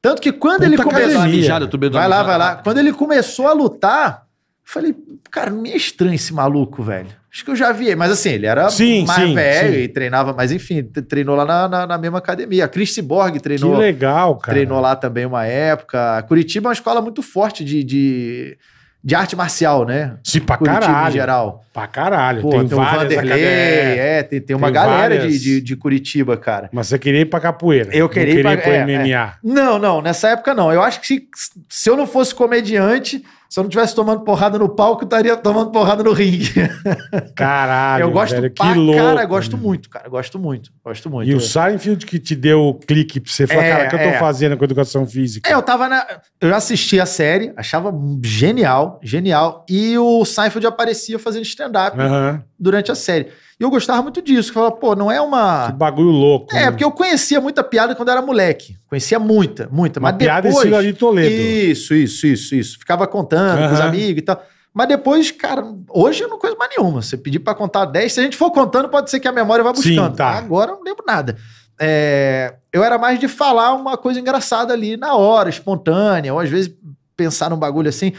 Speaker 1: Tanto que quando ele
Speaker 3: Puta
Speaker 1: começou...
Speaker 4: Vai lá,
Speaker 3: academia.
Speaker 4: mijada, tu bebeu
Speaker 1: Vai lá,
Speaker 4: mijada.
Speaker 1: vai lá. Quando ele começou a lutar, eu falei, cara, me é estranho esse maluco, velho. Acho que eu já vi. ele. Mas assim, ele era
Speaker 3: Sim,
Speaker 1: mais
Speaker 3: sim,
Speaker 1: velho
Speaker 3: sim.
Speaker 1: e treinava, mas enfim, t- treinou lá na, na, na mesma academia. A Chris Borg
Speaker 3: Que
Speaker 1: treinou,
Speaker 3: legal, cara.
Speaker 1: treinou lá também uma época. Curitiba é uma escola muito forte de, de, de arte marcial, né?
Speaker 3: Se pra
Speaker 1: Curitiba
Speaker 3: caralho.
Speaker 1: em geral.
Speaker 3: Pra caralho.
Speaker 1: Pô,
Speaker 3: tem, um
Speaker 1: tem, o
Speaker 3: várias
Speaker 1: Vanderlei,
Speaker 3: academias.
Speaker 1: é, tem, tem uma
Speaker 3: Tem
Speaker 1: galera de,
Speaker 3: várias.
Speaker 1: de, de Curitiba, cara.
Speaker 3: Mas você queria ir pra capoeira.
Speaker 1: Eu
Speaker 3: não
Speaker 1: queria ir
Speaker 3: queria
Speaker 1: pra-
Speaker 3: pro
Speaker 1: é, é.
Speaker 3: MMA.
Speaker 1: Não, não, nessa época não. Eu acho que se, se eu não fosse comediante, se eu não tivesse tomando porrada no palco, eu estaria tomando porrada no ringue.
Speaker 3: Caralho,
Speaker 1: é. eu gosto
Speaker 3: velho,
Speaker 1: pra
Speaker 3: que louco.
Speaker 1: cara, gosto muito, cara. Gosto muito, gosto muito.
Speaker 3: E o Seinfeld que te deu o clique pra você falar,
Speaker 1: É,
Speaker 3: cara, o que eu tô
Speaker 1: é.
Speaker 3: fazendo com educação física?
Speaker 1: É, eu tava na. Eu já assisti a série, achava genial, genial. E o Seinfeld aparecia fazendo stand-up
Speaker 3: Aham,
Speaker 1: durante a série. E eu gostava muito disso. que Eu falava, pô, não é
Speaker 3: Que
Speaker 1: uma.
Speaker 3: bagulho louco.
Speaker 1: É,
Speaker 3: né?
Speaker 1: porque eu conhecia muita piada quando eu era moleque. Conhecia muita, muita.
Speaker 3: Uma
Speaker 1: mas
Speaker 3: piada
Speaker 1: depois.
Speaker 3: estilo de Toledo.
Speaker 1: Isso, isso, isso, isso. Ficava contando com os
Speaker 3: Aham.
Speaker 1: amigos e tal. Mas depois, cara, hoje eu não conheço mais nenhuma. Você pedir pra contar 10, se a gente for contando, pode ser que a memória vá buscando.
Speaker 3: Sim, tá.
Speaker 1: Agora eu não lembro nada. É, eu era mais de falar uma coisa engraçada ali na hora, espontânea, ou às vezes pensar num bagulho assim.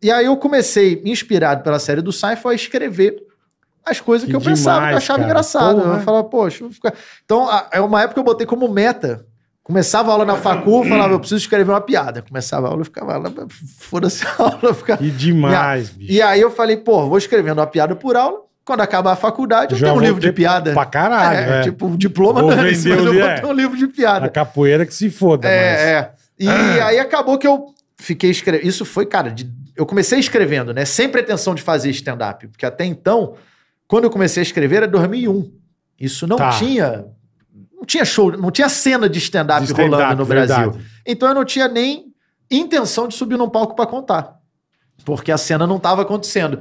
Speaker 1: E aí eu comecei, inspirado pela série do Seinfeld, a escrever as coisas que,
Speaker 3: Que
Speaker 1: eu pensava, que eu
Speaker 3: demais,
Speaker 1: achava
Speaker 3: cara.
Speaker 1: engraçado.
Speaker 3: Porra.
Speaker 1: Eu falava, poxa, eu vou ficar... Então, a- é uma época que eu botei como meta Começava a aula na facu, eu falava, eu preciso escrever uma piada. Começava a aula, eu ficava lá, foda-se a aula, eu ficava...
Speaker 3: Que demais, bicho.
Speaker 1: E aí eu falei, pô, vou escrevendo uma piada por aula, quando acabar a faculdade, eu
Speaker 3: Já
Speaker 1: tenho um
Speaker 3: vou
Speaker 1: livro de
Speaker 3: ter
Speaker 1: piada.
Speaker 3: Pra caralho,
Speaker 1: é,
Speaker 3: é.
Speaker 1: Tipo, um diploma
Speaker 3: Vou
Speaker 1: não, mas
Speaker 3: vender o
Speaker 1: eu vou
Speaker 3: li- é.
Speaker 1: ter um livro de piada.
Speaker 3: A capoeira que se foda, mas...
Speaker 1: É, é. E
Speaker 3: Ah.
Speaker 1: aí acabou que eu fiquei escrevendo. Isso foi, cara, de- eu comecei escrevendo, né? Sem pretensão de fazer stand-up. Porque até então, quando eu comecei a escrever, era 2001. Isso não
Speaker 3: Tá.
Speaker 1: tinha. Não tinha show, não tinha cena de stand-up
Speaker 3: de stand-up,
Speaker 1: é, rolando no
Speaker 3: verdade.
Speaker 1: Brasil. Então eu não tinha nem intenção de subir num palco pra contar. Porque a cena não estava acontecendo.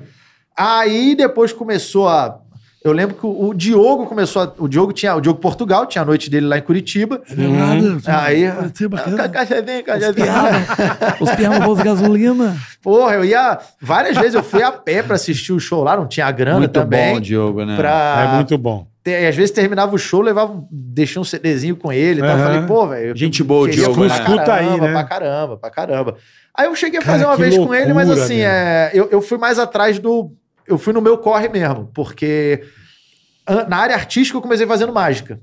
Speaker 1: Aí depois começou a. Eu lembro que o o Diogo começou. A... O Diogo tinha. O Diogo Portugal tinha a noite dele lá em Curitiba.
Speaker 3: Uhum.
Speaker 7: Hum.
Speaker 1: Aí.
Speaker 7: Tem bacana.
Speaker 1: Cachazinha, cachazinha.
Speaker 7: Piada. Os piados no bolso de gasolina.
Speaker 1: Porra, eu ia. Várias vezes eu fui a pé pra assistir o show lá, não tinha grana
Speaker 4: Muito
Speaker 1: também.
Speaker 4: bom, Diogo, né?
Speaker 1: pra...
Speaker 3: É muito bom.
Speaker 1: ter- às vezes terminava o show, levava, um- deixei um CDzinho com ele. Então eu
Speaker 3: Aham.
Speaker 1: falei, pô, velho. eu
Speaker 4: Gente boa, o
Speaker 1: queria
Speaker 4: Diogo,
Speaker 1: pra
Speaker 4: né?
Speaker 3: Escuta
Speaker 1: caramba,
Speaker 3: aí, né?
Speaker 1: Pra caramba, pra caramba. Aí eu cheguei a
Speaker 3: Cara,
Speaker 1: fazer uma
Speaker 3: que
Speaker 1: vez com
Speaker 3: loucura,
Speaker 1: ele, mas assim,
Speaker 3: meu.
Speaker 1: é, eu, eu fui mais atrás do. Eu fui no meu corre mesmo, porque an- na área artística eu comecei fazendo mágica.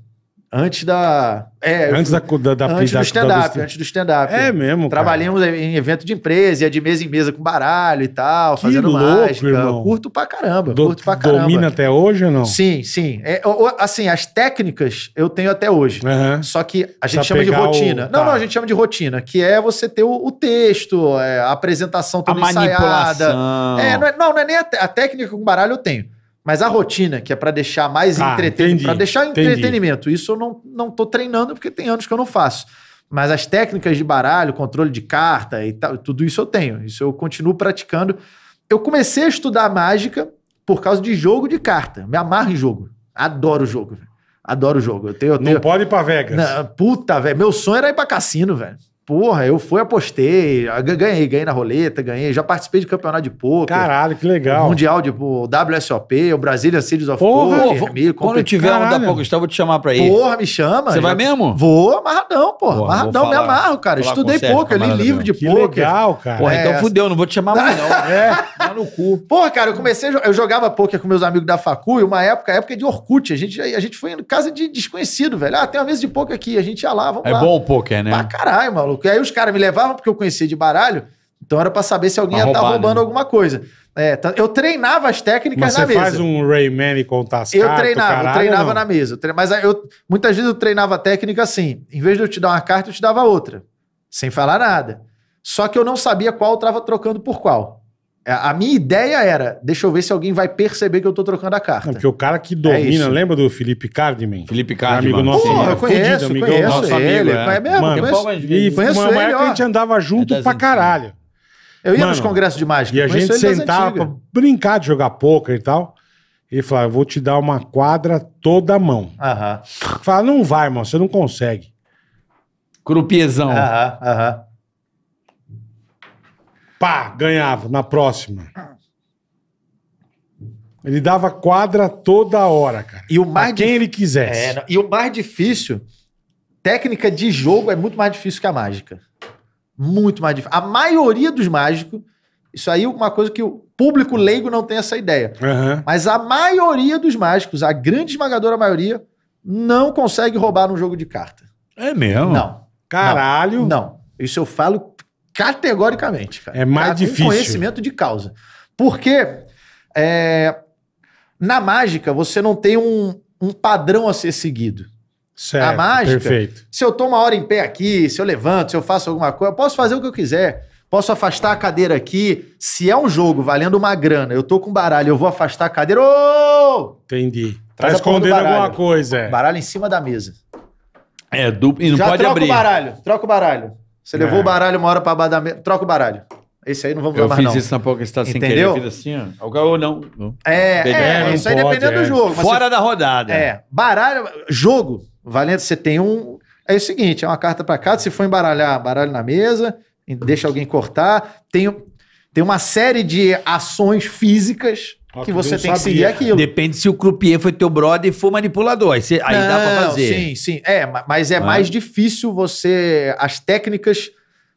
Speaker 1: Antes da. É, eu
Speaker 3: Antes
Speaker 1: fui-
Speaker 3: da, da, da,
Speaker 1: antes
Speaker 3: da- da-
Speaker 1: do stand-up,
Speaker 3: da-
Speaker 1: antes do stand-up.
Speaker 3: É mesmo, cara.
Speaker 1: Trabalhamos em evento de empresa, ia de mesa em mesa com baralho e tal,
Speaker 3: Que
Speaker 1: fazendo
Speaker 3: louco,
Speaker 1: mágica.
Speaker 3: irmão.
Speaker 1: Curto pra caramba,
Speaker 3: Do-
Speaker 1: curto pra caramba.
Speaker 3: Domina até hoje ou não?
Speaker 1: Sim, sim. É, o- o- assim, as técnicas eu tenho até hoje.
Speaker 3: Aham.
Speaker 1: Só que a gente
Speaker 3: Pra
Speaker 1: chama de
Speaker 3: Né? pegar o-
Speaker 1: rotina.
Speaker 3: tá.
Speaker 1: Não, não, a gente chama de rotina, que é você ter o, o texto, é, a apresentação
Speaker 4: A
Speaker 1: toda ensaiada.
Speaker 4: manipulação.
Speaker 1: É, não, é, não, não é nem a, te- a técnica com baralho eu tenho. Mas a rotina, que é pra deixar mais
Speaker 3: Tá,
Speaker 1: entretenimento.
Speaker 3: entendi,
Speaker 1: Pra deixar
Speaker 3: entendi.
Speaker 1: entretenimento. Isso eu não, não tô treinando porque tem anos que eu não faço. Mas as técnicas de baralho, controle de carta e tal, tudo isso eu tenho. Isso eu continuo praticando. Eu comecei a estudar mágica por causa de jogo de carta. Me amarro em jogo. Adoro jogo. velho. Adoro jogo. Eu tenho, eu tenho,
Speaker 3: Não pode ir pra Vegas.
Speaker 1: não, puta, velho. Meu sonho era ir pra cassino, velho. Porra, eu fui, apostei, a- ganhei, ganhei na roleta, ganhei. Já participei de campeonato de pôquer.
Speaker 3: Caralho, que legal.
Speaker 1: Mundial um de pô, WSOP, o Brasília Series of
Speaker 3: Porra,
Speaker 1: Poker,
Speaker 4: Pô, vou-
Speaker 1: Vermelho,
Speaker 4: quando eu
Speaker 1: Compet-
Speaker 4: tiver um da
Speaker 3: Caralho.
Speaker 4: pouco, eu vou te chamar pra ir.
Speaker 1: Porra, me chama.
Speaker 4: Você
Speaker 1: Já-
Speaker 4: vai mesmo?
Speaker 1: Vou, amarradão, porra.
Speaker 4: Porra,
Speaker 1: amarradão,
Speaker 4: vou
Speaker 1: me
Speaker 4: falar-
Speaker 1: amarro, cara.
Speaker 4: falar com o
Speaker 1: Estudei
Speaker 4: Sérgio,
Speaker 1: pouco, eu li
Speaker 4: camarada
Speaker 1: livro de
Speaker 4: meu.
Speaker 3: que
Speaker 1: pôquer.
Speaker 3: legal, cara.
Speaker 4: Porra,
Speaker 1: É,
Speaker 4: então
Speaker 1: essa-
Speaker 4: fudeu, não vou te chamar mais não.
Speaker 3: É.
Speaker 4: Lá no cu.
Speaker 1: Porra, cara, eu comecei, a jo- eu jogava poker com meus amigos da facu, e uma época, época de Orkut, a gente, a gente foi em casa de desconhecido, velho. Ah, tem uma mesa de poker aqui, a gente ia lá, vamos
Speaker 4: É
Speaker 1: lá.
Speaker 4: bom o poker, né?
Speaker 1: Pra caralho, maluco. E aí os caras me levavam porque eu conhecia de baralho, então era pra saber se alguém
Speaker 4: Pra
Speaker 1: ia estar
Speaker 4: roubar,
Speaker 1: roubando
Speaker 4: né?
Speaker 1: alguma coisa. É, tá- eu treinava as técnicas
Speaker 3: Mas
Speaker 1: na
Speaker 3: você
Speaker 1: mesa.
Speaker 3: faz um Rayman e contar as
Speaker 1: é Eu
Speaker 3: cartas,
Speaker 1: treinava,
Speaker 3: caralho,
Speaker 1: eu treinava
Speaker 3: não?
Speaker 1: na mesa. Eu tre- Mas aí eu, muitas vezes eu treinava a técnica assim. Em vez de eu te dar uma carta, eu te dava outra. Sem falar nada. Só que eu não sabia qual eu tava trocando por qual. É, A a minha ideia era, deixa eu ver se alguém vai perceber que eu tô trocando a carta.
Speaker 3: Não, porque o cara que
Speaker 1: É
Speaker 3: domina,
Speaker 1: isso.
Speaker 3: lembra do Felipe Cardman?
Speaker 4: Felipe Cardi,
Speaker 3: Amigo
Speaker 4: mano.
Speaker 3: nosso. é
Speaker 1: Porra, eu
Speaker 3: Fudido,
Speaker 1: conheço,
Speaker 3: amigão,
Speaker 1: conheço
Speaker 4: nosso
Speaker 1: ele.
Speaker 4: amigo, é.
Speaker 1: é mesmo,
Speaker 3: Mano,
Speaker 1: conheço.
Speaker 3: E foi
Speaker 1: Conheço
Speaker 3: uma
Speaker 1: ele,
Speaker 3: época que
Speaker 1: ó.
Speaker 3: a gente andava junto
Speaker 4: É das
Speaker 3: pra
Speaker 4: antigas.
Speaker 3: caralho.
Speaker 1: Eu ia
Speaker 3: Mano,
Speaker 1: nos congressos de mágica.
Speaker 3: E a
Speaker 1: conheço
Speaker 3: gente
Speaker 1: ele das
Speaker 3: sentava pra
Speaker 1: antigas.
Speaker 3: brincar de jogar pôquer e tal. Ele falava, eu vou te dar uma quadra toda a mão.
Speaker 1: Aham,
Speaker 3: Fala, não vai, irmão, você não consegue.
Speaker 4: Crupiezão.
Speaker 1: aham, aham.
Speaker 3: Pá, ganhava, na próxima. Ele dava quadra toda hora, cara.
Speaker 1: E o
Speaker 3: Pra
Speaker 1: mais
Speaker 3: quem ele
Speaker 1: É,
Speaker 3: quisesse.
Speaker 1: não, e o mais difícil, técnica de jogo é muito mais difícil que a mágica. Muito mais difícil. A maioria dos mágicos, isso aí é uma coisa que o público leigo não tem essa ideia.
Speaker 3: Aham.
Speaker 1: Mas a maioria dos mágicos, a grande esmagadora maioria, não consegue roubar num jogo de carta.
Speaker 4: É mesmo?
Speaker 1: Não,
Speaker 3: Caralho.
Speaker 1: não. Isso eu falo categoricamente, cara.
Speaker 3: É mais
Speaker 1: Cara,
Speaker 3: difícil.
Speaker 1: Com conhecimento de causa. Porque é, na mágica você não tem um- um padrão a ser seguido.
Speaker 3: Certo,
Speaker 1: A mágica-
Speaker 3: Perfeito.
Speaker 1: Se eu tô uma hora em pé aqui, se eu levanto, se eu faço alguma coisa, eu posso fazer o que eu quiser. Posso afastar a cadeira aqui. Se é um jogo valendo uma grana, eu tô com baralho, eu vou afastar a cadeira. Ô!
Speaker 3: Entendi. Tá
Speaker 1: Traz a porra do
Speaker 3: escondendo
Speaker 1: baralho.
Speaker 3: alguma coisa. é.
Speaker 1: Baralho em cima da mesa.
Speaker 4: É duplo. E não
Speaker 1: Já
Speaker 4: pode
Speaker 1: troca
Speaker 4: abrir.
Speaker 1: o baralho, troca o baralho. Você
Speaker 3: É.
Speaker 1: levou o baralho uma hora pra baixo da mesa, troca o baralho. Esse aí não vamos
Speaker 4: Eu
Speaker 1: levar,
Speaker 4: fiz
Speaker 1: não.
Speaker 4: isso na Poker Star sem querer.
Speaker 1: Entendeu?
Speaker 4: Eu fiz assim, ó. Ou não. não.
Speaker 1: É, é,
Speaker 3: É,
Speaker 1: isso
Speaker 3: não
Speaker 1: aí
Speaker 3: pode,
Speaker 1: dependendo
Speaker 3: é.
Speaker 1: do jogo. mas
Speaker 4: Fora da rodada.
Speaker 1: É, baralho, jogo, valendo, você tem um. É o seguinte, é uma carta pra cada, se for embaralhar, baralho na mesa, deixa alguém cortar. Tem, tem uma série de ações físicas
Speaker 3: Ó,
Speaker 1: que
Speaker 3: que
Speaker 1: você
Speaker 3: não
Speaker 1: tem que
Speaker 3: sabia.
Speaker 1: seguir aquilo.
Speaker 4: Depende se o croupier foi teu brother e for manipulador. Aí, cê- aí dá pra
Speaker 1: Não,
Speaker 4: fazer.
Speaker 1: Sim, sim. É, ma- mas é
Speaker 4: Ah.
Speaker 1: mais difícil você. As técnicas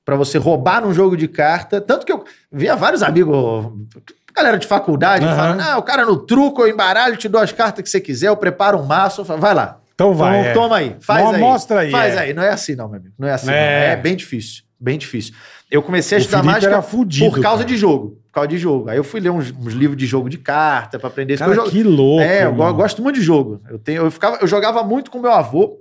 Speaker 1: pra você roubar num jogo de carta. Tanto que eu via vários amigos. Galera de faculdade
Speaker 3: Aham.
Speaker 1: falando: ah, o cara no truco, eu embaralho, te dou as cartas que você quiser, eu preparo um maço. Eu falo, vai lá.
Speaker 3: Então
Speaker 1: Então,
Speaker 3: vai. é.
Speaker 1: toma aí, faz
Speaker 3: Mo-
Speaker 1: aí.
Speaker 3: mostra aí,
Speaker 1: Faz
Speaker 3: é.
Speaker 1: aí. Não é assim, não, meu amigo. Não é
Speaker 3: É.
Speaker 1: assim. não. É bem difícil. Bem difícil. Eu comecei a
Speaker 3: O
Speaker 1: estudar
Speaker 3: Felipe era
Speaker 1: mágica
Speaker 3: fudido,
Speaker 1: por causa
Speaker 3: cara.
Speaker 1: de jogo. Por causa de jogo. Aí eu fui ler uns, uns livros de jogo de carta pra aprender isso.
Speaker 3: Cara,
Speaker 1: porque eu jogo-
Speaker 3: que louco.
Speaker 1: é, eu go-
Speaker 3: irmão.
Speaker 1: gosto muito de jogo. Eu, tenho, eu, ficava, eu jogava muito com meu avô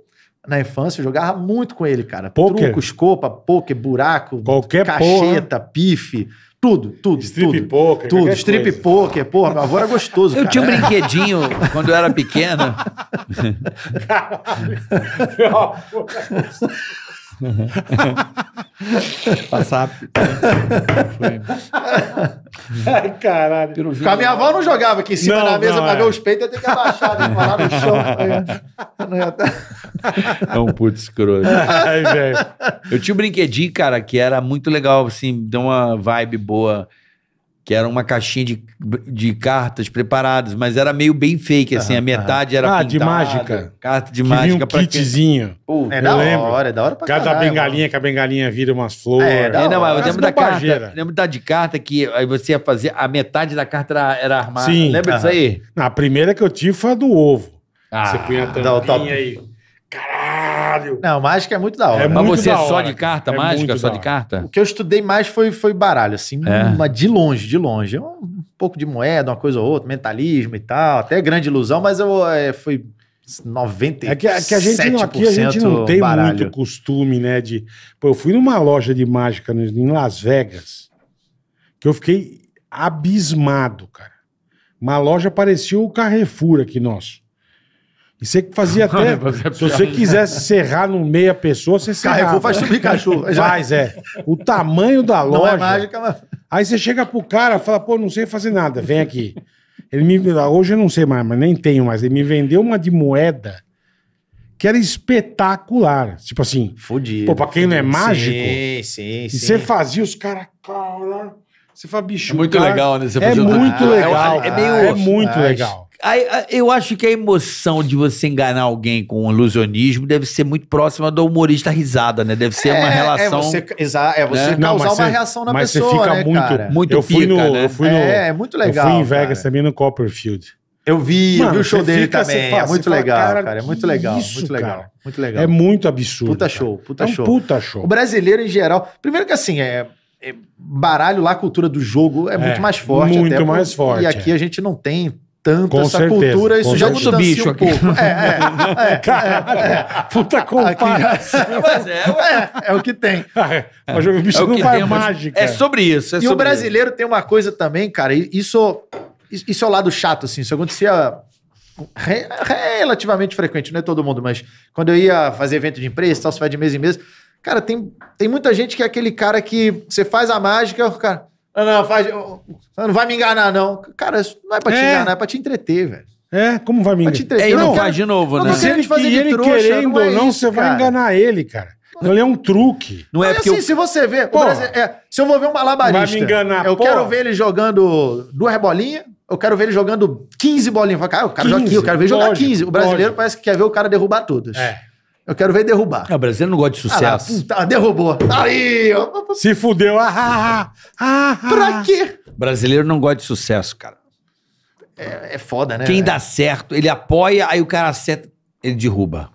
Speaker 1: na infância, eu jogava muito com ele, cara.
Speaker 3: Poker?
Speaker 1: Truco, escopa, poker, buraco,
Speaker 3: Qualquer porra.
Speaker 1: cacheta, pife, tudo, tudo,
Speaker 3: Strip
Speaker 1: tudo.
Speaker 3: poker.
Speaker 1: Tudo,
Speaker 3: qualquer
Speaker 1: strip
Speaker 3: coisa.
Speaker 1: poker, porra, meu avô era gostoso,
Speaker 4: Eu
Speaker 1: cara.
Speaker 4: tinha um brinquedinho quando eu era pequeno. Passar.
Speaker 3: Ai, caralho.
Speaker 1: Com a minha avó eu não jogava aqui em cima
Speaker 3: Não,
Speaker 1: da mesa
Speaker 3: não,
Speaker 1: pra
Speaker 3: é.
Speaker 1: ver os peitos, eu tenho que abaixar, né? Falar no chão. Eu não ia-
Speaker 4: É um puto escroto.
Speaker 3: Ai, velho.
Speaker 4: Eu tinha um brinquedinho, cara, que era muito legal, assim, deu uma vibe boa. Que era uma caixinha de, de cartas preparadas, mas era meio bem fake, assim.
Speaker 1: Aham,
Speaker 4: a metade era
Speaker 3: Ah,
Speaker 4: pintada.
Speaker 3: de mágica.
Speaker 4: Carta
Speaker 3: Que
Speaker 4: de
Speaker 3: vinha
Speaker 4: mágica
Speaker 3: um
Speaker 4: pra quem-
Speaker 3: kitzinho.
Speaker 4: Pô,
Speaker 1: É da
Speaker 3: lembro.
Speaker 1: hora, é da hora pra
Speaker 3: Cada
Speaker 1: caralho,
Speaker 3: bengalinha, que a bengalinha vira umas flores.
Speaker 1: É, da
Speaker 4: É, não, mas eu
Speaker 3: As
Speaker 4: lembro da
Speaker 3: bobageira.
Speaker 4: carta. Lembro da de carta que aí você ia fazer. A metade da carta era, era armada.
Speaker 3: Sim.
Speaker 4: Lembra disso
Speaker 1: Aham.
Speaker 4: aí? Ah,
Speaker 3: A primeira que eu tive foi a do ovo. você punha a
Speaker 1: Ah, dá o top.
Speaker 3: tampinha aí. Caralho.
Speaker 1: Não, mágica é muito da hora.
Speaker 3: É
Speaker 4: Mas
Speaker 3: muito
Speaker 4: você é
Speaker 3: da
Speaker 4: só
Speaker 3: hora.
Speaker 4: de carta
Speaker 3: É
Speaker 4: mágica?
Speaker 3: muito
Speaker 4: Só
Speaker 3: da
Speaker 4: de
Speaker 3: hora.
Speaker 4: carta?
Speaker 1: O que eu estudei mais foi, foi baralho, assim,
Speaker 4: É.
Speaker 1: uma, de longe, de longe. Um, pouco de moeda, uma coisa ou outra, mentalismo e tal, até grande ilusão, mas eu é, foi 90%.
Speaker 3: É que, é que a gente não, aqui a gente não tem
Speaker 1: baralho.
Speaker 3: muito costume, né? De, pô, eu fui numa loja de mágica no- em Las Vegas que eu fiquei abismado, cara. Uma loja parecia o Carrefour aqui nosso. E você que fazia até. É,
Speaker 4: é
Speaker 3: se você quisesse serrar no meio a pessoa, você serrava.
Speaker 1: é Carrefour faz subir cachorro. Já
Speaker 3: Faz, é. O tamanho da
Speaker 1: não
Speaker 3: loja.
Speaker 1: é mágica, mas.
Speaker 3: Aí você chega pro cara, fala, pô, não sei fazer nada, vem aqui. Ele me hoje eu não sei mais, mas nem tenho mais. Ele me vendeu uma de moeda que era espetacular. Tipo assim,
Speaker 1: Fudido.
Speaker 3: Pô, pra quem não é
Speaker 1: fudido.
Speaker 3: mágico, é
Speaker 1: Sim, sim,
Speaker 3: e
Speaker 1: sim.
Speaker 3: você fazia os caras, cara, você fala, bicho,
Speaker 4: É muito
Speaker 3: cara,
Speaker 4: legal, né? Você
Speaker 3: É
Speaker 4: fazer o-
Speaker 3: muito
Speaker 1: Ah,
Speaker 3: legal.
Speaker 4: É,
Speaker 3: cara.
Speaker 4: meio.
Speaker 3: é muito
Speaker 1: Mas-
Speaker 3: legal.
Speaker 4: Aí, a- eu acho que a emoção de você enganar alguém com um ilusionismo deve ser muito próxima do humorista risada, né? Deve ser uma relação.
Speaker 1: É você, exa- é você
Speaker 4: né?
Speaker 1: causar
Speaker 3: Não, mas
Speaker 1: uma
Speaker 3: você-
Speaker 1: reação na
Speaker 3: mas
Speaker 1: pessoa.
Speaker 3: você fica
Speaker 1: né,
Speaker 3: muito,
Speaker 1: cara?
Speaker 4: Muito
Speaker 3: eu fui
Speaker 4: pica,
Speaker 3: no,
Speaker 4: né?
Speaker 3: eu fui no,
Speaker 1: É, é muito legal.
Speaker 3: eu fui em Vegas
Speaker 1: cara.
Speaker 3: também no Copperfield.
Speaker 1: Eu vi, eu
Speaker 3: Mano,
Speaker 1: vi o show
Speaker 3: você
Speaker 1: dele
Speaker 3: fica, você
Speaker 1: também.
Speaker 3: fala-
Speaker 1: é muito
Speaker 3: você fala,
Speaker 1: legal,
Speaker 3: cara,
Speaker 1: cara. É muito
Speaker 3: que
Speaker 1: legal,
Speaker 3: isso,
Speaker 1: muito legal.
Speaker 3: cara?
Speaker 1: Muito legal.
Speaker 3: É muito absurdo.
Speaker 1: Puta
Speaker 3: cara.
Speaker 1: show, puta
Speaker 3: é um
Speaker 1: show.
Speaker 3: puta show.
Speaker 1: O brasileiro em geral. Primeiro que assim, é, é baralho lá, a cultura do jogo é, muito mais forte.
Speaker 3: muito
Speaker 1: até,
Speaker 3: mais forte, é.
Speaker 1: E aqui a gente não tem tanto
Speaker 3: Com
Speaker 1: essa
Speaker 3: certeza,
Speaker 1: cultura. Isso
Speaker 3: com
Speaker 1: já
Speaker 4: certeza.
Speaker 1: muda
Speaker 4: Bicho
Speaker 1: um
Speaker 4: aqui.
Speaker 1: pouco. É, é, é,
Speaker 3: Caralho, puta comparação.
Speaker 4: Mas é, ué.
Speaker 1: é, é o que tem.
Speaker 3: Ah, Mas o bicho
Speaker 4: É o
Speaker 3: não
Speaker 4: que
Speaker 3: faz
Speaker 4: temos.
Speaker 3: mágica.
Speaker 4: É sobre isso. é
Speaker 1: E o
Speaker 4: sobre
Speaker 1: brasileiro tem uma coisa também, cara, e isso, isso é o lado chato, assim. Isso acontecia re- relativamente frequente, não é todo mundo, mas quando eu ia fazer evento de empresa, e tal, se vai de mês em mês. Cara, tem, tem muita gente que é aquele cara que você faz a mágica, o cara. Não, não, faz, não vai me enganar, não. Cara, isso não é pra te
Speaker 3: É.
Speaker 1: enganar, é pra te entreter, velho.
Speaker 3: É, como vai me
Speaker 1: Pra te
Speaker 3: enganar?
Speaker 4: isso. É,
Speaker 1: entreter.
Speaker 4: e não,
Speaker 3: Não,
Speaker 4: faz de novo,
Speaker 1: não
Speaker 4: né?
Speaker 1: tô
Speaker 3: Se
Speaker 1: querendo
Speaker 3: ele,
Speaker 1: te fazer
Speaker 3: que
Speaker 1: de
Speaker 3: ele
Speaker 1: trouxa,
Speaker 3: querendo
Speaker 1: não é
Speaker 3: ou não,
Speaker 1: isso,
Speaker 3: você vai
Speaker 1: cara.
Speaker 3: enganar ele, cara. Ele é um truque.
Speaker 4: Não é
Speaker 1: Mas
Speaker 4: porque
Speaker 1: assim,
Speaker 4: eu...
Speaker 1: se você ver, o
Speaker 3: Porra.
Speaker 1: Brasil- é, se eu vou ver um malabarista,
Speaker 3: Vai me enganar,
Speaker 1: eu
Speaker 3: porra.
Speaker 1: quero ver ele jogando duas bolinhas, eu quero ver ele jogando 15 bolinhas. Eu falo, Cara, o cara joga
Speaker 3: 15,
Speaker 1: 15, eu quero ver ele jogar
Speaker 3: lógico,
Speaker 1: 15. O brasileiro
Speaker 3: lógico.
Speaker 1: parece que quer ver o cara derrubar todas.
Speaker 3: É.
Speaker 1: Eu quero ver ele derrubar.
Speaker 4: Ah, O brasileiro não gosta de
Speaker 1: Ah, lá,
Speaker 4: sucesso.
Speaker 1: puta, derrubou. Aí, ó.
Speaker 3: Se fudeu. Ah, ah, ah, ah,
Speaker 1: pra
Speaker 3: ah.
Speaker 1: quê?
Speaker 4: O brasileiro não gosta de sucesso, cara.
Speaker 1: É, é foda, né?
Speaker 4: Quem dá certo, ele apoia, aí o cara acerta, ele derruba.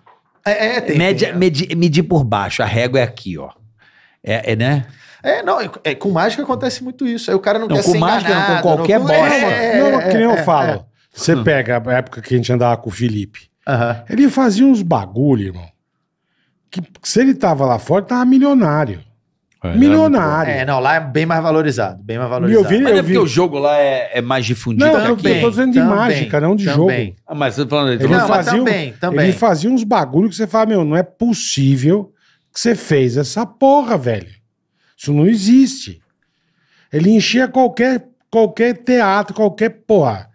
Speaker 1: É, é, tem,
Speaker 4: Média,
Speaker 1: tem.
Speaker 4: medi- medir por baixo, a régua é aqui, ó. É, é, né?
Speaker 1: É, não, é- é, com mágica acontece muito isso. Aí o cara não,
Speaker 4: Não,
Speaker 1: quer
Speaker 4: com
Speaker 1: ser
Speaker 4: mágica não, com
Speaker 1: enganado,
Speaker 4: qualquer
Speaker 1: com-
Speaker 4: bosta.
Speaker 1: É,
Speaker 3: não,
Speaker 1: é,
Speaker 3: que nem eu
Speaker 1: é,
Speaker 3: falo.
Speaker 1: é.
Speaker 3: Você pega a época que a gente andava com o Felipe.
Speaker 1: Aham.
Speaker 3: Ele fazia uns bagulho, irmão. Que se ele tava lá fora, ele tava milionário. milionário.
Speaker 1: É, não, lá é bem mais valorizado, bem mais
Speaker 3: E eu
Speaker 1: valorizado. Então,
Speaker 3: vi,
Speaker 4: Mas é
Speaker 3: eu
Speaker 4: porque
Speaker 3: vi.
Speaker 4: o jogo lá é, é mais difundido
Speaker 3: Não,
Speaker 4: que
Speaker 3: eu
Speaker 4: aqui.
Speaker 3: tô dizendo de mágica, não de jogo.
Speaker 4: Ah, mas eu tô falando...
Speaker 3: Ele
Speaker 1: não, mas
Speaker 3: fazia um-
Speaker 1: também, também.
Speaker 3: Ele fazia uns bagulho que você fala, meu, não é possível que você fez essa porra, velho. Isso não existe. Ele enchia qualquer, qualquer teatro, qualquer porra.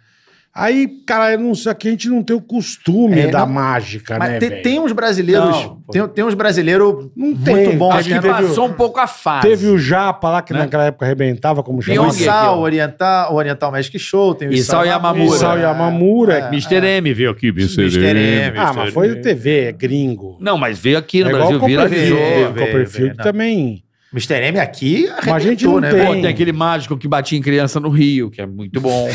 Speaker 3: Aí, cara, eu não sei, aqui a gente não tem o costume
Speaker 1: É,
Speaker 3: da
Speaker 1: não-
Speaker 3: mágica,
Speaker 1: Mas
Speaker 3: né,
Speaker 1: tem,
Speaker 3: velho?
Speaker 1: tem uns brasileiros.
Speaker 4: Não, pô.
Speaker 1: tem, tem uns brasileiros
Speaker 3: Não
Speaker 1: muito
Speaker 3: tem.
Speaker 1: bons.
Speaker 3: Acho
Speaker 1: né?
Speaker 3: que teve-
Speaker 4: passou um pouco a fase.
Speaker 3: Teve o Japa lá, que
Speaker 4: Né?
Speaker 3: naquela época arrebentava, como
Speaker 1: Tem o
Speaker 3: chamava?
Speaker 4: Pyong-
Speaker 1: Isal, Oriental, o Oriental Magic Show, tem o
Speaker 4: Isao Yamamura.
Speaker 3: Isao Yamamura.
Speaker 1: É.
Speaker 4: Mr. M veio aqui, Mr.
Speaker 1: Mr. M.
Speaker 3: Ah, mas foi o TV, é gringo.
Speaker 4: Não, mas veio aqui no
Speaker 3: é
Speaker 4: Brasil,
Speaker 3: igual o
Speaker 4: viralizou.
Speaker 1: Copperfield.
Speaker 3: Copperfield.
Speaker 1: Veio,
Speaker 3: Copperfield
Speaker 1: veio, não.
Speaker 3: também.
Speaker 1: Mr. M aqui arrebentou,
Speaker 3: a gente não
Speaker 1: né?
Speaker 3: tem.
Speaker 1: velho?
Speaker 4: Pô, tem aquele mágico que batia em criança no Rio, que é muito bom.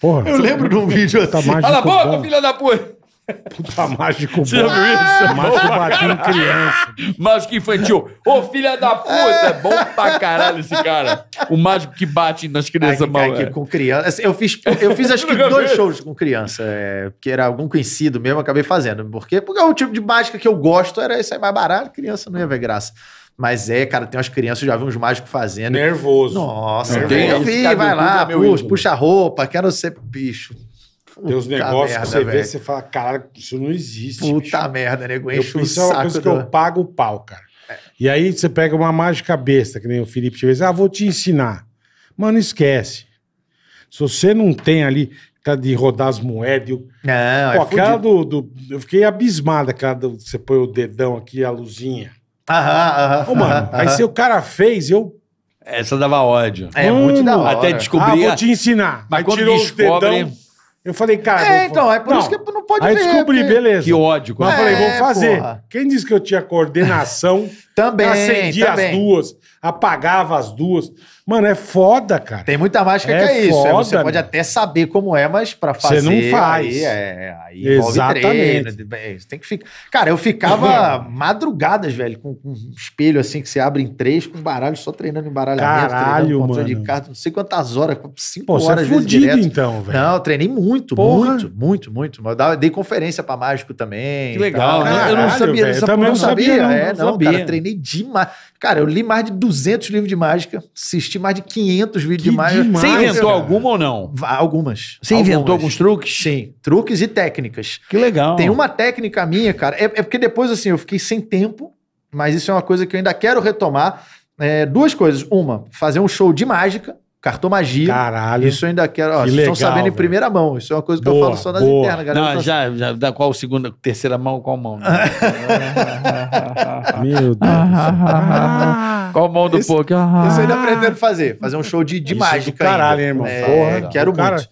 Speaker 3: Porra,
Speaker 1: Eu lembro de um vídeo assim.
Speaker 3: tá mágico.
Speaker 4: Cala a boca,
Speaker 3: bom.
Speaker 4: filha da puta!
Speaker 3: Puta mágico
Speaker 5: Você já
Speaker 3: bom.
Speaker 5: viu isso?
Speaker 3: Mágico batinho em criança.
Speaker 8: Mágico infantil. Ô, filha da puta! É bom pra caralho esse cara. O mágico que bate nas
Speaker 4: né,
Speaker 8: crianças
Speaker 1: Ai,
Speaker 8: mal.
Speaker 4: é.
Speaker 1: que- que- com criança. Assim, Eu fiz, eu fiz acho que
Speaker 8: Nunca
Speaker 1: dois
Speaker 8: vi.
Speaker 1: shows com criança, é, que era algum conhecido mesmo, acabei fazendo. Porque, porque é o tipo de mágica que eu gosto, era isso aí mais barato, criança não ia ver graça. Mas é, cara, tem umas crianças, eu já vi uns mágicos fazendo.
Speaker 3: Nervoso.
Speaker 1: Nossa,
Speaker 3: Não,
Speaker 1: tem,
Speaker 3: tem-
Speaker 1: eu vi,
Speaker 8: esse cara
Speaker 1: vai
Speaker 8: do
Speaker 1: lá,
Speaker 8: YouTube é meu
Speaker 1: puxa,
Speaker 8: ídolo.
Speaker 1: puxa a roupa, quero ser bicho.
Speaker 3: Tem uns
Speaker 1: Puta
Speaker 3: negócios que
Speaker 1: merda,
Speaker 3: você vê,
Speaker 1: velho.
Speaker 3: você fala, caralho, isso não existe. bicho.
Speaker 1: Puta merda, nego,
Speaker 3: Eu,
Speaker 1: enche o
Speaker 3: isso é uma
Speaker 1: saco.
Speaker 3: coisa
Speaker 1: Do... É.
Speaker 3: que eu pago o pau, cara. E aí você pega uma mágica besta, que nem o Felipe te fez, ah, vou te ensinar. Mano, esquece. Se você não tem ali, tá de rodar as moedas. e o-
Speaker 1: Não,
Speaker 3: Pô,
Speaker 1: é fudido.
Speaker 3: aquela do, do- Eu fiquei abismado, aquela do. Você põe o dedão aqui, a luzinha.
Speaker 1: Aham, aham.
Speaker 3: Ô, mano,
Speaker 1: aham,
Speaker 3: aí se o cara fez, eu.
Speaker 8: Essa dava ódio.
Speaker 1: É muito da hora.
Speaker 8: Até
Speaker 3: ah,
Speaker 8: descobrir.
Speaker 3: vou te ensinar.
Speaker 8: Mas
Speaker 3: Aí
Speaker 8: quando
Speaker 3: tirou os
Speaker 8: descobre-
Speaker 3: dedão, Eu falei, cara.
Speaker 1: É,
Speaker 3: eu-
Speaker 1: então, é por
Speaker 3: Não.
Speaker 1: isso que não pode
Speaker 3: Aí
Speaker 1: ver.
Speaker 3: descobri,
Speaker 1: porque-
Speaker 3: beleza.
Speaker 8: Que ódio.
Speaker 3: Mas eu falei,
Speaker 1: É,
Speaker 3: vou fazer.
Speaker 1: porra. Tá
Speaker 3: Quem disse que eu tinha coordenação?
Speaker 1: Também,
Speaker 3: acendia as
Speaker 1: também.
Speaker 3: duas, apagava as duas. Mano, é foda, cara.
Speaker 1: Tem muita mágica
Speaker 3: É
Speaker 1: que é isso. é, você
Speaker 3: foda,
Speaker 1: pode
Speaker 3: né?
Speaker 1: até saber como é, mas pra
Speaker 3: Você
Speaker 1: fazer.
Speaker 3: não faz.
Speaker 1: Aí, é, aí envolve
Speaker 3: Exatamente. Uhum.
Speaker 1: treino, é, Você tem que ficar. Cara, eu ficava madrugadas, velho, com, com um espelho assim que você abre em três, com baralho, só treinando embaralhamento,
Speaker 3: Caralho,
Speaker 1: treinando controle
Speaker 3: mano.
Speaker 1: de carta, não sei quantas horas, cinco
Speaker 3: Pô, você
Speaker 1: horas
Speaker 3: é
Speaker 1: às vezes
Speaker 3: fudido
Speaker 1: direto.
Speaker 3: então, velho.
Speaker 1: Não, eu treinei muito,
Speaker 3: Porra.
Speaker 1: muito, muito, muito. Eu dava- dei conferência pra mágico também.
Speaker 8: Que
Speaker 1: e
Speaker 8: legal,
Speaker 1: tal.
Speaker 8: né?
Speaker 1: Eu não
Speaker 3: Caralho,
Speaker 1: sabia,
Speaker 3: velho,
Speaker 1: eu
Speaker 3: eu também
Speaker 1: não
Speaker 3: não sabia,
Speaker 1: sabia.
Speaker 3: não,
Speaker 1: É,
Speaker 8: não
Speaker 1: não,
Speaker 8: sabia.
Speaker 1: cara, treinei demais. Cara, eu li mais de 200 livros de mágica, assisti mais de 500 vídeos
Speaker 3: Que
Speaker 1: de mágica.
Speaker 3: demais,
Speaker 8: Você inventou
Speaker 3: cara.
Speaker 8: alguma ou não?
Speaker 1: Va- Algumas.
Speaker 4: Você inventou alguns truques?
Speaker 1: Sim, truques e técnicas.
Speaker 4: Que
Speaker 3: Ah.
Speaker 4: legal.
Speaker 1: Tem uma técnica minha, cara. É, é porque depois, assim, eu fiquei sem tempo, mas isso é uma coisa que eu ainda quero retomar. É, duas coisas. Uma, fazer um show de mágica, cartomagia.
Speaker 3: Caralho.
Speaker 1: Isso eu ainda quero. Ó,
Speaker 3: Que
Speaker 1: vocês
Speaker 3: legal,
Speaker 1: estão sabendo em
Speaker 3: velho.
Speaker 1: primeira mão. Isso é uma coisa que eu
Speaker 3: Boa,
Speaker 1: falo só nas
Speaker 3: boa.
Speaker 1: internas, galera.
Speaker 8: Não,
Speaker 1: Tá-
Speaker 8: já, já. Da qual segunda, terceira mão, qual mão?
Speaker 3: Meu Deus. Ah,
Speaker 8: qual mão do
Speaker 1: Esse-
Speaker 8: poker?
Speaker 1: assim, Isso eu ainda pretendo fazer. Fazer um show de, de
Speaker 3: Isso é do
Speaker 1: mágica.
Speaker 3: caralho,
Speaker 1: ainda.
Speaker 3: hein, irmão?
Speaker 1: É,
Speaker 3: Porra,
Speaker 1: quero
Speaker 3: o cara-
Speaker 1: muito.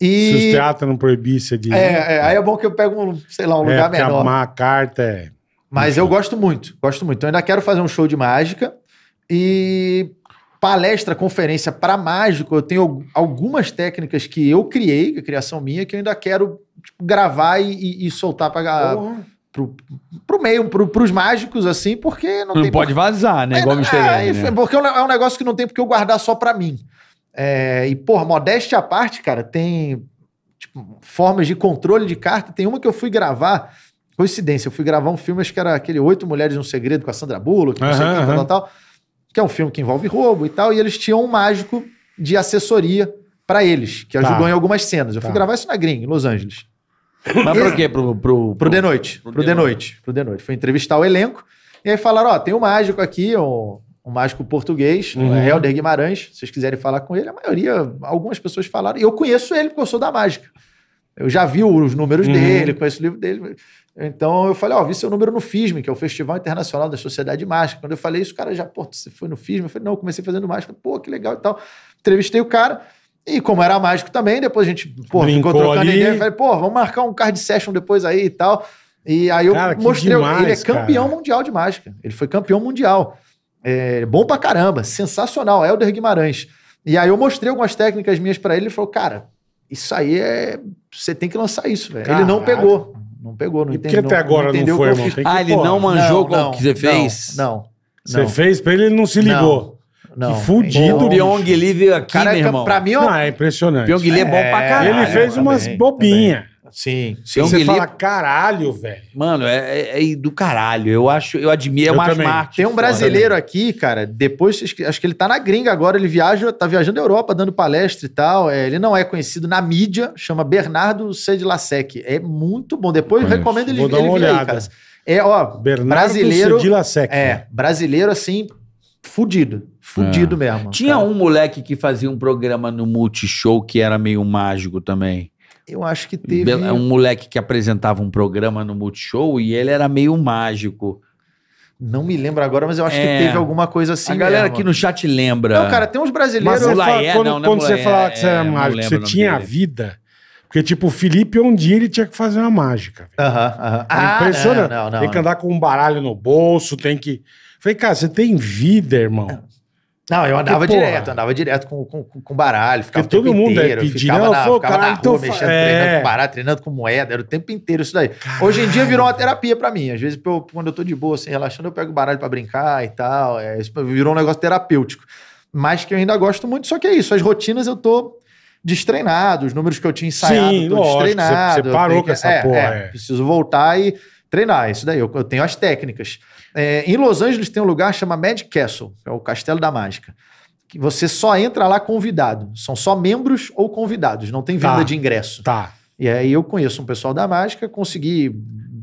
Speaker 3: Se os
Speaker 1: E.
Speaker 3: teatros não proibissem de.
Speaker 1: É, é, aí é bom que eu pego, um, sei lá, um
Speaker 3: É,
Speaker 1: lugar
Speaker 3: porque
Speaker 1: menor.
Speaker 3: amar a carta é.
Speaker 1: Mas eu gosto muito, gosto muito. Então ainda quero fazer um show de mágica e palestra, conferência para mágico. Eu tenho al- algumas técnicas que eu criei, que é criação minha, que eu ainda quero tipo, gravar e, e- e soltar para
Speaker 3: Porra.
Speaker 1: pro, pro meio, para os mágicos assim, porque não,
Speaker 8: Não
Speaker 1: tem
Speaker 8: pode vazar, né?
Speaker 1: É,
Speaker 8: Igual Mr.
Speaker 1: é,
Speaker 8: M,
Speaker 1: enfim,
Speaker 8: né?
Speaker 1: Porque é um é um negócio que não tem porque eu guardar só pra mim. É, e, porra, modéstia à parte, cara, tem tipo, formas de controle de carta. Tem uma que eu fui gravar, coincidência, eu fui gravar um filme, acho que era aquele Oito Mulheres e um Segredo com a Sandra Bullock, não sei
Speaker 3: Aham,
Speaker 1: quem, tal,
Speaker 3: aham.
Speaker 1: tal, tal, que é um filme que envolve roubo e tal, e eles tinham um mágico de assessoria pra eles, que
Speaker 3: Tá.
Speaker 1: ajudou em algumas cenas. Eu fui
Speaker 3: Tá.
Speaker 1: gravar isso na Green, em Los Angeles.
Speaker 8: Mas pra quê? Pro, pro,
Speaker 1: é Pro de noite.
Speaker 8: Pro
Speaker 1: Pro,
Speaker 8: The
Speaker 1: de noite. Pro de noite. Foi entrevistar o elenco. E aí falaram: ó, tem um mágico aqui, um, um mágico português,
Speaker 3: Uhum.
Speaker 1: o Helder Guimarães. Se vocês quiserem falar com ele, a maioria, algumas pessoas falaram. E eu conheço ele, porque eu sou da mágica. Eu já vi os números
Speaker 3: Uhum.
Speaker 1: dele, conheço o livro dele. Então eu falei, ó, vi seu número no FISM, que é o Festival Internacional da Sociedade de Mágica. Quando eu falei isso, o cara já, pô, você foi no FISM? Eu falei, não, eu comecei fazendo mágica. Pô, que legal e tal. Entrevistei o cara. E como era mágico também, depois a gente, pô,
Speaker 3: Brincou
Speaker 1: ficou trocando
Speaker 3: ali.
Speaker 1: ideia. Falei, pô, vamos marcar um card session depois aí e tal. E aí eu
Speaker 3: Cara, que
Speaker 1: mostrei,
Speaker 3: demais,
Speaker 1: ele é campeão
Speaker 3: cara.
Speaker 1: mundial de mágica. Ele foi campeão mundial. É, bom pra caramba, sensacional, Helder Guimarães. E aí eu mostrei algumas técnicas minhas pra ele, ele falou, cara, isso aí é... Você tem que lançar isso, velho. Ele não
Speaker 3: Caralho.
Speaker 1: pegou. Não pegou, não
Speaker 3: E por que
Speaker 1: entendeu.
Speaker 3: até agora não,
Speaker 1: entendeu o
Speaker 3: foi,
Speaker 1: que eu
Speaker 3: irmão?
Speaker 1: fiz.
Speaker 3: Tem que-
Speaker 8: Ah, ele
Speaker 3: porra,
Speaker 8: não
Speaker 4: Um
Speaker 8: manjou com
Speaker 1: Não,
Speaker 8: o que você
Speaker 1: não,
Speaker 8: fez?
Speaker 1: Não,
Speaker 3: Você
Speaker 1: não.
Speaker 3: fez pra ele ele não se ligou.
Speaker 1: não.
Speaker 3: Que fudido,
Speaker 1: Não.
Speaker 8: O Pyong Lee veio aqui,
Speaker 1: Cara,
Speaker 8: meu
Speaker 1: é cam-
Speaker 8: irmão.
Speaker 1: pra mim, é um-
Speaker 3: Não, é impressionante.
Speaker 8: Pyong Lee é bom pra
Speaker 1: É,
Speaker 8: caralho.
Speaker 3: ele fez
Speaker 1: também,
Speaker 3: umas
Speaker 1: também.
Speaker 3: bobinhas.
Speaker 1: Sim, sim.
Speaker 8: Pyong
Speaker 3: Você
Speaker 8: Lee-
Speaker 3: fala, caralho, velho.
Speaker 8: Mano, é, é- é do caralho. Eu acho, eu admiro. É
Speaker 3: Eu
Speaker 8: uma né?
Speaker 3: também.
Speaker 8: marca.
Speaker 1: Tem um
Speaker 3: né?
Speaker 1: brasileiro aqui, cara, depois, acho que- acho que ele tá na gringa agora, ele viaja, tá viajando a Europa, dando palestra e tal, é, ele não é conhecido na mídia, chama Bernardo Sedlacek, é muito bom, depois eu
Speaker 8: Conheço.
Speaker 1: recomendo ele,
Speaker 3: Vou dar
Speaker 1: ele
Speaker 3: uma
Speaker 1: vir
Speaker 3: olhada.
Speaker 1: aí, cara. É, ó,
Speaker 3: Bernardo
Speaker 1: brasileiro,
Speaker 3: Cedila Sec.
Speaker 1: é, brasileiro assim, fudido, fudido mesmo.
Speaker 4: Tinha
Speaker 1: cara.
Speaker 4: um moleque que fazia um programa no Multishow que era meio mágico também.
Speaker 1: Eu acho que teve...
Speaker 4: Be-
Speaker 8: é
Speaker 4: Um moleque que apresentava um programa no Multishow e ele era meio mágico.
Speaker 1: Não me lembro agora, mas eu acho
Speaker 4: É.
Speaker 1: que teve alguma coisa assim
Speaker 4: a galera
Speaker 1: mesmo.
Speaker 4: aqui no chat lembra.
Speaker 1: Não, É, cara, tem uns
Speaker 3: É. Mas
Speaker 1: brasileiros...
Speaker 3: você
Speaker 4: Mulaé,
Speaker 3: fala- quando,
Speaker 4: não, não é
Speaker 3: quando você
Speaker 4: Mulaé,
Speaker 3: falava que você
Speaker 4: é,
Speaker 3: era
Speaker 4: não
Speaker 3: mágico,
Speaker 4: lembro
Speaker 3: você
Speaker 4: o nome
Speaker 3: tinha
Speaker 4: dele.
Speaker 3: a vida. Porque, tipo, o Felipe, um dia ele tinha que fazer uma mágica. velho.
Speaker 1: Aham, aham.
Speaker 3: É
Speaker 1: Ah,
Speaker 3: impressionante.
Speaker 1: não, não,
Speaker 3: tem
Speaker 1: não. É.
Speaker 3: que andar com um baralho no bolso, tem que. Falei, cara, você tem vida, irmão.
Speaker 1: Não, eu andava
Speaker 3: porra.
Speaker 1: direto, andava direto com, com, com baralho, ficava o
Speaker 3: Porque
Speaker 1: tempo
Speaker 3: todo mundo é
Speaker 1: inteiro,
Speaker 3: pedir,
Speaker 1: ficava,
Speaker 3: não,
Speaker 1: na,
Speaker 3: pô,
Speaker 1: ficava na
Speaker 3: caralho,
Speaker 1: rua,
Speaker 3: então fa-
Speaker 1: mexendo,
Speaker 3: é.
Speaker 1: treinando com baralho, treinando com moeda, era o tempo inteiro isso daí. Hoje em dia virou uma terapia pra mim, às vezes pra eu- quando eu tô de boa, assim, relaxando, eu pego baralho pra brincar e tal, é, isso virou um negócio terapêutico. Mas que eu ainda gosto muito, só que é isso, as rotinas eu tô destreinado, os números que eu tinha ensaiado,
Speaker 3: Sim,
Speaker 1: eu tô
Speaker 3: lógico,
Speaker 1: destreinado.
Speaker 3: você- você
Speaker 1: eu
Speaker 3: parou
Speaker 1: tenho
Speaker 3: com essa porra, é.
Speaker 1: Preciso voltar e treinar, isso daí, eu, eu tenho as técnicas. É, em Los Angeles tem um lugar que chama Mad Castle, que é o Castelo da Mágica. Que você só entra lá convidado. São só membros ou convidados, não tem venda
Speaker 3: Tá.
Speaker 1: de ingresso.
Speaker 3: Tá.
Speaker 1: E aí eu conheço um pessoal da mágica, consegui.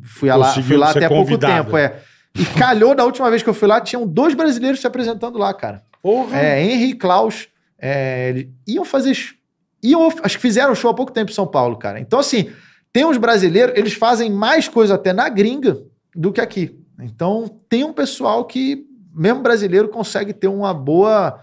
Speaker 1: Fui lá,
Speaker 3: Conseguiu
Speaker 1: fui lá
Speaker 3: ser
Speaker 1: até há pouco
Speaker 3: convidado.
Speaker 1: tempo. É. E calhou da última vez que eu fui lá, tinham dois brasileiros se apresentando lá, cara.
Speaker 3: Porra.
Speaker 1: É, Henry e Klaus. é, eles iam fazer. sh- Iam, acho que fizeram show há pouco tempo em São Paulo, cara. Então, assim, tem uns brasileiros, eles fazem mais coisa até na gringa do que aqui. Então, tem um pessoal que, mesmo brasileiro, consegue ter uma boa.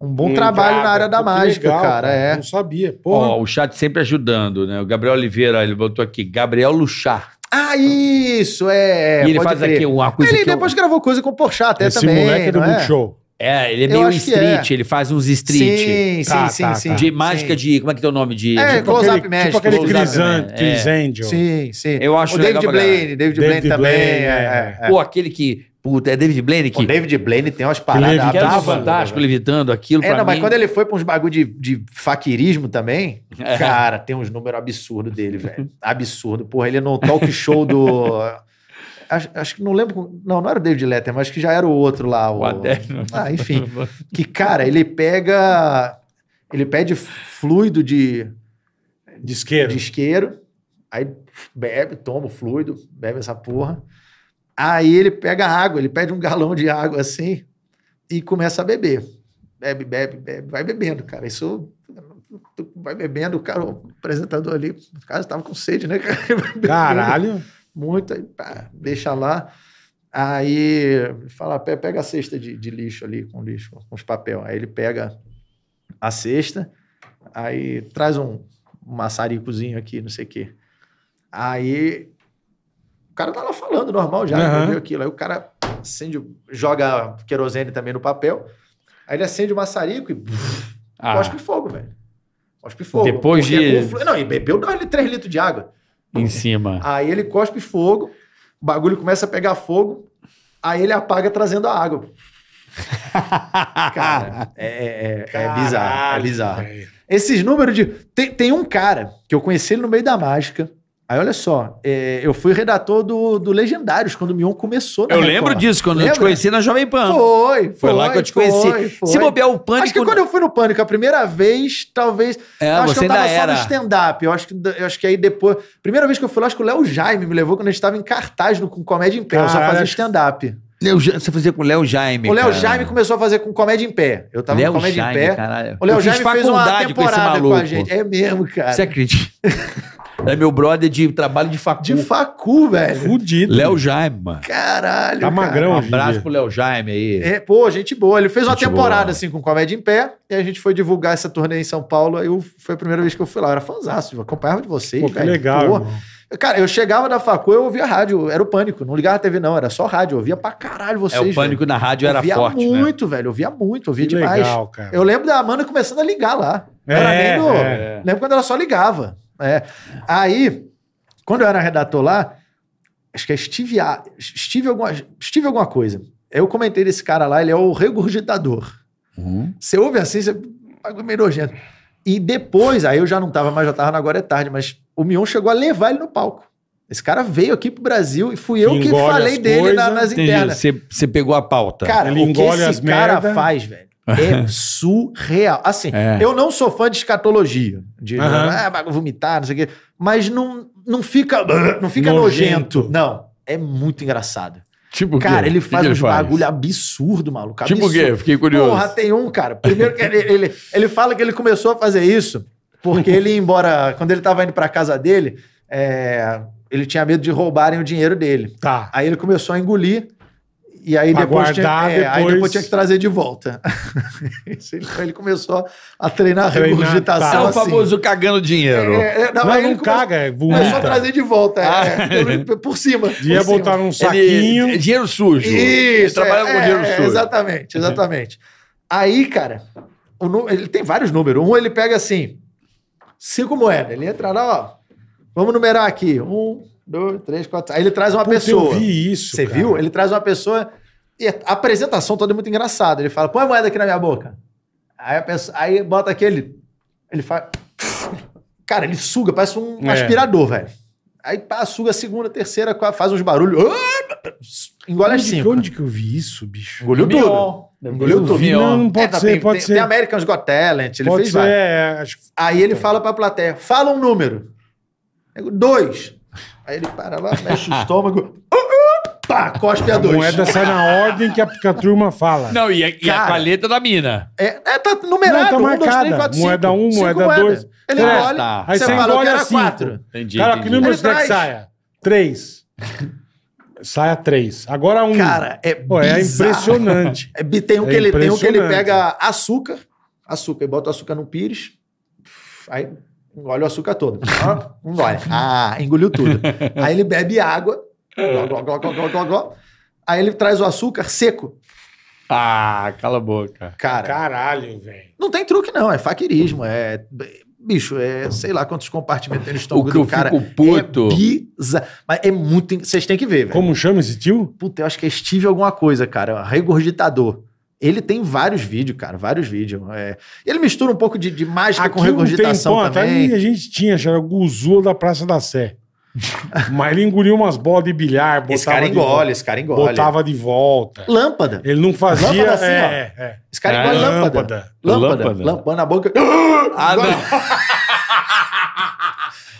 Speaker 1: Um
Speaker 3: Hum,
Speaker 1: bom trabalho na área da mágica, cara. É.
Speaker 3: Não sabia. Porra.
Speaker 4: Ó, o chat sempre ajudando, né? O Gabriel Oliveira, ele botou aqui, Gabriel Luchar.
Speaker 1: Ah, isso, é.
Speaker 4: e ele
Speaker 1: pode
Speaker 4: faz
Speaker 1: crer.
Speaker 4: aqui uma coisa
Speaker 1: Ele
Speaker 4: que eu-
Speaker 1: depois gravou coisa com o Porchat até
Speaker 3: Esse
Speaker 1: também.
Speaker 3: moleque é do
Speaker 1: não é?
Speaker 3: Multishow.
Speaker 4: É, ele é
Speaker 1: Eu
Speaker 4: meio
Speaker 1: acho que
Speaker 4: street,
Speaker 1: é.
Speaker 4: ele faz uns street.
Speaker 1: Sim, sim,
Speaker 3: Tá,
Speaker 1: sim,
Speaker 3: tá,
Speaker 1: sim.
Speaker 3: tá.
Speaker 4: De mágica de... Como é que é o nome? De...
Speaker 1: É,
Speaker 4: de-
Speaker 1: Close-up
Speaker 3: aquele,
Speaker 1: Magic, é.
Speaker 3: tipo aquele
Speaker 4: close-up
Speaker 3: Chris, An-
Speaker 4: Magic,
Speaker 3: Chris Angel.
Speaker 1: Sim, sim.
Speaker 4: Eu acho
Speaker 1: o
Speaker 4: legal
Speaker 1: David
Speaker 4: pra caralho.
Speaker 1: Blaine, David Blaine
Speaker 3: David
Speaker 1: também.
Speaker 3: Blaine,
Speaker 1: é, é.
Speaker 4: Pô, aquele que... Puta, é David Blaine que...
Speaker 1: O David Blaine tem umas paradas
Speaker 3: levitava.
Speaker 4: Que era
Speaker 1: absurdas.
Speaker 4: fantástico, levitando aquilo
Speaker 1: É,
Speaker 4: pra
Speaker 1: não, mas
Speaker 4: mim.
Speaker 1: quando ele foi pra uns bagulho de, de faquirismo também,
Speaker 4: É.
Speaker 1: cara, tem uns números absurdos dele, velho. Absurdo. Porra, ele no talk show do. Acho, acho que não lembro. Não, não era o David Letterman, acho que já era o outro lá. O...
Speaker 4: O Adélio.
Speaker 1: Ah, enfim. Que, cara, ele pega. Ele pede fluido de, é.
Speaker 3: De esquerda.
Speaker 1: de isqueiro, aí bebe, toma o fluido, bebe essa porra. Aí ele pega água, ele pede um galão de água assim e começa a beber. Bebe, bebe, bebe, vai bebendo, cara. Isso vai bebendo, o cara, o apresentador ali, o cara estava com sede, né? cara?
Speaker 3: Caralho.
Speaker 1: Muito, aí pá, deixa lá. Aí fala, "Pe- pega a cesta de, de lixo ali, com lixo, com os papel. Aí ele pega a cesta, aí traz um maçaricozinho aqui, não sei o quê. Aí o cara tá lá falando normal já,
Speaker 3: Aham.
Speaker 1: entendeu aquilo. Aí o cara acende, o- joga querosene também no papel, aí ele acende o maçarico e buf,
Speaker 8: Ah.
Speaker 1: cospe fogo, velho. Cospe fogo.
Speaker 4: Depois
Speaker 1: Porque
Speaker 4: de-
Speaker 1: o flu- Não, e bebeu 3 litros de água.
Speaker 4: Em cima.
Speaker 1: Aí ele cospe fogo, o bagulho começa a pegar fogo, aí ele apaga trazendo a água. Cara, é, é- é- é bizarro, é
Speaker 3: Caralho,
Speaker 1: bizarro.
Speaker 3: velho.
Speaker 1: Esses números de. Tem, tem um cara que eu conheci ele no meio da mágica. Aí olha só, é, eu fui redator do, do Legendários quando o Mion começou. na
Speaker 4: Eu
Speaker 1: Record.
Speaker 4: lembro disso, quando eu te
Speaker 1: Lembra?
Speaker 4: conheci na Jovem Pan.
Speaker 1: Foi, foi,
Speaker 4: Foi lá que eu te
Speaker 1: foi,
Speaker 4: conheci.
Speaker 1: foi.
Speaker 4: Se bobear o pânico...
Speaker 1: Acho que quando eu fui no Pânico a primeira vez, talvez.
Speaker 4: É,
Speaker 1: acho
Speaker 4: você
Speaker 1: que eu tava
Speaker 4: ainda
Speaker 1: só no
Speaker 4: era.
Speaker 1: stand-up. Eu acho, que, eu acho que aí depois. Primeira vez que eu fui lá, acho que o Léo Jaime me levou quando a gente tava em cartaz no, com Comédia em Pé. eu só
Speaker 3: Caralho,
Speaker 1: fazia
Speaker 3: acho-
Speaker 1: stand-up.
Speaker 4: Léo Ja- Você fazia com o Léo Jaime,
Speaker 1: O Léo
Speaker 4: cara.
Speaker 1: Jaime começou a fazer com Comédia em Pé. Eu tava
Speaker 4: Léo
Speaker 1: com Comédia
Speaker 4: Jaime,
Speaker 1: em Pé.
Speaker 4: caralho.
Speaker 1: O Léo
Speaker 4: Eu fiz
Speaker 1: Jaime fez uma
Speaker 4: faculdade com esse
Speaker 1: temporada com, a
Speaker 4: maluco.
Speaker 1: gente. É mesmo, cara.
Speaker 4: Você acredita? é meu brother de trabalho de
Speaker 1: De
Speaker 4: faculdade.
Speaker 1: facu, velho.
Speaker 3: Fudido.
Speaker 4: Léo Jaime, mano.
Speaker 1: Caralho.
Speaker 3: Tá
Speaker 1: cara.
Speaker 3: magrão
Speaker 4: Um
Speaker 3: hoje em
Speaker 4: abraço
Speaker 3: dia.
Speaker 4: pro Léo Jaime aí.
Speaker 1: É, pô, gente boa. Ele fez uma
Speaker 4: Gente
Speaker 1: temporada
Speaker 4: boa.
Speaker 1: assim com Comédia em Pé e a gente foi divulgar essa turnê em São Paulo. Aí eu- foi a primeira vez que eu fui lá. Eu era fãzaço, eu acompanhava de vocês.
Speaker 3: Pô, que
Speaker 1: velho.
Speaker 3: legal,
Speaker 1: Pô.
Speaker 3: irmão.
Speaker 1: Cara, eu chegava da facu, eu ouvia rádio, era o pânico. Não ligava a TV, não, era só rádio. Eu ouvia pra caralho
Speaker 4: É,
Speaker 1: vocês.
Speaker 4: o pânico na rádio
Speaker 1: velho.
Speaker 4: era
Speaker 1: ouvia
Speaker 4: forte, né?
Speaker 1: muito, velho. Eu ouvia muito, ouvia
Speaker 3: Que
Speaker 1: demais.
Speaker 3: legal, cara.
Speaker 1: Eu lembro da Amanda começando a ligar lá. Não era
Speaker 3: É,
Speaker 1: nem no-
Speaker 3: é.
Speaker 1: Lembro quando ela só ligava. É. Aí, quando eu era redator lá, acho que é Steve, A- Steve, alguma, Steve alguma coisa. Eu comentei desse cara lá, ele é o regurgitador.
Speaker 4: Uhum.
Speaker 1: Você ouve assim, você bagulho meio nojento. E depois, aí eu já não tava mais, já tava na Agora é Tarde, mas o Mion chegou a levar ele no palco. Esse cara veio aqui pro Brasil e fui eu que
Speaker 3: Engole
Speaker 1: falei
Speaker 3: as
Speaker 1: dele na-
Speaker 3: coisas,
Speaker 1: nas
Speaker 4: Entendi.
Speaker 1: internas.
Speaker 4: Você você pegou a pauta.
Speaker 1: Cara,
Speaker 3: Ele
Speaker 1: o que
Speaker 3: engole
Speaker 1: esse
Speaker 3: as
Speaker 1: cara
Speaker 3: merda.
Speaker 1: faz, velho, é surreal. Assim,
Speaker 4: É.
Speaker 1: eu não sou fã de escatologia, de
Speaker 3: Aham.
Speaker 1: ah, bagulho, vomitar, não sei o quê, mas não, não fica, não fica
Speaker 3: Nojento.
Speaker 1: nojento. Não, é muito engraçado.
Speaker 8: Tipo o quê?
Speaker 1: Cara, ele
Speaker 8: O que
Speaker 1: faz
Speaker 8: que
Speaker 1: uns bagulho absurdo, maluco.
Speaker 8: Tipo o
Speaker 1: absurdo.
Speaker 8: quê? Eu Fiquei curioso.
Speaker 1: Porra, tem um, cara. Primeiro que ele, ele, ele fala que ele começou a fazer isso porque ele ia embora. Quando ele tava indo pra casa dele, é, ele tinha medo de roubarem o dinheiro dele.
Speaker 3: Tá.
Speaker 1: Aí ele começou a engolir. E aí
Speaker 3: Pra
Speaker 1: depois,
Speaker 3: guardar,
Speaker 1: tinha, é, aí
Speaker 3: depois-
Speaker 1: depois tinha que trazer de volta. Isso, ele- ele começou a treinar,
Speaker 3: Treinar, tá.
Speaker 4: é
Speaker 1: regurgitação.
Speaker 4: o
Speaker 1: assim.
Speaker 4: famoso cagando dinheiro.
Speaker 1: É, é,
Speaker 3: Não,
Speaker 1: aí
Speaker 3: não
Speaker 1: ele começou-
Speaker 3: caga, é
Speaker 1: Começou a
Speaker 3: vomita.
Speaker 1: trazer de volta. é,
Speaker 4: Ah.
Speaker 1: é, por- por cima. por
Speaker 3: Ia
Speaker 1: cima.
Speaker 3: botar num
Speaker 4: Ele- é
Speaker 3: saquinho.
Speaker 4: dinheiro sujo. Ele
Speaker 1: Isso,
Speaker 4: trabalhava
Speaker 1: é,
Speaker 4: com dinheiro
Speaker 1: é,
Speaker 4: sujo.
Speaker 3: Uhum.
Speaker 1: Exatamente, exatamente. Aí, cara, o nu- ele tem vários números. Um ele pega assim, cinco moedas. Ele entra lá, ó. Vamos numerar aqui. Um, dois, três, quatro. Aí ele traz uma
Speaker 3: Puta,
Speaker 1: pessoa.
Speaker 3: Eu vi isso.
Speaker 1: Você
Speaker 3: cara.
Speaker 1: viu? Ele traz uma pessoa. E a apresentação toda é muito engraçada. Ele fala: põe a moeda aqui na minha boca. Aí a pessoa. Aí bota aquele. Ele faz. Cara, ele suga, parece um
Speaker 3: É.
Speaker 1: aspirador, velho. Aí pá, suga a segunda, a terceira, quarta, faz uns barulhos. Ah, Engole as
Speaker 3: onde, que-
Speaker 1: é cinco.
Speaker 3: onde que eu vi isso, bicho?
Speaker 1: Engoliu tudo.
Speaker 8: Mion.
Speaker 1: Engoliu tudo.
Speaker 8: Mion.
Speaker 3: Não, não pode
Speaker 1: É,
Speaker 3: ser,
Speaker 1: tem,
Speaker 3: pode
Speaker 1: tem,
Speaker 3: ser.
Speaker 1: Tem Americans Got Talent, ele
Speaker 3: pode
Speaker 1: fez
Speaker 3: ser,
Speaker 1: vários.
Speaker 3: é, acho que
Speaker 1: Aí ele fala pra plateia: fala um número. Nego, Dois. Aí ele para lá, mexe o estômago. Pá, cospe
Speaker 3: a
Speaker 1: a Tá dois.
Speaker 3: moeda sai na ordem que a, que a turma fala.
Speaker 8: Não, e a, e a
Speaker 1: Cara.
Speaker 8: palheta da mina.
Speaker 1: É, é, tá
Speaker 3: Não,
Speaker 1: numerado.
Speaker 3: tá marcada. Moeda um,
Speaker 1: Cinco
Speaker 3: moeda
Speaker 1: moedas.
Speaker 3: dois,
Speaker 1: Ele
Speaker 3: três.
Speaker 1: engole.
Speaker 8: Tá.
Speaker 3: Aí
Speaker 1: você
Speaker 3: você assim.
Speaker 1: fala, eu
Speaker 3: engole
Speaker 1: quero
Speaker 3: a
Speaker 1: a
Speaker 3: cinco.
Speaker 1: quatro.
Speaker 8: Entendi,
Speaker 3: Cara, que
Speaker 8: entendi.
Speaker 3: número
Speaker 1: Ele
Speaker 3: você quer que
Speaker 1: traz.
Speaker 3: saia? Três. Saia três. Agora um.
Speaker 1: Cara, é
Speaker 3: Pô, é
Speaker 1: bizarro.
Speaker 3: impressionante.
Speaker 1: É, bi- tem, um
Speaker 3: É
Speaker 1: que ele, tem um que ele
Speaker 3: impressionante.
Speaker 1: pega açúcar, açúcar, e bota o açúcar no pires, aí engole o açúcar todo. Ó, engole. Ah, engoliu tudo. Aí ele bebe água, gló, gló, gló, gló, gló, gló, gló. aí ele traz o açúcar seco.
Speaker 8: Ah, cala a boca.
Speaker 1: Cara,
Speaker 3: Caralho, velho.
Speaker 1: não tem truque não, é faquirismo, é... Bicho, é sei lá quantos compartimentos tem no
Speaker 8: O
Speaker 1: estômago
Speaker 8: que eu
Speaker 1: do cara.
Speaker 8: fico puto.
Speaker 1: É bizarro. Mas é muito... en- Vocês têm que ver, velho.
Speaker 3: Como chama esse tio?
Speaker 1: Puta, eu acho que é Steve alguma coisa, cara. é Regurgitador. Ele tem vários vídeos, cara. Vários vídeos. É, Ele mistura um pouco de, de mágica com regurgitação também.
Speaker 3: um atrás, a gente tinha, já era o Guzula da Praça da Sé. Mas ele engoliu umas bolas de bilhar, botava
Speaker 1: Esse cara
Speaker 3: de
Speaker 1: engole, esse cara
Speaker 3: volta,
Speaker 1: engole.
Speaker 3: botava de volta.
Speaker 1: Lâmpada.
Speaker 3: Ele não fazia...
Speaker 1: Lâmpada assim,
Speaker 3: é, é,
Speaker 1: Esse cara
Speaker 8: É,
Speaker 1: engole lâmpada.
Speaker 3: lâmpada.
Speaker 1: Lâmpada.
Speaker 8: Lâmpada.
Speaker 1: Lâmpada. na boca.
Speaker 8: Ah,
Speaker 1: Engole.
Speaker 8: não.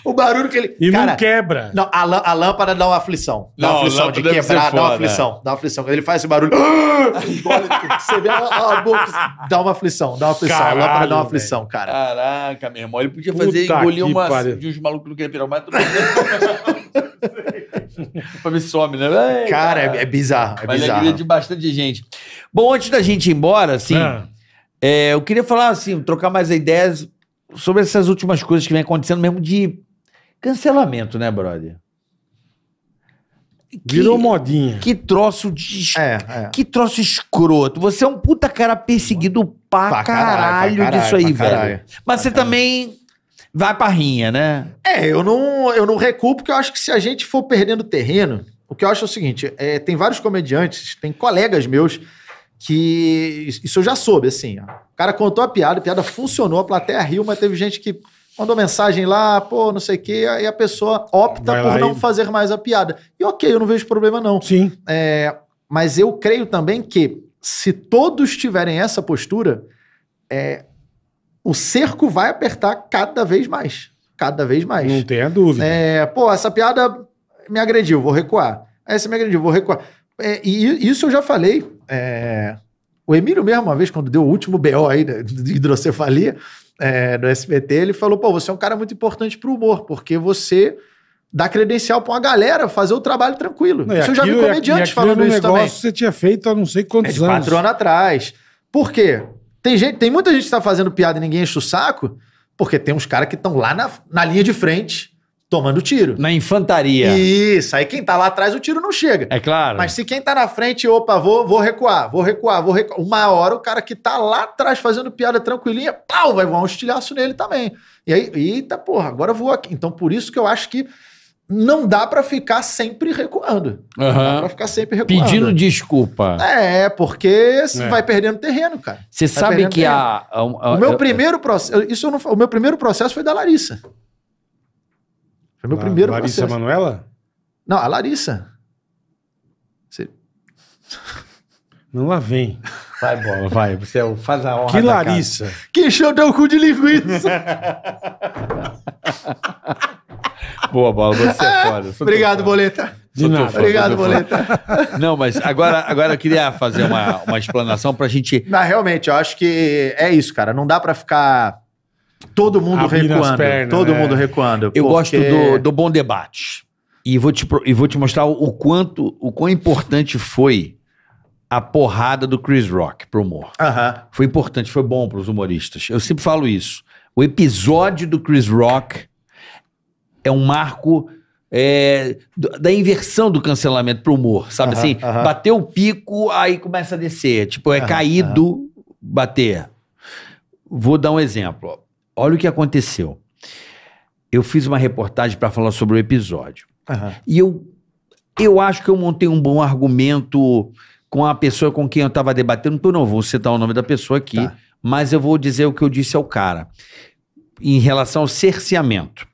Speaker 1: O barulho que ele.
Speaker 3: E
Speaker 1: cara,
Speaker 3: não quebra.
Speaker 1: não, a, lã- a lâmpada dá uma aflição. Dá
Speaker 8: Não,
Speaker 1: uma aflição de
Speaker 8: lâmpada deve ser
Speaker 1: quebrar, dá uma
Speaker 8: foda.
Speaker 1: aflição. Dá uma aflição. Quando ele faz esse barulho. engole tudo. Você vê a, a boca. Dá uma aflição, dá uma aflição. a lâmpada
Speaker 3: Caralho,
Speaker 1: dá uma aflição, cara.
Speaker 8: Caraca, meu irmão. Ele podia
Speaker 3: Puta
Speaker 8: fazer engolir
Speaker 3: que
Speaker 8: uma
Speaker 3: pariu.
Speaker 8: de uns malucos no que pirou, mas tudo bem. pra ver se some, né? Ei,
Speaker 1: Cara, é, é bizarro. É
Speaker 8: Uma
Speaker 1: bizarro.
Speaker 8: alegria de bastante gente. Bom, antes da gente ir embora, assim,
Speaker 3: Ah,
Speaker 8: é, eu queria falar, assim, trocar mais ideias sobre essas últimas coisas que vem acontecendo mesmo de cancelamento, né, brother? Que-
Speaker 3: virou modinha.
Speaker 8: Que troço de es-
Speaker 1: É, é.
Speaker 8: que troço escroto. Você é um puta cara perseguido pra,
Speaker 1: Pra
Speaker 8: caralho,
Speaker 1: caralho, pra caralho,
Speaker 8: disso aí,
Speaker 1: pra
Speaker 8: velho.
Speaker 1: caralho.
Speaker 8: Mas você também vai pra rinha, né?
Speaker 1: É, eu não, eu não recuo, porque eu acho que se a gente for perdendo terreno, o que eu acho é o seguinte: é, tem vários comediantes, tem colegas meus que. Isso eu já soube, assim. ó. O cara contou a piada, a piada funcionou, a plateia riu, mas teve gente que mandou mensagem lá, pô, não sei o quê, aí a pessoa opta
Speaker 3: Vai lá
Speaker 1: por não
Speaker 3: e-
Speaker 1: fazer mais a piada. E ok, eu não vejo problema, não.
Speaker 3: Sim.
Speaker 1: É, mas eu creio também que se todos tiverem essa postura, é, o cerco vai apertar cada vez mais. Cada vez mais.
Speaker 3: Não tenha dúvida.
Speaker 1: É, pô, essa piada me agrediu, vou recuar. Essa me agrediu, vou recuar. É, e i- isso eu já falei. é, o Emílio mesmo, uma vez, quando deu o último BO aí né, de hidrocefalia é, no SBT, ele falou, pô, você é um cara muito importante pro humor, porque você dá credencial pra uma galera fazer o trabalho tranquilo.
Speaker 3: Não, e
Speaker 1: isso eu já vi
Speaker 3: aquilo- e
Speaker 1: comediante
Speaker 3: aquilo
Speaker 1: falando
Speaker 3: era um
Speaker 1: isso
Speaker 3: negócio
Speaker 1: também.
Speaker 3: que você tinha feito há não sei
Speaker 1: É
Speaker 3: quantos
Speaker 1: de quatro
Speaker 3: anos.
Speaker 1: anos atrás. Por quê? Tem, gente, tem muita gente que está fazendo piada e ninguém enche o saco, porque tem uns caras que estão lá na, na linha de frente tomando tiro.
Speaker 4: Na infantaria.
Speaker 1: Isso, aí quem tá lá atrás o tiro não chega.
Speaker 4: É claro.
Speaker 1: Mas se quem tá na frente, opa, vou, vou recuar, vou recuar, vou recuar. Uma hora o cara que tá lá atrás fazendo piada tranquilinha, pau, vai voar um estilhaço nele também. E aí, eita porra, agora eu vou aqui. Então por isso que eu acho que não dá pra ficar sempre recuando. Não dá tá pra ficar sempre recuando.
Speaker 4: Ah, Pedindo desculpa.
Speaker 1: É, porque você
Speaker 3: É.
Speaker 1: vai perdendo terreno, cara.
Speaker 4: Você sabe
Speaker 1: perdendo
Speaker 4: que
Speaker 1: tempo.
Speaker 4: a. a- um- a-
Speaker 1: O meu
Speaker 4: eu-
Speaker 1: primeiro processo, isso eu não, fa- o meu primeiro processo foi da Larissa. Foi meu
Speaker 3: La-
Speaker 1: primeiro
Speaker 3: Ah, Larissa
Speaker 1: processo.
Speaker 3: Manoela?
Speaker 1: Não, a Larissa.
Speaker 3: Não, lá vem.
Speaker 4: Vai, bola, vai. Você é o- faz a honra.
Speaker 3: Que
Speaker 4: da casa.
Speaker 3: Larissa?
Speaker 1: Que encheu teu cu de linguiça.
Speaker 8: Boa, bola, você é foda. Sou
Speaker 1: Obrigado,
Speaker 8: teu fã.
Speaker 1: Boleta.
Speaker 3: De
Speaker 8: Sou teu
Speaker 3: nada.
Speaker 8: fã,
Speaker 1: Obrigado,
Speaker 8: sou teu fã.
Speaker 1: Boleta.
Speaker 8: Não, mas agora, agora eu queria fazer uma, uma explanação pra gente.
Speaker 1: Mas realmente, eu acho que é isso, cara. Não dá pra ficar todo mundo
Speaker 3: Abrindo as
Speaker 1: recuando.
Speaker 3: pernas,
Speaker 1: todo
Speaker 3: né?
Speaker 1: mundo recuando.
Speaker 4: Eu
Speaker 1: porque-
Speaker 4: gosto do, do bom debate. E vou, te, pro- e vou te mostrar o quanto, o quão importante foi a porrada do Chris Rock pro humor.
Speaker 1: Aham.
Speaker 4: Foi importante, foi bom pros humoristas. Eu sempre falo isso. O episódio do Chris Rock é um marco é, do- da inversão do cancelamento pro humor, sabe
Speaker 1: Aham,
Speaker 4: assim?
Speaker 1: aham.
Speaker 4: Bateu o pico, aí começa a descer. Tipo, é
Speaker 1: Aham,
Speaker 4: caído bater. Vou dar um exemplo. Olha o que aconteceu. Eu fiz uma reportagem para falar sobre o episódio.
Speaker 1: Aham.
Speaker 4: E eu, eu acho que eu montei um bom argumento com a pessoa com quem eu estava debatendo, porque eu não vou citar o nome da pessoa aqui,
Speaker 1: Tá.
Speaker 4: mas eu vou dizer o que eu disse ao cara em relação ao cerceamento.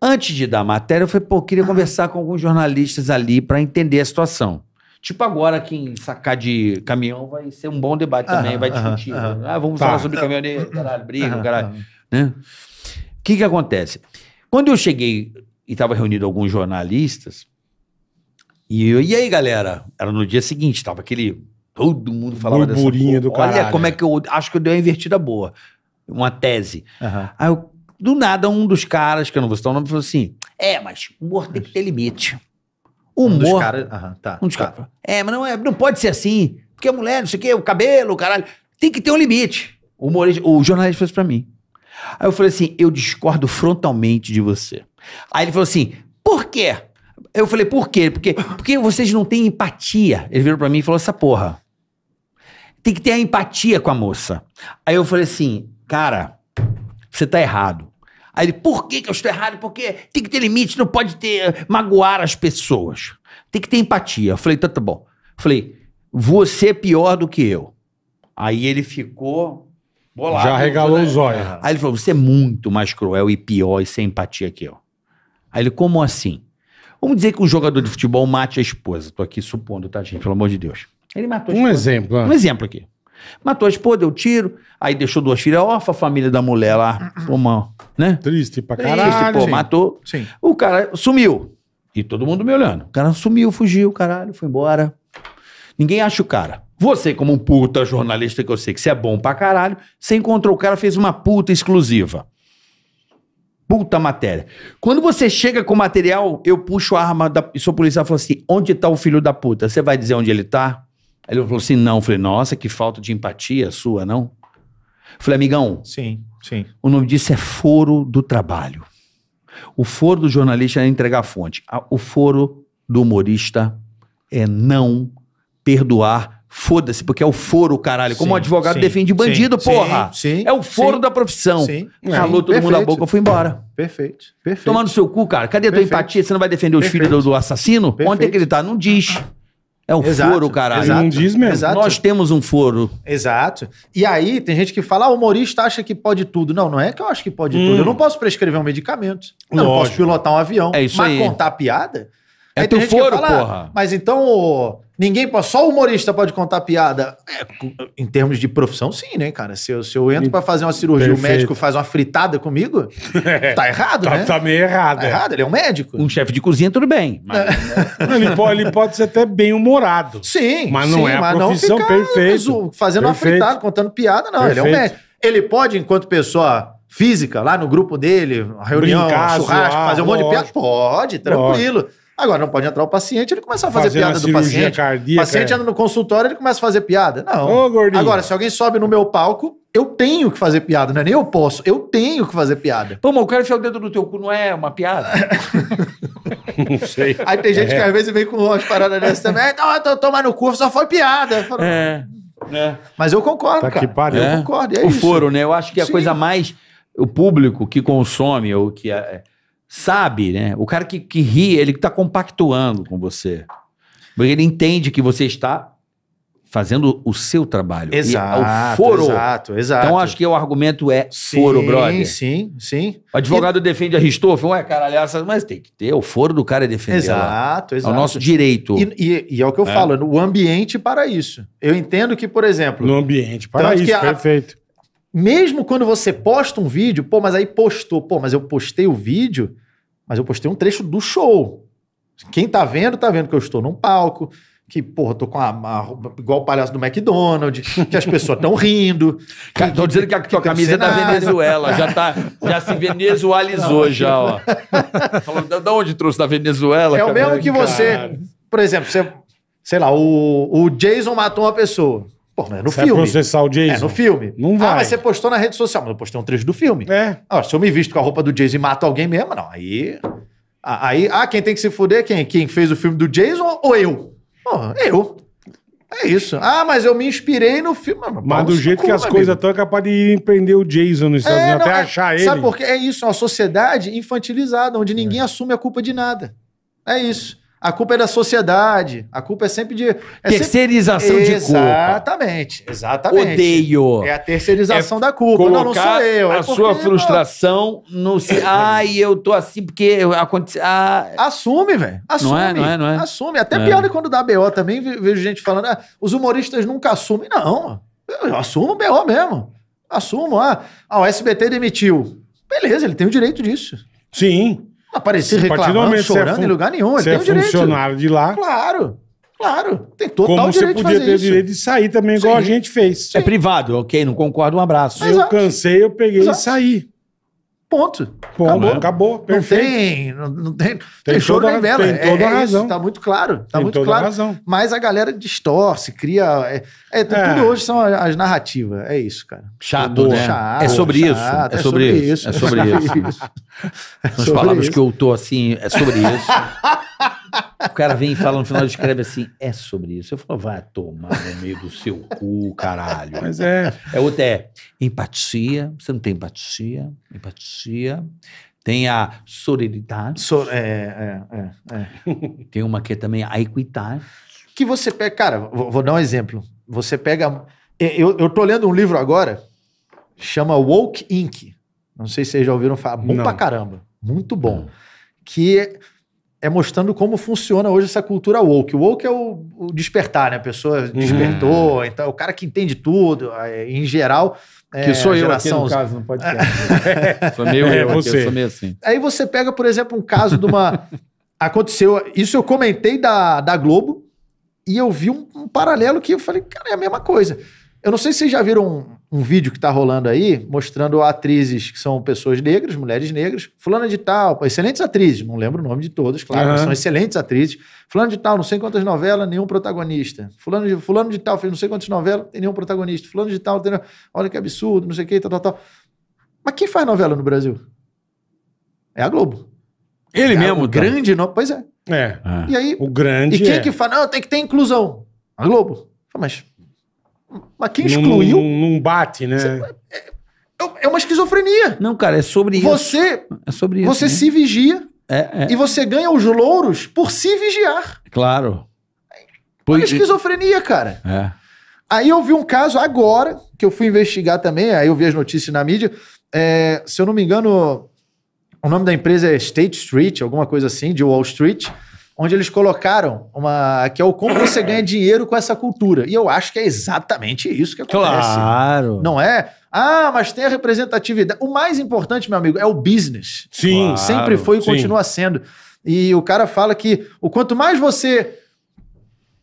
Speaker 4: Antes de dar a matéria, eu falei, pô, eu
Speaker 1: Ah.
Speaker 4: queria conversar com alguns jornalistas ali para entender a situação. Tipo agora, quem sacar de caminhão vai ser um bom debate também,
Speaker 1: Aham,
Speaker 4: vai
Speaker 1: aham,
Speaker 4: discutir.
Speaker 1: aham.
Speaker 4: Ah, vamos
Speaker 3: Tá.
Speaker 4: falar sobre caminhoneiro, caralho, briga,
Speaker 1: Aham,
Speaker 4: caralho.
Speaker 1: aham.
Speaker 4: né? O que que acontece? Quando eu cheguei e estava reunido alguns jornalistas, e, eu, e aí, galera? Era no dia seguinte, estava aquele. Todo mundo falava dessa
Speaker 3: Burburinho
Speaker 4: porra.
Speaker 3: do
Speaker 4: Olha
Speaker 3: caralho."
Speaker 4: como é que eu. Acho que eu dei uma invertida boa. Uma tese.
Speaker 1: Aham.
Speaker 4: Aí eu, do nada, um dos caras, que eu não vou citar o nome, falou assim: É, mas humor tem que ter limite.
Speaker 1: Um dos
Speaker 4: Humor.
Speaker 1: caras. Aham, tá.
Speaker 4: Um dos
Speaker 1: tá.
Speaker 4: caras. É, mas não, é, não pode ser assim. Porque a mulher, não sei o quê, o cabelo, o caralho. Tem que ter um limite. O, humorista- o jornalista fez pra mim. Aí eu falei assim: eu discordo frontalmente de você. Aí ele falou assim: por quê? Eu falei, por quê? Porque, porque vocês não têm empatia. Ele virou pra mim e falou: essa porra. Tem que ter a empatia com a moça. Aí eu falei assim, cara, você tá errado. Aí ele, por que, que eu estou errado? Porque tem que ter limite, não pode ter eh, magoar as pessoas. Tem que ter empatia. Eu falei, tá, tá bom. Eu falei, você é pior do que eu. Aí ele ficou bolado.
Speaker 3: Já regalou
Speaker 4: né?
Speaker 3: os olhos.
Speaker 4: Aí ele falou: você é muito mais cruel e pior e sem empatia que eu. Aí ele, como assim? Vamos dizer que um jogador de futebol mate a esposa. Tô aqui supondo, tá, gente? Pelo amor de Deus. Ele matou a
Speaker 3: Um
Speaker 4: esposa.
Speaker 3: exemplo.
Speaker 4: Um
Speaker 3: né?
Speaker 4: exemplo aqui. Matou a esposa, deu tiro, aí deixou duas filhas órfãs, a família da mulher lá, uma, né?
Speaker 3: Triste pra
Speaker 4: Triste,
Speaker 3: caralho.
Speaker 4: pô, matou.
Speaker 1: Sim.
Speaker 4: O cara sumiu. E todo mundo me olhando. O cara sumiu, fugiu, caralho, foi embora. Ninguém acha o cara. Você, como um puta jornalista que eu sei que você é bom pra caralho, você encontrou o cara, fez uma puta exclusiva. Puta matéria. Quando você chega com o material, eu puxo a arma da. E sou policial e falo assim: onde tá o filho da puta? Você vai dizer onde ele tá? Aí Ele falou assim: não. Eu falei: nossa, que falta de empatia sua, não? Eu falei: amigão,
Speaker 1: Sim, sim.
Speaker 4: o nome disso é foro do trabalho. O foro do jornalista é entregar a fonte. A- O foro do humorista é não perdoar. Foda-se, porque é o foro, caralho. Como
Speaker 1: Sim,
Speaker 4: um advogado
Speaker 1: sim,
Speaker 4: defende bandido,
Speaker 1: sim,
Speaker 4: porra.
Speaker 1: sim, sim,
Speaker 4: é o foro
Speaker 1: sim,
Speaker 4: da profissão.
Speaker 1: Sim.
Speaker 4: Calou todo mundo na
Speaker 1: Perfeito.
Speaker 4: boca, foi embora.
Speaker 1: Perfeito. Perfeito.
Speaker 4: Tomar no seu cu, cara. Cadê a tua
Speaker 1: Perfeito.
Speaker 4: empatia? Você não vai defender os
Speaker 1: Perfeito.
Speaker 4: filhos do, do assassino?
Speaker 1: Perfeito.
Speaker 4: Onde é que ele tá? Não diz. É o
Speaker 1: Exato,
Speaker 4: foro, caralho.
Speaker 1: exato,
Speaker 3: Não diz mesmo.
Speaker 1: Exato.
Speaker 4: Nós temos um foro.
Speaker 1: Exato. E aí, tem gente que fala, ah, o humorista acha que pode tudo. Não, não é que eu acho que pode
Speaker 3: Hum.
Speaker 1: tudo. Eu não posso prescrever um medicamento. Eu não
Speaker 3: Lógico.
Speaker 1: posso pilotar um avião.
Speaker 4: É isso
Speaker 1: mas
Speaker 4: aí.
Speaker 1: contar piada?
Speaker 4: É
Speaker 1: Aí tem
Speaker 4: teu
Speaker 1: gente que
Speaker 4: foro,
Speaker 1: fala, ah,
Speaker 4: porra.
Speaker 1: Mas então, ô, ninguém pode, só o humorista pode contar piada. É, cu- em termos de profissão, sim, né, cara? Se eu, se eu entro pra fazer uma cirurgia e o
Speaker 3: Perfeito.
Speaker 1: médico faz uma fritada comigo, tá errado,
Speaker 3: Tá,
Speaker 1: né?
Speaker 3: tá meio errado.
Speaker 1: Tá
Speaker 3: é.
Speaker 1: errado, ele é um médico.
Speaker 4: Um chefe de cozinha, tudo bem.
Speaker 1: É.
Speaker 4: Mas
Speaker 3: Não, Ele, pode, ele pode ser até bem humorado.
Speaker 1: Sim,
Speaker 3: Mas não
Speaker 1: sim,
Speaker 3: é a profissão, perfeito.
Speaker 1: zo- fazendo uma
Speaker 3: Perfeito.
Speaker 1: fritada, contando piada, não. Ele é um
Speaker 3: Perfeito.
Speaker 1: médico. Ele pode, enquanto pessoa física, lá no grupo dele, uma reunião,
Speaker 3: Brincar,
Speaker 1: churrasco,
Speaker 3: zoar,
Speaker 1: fazer um monte de piada?
Speaker 3: lógico.
Speaker 1: Pode, tranquilo. Agora, não pode entrar o paciente, ele começa a fazer
Speaker 3: Fazendo
Speaker 1: piada
Speaker 3: a
Speaker 1: do paciente. O
Speaker 3: cardíaca.
Speaker 1: paciente
Speaker 3: é.
Speaker 1: anda no consultório, ele começa a fazer piada. Não.
Speaker 3: Ô, gordinho.
Speaker 1: Agora, se alguém sobe no meu palco, eu tenho que fazer piada, não é nem eu posso, eu tenho que fazer piada.
Speaker 4: Pô, mas o cara enfiar o dedo no teu cu não é uma piada?
Speaker 3: Não sei.
Speaker 1: Aí tem gente
Speaker 3: É.
Speaker 1: que às vezes vem com umas paradas dessas também. Não, eu tô tomando no curso, só foi piada. Eu falo, Mas eu concordo,
Speaker 3: Tá que
Speaker 1: cara.
Speaker 3: pariu.
Speaker 1: Eu
Speaker 4: É.
Speaker 1: concordo, e é
Speaker 4: o
Speaker 1: isso.
Speaker 4: foro, né? Eu acho que a
Speaker 1: Sim.
Speaker 4: coisa mais. O público que consome ou que é, sabe, né? O cara que, que ri, ele tá compactuando com você. Porque ele entende que você está fazendo o seu trabalho. E é o foro.
Speaker 1: Exato, exato.
Speaker 4: Então acho que o argumento é
Speaker 1: Sim,
Speaker 4: foro, brother.
Speaker 1: Sim, sim.
Speaker 4: O advogado defende a Ristoff, ué, caralhaça, mas tem que ter. O foro do cara é defender. lá.
Speaker 1: Exato,
Speaker 4: É o
Speaker 1: exato.
Speaker 4: nosso direito.
Speaker 1: E, e- e é o que eu
Speaker 4: É.
Speaker 1: falo, o ambiente para isso. Eu entendo que, por exemplo,
Speaker 3: No ambiente.
Speaker 1: Tanto
Speaker 3: Paraíso,
Speaker 1: que a-
Speaker 3: perfeito.
Speaker 1: mesmo quando você posta um vídeo, pô, mas aí postou, pô, mas eu postei o vídeo, mas eu postei um trecho do show. Quem tá vendo, tá vendo que eu estou num palco, que, porra, eu tô com a, a roupa igual o palhaço do McDonald's, que as pessoas estão rindo.
Speaker 4: Ca- Tô dizendo que a tua
Speaker 1: tem um
Speaker 4: camisa é da
Speaker 1: cenário.
Speaker 4: Venezuela, já, tá, já se venezualizou, já, ó. Falou, da, da onde trouxe? Da Venezuela?
Speaker 1: É o
Speaker 4: cara?"
Speaker 1: mesmo que você.
Speaker 3: Cara.
Speaker 1: Por exemplo, você. Sei lá, o, o Jason matou uma pessoa. Pô, mas é no
Speaker 3: Você vai
Speaker 1: filme.
Speaker 3: processar o
Speaker 1: É,
Speaker 3: Jason.
Speaker 1: no filme.
Speaker 3: Não
Speaker 1: Ah,
Speaker 3: vai.
Speaker 1: mas você postou na rede social. Mas eu postei um trecho do filme.
Speaker 3: É.
Speaker 1: Ah, se eu me visto com a roupa do Jason e mato alguém mesmo, não. Aí. a- Aí, ah, quem tem que se fuder é quem? Quem fez o filme do Jason ou eu? Pô, eu. É isso. Ah, mas eu me inspirei no filme.
Speaker 3: Mas do jeito que as coisas estão, é capaz de ir empreender o Jason nos Estados
Speaker 1: né, É,
Speaker 3: Unidos,
Speaker 1: não,
Speaker 3: até
Speaker 1: é-
Speaker 3: achar ele.
Speaker 1: Sabe por quê? É isso, é uma sociedade infantilizada, onde ninguém
Speaker 8: É.
Speaker 1: assume a culpa de nada. É isso. A culpa é da sociedade. A culpa é sempre de. É sempre...
Speaker 4: Terceirização de culpa.
Speaker 1: Exatamente, exatamente.
Speaker 4: Odeio.
Speaker 1: É a terceirização da culpa. Não, não
Speaker 8: Colocar
Speaker 1: sou eu. É
Speaker 8: a
Speaker 1: porque,
Speaker 8: sua
Speaker 1: não,
Speaker 8: frustração no... se- Ai, eu tô assim porque aconteceu... Ah,
Speaker 1: Assume, velho. Assume.
Speaker 8: Não é, não é, não é.
Speaker 1: Assume. Até
Speaker 8: É.
Speaker 1: pior é quando dá BO também. ve- Vejo gente falando, ah, os humoristas nunca assumem. Não. Eu eu assumo o BO mesmo. Assumo. Ah, ah, o SBT demitiu. Beleza, ele tem o direito disso.
Speaker 3: Sim.
Speaker 1: Não Aparecer
Speaker 3: A partir do
Speaker 1: reclamando,
Speaker 3: momento que você é
Speaker 1: chorando
Speaker 3: fun-
Speaker 1: em lugar nenhum. Ele
Speaker 3: Você
Speaker 1: tem
Speaker 3: é
Speaker 1: o direito.
Speaker 3: funcionário de lá.
Speaker 1: Claro, claro. Tem total
Speaker 3: como você
Speaker 1: direito de
Speaker 3: podia
Speaker 1: fazer
Speaker 3: ter o
Speaker 1: isso.
Speaker 3: direito de sair também, igual
Speaker 1: Sim.
Speaker 3: a gente fez.
Speaker 4: É privado, ok? Não concordo, um abraço.
Speaker 3: Eu
Speaker 1: Exato.
Speaker 3: cansei, eu peguei
Speaker 1: Exato.
Speaker 3: e saí.
Speaker 1: Ponto.
Speaker 3: Pô,
Speaker 1: Acabou.
Speaker 3: acabou, perfeito.
Speaker 1: Não tem, não, não tem, tem choro
Speaker 3: toda-
Speaker 1: nem vela.
Speaker 3: tem
Speaker 1: É-
Speaker 3: toda
Speaker 1: é
Speaker 3: a
Speaker 1: isso,
Speaker 3: razão.
Speaker 1: tá muito claro, tá
Speaker 3: Tem
Speaker 1: muito
Speaker 3: toda a
Speaker 1: claro.
Speaker 3: razão.
Speaker 1: Mas a galera distorce, cria. É, é, Tudo hoje são a- as narrativas. É isso, cara.
Speaker 4: Chato,
Speaker 1: Boa.
Speaker 4: né?
Speaker 1: Chato,
Speaker 4: é sobre
Speaker 1: chato,
Speaker 4: isso. É sobre isso. É sobre isso. Nas
Speaker 1: sobre
Speaker 4: palavras
Speaker 1: isso.
Speaker 4: que eu tô assim, é sobre isso. o cara vem e fala no final, escreve assim, é sobre isso. Eu falo, vai tomar no meio do seu cu, caralho.
Speaker 3: Mas é.
Speaker 4: É outra é empatia, você não tem empatia, empatia. Tem a sororidade,
Speaker 1: So- é, é, é, é.
Speaker 4: tem uma que é também a equidade.
Speaker 1: Que você pega. Cara, vou, vou dar um exemplo. Você pega. Eu, eu tô lendo um livro agora, chama Woke Inc. Não sei se vocês já ouviram falar. Bom
Speaker 3: Não.
Speaker 1: pra caramba. Muito bom. Que é- é mostrando como funciona hoje essa cultura woke. O woke é o, o despertar, né? A pessoa
Speaker 8: Uhum.
Speaker 1: despertou, então é o cara que entende tudo, é, em geral. é,
Speaker 8: que sou
Speaker 1: a
Speaker 8: eu aqui
Speaker 1: geração
Speaker 8: no
Speaker 1: Z.
Speaker 8: caso, não pode ser. sou meio
Speaker 3: É,
Speaker 8: eu, aqui,
Speaker 3: você.
Speaker 8: eu sou meio assim.
Speaker 1: Aí você pega, por exemplo, um caso de uma. Aconteceu. Isso eu comentei da, da Globo e eu vi um, um paralelo que eu falei, cara, é a mesma coisa. Eu não sei se vocês já viram um, um vídeo que tá rolando aí, mostrando atrizes que são pessoas negras, mulheres negras, fulana de tal, pô, excelentes atrizes, não lembro o nome de todas, claro, mas
Speaker 3: Aham.
Speaker 1: são excelentes atrizes. Fulano de tal, não sei quantas novelas, nenhum protagonista. Fulano de, fulano de tal, fez não sei quantas novelas, tem nenhum protagonista. Fulano de tal, tem, olha que absurdo, não sei o que, tal, tal, tal. Mas quem faz novela no Brasil? É a Globo.
Speaker 8: Ele
Speaker 1: é
Speaker 8: mesmo,
Speaker 1: O grande nome. Pois é.
Speaker 3: É.
Speaker 8: Ah.
Speaker 4: Ah.
Speaker 1: E aí,
Speaker 3: O grande.
Speaker 1: e quem
Speaker 3: é.
Speaker 1: que fala? Não, tem que ter inclusão. A Globo. Fala, Mas, mas quem
Speaker 3: Não-
Speaker 1: excluiu
Speaker 3: Não, não bate, né?
Speaker 1: é uma esquizofrenia.
Speaker 4: Não, cara, é sobre isso.
Speaker 1: Você,
Speaker 4: É sobre isso.
Speaker 1: você
Speaker 4: né?
Speaker 1: se vigia
Speaker 4: É, é,
Speaker 1: e você ganha os louros por se vigiar.
Speaker 4: claro.
Speaker 1: Olha a
Speaker 4: Pois,
Speaker 1: esquizofrenia, cara.
Speaker 4: é.
Speaker 1: Aí eu vi um caso agora, que eu fui investigar também, aí eu vi as notícias na mídia. É, se eu não me engano, o nome da empresa é State Street, alguma coisa assim, de Wall Street, onde eles colocaram uma. que é o como você ganha dinheiro com essa cultura. E eu acho que é exatamente isso que acontece.
Speaker 4: Claro.
Speaker 1: Não é? Ah, mas tem a representatividade. O mais importante, meu amigo, é o business.
Speaker 3: Sim.
Speaker 4: Claro.
Speaker 1: Sempre foi e
Speaker 3: sim.
Speaker 1: continua sendo. E o cara fala que o quanto mais você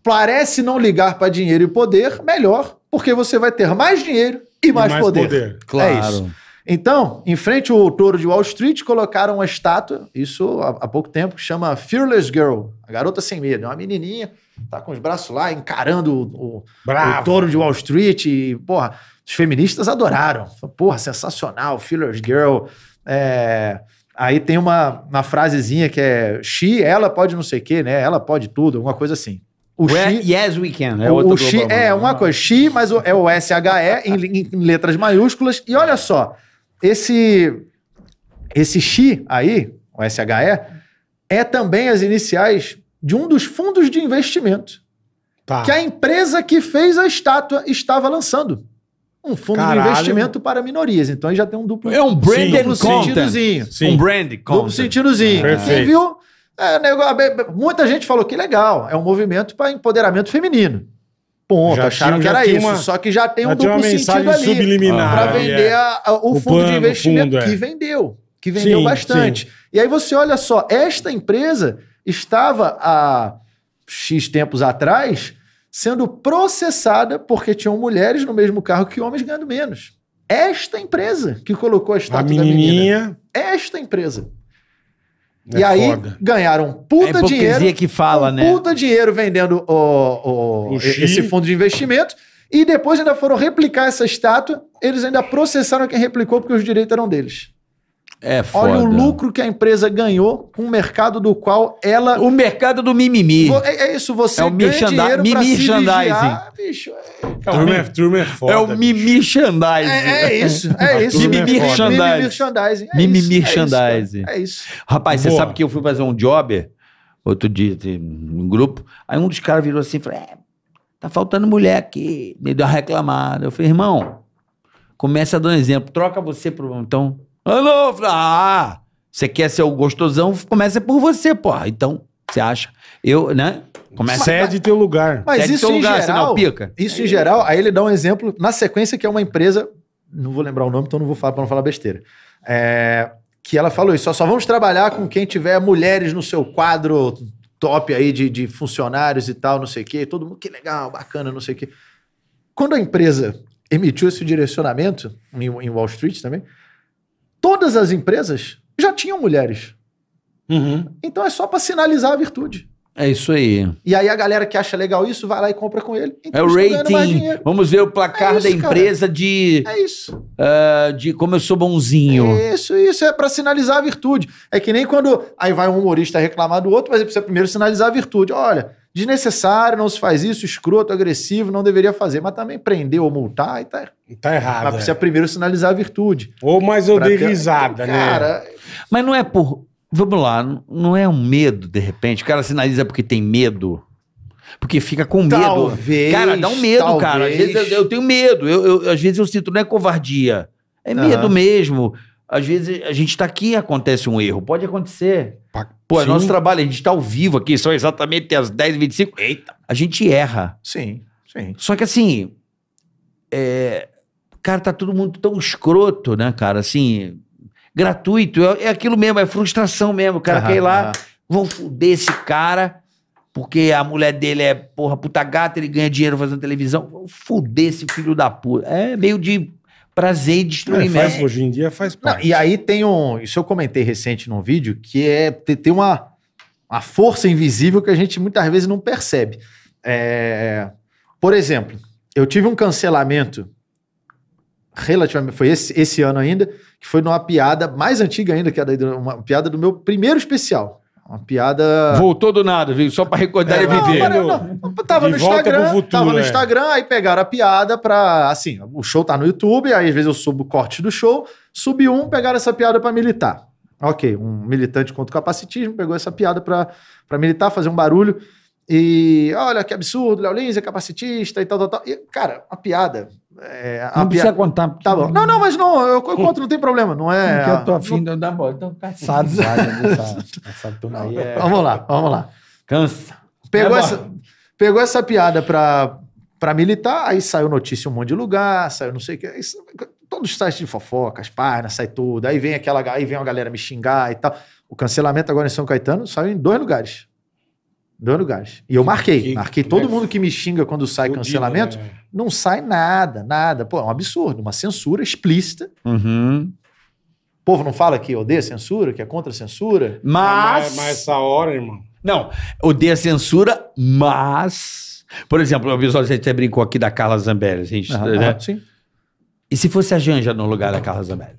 Speaker 1: parece não ligar para dinheiro e poder, melhor, porque você vai ter mais dinheiro e mais, poder.
Speaker 4: Claro.
Speaker 1: É isso. Então, em frente ao touro de Wall Street, colocaram uma estátua, isso há, há pouco tempo, que chama Fearless Girl, a garota sem medo. É uma menininha, tá com os braços lá, encarando o- o, o
Speaker 3: Bravo.
Speaker 1: touro de Wall Street, e, porra, os feministas adoraram. Falaram, Porra, sensacional, Fearless Girl. É, Aí tem uma, uma frasezinha que é she, ela pode não sei o que, né? Ela pode tudo, alguma coisa assim. O
Speaker 4: Where-
Speaker 1: she,
Speaker 4: yes, we can. É
Speaker 1: o-
Speaker 4: outra
Speaker 1: o she
Speaker 4: global.
Speaker 1: é uma coisa, she, mas o- é o SHE em, li- em letras maiúsculas. E olha só, esse, esse she aí, o SHE, é também as iniciais de um dos fundos de investimento
Speaker 3: Tá.
Speaker 1: que a empresa que fez a estátua estava lançando. Um fundo
Speaker 3: Caralho.
Speaker 1: de investimento para minorias. Então aí já tem um duplo,
Speaker 4: É um brand
Speaker 3: Sim,
Speaker 4: and
Speaker 1: duplo
Speaker 4: content.
Speaker 1: sentidozinho.
Speaker 3: Sim.
Speaker 4: Um brand
Speaker 1: Duplo
Speaker 4: content.
Speaker 1: sentidozinho. Quem
Speaker 3: Perfeito.
Speaker 1: viu? é, negócio- be- be- muita gente falou que legal, é um movimento para empoderamento feminino. Ponto,
Speaker 3: Já
Speaker 1: acharam
Speaker 3: tinha-
Speaker 1: que
Speaker 3: já
Speaker 1: era
Speaker 3: tinha
Speaker 1: isso.
Speaker 3: uma-
Speaker 1: Só que já tem um
Speaker 3: Já tinha
Speaker 1: duplo
Speaker 3: uma
Speaker 1: sentido
Speaker 3: mensagem
Speaker 1: ali. né?
Speaker 3: subliminar.
Speaker 1: Para
Speaker 4: Ah,
Speaker 3: ali,
Speaker 1: vender
Speaker 3: é.
Speaker 1: a- a- o,
Speaker 3: O
Speaker 1: fundo
Speaker 3: plano,
Speaker 1: de
Speaker 3: o
Speaker 1: investimento
Speaker 3: fundo, é.
Speaker 1: que vendeu. Que vendeu
Speaker 3: Sim,
Speaker 1: bastante. E aí você olha só, esta empresa estava há X tempos atrás sendo processada porque tinham mulheres no mesmo carro que homens ganhando menos. Esta empresa que colocou a
Speaker 3: A
Speaker 1: estátua da menina.
Speaker 3: menininha.
Speaker 1: Esta empresa.
Speaker 3: é
Speaker 1: e aí
Speaker 3: foda.
Speaker 1: ganharam um
Speaker 4: É a
Speaker 1: puta
Speaker 4: hipocrisia
Speaker 1: dinheiro
Speaker 4: que fala,
Speaker 1: um
Speaker 4: né?
Speaker 1: puta dinheiro vendendo o, o-
Speaker 3: O
Speaker 1: esse
Speaker 3: Xi.
Speaker 1: fundo de investimento. E depois ainda foram replicar essa estátua. Eles ainda processaram quem replicou porque os direitos eram deles.
Speaker 4: É
Speaker 1: Olha
Speaker 4: foda.
Speaker 1: o lucro que a empresa ganhou com o mercado do qual ela
Speaker 4: O mercado do mimimi.
Speaker 1: Vo- É, é isso, você
Speaker 4: É o
Speaker 1: ganha
Speaker 4: merchanda-
Speaker 1: dinheiro pra
Speaker 4: mimi
Speaker 1: se vigiar,
Speaker 4: merchandising.
Speaker 1: bicho.
Speaker 3: Turma é, turma é foda.
Speaker 4: é o mimi
Speaker 1: É,
Speaker 4: merchandising.
Speaker 1: é isso, é isso.
Speaker 4: Mimi
Speaker 1: É isso,
Speaker 4: merchandising.
Speaker 1: Mimi merchandising. É
Speaker 4: Mimi
Speaker 1: isso, é isso, cara.
Speaker 4: merchandising.
Speaker 1: É isso.
Speaker 4: Rapaz, você
Speaker 3: Boa.
Speaker 4: sabe que eu fui fazer um job outro dia, tem um grupo. Aí um dos caras virou assim e falou: é, tá faltando mulher aqui. Me deu uma reclamada. Eu falei, irmão, começa a dar um exemplo. Troca você pro. Então. Ah, não! Eu falei, ah, você quer ser o gostosão? Começa por você, porra. Então, você acha? Eu, né? Começa
Speaker 3: Cede teu lugar.
Speaker 1: Mas
Speaker 4: Cede
Speaker 1: isso
Speaker 4: seu
Speaker 1: em
Speaker 4: lugar,
Speaker 1: geral,
Speaker 4: senão pica.
Speaker 1: isso em geral, aí ele dá um exemplo na sequência que é uma empresa, não vou lembrar o nome, então não vou falar para não falar besteira. É, que ela falou isso, ó, só vamos trabalhar com quem tiver mulheres no seu quadro top aí de, de funcionários e tal, não sei o quê. Todo mundo, que legal, bacana, não sei o quê. Quando a empresa emitiu esse direcionamento, em, em Wall Street também, todas as empresas já tinham mulheres.
Speaker 3: Uhum.
Speaker 1: Então é só para sinalizar a virtude.
Speaker 4: É isso aí.
Speaker 1: E aí a galera que acha legal isso vai lá e compra com ele.
Speaker 4: É
Speaker 1: Então
Speaker 4: o
Speaker 1: eles tão ganhando mais dinheiro.
Speaker 4: rating. Vamos ver o placar
Speaker 1: É
Speaker 4: da
Speaker 1: isso,
Speaker 4: empresa de,
Speaker 1: É isso.
Speaker 4: ah, de como eu sou bonzinho.
Speaker 1: É Isso, isso. É pra sinalizar a virtude. É que nem quando aí vai um humorista reclamar do outro, mas ele precisa primeiro sinalizar a virtude. Olha, desnecessário, não se faz isso, escroto, agressivo, não deveria fazer. Mas também prender ou multar, aí tá.
Speaker 3: Tá
Speaker 4: Ah,
Speaker 3: errado.
Speaker 1: mas
Speaker 3: é.
Speaker 1: precisa primeiro sinalizar a virtude.
Speaker 3: Ou mas eu
Speaker 1: Pra
Speaker 3: dei
Speaker 1: ter-
Speaker 3: risada, né?
Speaker 1: Cara,
Speaker 4: Mas não é por. Vamos lá, n- não é um medo, de repente. O cara sinaliza porque tem medo. Porque fica com medo.
Speaker 1: talvez.
Speaker 4: cara, dá um medo, cara. Às vezes eu, eu tenho medo. Eu, eu- às vezes eu sinto, não é covardia. É
Speaker 1: Aham.
Speaker 4: medo mesmo. Às vezes a gente tá aqui e acontece um erro. Pode acontecer.
Speaker 3: Pa-
Speaker 4: Pô, é
Speaker 3: Sim.
Speaker 4: nosso trabalho, a gente tá ao vivo aqui, são exatamente as 10h25. Eita! A gente erra.
Speaker 1: Sim, sim.
Speaker 4: Só que assim, é, cara, tá todo mundo tão escroto, né, cara? Assim, gratuito. É, é aquilo mesmo, é frustração mesmo. O cara
Speaker 1: Aham,
Speaker 4: quer ir lá,
Speaker 1: aham.
Speaker 4: vão fuder esse cara, porque a mulher dele é, porra, puta gata, ele ganha dinheiro fazendo televisão. Vão fuder esse filho da puta. É meio de prazer e
Speaker 3: É,
Speaker 4: destruimento.
Speaker 3: faz, hoje em dia faz
Speaker 1: Não,
Speaker 3: parte.
Speaker 1: e aí tem um. Isso eu comentei recente num vídeo, que é te- tem uma, uma força invisível que a gente muitas vezes não percebe. É, por exemplo, eu tive um cancelamento relativamente. Foi esse, esse ano ainda, que foi numa piada mais antiga ainda, que é uma piada do meu primeiro especial. Uma piada.
Speaker 4: Voltou do nada, viu? Só pra recordar
Speaker 3: É,
Speaker 4: e
Speaker 1: Não,
Speaker 4: viver.
Speaker 1: mas eu não. Eu Tava
Speaker 3: De
Speaker 1: no
Speaker 3: volta
Speaker 1: Instagram,
Speaker 3: pro futuro,
Speaker 1: tava no
Speaker 3: é.
Speaker 1: Instagram, aí pegaram a piada pra, assim, o show tá no YouTube, aí às vezes eu subo o corte do show, subi um, pegaram essa piada pra militar. Ok, um militante contra o capacitismo pegou essa piada pra, pra militar, fazer um barulho, e olha que absurdo, Léo Lins é capacitista e tal, tal, tal. E, cara, a piada... É, a piada...
Speaker 4: contar.
Speaker 1: Tá bom. Não, não, mas não, eu, eu conto, não tem problema, não é...
Speaker 8: Porque eu tô afim de andar bola.
Speaker 4: Então,
Speaker 8: Tô cansado já dessa essa turma aí. É...
Speaker 1: Vamos lá, vamos lá.
Speaker 8: Cansa.
Speaker 1: Pegou,
Speaker 8: Né,
Speaker 1: essa, pegou essa piada pra, pra militar, aí saiu notícia em um monte de lugar, saiu não sei o que. aí sa- todos os sites de fofoca, as páginas, sai tudo. Aí vem aquela, ga- aí vem uma galera me xingar e tal. O cancelamento agora em São Caetano saiu em dois lugares. Dois lugares. E eu marquei.
Speaker 3: Que-
Speaker 1: marquei todo
Speaker 3: né,
Speaker 1: mundo que me xinga quando sai
Speaker 3: Fudido,
Speaker 1: cancelamento.
Speaker 3: né?
Speaker 1: Não sai nada, nada. Pô, é um absurdo, uma censura explícita.
Speaker 4: Uhum.
Speaker 1: O povo não fala que odeia censura, que é contra a censura.
Speaker 4: Mas.
Speaker 3: Mas, É, mas essa hora, irmão.
Speaker 4: Não, odeia a censura, mas. Por exemplo, o episódio que a gente até brincou aqui da Carla Zambelli. a gente, né?
Speaker 1: Aham, Ah, sim.
Speaker 4: E se fosse a Janja no lugar da Carla Zambelli?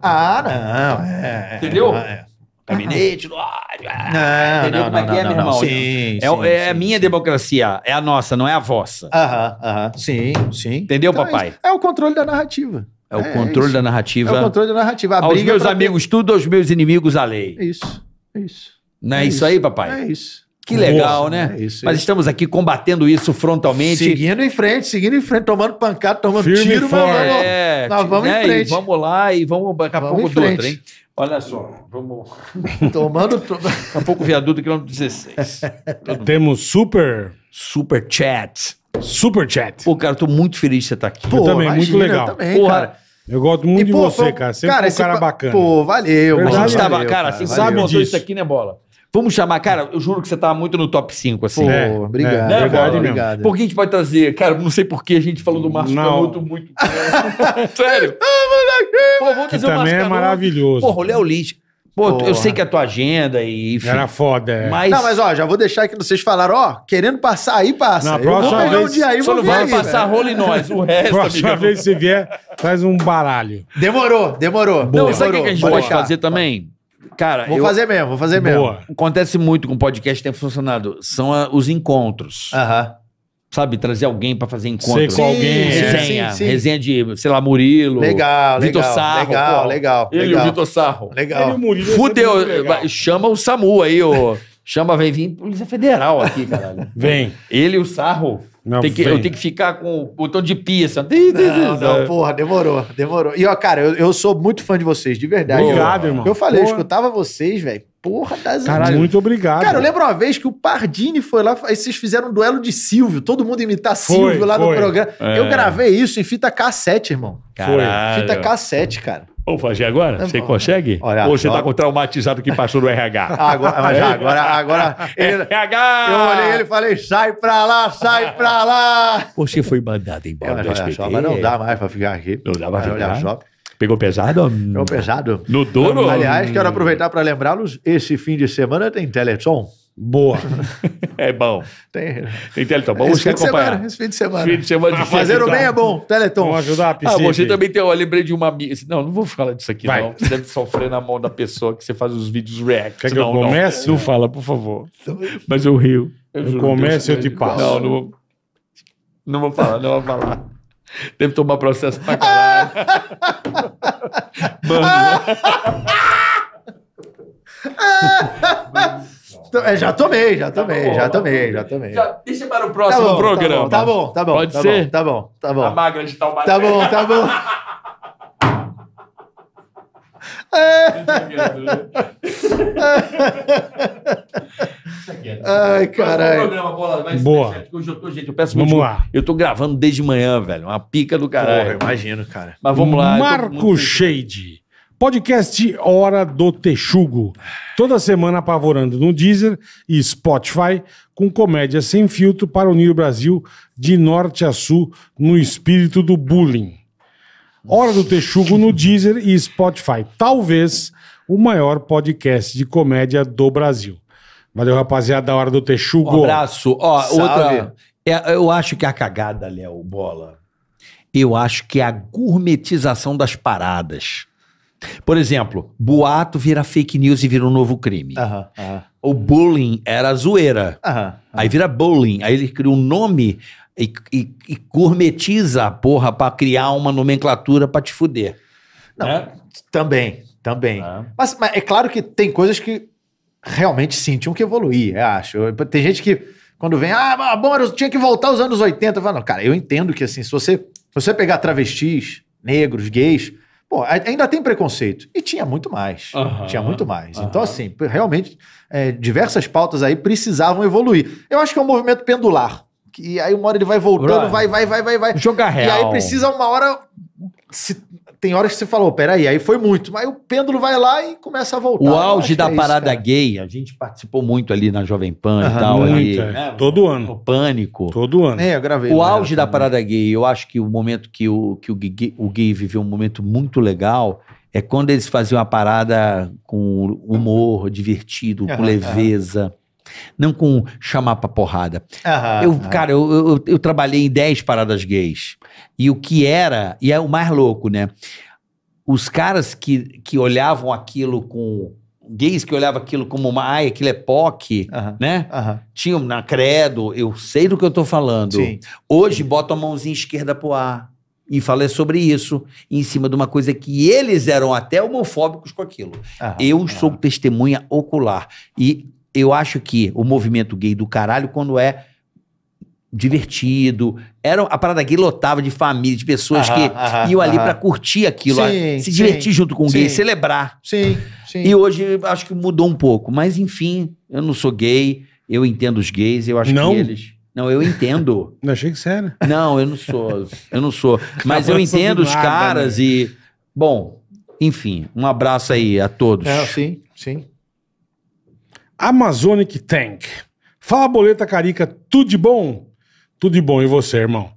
Speaker 1: Ah, não. é, é,
Speaker 4: Entendeu?
Speaker 1: é.
Speaker 4: Gabinete do ódio. ah.
Speaker 1: Não,
Speaker 4: Entendeu
Speaker 1: não,
Speaker 4: como é
Speaker 1: não,
Speaker 4: que é,
Speaker 1: não,
Speaker 4: meu
Speaker 1: não.
Speaker 4: irmão?
Speaker 1: Sim,
Speaker 4: É,
Speaker 1: sim,
Speaker 4: é a
Speaker 1: sim,
Speaker 4: minha
Speaker 1: sim.
Speaker 4: democracia, é a nossa, não é a vossa.
Speaker 1: Aham, aham. Sim, sim.
Speaker 4: Entendeu,
Speaker 1: Então,
Speaker 4: papai?
Speaker 1: É, é o controle da narrativa.
Speaker 4: É o
Speaker 1: é
Speaker 4: controle
Speaker 1: isso.
Speaker 4: da
Speaker 1: É o
Speaker 4: narrativa.
Speaker 1: controle da narrativa. A
Speaker 4: aos
Speaker 1: briga
Speaker 4: meus
Speaker 1: pra-
Speaker 4: amigos tudo, aos meus inimigos a lei.
Speaker 1: É isso. É isso.
Speaker 4: Não é,
Speaker 1: É
Speaker 4: isso,
Speaker 1: isso.
Speaker 4: aí, papai?
Speaker 1: É isso.
Speaker 4: Que legal, né?
Speaker 1: É isso. é
Speaker 4: Mas
Speaker 1: isso.
Speaker 4: estamos aqui combatendo isso frontalmente.
Speaker 1: Seguindo em frente, seguindo em frente, tomando pancada, tomando
Speaker 3: Firme e
Speaker 1: tiro, mas
Speaker 3: forte.
Speaker 1: vamos-
Speaker 4: É,
Speaker 1: nós vamos em
Speaker 4: né, e
Speaker 1: frente.
Speaker 4: vamos lá e vamos daqui a
Speaker 1: Vamos em
Speaker 4: pouco do outro,
Speaker 1: frente.
Speaker 4: hein? Olha só, vamos.
Speaker 1: tomando. to-
Speaker 4: Daqui a pouco o viaduto, é um quilômetro 16.
Speaker 1: Tá
Speaker 3: Temos super,
Speaker 4: Super chat.
Speaker 3: super chat.
Speaker 4: Pô, cara, eu tô muito feliz de você estar aqui.
Speaker 1: Pô,
Speaker 3: também, muito
Speaker 1: imagina,
Speaker 3: legal.
Speaker 1: eu também,
Speaker 4: Porra,
Speaker 1: cara.
Speaker 3: Eu gosto muito
Speaker 1: E,
Speaker 3: de
Speaker 1: pô,
Speaker 3: você,
Speaker 1: foi-
Speaker 3: cara. Sempre um
Speaker 1: esse
Speaker 3: cara
Speaker 1: pa-
Speaker 3: bacana.
Speaker 1: Pô, valeu.
Speaker 3: Verdade,
Speaker 1: mano,
Speaker 4: a gente
Speaker 3: valeu,
Speaker 4: tava,
Speaker 1: valeu,
Speaker 4: cara, assim,
Speaker 1: valeu.
Speaker 4: sabe
Speaker 3: valeu.
Speaker 4: botou
Speaker 3: disso.
Speaker 4: isso aqui, né, bola? Vamos chamar, cara, eu juro que você tava muito no top 5, assim.
Speaker 1: Pô,
Speaker 3: É,
Speaker 1: obrigado.
Speaker 4: é,
Speaker 1: cara,
Speaker 4: verdade mesmo.
Speaker 1: obrigado.
Speaker 4: Por que a gente pode trazer? Cara, não sei por que a gente falou do Márcio
Speaker 3: Não.
Speaker 4: Canuto muito. Sério? Pô, vamos
Speaker 3: que
Speaker 4: trazer o
Speaker 3: também
Speaker 4: Márcio
Speaker 3: é
Speaker 4: Canuto.
Speaker 3: maravilhoso.
Speaker 4: Porra, o Léo Lins. Pô,
Speaker 1: Porra.
Speaker 4: eu sei que é a tua agenda e enfim.
Speaker 3: Era foda. é.
Speaker 4: Mas.
Speaker 1: Não, mas ó, já vou deixar aqui vocês falaram, ó, querendo passar aí, passa.
Speaker 3: Na
Speaker 1: Eu
Speaker 3: próxima
Speaker 1: vou pegar um
Speaker 3: vez-
Speaker 1: dia aí,
Speaker 4: só
Speaker 1: vou
Speaker 4: não
Speaker 1: ver
Speaker 4: vai
Speaker 1: aí,
Speaker 4: passar
Speaker 1: velho.
Speaker 4: rola em nós. O resto,
Speaker 3: Próxima
Speaker 4: é amigo.
Speaker 3: vez que você vier, faz um baralho.
Speaker 1: Demorou, demorou.
Speaker 4: Não,
Speaker 1: demorou.
Speaker 4: sabe o que que a gente
Speaker 1: Vou
Speaker 4: pode
Speaker 1: deixar.
Speaker 4: fazer também? Cara,
Speaker 1: Vou
Speaker 4: eu-
Speaker 1: fazer mesmo, vou fazer É mesmo.
Speaker 3: Boa.
Speaker 4: acontece muito com podcast tem funcionado. São ah, os encontros.
Speaker 1: Aham.
Speaker 4: Sabe? Trazer alguém pra fazer encontro.
Speaker 3: Sei Com qual- alguém, né?
Speaker 1: sim,
Speaker 4: Resenha.
Speaker 1: sim, sim.
Speaker 4: Resenha de, sei lá, Murilo.
Speaker 1: Legal,
Speaker 4: Vitor
Speaker 1: legal,
Speaker 4: Sarro,
Speaker 1: legal,
Speaker 4: pô.
Speaker 1: legal,
Speaker 4: Ele e o
Speaker 1: legal,
Speaker 4: Vitor Sarro.
Speaker 1: legal.
Speaker 3: Murilo.
Speaker 4: Fudeu. Chama o SAMU aí, ô. Chama, vem vir Polícia Federal aqui, caralho.
Speaker 3: Vem.
Speaker 4: Ele e o Sarro.
Speaker 3: Não,
Speaker 4: tem que,
Speaker 3: vem.
Speaker 4: eu tenho que ficar com o botão de pia, assim. ó.
Speaker 1: Não, não, porra, demorou, demorou. E ó, cara, eu, eu sou muito fã de vocês, de verdade.
Speaker 3: Obrigado,
Speaker 1: Eu-
Speaker 3: irmão.
Speaker 1: Eu falei, eu
Speaker 3: Porra.
Speaker 1: escutava vocês, velho. Porra, das
Speaker 3: Caralho, muito obrigado.
Speaker 1: Cara, eu lembro uma vez que o Pardini foi lá, aí vocês fizeram um duelo de Silvio, todo mundo imitar
Speaker 3: Foi,
Speaker 1: Silvio lá no
Speaker 3: foi.
Speaker 1: programa. Eu gravei isso em fita K7, irmão.
Speaker 5: Caralho.
Speaker 1: Fita K7, cara.
Speaker 5: Vamos fazer agora? Você consegue?
Speaker 1: Olha,
Speaker 5: Ou você
Speaker 1: ó.
Speaker 5: tá com o traumatizado que passou no RH?
Speaker 1: Ah, Agora, mas já, agora, agora. ele-
Speaker 5: RH!
Speaker 1: eu olhei ele e falei: sai pra lá, sai pra lá!
Speaker 5: Você foi mandado
Speaker 1: É,
Speaker 5: embora
Speaker 1: mas,
Speaker 5: do
Speaker 1: olha
Speaker 5: SBT.
Speaker 1: só, mas não dá mais pra ficar aqui.
Speaker 5: Não dá pra
Speaker 1: Olha,
Speaker 5: ficar.
Speaker 1: Olha só,
Speaker 5: Pegou pesado?
Speaker 1: é um pesado.
Speaker 5: No duro?
Speaker 1: Aliás, quero aproveitar pra lembrá-los: esse fim de semana tem Teleton.
Speaker 3: Boa.
Speaker 5: É bom.
Speaker 1: Tem.
Speaker 5: Tem Teleton. Então, Vamos
Speaker 1: Esse fim, de
Speaker 5: acompanhar.
Speaker 1: semana, esse fim de semana.
Speaker 5: Fim de semana de então.
Speaker 1: Fazer o
Speaker 4: então.
Speaker 5: sexta.
Speaker 1: bem é bom, Teleton.
Speaker 3: Vamos ajudar a piscina.
Speaker 4: Ah, você também tem. Eu lembrei de uma. mi- Não, não vou falar disso aqui,
Speaker 3: Vai.
Speaker 4: não. Você deve sofrer na mão da pessoa que você faz os vídeos react.
Speaker 3: Quer que
Speaker 4: não,
Speaker 3: eu
Speaker 4: não.
Speaker 3: comece?
Speaker 5: Não fala, por favor. Mas eu rio.
Speaker 3: Eu começo e eu te passo.
Speaker 4: Não, não vou. Não vou falar, não vou falar. Deve tomar processo pra caralho.
Speaker 3: Ah,
Speaker 1: Tô- é, já tomei, já tomei,
Speaker 4: bom,
Speaker 1: já
Speaker 4: tá
Speaker 1: tomei, já tomei.
Speaker 4: Já deixa para o próximo
Speaker 1: tá bom,
Speaker 4: programa.
Speaker 1: Tá bom, tá bom.
Speaker 4: Pode
Speaker 1: tá
Speaker 4: ser?
Speaker 1: Bom, tá bom, tá
Speaker 4: A
Speaker 1: bom.
Speaker 4: magra de Taubaté.
Speaker 1: Tá bom, tá bom. Ai,
Speaker 4: Próximo
Speaker 1: caralho.
Speaker 4: programa, bola, vai ser
Speaker 3: Boa.
Speaker 4: certo, que Hoje eu tô, gente, eu peço
Speaker 3: Vamos
Speaker 4: muito.
Speaker 3: lá.
Speaker 4: Eu tô gravando desde manhã, velho. Uma pica do caralho.
Speaker 1: imagino, cara.
Speaker 4: Mas Ah, vamos lá. então, eu tô
Speaker 3: Marco
Speaker 4: muito-
Speaker 3: Shade. Podcast Hora do Texugo. Toda semana apavorando no Deezer e Spotify com comédia sem filtro para unir o Brasil de norte a sul no espírito do bullying. Hora do Texugo no Deezer e Spotify. Talvez o maior podcast de comédia do Brasil. Valeu, rapaziada. Hora do
Speaker 4: Um
Speaker 3: Texugo.
Speaker 4: abraço. Ó,
Speaker 1: Salve.
Speaker 4: outra. É, eu acho que a cagada, Léo, bola. Eu acho que é a gourmetização das paradas. Por exemplo, boato vira fake news e vira um novo crime.
Speaker 1: Aham, aham,
Speaker 4: O bullying era zoeira.
Speaker 1: aham.
Speaker 4: Aí vira bullying. Aí ele cria um nome e, e- e gourmetiza a porra pra criar uma nomenclatura pra te fuder.
Speaker 1: Não,
Speaker 4: Né?
Speaker 1: Também, também.
Speaker 4: É.
Speaker 1: Mas, mas é claro que tem coisas que realmente sim, tinham que evoluir, eu acho. Eu- Tem gente que, quando vem, ah, mas, bom, eu tinha que voltar aos anos 80. Eu falo, não, cara, eu entendo que assim, se você, se você pegar travestis, negros, gays, pô, a- ainda tem preconceito. E tinha muito mais.
Speaker 5: Aham.
Speaker 1: Tinha muito mais. Então, assim, p- realmente, é, diversas pautas aí precisavam evoluir. Eu acho que é um movimento pendular. Que aí uma hora ele vai voltando,
Speaker 4: Brother.
Speaker 1: vai, vai, vai, vai, vai.
Speaker 4: Jogar
Speaker 1: E
Speaker 4: real.
Speaker 1: aí precisa uma hora. se- tem horas que você falou, peraí, aí foi muito. Mas o pêndulo vai lá e começa a voltar.
Speaker 4: O
Speaker 1: Eu acho
Speaker 4: auge
Speaker 1: que
Speaker 4: da
Speaker 1: é isso,
Speaker 4: parada
Speaker 1: cara.
Speaker 4: gay, a gente participou muito ali na Jovem Pan
Speaker 1: Aham,
Speaker 4: e tal.
Speaker 3: Muito,
Speaker 4: ali,
Speaker 3: é. Todo ano.
Speaker 4: O pânico.
Speaker 3: Todo ano.
Speaker 1: É, eu gravei.
Speaker 4: O
Speaker 1: né,
Speaker 4: auge da
Speaker 1: também.
Speaker 4: parada gay, eu acho que o momento que o, que o, gay, o gay viveu um momento muito legal é quando eles faziam a parada com humor, divertido, com
Speaker 1: Aham,
Speaker 4: leveza. Não com chamar pra porrada.
Speaker 1: Aham,
Speaker 4: eu,
Speaker 1: aham.
Speaker 4: Cara, eu, eu, eu trabalhei em 10 paradas gays. E o que era, e é o mais louco, né? Os caras que, que olhavam aquilo com. Gays que olhavam aquilo como uma. Ai, aquilo é POC,
Speaker 1: Aham,
Speaker 4: né?
Speaker 1: aham.
Speaker 4: Tinham na credo, eu sei do que eu tô falando.
Speaker 1: Sim.
Speaker 4: Hoje bota a mãozinha esquerda pro ar. E falei sobre isso, em cima de uma coisa que eles eram até homofóbicos com aquilo.
Speaker 1: aham,
Speaker 4: Eu
Speaker 1: aham.
Speaker 4: sou testemunha ocular. E eu acho que o movimento gay do caralho, quando é divertido, era um, a parada gay lotava de família, de pessoas
Speaker 1: Aham,
Speaker 4: que
Speaker 1: aham,
Speaker 4: iam ali
Speaker 1: aham.
Speaker 4: pra curtir aquilo,
Speaker 1: Sim,
Speaker 4: se divertir
Speaker 1: sim,
Speaker 4: junto com o gay,
Speaker 1: sim.
Speaker 4: celebrar.
Speaker 1: Sim, sim.
Speaker 4: E hoje acho que mudou um pouco. Mas enfim, eu não sou gay, eu entendo os gays, eu acho
Speaker 3: Não?
Speaker 4: que eles. Não, eu entendo.
Speaker 3: Não achei que você era.
Speaker 4: Não, eu não sou. Eu não sou. Mas eu
Speaker 3: Avanço
Speaker 4: entendo
Speaker 3: do
Speaker 4: os
Speaker 3: nada,
Speaker 4: caras e. Bom, enfim, um abraço aí a todos.
Speaker 1: É, sim, sim.
Speaker 3: Amazonic Tank. Fala, Boleta Carica, tudo de bom? Tudo de bom, e você, irmão?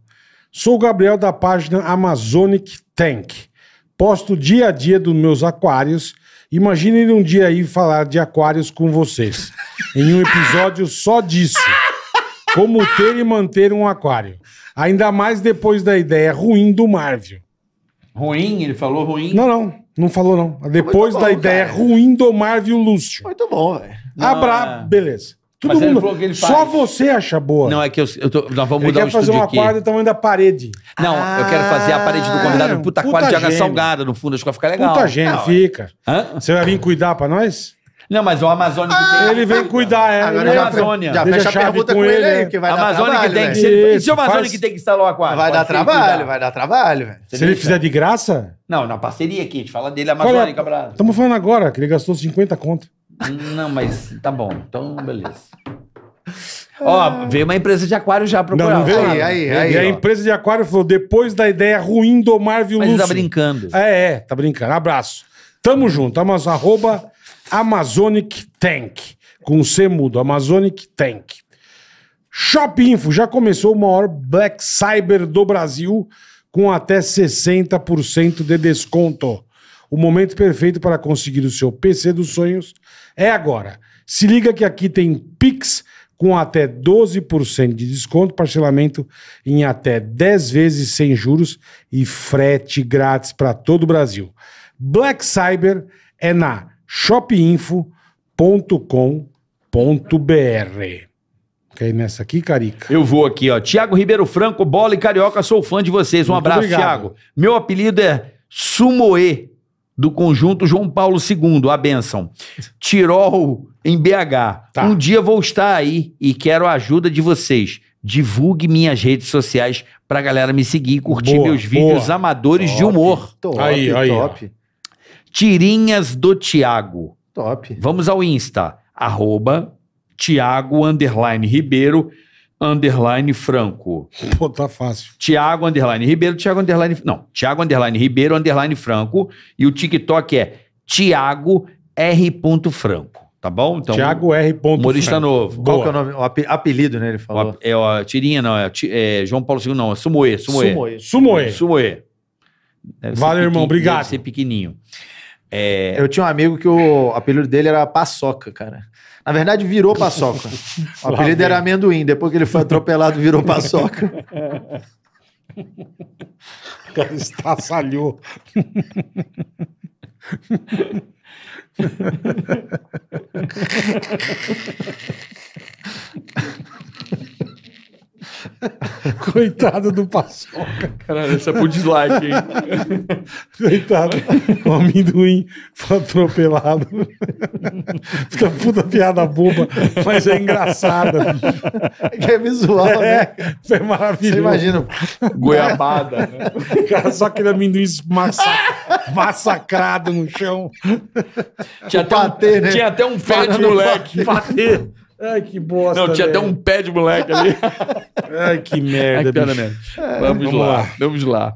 Speaker 3: Sou o Gabriel da página Amazonic Tank. Posto o dia a dia dos meus aquários Imagina ele um dia aí falar de aquários com vocês. Em um episódio só disso. Como ter e manter um aquário. Ainda mais depois da ideia ruim do Marvel.
Speaker 4: Ruim, ele falou ruim.
Speaker 3: Não, não. Não falou, não. Depois
Speaker 1: bom,
Speaker 3: da ideia
Speaker 1: cara.
Speaker 3: ruim do Marvel Lúcio.
Speaker 1: Muito bom, velho.
Speaker 3: Abra,
Speaker 4: é.
Speaker 3: beleza. Todo
Speaker 4: Mas ele
Speaker 3: mundo.
Speaker 4: falou que ele
Speaker 3: Só
Speaker 4: faz.
Speaker 3: você acha boa.
Speaker 4: Não, é que eu, eu tô- nós vamos
Speaker 3: ele
Speaker 4: mudar o
Speaker 3: quer fazer
Speaker 4: estúdio
Speaker 3: um
Speaker 4: aqui.
Speaker 3: aquário do tamanho da parede.
Speaker 4: Não, eu quero fazer a parede do convidado um puta,
Speaker 3: Puta
Speaker 4: quadro de água
Speaker 3: gênio.
Speaker 4: salgada no fundo, acho que vai ficar legal. é.
Speaker 3: Puta gente, fica.
Speaker 4: Hã?
Speaker 3: Você vai vir cuidar pra nós?
Speaker 4: Não, mas o Amazônico tem.
Speaker 3: Ah, ele vem cuidar, é.
Speaker 1: Agora
Speaker 3: ele
Speaker 1: já,
Speaker 3: vai-
Speaker 4: Amazônia.
Speaker 1: fe- já
Speaker 3: Deixa
Speaker 1: fecha
Speaker 3: a
Speaker 1: a
Speaker 3: chave
Speaker 1: pergunta
Speaker 3: com
Speaker 1: com, ele
Speaker 3: ele,
Speaker 1: aí,
Speaker 3: é.
Speaker 1: que vai
Speaker 4: A Amazônia
Speaker 1: dar
Speaker 4: que tem
Speaker 1: trabalho,
Speaker 4: que
Speaker 1: velho.
Speaker 4: ser.
Speaker 3: velho.
Speaker 4: E se o Amazônia
Speaker 3: Faz-
Speaker 4: que tem que instalar o aquário?
Speaker 1: Vai dar
Speaker 4: Pode ser que
Speaker 1: trabalho,
Speaker 4: dá.
Speaker 1: vai dar trabalho, velho.
Speaker 3: Se ele fizer de graça.
Speaker 4: Não, na parceria aqui, a gente fala dele,
Speaker 3: Olha-
Speaker 4: Amazônica, Cabral.
Speaker 3: Estamos falando agora que ele gastou 50 conto.
Speaker 4: Não, mas tá bom, então beleza. Ó, veio uma empresa de aquário já procurar.
Speaker 3: Não, não veio.
Speaker 1: Aí, aí, aí.
Speaker 3: e a
Speaker 1: ó.
Speaker 3: empresa de aquário falou: depois da ideia ruim do Marvel
Speaker 4: Mas
Speaker 3: Lúcio.
Speaker 4: ele tá brincando.
Speaker 3: É, é, tá brincando. Abraço. Tamo junto. Amaz, arroba Amazonic Tank. Com C mudo, Amazonic Tank. Shop Info já começou o maior Black Cyber do Brasil com até 60% de desconto. O momento perfeito para conseguir o seu PC dos sonhos é agora. Se liga que aqui tem Pix com até 12% de desconto, parcelamento em até 10 vezes sem juros e frete grátis para todo o Brasil. Black Cyber é na shopinfo.com.br. Quer ir nessa aqui, Carica?
Speaker 4: Eu vou aqui, ó. Tiago Ribeiro Franco, bola e carioca, sou fã de vocês. Um
Speaker 3: Muito
Speaker 4: abraço,
Speaker 3: obrigado.
Speaker 4: Tiago. Meu apelido é Sumoê, do conjunto João Paulo II, a benção. Tirol em BH.
Speaker 3: Tá.
Speaker 4: Um dia vou estar aí e quero a ajuda de vocês. Divulgue minhas redes sociais pra galera me seguir e curtir
Speaker 3: Boa,
Speaker 4: meus vídeos
Speaker 3: boa.
Speaker 4: amadores de
Speaker 1: Top.
Speaker 4: humor.
Speaker 1: Top,
Speaker 3: Aí, aí,
Speaker 1: top,
Speaker 4: Tirinhas do Tiago.
Speaker 1: top.
Speaker 4: Vamos ao Insta, arroba Tiago, underline Ribeiro, underline Franco.
Speaker 3: Pô, tá fácil.
Speaker 4: Tiago Underline Ribeiro, Tiago Underline. Não, Tiago Underline Ribeiro, Underline Franco. E o TikTok é Tiago R. Franco. Tá bom? Então,
Speaker 3: Tiago R.
Speaker 4: humorista novo.
Speaker 1: Qual
Speaker 3: Boa.
Speaker 1: que é o nome? O ape- apelido, né? Ele falou.
Speaker 4: É, ó, tirinha, não, é, ti- é João Paulo II, não, é Sumoê. Sumoê.
Speaker 1: Sumoê.
Speaker 3: Sumoe.
Speaker 4: Sumoê. Deve ser
Speaker 3: Valeu,
Speaker 4: pequen-
Speaker 3: irmão, obrigado.
Speaker 4: Deve ser pequenininho.
Speaker 1: Eu tinha um amigo que o apelido dele era Paçoca, cara. Na verdade, virou Paçoca. O
Speaker 3: Lá
Speaker 1: apelido
Speaker 3: vem.
Speaker 1: era Amendoim. Depois que ele foi atropelado, virou Paçoca.
Speaker 3: O cara Estraçalhou. Coitado do paçoca.
Speaker 4: Caralho, essa é pro dislike, hein?
Speaker 3: Coitado. O amendoim foi atropelado. Puta, puta piada boba, mas é engraçada. bicho.
Speaker 1: que é visual, né?
Speaker 3: É, foi
Speaker 1: Você
Speaker 3: maravilhoso.
Speaker 1: imagina.
Speaker 4: Goiabada. né?
Speaker 3: O cara só aquele amendoim massa- massacrado no chão.
Speaker 4: Tinha, até
Speaker 1: patê,
Speaker 4: um,
Speaker 1: né?
Speaker 4: tinha até um pé de
Speaker 1: Fazendo
Speaker 4: moleque.
Speaker 3: Bater. Ai, que bosta.
Speaker 4: Não, tinha até
Speaker 3: velho.
Speaker 4: um pé de moleque ali.
Speaker 3: Ai, que
Speaker 4: Ai,
Speaker 3: merda,
Speaker 4: que pena
Speaker 3: bicho. É,
Speaker 4: mesmo. vamos,
Speaker 3: vamos
Speaker 4: lá,
Speaker 3: lá.
Speaker 4: vamos lá.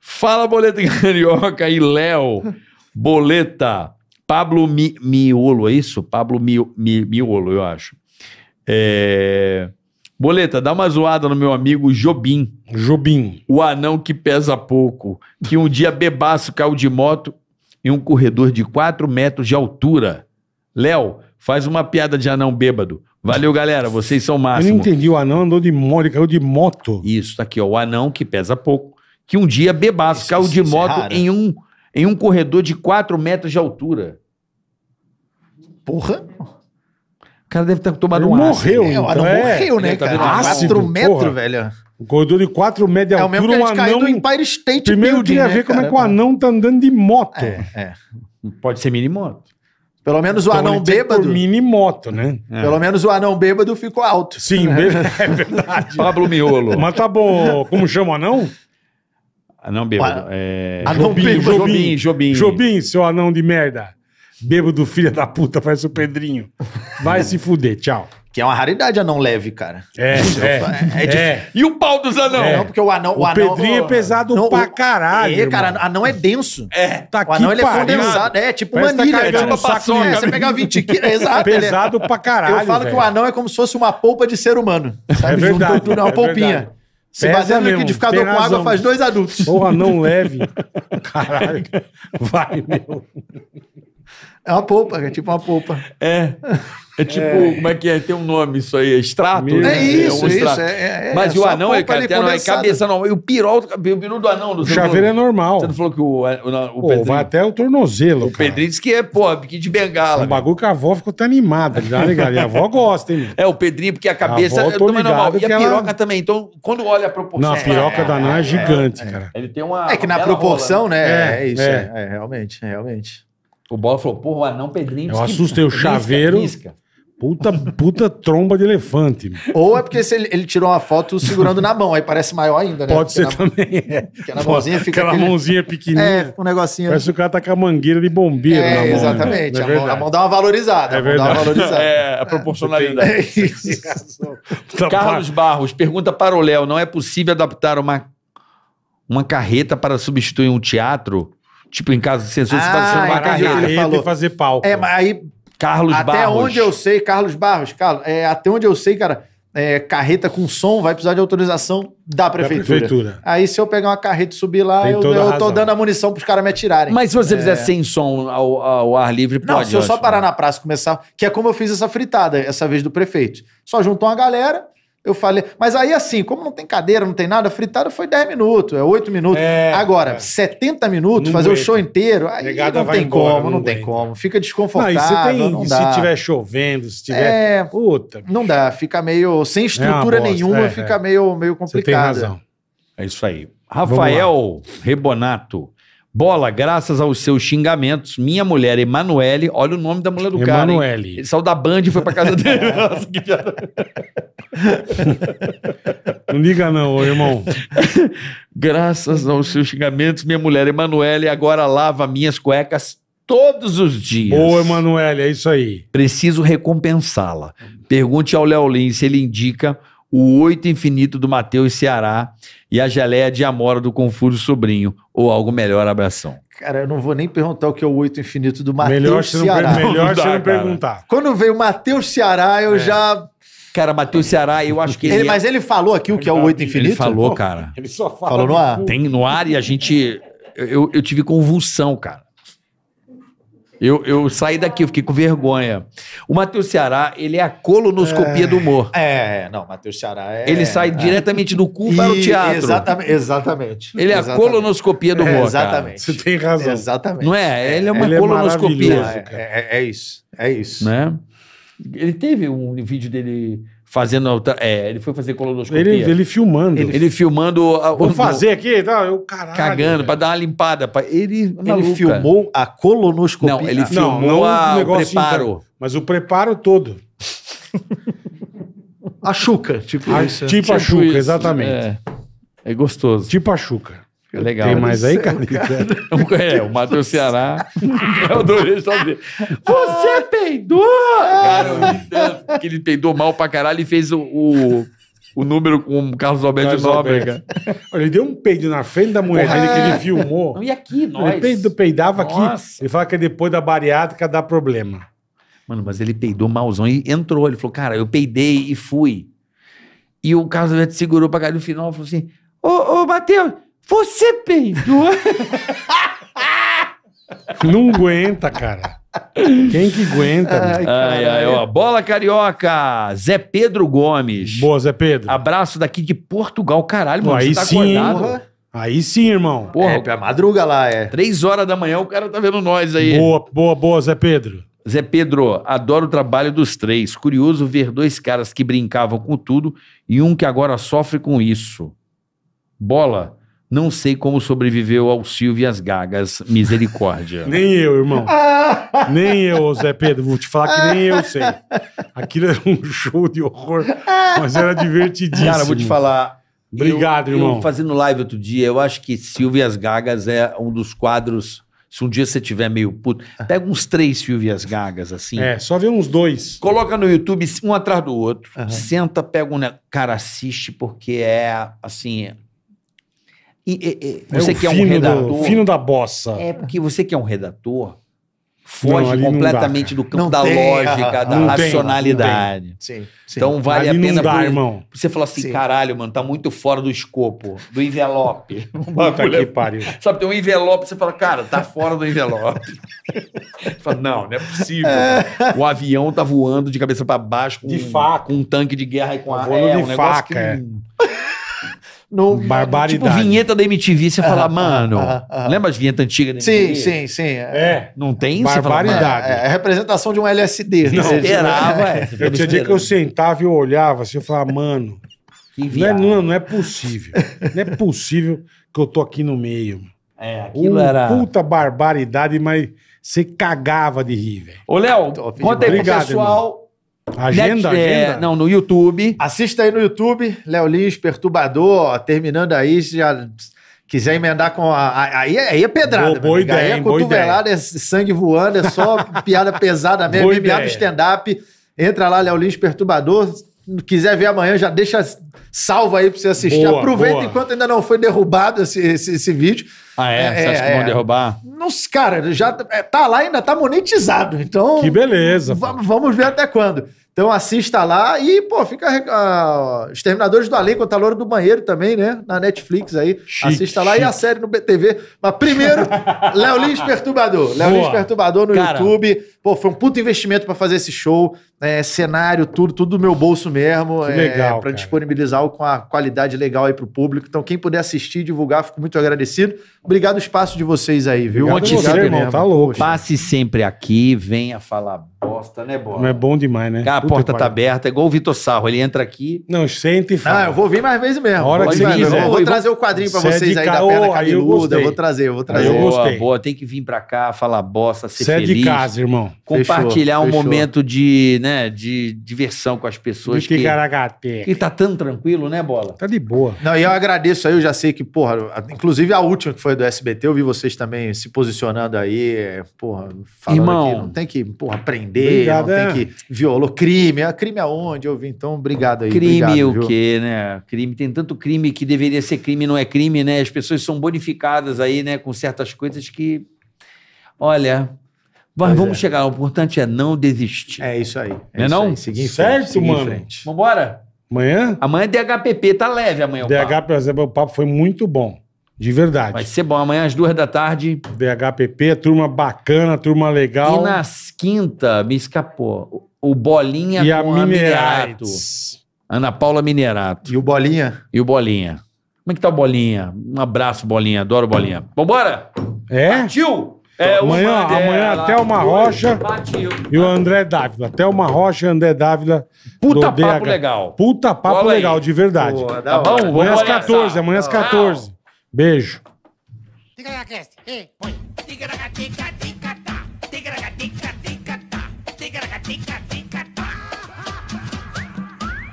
Speaker 4: Fala, Boleta Carioca e Léo. Boleta. Pablo Mi- Miolo, é isso? Pablo Mi- Mi- Miolo, eu acho. É, Boleta, dá uma zoada no meu amigo Jobim,
Speaker 3: Jobim.
Speaker 4: o anão que pesa pouco, que um dia bebaço caiu de moto em um corredor de 4 metros de altura. Léo, faz uma piada de anão bêbado. Valeu, galera, vocês são o
Speaker 3: Eu não
Speaker 4: máximo.
Speaker 3: entendi, o anão andou de moto, ele caiu de moto.
Speaker 4: Isso, tá aqui, ó. O anão que pesa pouco. Que um dia bebaço
Speaker 1: Isso,
Speaker 4: caiu
Speaker 1: isso,
Speaker 4: de
Speaker 1: isso é
Speaker 4: moto
Speaker 1: raro.
Speaker 4: em, um, em um corredor de 4 metros de altura.
Speaker 1: Porra.
Speaker 4: O cara deve ter tomado
Speaker 3: Ele
Speaker 4: um ácido.
Speaker 3: morreu,
Speaker 1: É, o
Speaker 3: então.
Speaker 1: anão
Speaker 3: é.
Speaker 1: morreu, né,
Speaker 4: Ele tá
Speaker 1: cara?
Speaker 4: vendo
Speaker 3: ácido,
Speaker 1: 4 metros,
Speaker 3: porra.
Speaker 1: velho.
Speaker 3: Um corredor de 4 metros de
Speaker 1: É o mesmo que
Speaker 3: altura,
Speaker 1: a
Speaker 3: um
Speaker 1: gente caiu do
Speaker 3: anão...
Speaker 1: Empire State
Speaker 3: Primeiro eu
Speaker 1: Building,
Speaker 3: queria
Speaker 1: né,
Speaker 3: ver como é
Speaker 1: cara?
Speaker 3: que o anão tá andando de moto.
Speaker 1: É, é.
Speaker 4: Pode ser mini moto.
Speaker 1: Pelo menos o
Speaker 3: Então,
Speaker 1: anão
Speaker 3: ele tinha que pôr
Speaker 1: bêbado...
Speaker 3: mini moto, né?
Speaker 1: Pelo menos o anão bêbado ficou alto.
Speaker 3: Sim, é verdade.
Speaker 4: Pablo Miolo.
Speaker 3: Mas tá bom, como chama o anão?
Speaker 4: Anão bêbado. É...
Speaker 1: Anão bêbado.
Speaker 4: Jobim, Jobim.
Speaker 3: Jobim, seu anão de merda. Bêbado, filha da puta, parece o Pedrinho. Vai se fuder, tchau.
Speaker 1: Que é uma raridade anão leve, cara.
Speaker 3: É, é,
Speaker 1: É
Speaker 3: é.
Speaker 1: difícil.
Speaker 4: E o pau dos anão?
Speaker 1: Não, porque o anão.
Speaker 3: O
Speaker 1: anão-
Speaker 3: Pedrinho é pesado pra
Speaker 1: o-
Speaker 3: caralho,
Speaker 1: É, cara,
Speaker 3: irmão.
Speaker 1: anão é denso.
Speaker 3: É, tá
Speaker 1: O anão ele é
Speaker 3: pariu.
Speaker 1: condensado. É tipo
Speaker 3: Parece
Speaker 1: uma
Speaker 3: que tá
Speaker 1: anilha.
Speaker 3: carregando
Speaker 1: tipo
Speaker 3: um saco de
Speaker 1: É, você
Speaker 3: amendoim.
Speaker 1: pegar 20 quilos, exato. ele é-
Speaker 3: Pesado pra caralho.
Speaker 1: Eu falo
Speaker 3: velho.
Speaker 1: que o anão é como se fosse uma polpa de ser humano. Sabe?
Speaker 3: É verdade,
Speaker 1: Juntou tudo
Speaker 3: é
Speaker 1: uma polpinha.
Speaker 3: verdade.
Speaker 1: Se
Speaker 3: Pesa
Speaker 1: bater no
Speaker 3: mesmo,
Speaker 1: liquidificador
Speaker 3: tem
Speaker 1: com água,
Speaker 3: razão.
Speaker 1: faz dois adultos.
Speaker 3: Porra, não leve. Caralho. Vai, meu.
Speaker 1: É uma polpa, é tipo uma polpa.
Speaker 4: É. É tipo, como é que é? Tem um nome isso aí, extrato?
Speaker 3: Meu
Speaker 4: né?
Speaker 1: É isso,
Speaker 4: um
Speaker 1: é
Speaker 4: extrato.
Speaker 1: isso. é- é-
Speaker 4: Mas
Speaker 1: é
Speaker 4: o
Speaker 1: só a
Speaker 4: anão é
Speaker 1: polpa ali
Speaker 4: cabeça, não, é
Speaker 1: condensada.
Speaker 4: cabeça não. E o pirol, do cabe- o peru do anão.
Speaker 3: O
Speaker 4: não sei
Speaker 3: chaveiro é
Speaker 4: como-
Speaker 3: normal.
Speaker 4: Você não falou que o, é, o, o
Speaker 3: Pô,
Speaker 4: Pedrinho...
Speaker 3: vai até o tornozelo,
Speaker 4: O
Speaker 3: cara.
Speaker 4: Pedrinho disse que é, pô, biquíni de bengala.
Speaker 3: Um
Speaker 4: cara.
Speaker 3: bagulho que a avó ficou até animada, tá ligado? E a avó gosta, hein, meu?
Speaker 4: É, o Pedrinho, porque a cabeça
Speaker 3: avó,
Speaker 4: é
Speaker 3: tô
Speaker 4: também normal.
Speaker 3: ligado
Speaker 4: E a
Speaker 3: que ela-
Speaker 4: piroca também. Então, quando olha a proporção...
Speaker 3: Não, a piroca da anã é gigante, cara.
Speaker 4: Ele tem uma.
Speaker 1: É que na
Speaker 4: uma bela Ah, rola,
Speaker 1: proporção,
Speaker 4: né?
Speaker 1: né?
Speaker 3: É,
Speaker 1: É, isso,
Speaker 3: é.
Speaker 1: é. é, realmente, é, realmente.
Speaker 4: O Bola falou, porra, o anão Pedrinho.
Speaker 3: Eu
Speaker 4: diz que
Speaker 3: assustei o
Speaker 4: risca,
Speaker 3: chaveiro.
Speaker 4: risca.
Speaker 3: Puta, puta tromba de elefante. meu.
Speaker 1: Ou é porque se ele, ele tirou uma foto segurando na mão, aí parece maior ainda, né?
Speaker 3: Pode
Speaker 1: Porque
Speaker 3: ser
Speaker 1: na,
Speaker 3: também. é.
Speaker 1: porque na mãozinha fica
Speaker 3: Aquela
Speaker 1: aquele-
Speaker 3: mãozinha pequenininha.
Speaker 1: É, fica um negocinho.
Speaker 3: Parece que o cara tá com a mangueira de bombeiro na
Speaker 1: é,
Speaker 3: mão. né?
Speaker 1: exatamente.
Speaker 3: É
Speaker 1: a, mão, a
Speaker 3: verdade.
Speaker 1: mão dá uma valorizada.
Speaker 3: É
Speaker 1: a mão dá uma
Speaker 3: verdade.
Speaker 1: valorizada.
Speaker 4: É, a proporcionalidade.
Speaker 1: É isso.
Speaker 3: Tá
Speaker 4: Carlos Barros pergunta para o Léo: não é possível adaptar uma, uma carreta para substituir um teatro? Tipo, em caso de censura, você
Speaker 1: Ah,
Speaker 4: está usando uma
Speaker 1: entendi.
Speaker 3: parar a
Speaker 4: carreta.
Speaker 1: Ele
Speaker 3: carreta
Speaker 1: falou.
Speaker 3: e fazer palco.
Speaker 1: É, mas aí
Speaker 4: Carlos
Speaker 1: até
Speaker 4: Barros.
Speaker 1: onde eu sei, Carlos Barros, Carlos, é, até onde eu sei, cara, é, carreta com som vai precisar de autorização da
Speaker 3: Da
Speaker 1: prefeitura.
Speaker 3: prefeitura.
Speaker 1: Aí se eu pegar uma carreta e subir lá,
Speaker 3: Tem
Speaker 1: eu,
Speaker 3: toda a
Speaker 1: eu tô
Speaker 3: razão.
Speaker 1: dando a munição pros caras me atirarem.
Speaker 4: Mas se você fizer sem som ao, ao ar livre, pode.
Speaker 1: É. Não, se eu só
Speaker 4: acho.
Speaker 1: parar na praça e começar. Que é como eu fiz essa fritada, essa vez do prefeito. Só juntou uma galera, eu falei. Mas aí, assim, como não tem cadeira, não tem nada, fritada foi 10 minutos, é 8 minutos.
Speaker 3: É,
Speaker 1: Agora,
Speaker 3: é.
Speaker 1: 70 minutos,
Speaker 3: Não
Speaker 1: fazer
Speaker 3: aguenta.
Speaker 1: o show inteiro, aí
Speaker 3: Negada
Speaker 1: não
Speaker 3: vai
Speaker 1: tem
Speaker 3: embora,
Speaker 1: como, não,
Speaker 3: não
Speaker 1: tem
Speaker 3: aguenta.
Speaker 1: como. Fica
Speaker 3: Não, e
Speaker 1: desconfortável.
Speaker 3: você
Speaker 1: Não,
Speaker 3: tem.
Speaker 1: dá.
Speaker 3: se tiver chovendo, se tiver.
Speaker 1: É,
Speaker 3: Puta,
Speaker 1: não dá. Fica meio. Sem estrutura
Speaker 3: É bosta,
Speaker 1: nenhuma,
Speaker 3: é,
Speaker 1: fica meio, meio
Speaker 3: você tem
Speaker 1: complicado.
Speaker 3: razão.
Speaker 4: É isso aí. Rafael Rebonato. Bola, graças aos seus xingamentos, minha mulher Emanuele, olha o nome da mulher do cara. hein?
Speaker 3: Emanuele.
Speaker 4: Ele saiu da Band e foi pra casa dele. Nossa, que piada.
Speaker 3: Não liga, não, ô, irmão.
Speaker 4: Graças aos seus xingamentos, minha mulher Emanuele agora lava minhas cuecas todos os dias.
Speaker 3: Boa, Emanuele, é isso aí.
Speaker 4: Preciso recompensá-la. Pergunte ao Léo Lins se ele indica o oito infinito do Matheus Ceará e a geleia de Amora do Confúrio Sobrinho, ou algo melhor, abração.
Speaker 1: Cara, eu não vou nem perguntar o que é o oito infinito do Matheus
Speaker 3: melhor você não, per-
Speaker 1: Ceará.
Speaker 3: melhor
Speaker 4: Não dá,
Speaker 3: você não
Speaker 4: cara.
Speaker 3: perguntar.
Speaker 1: Quando veio o Matheus Ceará,
Speaker 3: É.
Speaker 1: eu já.
Speaker 4: Cara, Matheus Ceará, eu acho que ele,
Speaker 1: Ele- mas ele falou aqui o que é o oito infinito?
Speaker 4: ele falou, cara.
Speaker 3: Ele só fala.
Speaker 1: Falou no ar.
Speaker 4: Tem no ar e a gente... Eu, eu tive convulsão, cara. Eu, eu saí daqui, eu fiquei com vergonha. O Matheus Ceará, ele é a colonoscopia do humor.
Speaker 1: É, não, Matheus Ceará é.
Speaker 4: Ele sai
Speaker 1: é.
Speaker 4: diretamente do cu para o
Speaker 1: E-
Speaker 4: teatro.
Speaker 1: Exatamente. exatamente
Speaker 4: Ele é a
Speaker 1: Exatamente.
Speaker 4: colonoscopia do humor,
Speaker 1: É,
Speaker 4: cara.
Speaker 1: exatamente.
Speaker 3: Você tem razão.
Speaker 1: Exatamente.
Speaker 4: Não é? Ele é uma
Speaker 3: Ele é
Speaker 4: colonoscopia.
Speaker 1: Não,
Speaker 3: maravilhoso.
Speaker 1: é, é- é isso. É isso.
Speaker 4: né? Ele teve um vídeo dele fazendo. alta- É, ele foi fazer colonoscopia.
Speaker 3: Ele,
Speaker 4: Ele,
Speaker 3: ele filmando.
Speaker 4: filmando. a-
Speaker 3: Vou
Speaker 4: o-
Speaker 3: fazer aqui, tá? Eu, caralho.
Speaker 4: Cagando, pra dar uma limpada. Pra... Ele, é
Speaker 1: Ele filmou a colonoscopia.
Speaker 4: Não, ele
Speaker 1: Ah,
Speaker 4: filmou
Speaker 3: não
Speaker 4: a-
Speaker 3: o
Speaker 4: o
Speaker 3: negócio então.
Speaker 4: preparo.
Speaker 3: Mas o preparo todo.
Speaker 1: A chuca, tipo
Speaker 3: A-
Speaker 1: isso.
Speaker 3: tipo a
Speaker 4: Tipo
Speaker 3: Xuca,
Speaker 4: isso,
Speaker 3: exatamente.
Speaker 4: É, é gostoso.
Speaker 3: Tipo a Xuca.
Speaker 4: É legal.
Speaker 3: Tem mais aí, cara?
Speaker 4: É, o Matheus Ceará.
Speaker 3: É
Speaker 4: eu adorei saber. Você peidou! Cara, eu ri tanto. Que ele peidou mal pra caralho e fez o, o, o número com o Carlos Alberto
Speaker 3: Carlos
Speaker 4: Nóbrega.
Speaker 3: Alberto. Olha, ele deu um peido na frente da mulher dele que
Speaker 4: é.
Speaker 3: ele filmou.
Speaker 4: E aqui,
Speaker 3: Ele peido, peidava aqui.
Speaker 4: Nossa.
Speaker 3: Ele fala que depois da bariátrica dá problema.
Speaker 4: Mano, mas ele peidou malzão e entrou. Ele falou, cara, eu peidei e fui. E o Carlos Alberto segurou pra cá no final e falou assim: Ô, ô, Matheus, você peidou?
Speaker 3: Não aguenta, cara. Quem que aguenta?
Speaker 1: Ai,
Speaker 3: meu?
Speaker 4: ai, ai, ó. Bola carioca, Zé Pedro Gomes.
Speaker 3: Boa, Zé Pedro.
Speaker 4: Abraço daqui de Portugal, caralho, mano.
Speaker 3: Pô, aí
Speaker 4: você tá
Speaker 3: sim, hein?
Speaker 4: acordado.
Speaker 1: Porra.
Speaker 3: Aí sim, irmão.
Speaker 4: Porra,
Speaker 1: É, pra madruga lá, é.
Speaker 4: três horas da manhã o cara tá vendo nós aí.
Speaker 3: Boa, boa, boa, Zé Pedro.
Speaker 4: Zé Pedro, adoro o trabalho dos três. Curioso ver dois caras que brincavam com tudo e um que agora sofre com isso. Bola, não sei como sobreviveu ao Silvio e as Gagas. Misericórdia.
Speaker 3: Nem eu, irmão.
Speaker 1: Ah,
Speaker 3: Nem eu, ô Zé Pedro, vou te falar que nem eu sei. Aquilo era um show de horror, mas era divertidíssimo.
Speaker 9: Cara, vou te falar.
Speaker 3: Obrigado,
Speaker 9: eu,
Speaker 3: irmão.
Speaker 9: Eu fazendo live outro dia, eu acho que Silvias Gagas é um dos quadros. Se um dia você tiver meio puto, pega uns três Silvias Gagas assim.
Speaker 3: É, só ver uns dois.
Speaker 9: Coloca no YouTube um atrás do outro. Senta, pega um. ne- Cara, assiste, porque é assim. e- e- e-
Speaker 3: É
Speaker 9: você
Speaker 3: o
Speaker 9: que é um
Speaker 3: fino do-
Speaker 9: redator.
Speaker 3: fino da bossa.
Speaker 9: É porque você que é um é redator,
Speaker 4: foge
Speaker 3: Não, ali não
Speaker 4: completamente do campo
Speaker 1: Não
Speaker 4: da
Speaker 1: tem,
Speaker 4: lógica,
Speaker 1: ah,
Speaker 4: da
Speaker 3: não tem,
Speaker 4: racionalidade.
Speaker 1: Sim, sim.
Speaker 4: Então vale
Speaker 3: Ali
Speaker 4: a pena
Speaker 3: não dá,
Speaker 4: por-
Speaker 3: irmão.
Speaker 4: você falar assim,
Speaker 1: Sim.
Speaker 4: caralho, mano, tá muito fora do escopo, do envelope. Um
Speaker 3: Puta
Speaker 4: bagulho
Speaker 3: que
Speaker 4: é-
Speaker 3: pariu.
Speaker 4: Sabe, tem um envelope, você fala, cara, tá fora do envelope. Você fala, não, não é possível. O avião tá voando de cabeça pra baixo com,
Speaker 3: De faca.
Speaker 4: com um tanque de guerra e com a
Speaker 3: Voando
Speaker 4: é,
Speaker 3: de
Speaker 4: um negócio
Speaker 3: faca,
Speaker 4: que-
Speaker 3: é.
Speaker 1: Não-
Speaker 3: um
Speaker 4: Tipo
Speaker 3: Barbaridade.
Speaker 4: vinheta da MTV,
Speaker 3: né?
Speaker 4: você fala,
Speaker 1: Aham,
Speaker 4: mano,
Speaker 3: Ah,
Speaker 1: aham, aham.
Speaker 4: lembra as vinhetas antigas da
Speaker 1: Sim,
Speaker 4: MTV?
Speaker 1: sim, sim. É,
Speaker 3: É.
Speaker 4: Não tem? Você fala,
Speaker 1: é,
Speaker 4: mano,
Speaker 3: Barbaridade.
Speaker 1: é a representação de um LSD.
Speaker 4: Não,
Speaker 1: né?
Speaker 4: esperava, é.
Speaker 3: Eu tinha dia que eu sentava e eu olhava assim, eu falava, mano,
Speaker 4: Que
Speaker 3: não é,
Speaker 4: viado.
Speaker 3: não, não é possível. Não é possível que eu tô aqui no meio.
Speaker 4: É, aquilo
Speaker 3: Uma
Speaker 4: era...
Speaker 3: Um puta barbaridade, mas você cagava de rir, velho.
Speaker 4: Ô, Léo,
Speaker 1: Top
Speaker 4: conta aí pro
Speaker 3: demais.
Speaker 4: pessoal.
Speaker 3: Agenda,
Speaker 4: Net- é,
Speaker 3: agenda.
Speaker 4: Não, no YouTube.
Speaker 1: Assista aí no YouTube, Léo Lins, Perturbador, ó, terminando aí, se já quiser emendar com a... a- Aí, é- aí é pedrada,
Speaker 3: Boa-
Speaker 1: meu
Speaker 3: boa
Speaker 1: amigo.
Speaker 3: ideia,
Speaker 1: aí é
Speaker 3: hein, boa
Speaker 1: cotovelada, é sangue voando, é só piada pesada mesmo,
Speaker 3: Boa
Speaker 1: MMA no
Speaker 3: ideia.
Speaker 1: stand-up, entra lá, Léo Lins, Perturbador, se não quiser ver amanhã, já deixa salvo aí pra você assistir,
Speaker 3: Boa,
Speaker 1: aproveita
Speaker 3: boa.
Speaker 1: enquanto ainda não foi derrubado esse, esse- esse vídeo,
Speaker 8: Ah, é? Você
Speaker 1: É,
Speaker 8: acha que
Speaker 1: é,
Speaker 8: vão
Speaker 1: é.
Speaker 8: derrubar?
Speaker 1: não, se- cara, já tá- é, tá lá, ainda tá monetizado, então...
Speaker 3: Que beleza. pô.
Speaker 1: Vamos, vamos ver até quando. Então assista lá e, pô, fica. ah, Exterminadores do Além contra a Loura do Banheiro também, né? Na Netflix aí.
Speaker 3: Chique,
Speaker 1: assista lá e
Speaker 3: chique.
Speaker 1: a série no BTV. Mas primeiro, Léo Lins Perturbador. Léo
Speaker 3: Boa.
Speaker 1: Lins Perturbador no
Speaker 4: Cara.
Speaker 1: YouTube. Pô, foi um puto investimento pra fazer esse show. né? cenário, tudo, tudo do meu bolso mesmo.
Speaker 3: Que
Speaker 1: é,
Speaker 3: legal,
Speaker 1: Pra
Speaker 3: cara.
Speaker 1: disponibilizar com a qualidade legal aí pro público. Então, quem puder assistir, divulgar, fico muito agradecido. Obrigado o espaço de vocês aí, viu?
Speaker 3: Obrigado a
Speaker 1: Obrigado,
Speaker 3: você, irmão,
Speaker 1: mesmo.
Speaker 3: tá louco.
Speaker 1: Poxa.
Speaker 4: Passe sempre aqui, venha falar bosta, né,
Speaker 3: Não
Speaker 4: bola?
Speaker 3: é bom demais, né?
Speaker 4: Cara, a
Speaker 3: Puta
Speaker 4: porta
Speaker 3: que
Speaker 4: tá
Speaker 3: pariu.
Speaker 4: aberta, é igual o Vitor Sarro, ele entra aqui.
Speaker 3: Não, senta e fala.
Speaker 1: Ah, eu vou vir mais vezes mesmo.
Speaker 3: A hora
Speaker 1: Vou
Speaker 3: que
Speaker 1: vir
Speaker 3: você
Speaker 1: mais vezes.
Speaker 3: quiser.
Speaker 1: Eu vou trazer o quadrinho pra
Speaker 3: Você é de
Speaker 1: vocês aí da
Speaker 3: caô, aí
Speaker 1: perna
Speaker 3: eu
Speaker 1: cabeluda.
Speaker 3: gostei.
Speaker 1: Eu vou trazer, eu vou
Speaker 3: Aí
Speaker 1: trazer.
Speaker 3: Ah, eu
Speaker 4: boa,
Speaker 3: gostei.
Speaker 4: boa, tem que vir pra cá, falar bosta, ser
Speaker 3: Você é
Speaker 4: feliz.
Speaker 3: de casa, irmão.
Speaker 4: compartilhar um
Speaker 1: Fechou, fechou.
Speaker 4: momento de, né, de diversão com as pessoas
Speaker 3: De é?
Speaker 4: que,
Speaker 3: Ticaragate.
Speaker 4: que tá tão tranquilo, né, bola?
Speaker 3: Tá de boa.
Speaker 1: Não, e eu agradeço aí, eu já sei que, porra, a- inclusive a última que foi do SBT, eu vi vocês também se posicionando aí, é, porra, falando
Speaker 4: Irmão.
Speaker 1: que não tem que, porra, prender,
Speaker 3: Obrigado,
Speaker 1: não
Speaker 3: é.
Speaker 1: tem que violou crime, é crime aonde eu vi, então obrigado aí.
Speaker 4: Crime
Speaker 1: obrigado,
Speaker 4: o
Speaker 1: viu?
Speaker 4: quê, né? Crime, tem tanto crime que deveria ser crime, não é crime, né? As pessoas são bonificadas aí, né, com certas coisas que olha, mas
Speaker 1: Pois
Speaker 4: vamos
Speaker 1: é.
Speaker 4: chegar, o importante é não desistir.
Speaker 1: É isso aí.
Speaker 4: Né
Speaker 1: É isso
Speaker 4: não?
Speaker 1: aí, seguir em
Speaker 3: Certo,
Speaker 1: frente, seguir em
Speaker 3: mano.
Speaker 1: frente.
Speaker 4: Vambora?
Speaker 3: Amanhã,
Speaker 4: Amanhã é DHPP, tá leve amanhã. o papo.
Speaker 3: DH, por exemplo, o papo foi muito bom. De
Speaker 4: Vai
Speaker 3: verdade.
Speaker 4: ser bom, amanhã às duas da tarde.
Speaker 3: DHPP, turma bacana, turma legal.
Speaker 4: E nas quinta, me escapou, o o Bolinha
Speaker 3: E a
Speaker 4: com a
Speaker 3: Minerato.
Speaker 4: Minerato. Ana Paula Minerato.
Speaker 1: E o Bolinha?
Speaker 4: E o Bolinha. Como é que tá o Bolinha? Um abraço, Bolinha. Adoro o Bolinha. Vambora?
Speaker 3: É?
Speaker 4: Tio! É,
Speaker 3: Amanhã-
Speaker 4: Mandela,
Speaker 3: amanhã até uma
Speaker 4: dois,
Speaker 3: rocha.
Speaker 4: Batiu.
Speaker 3: E o André Dávila. Thelma Rocha, André Dávila. do
Speaker 4: Puta papo
Speaker 3: DH.
Speaker 4: legal.
Speaker 3: Puta papo
Speaker 4: Cola aí.
Speaker 3: legal, de verdade.
Speaker 1: Porra, da
Speaker 4: Tá bom?
Speaker 1: hora.
Speaker 4: Vamos
Speaker 3: Amanhã às
Speaker 4: nessa.
Speaker 3: 14, amanhã às 14. Beijo.
Speaker 2: Ticaracast, ei, põe. Ticaracatica, ticatá. Ticaracatica, ticatá. Ticaracatica, ticatá.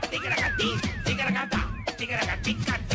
Speaker 2: Ticaracatica, ticatá. Ticaracatica, ticatá.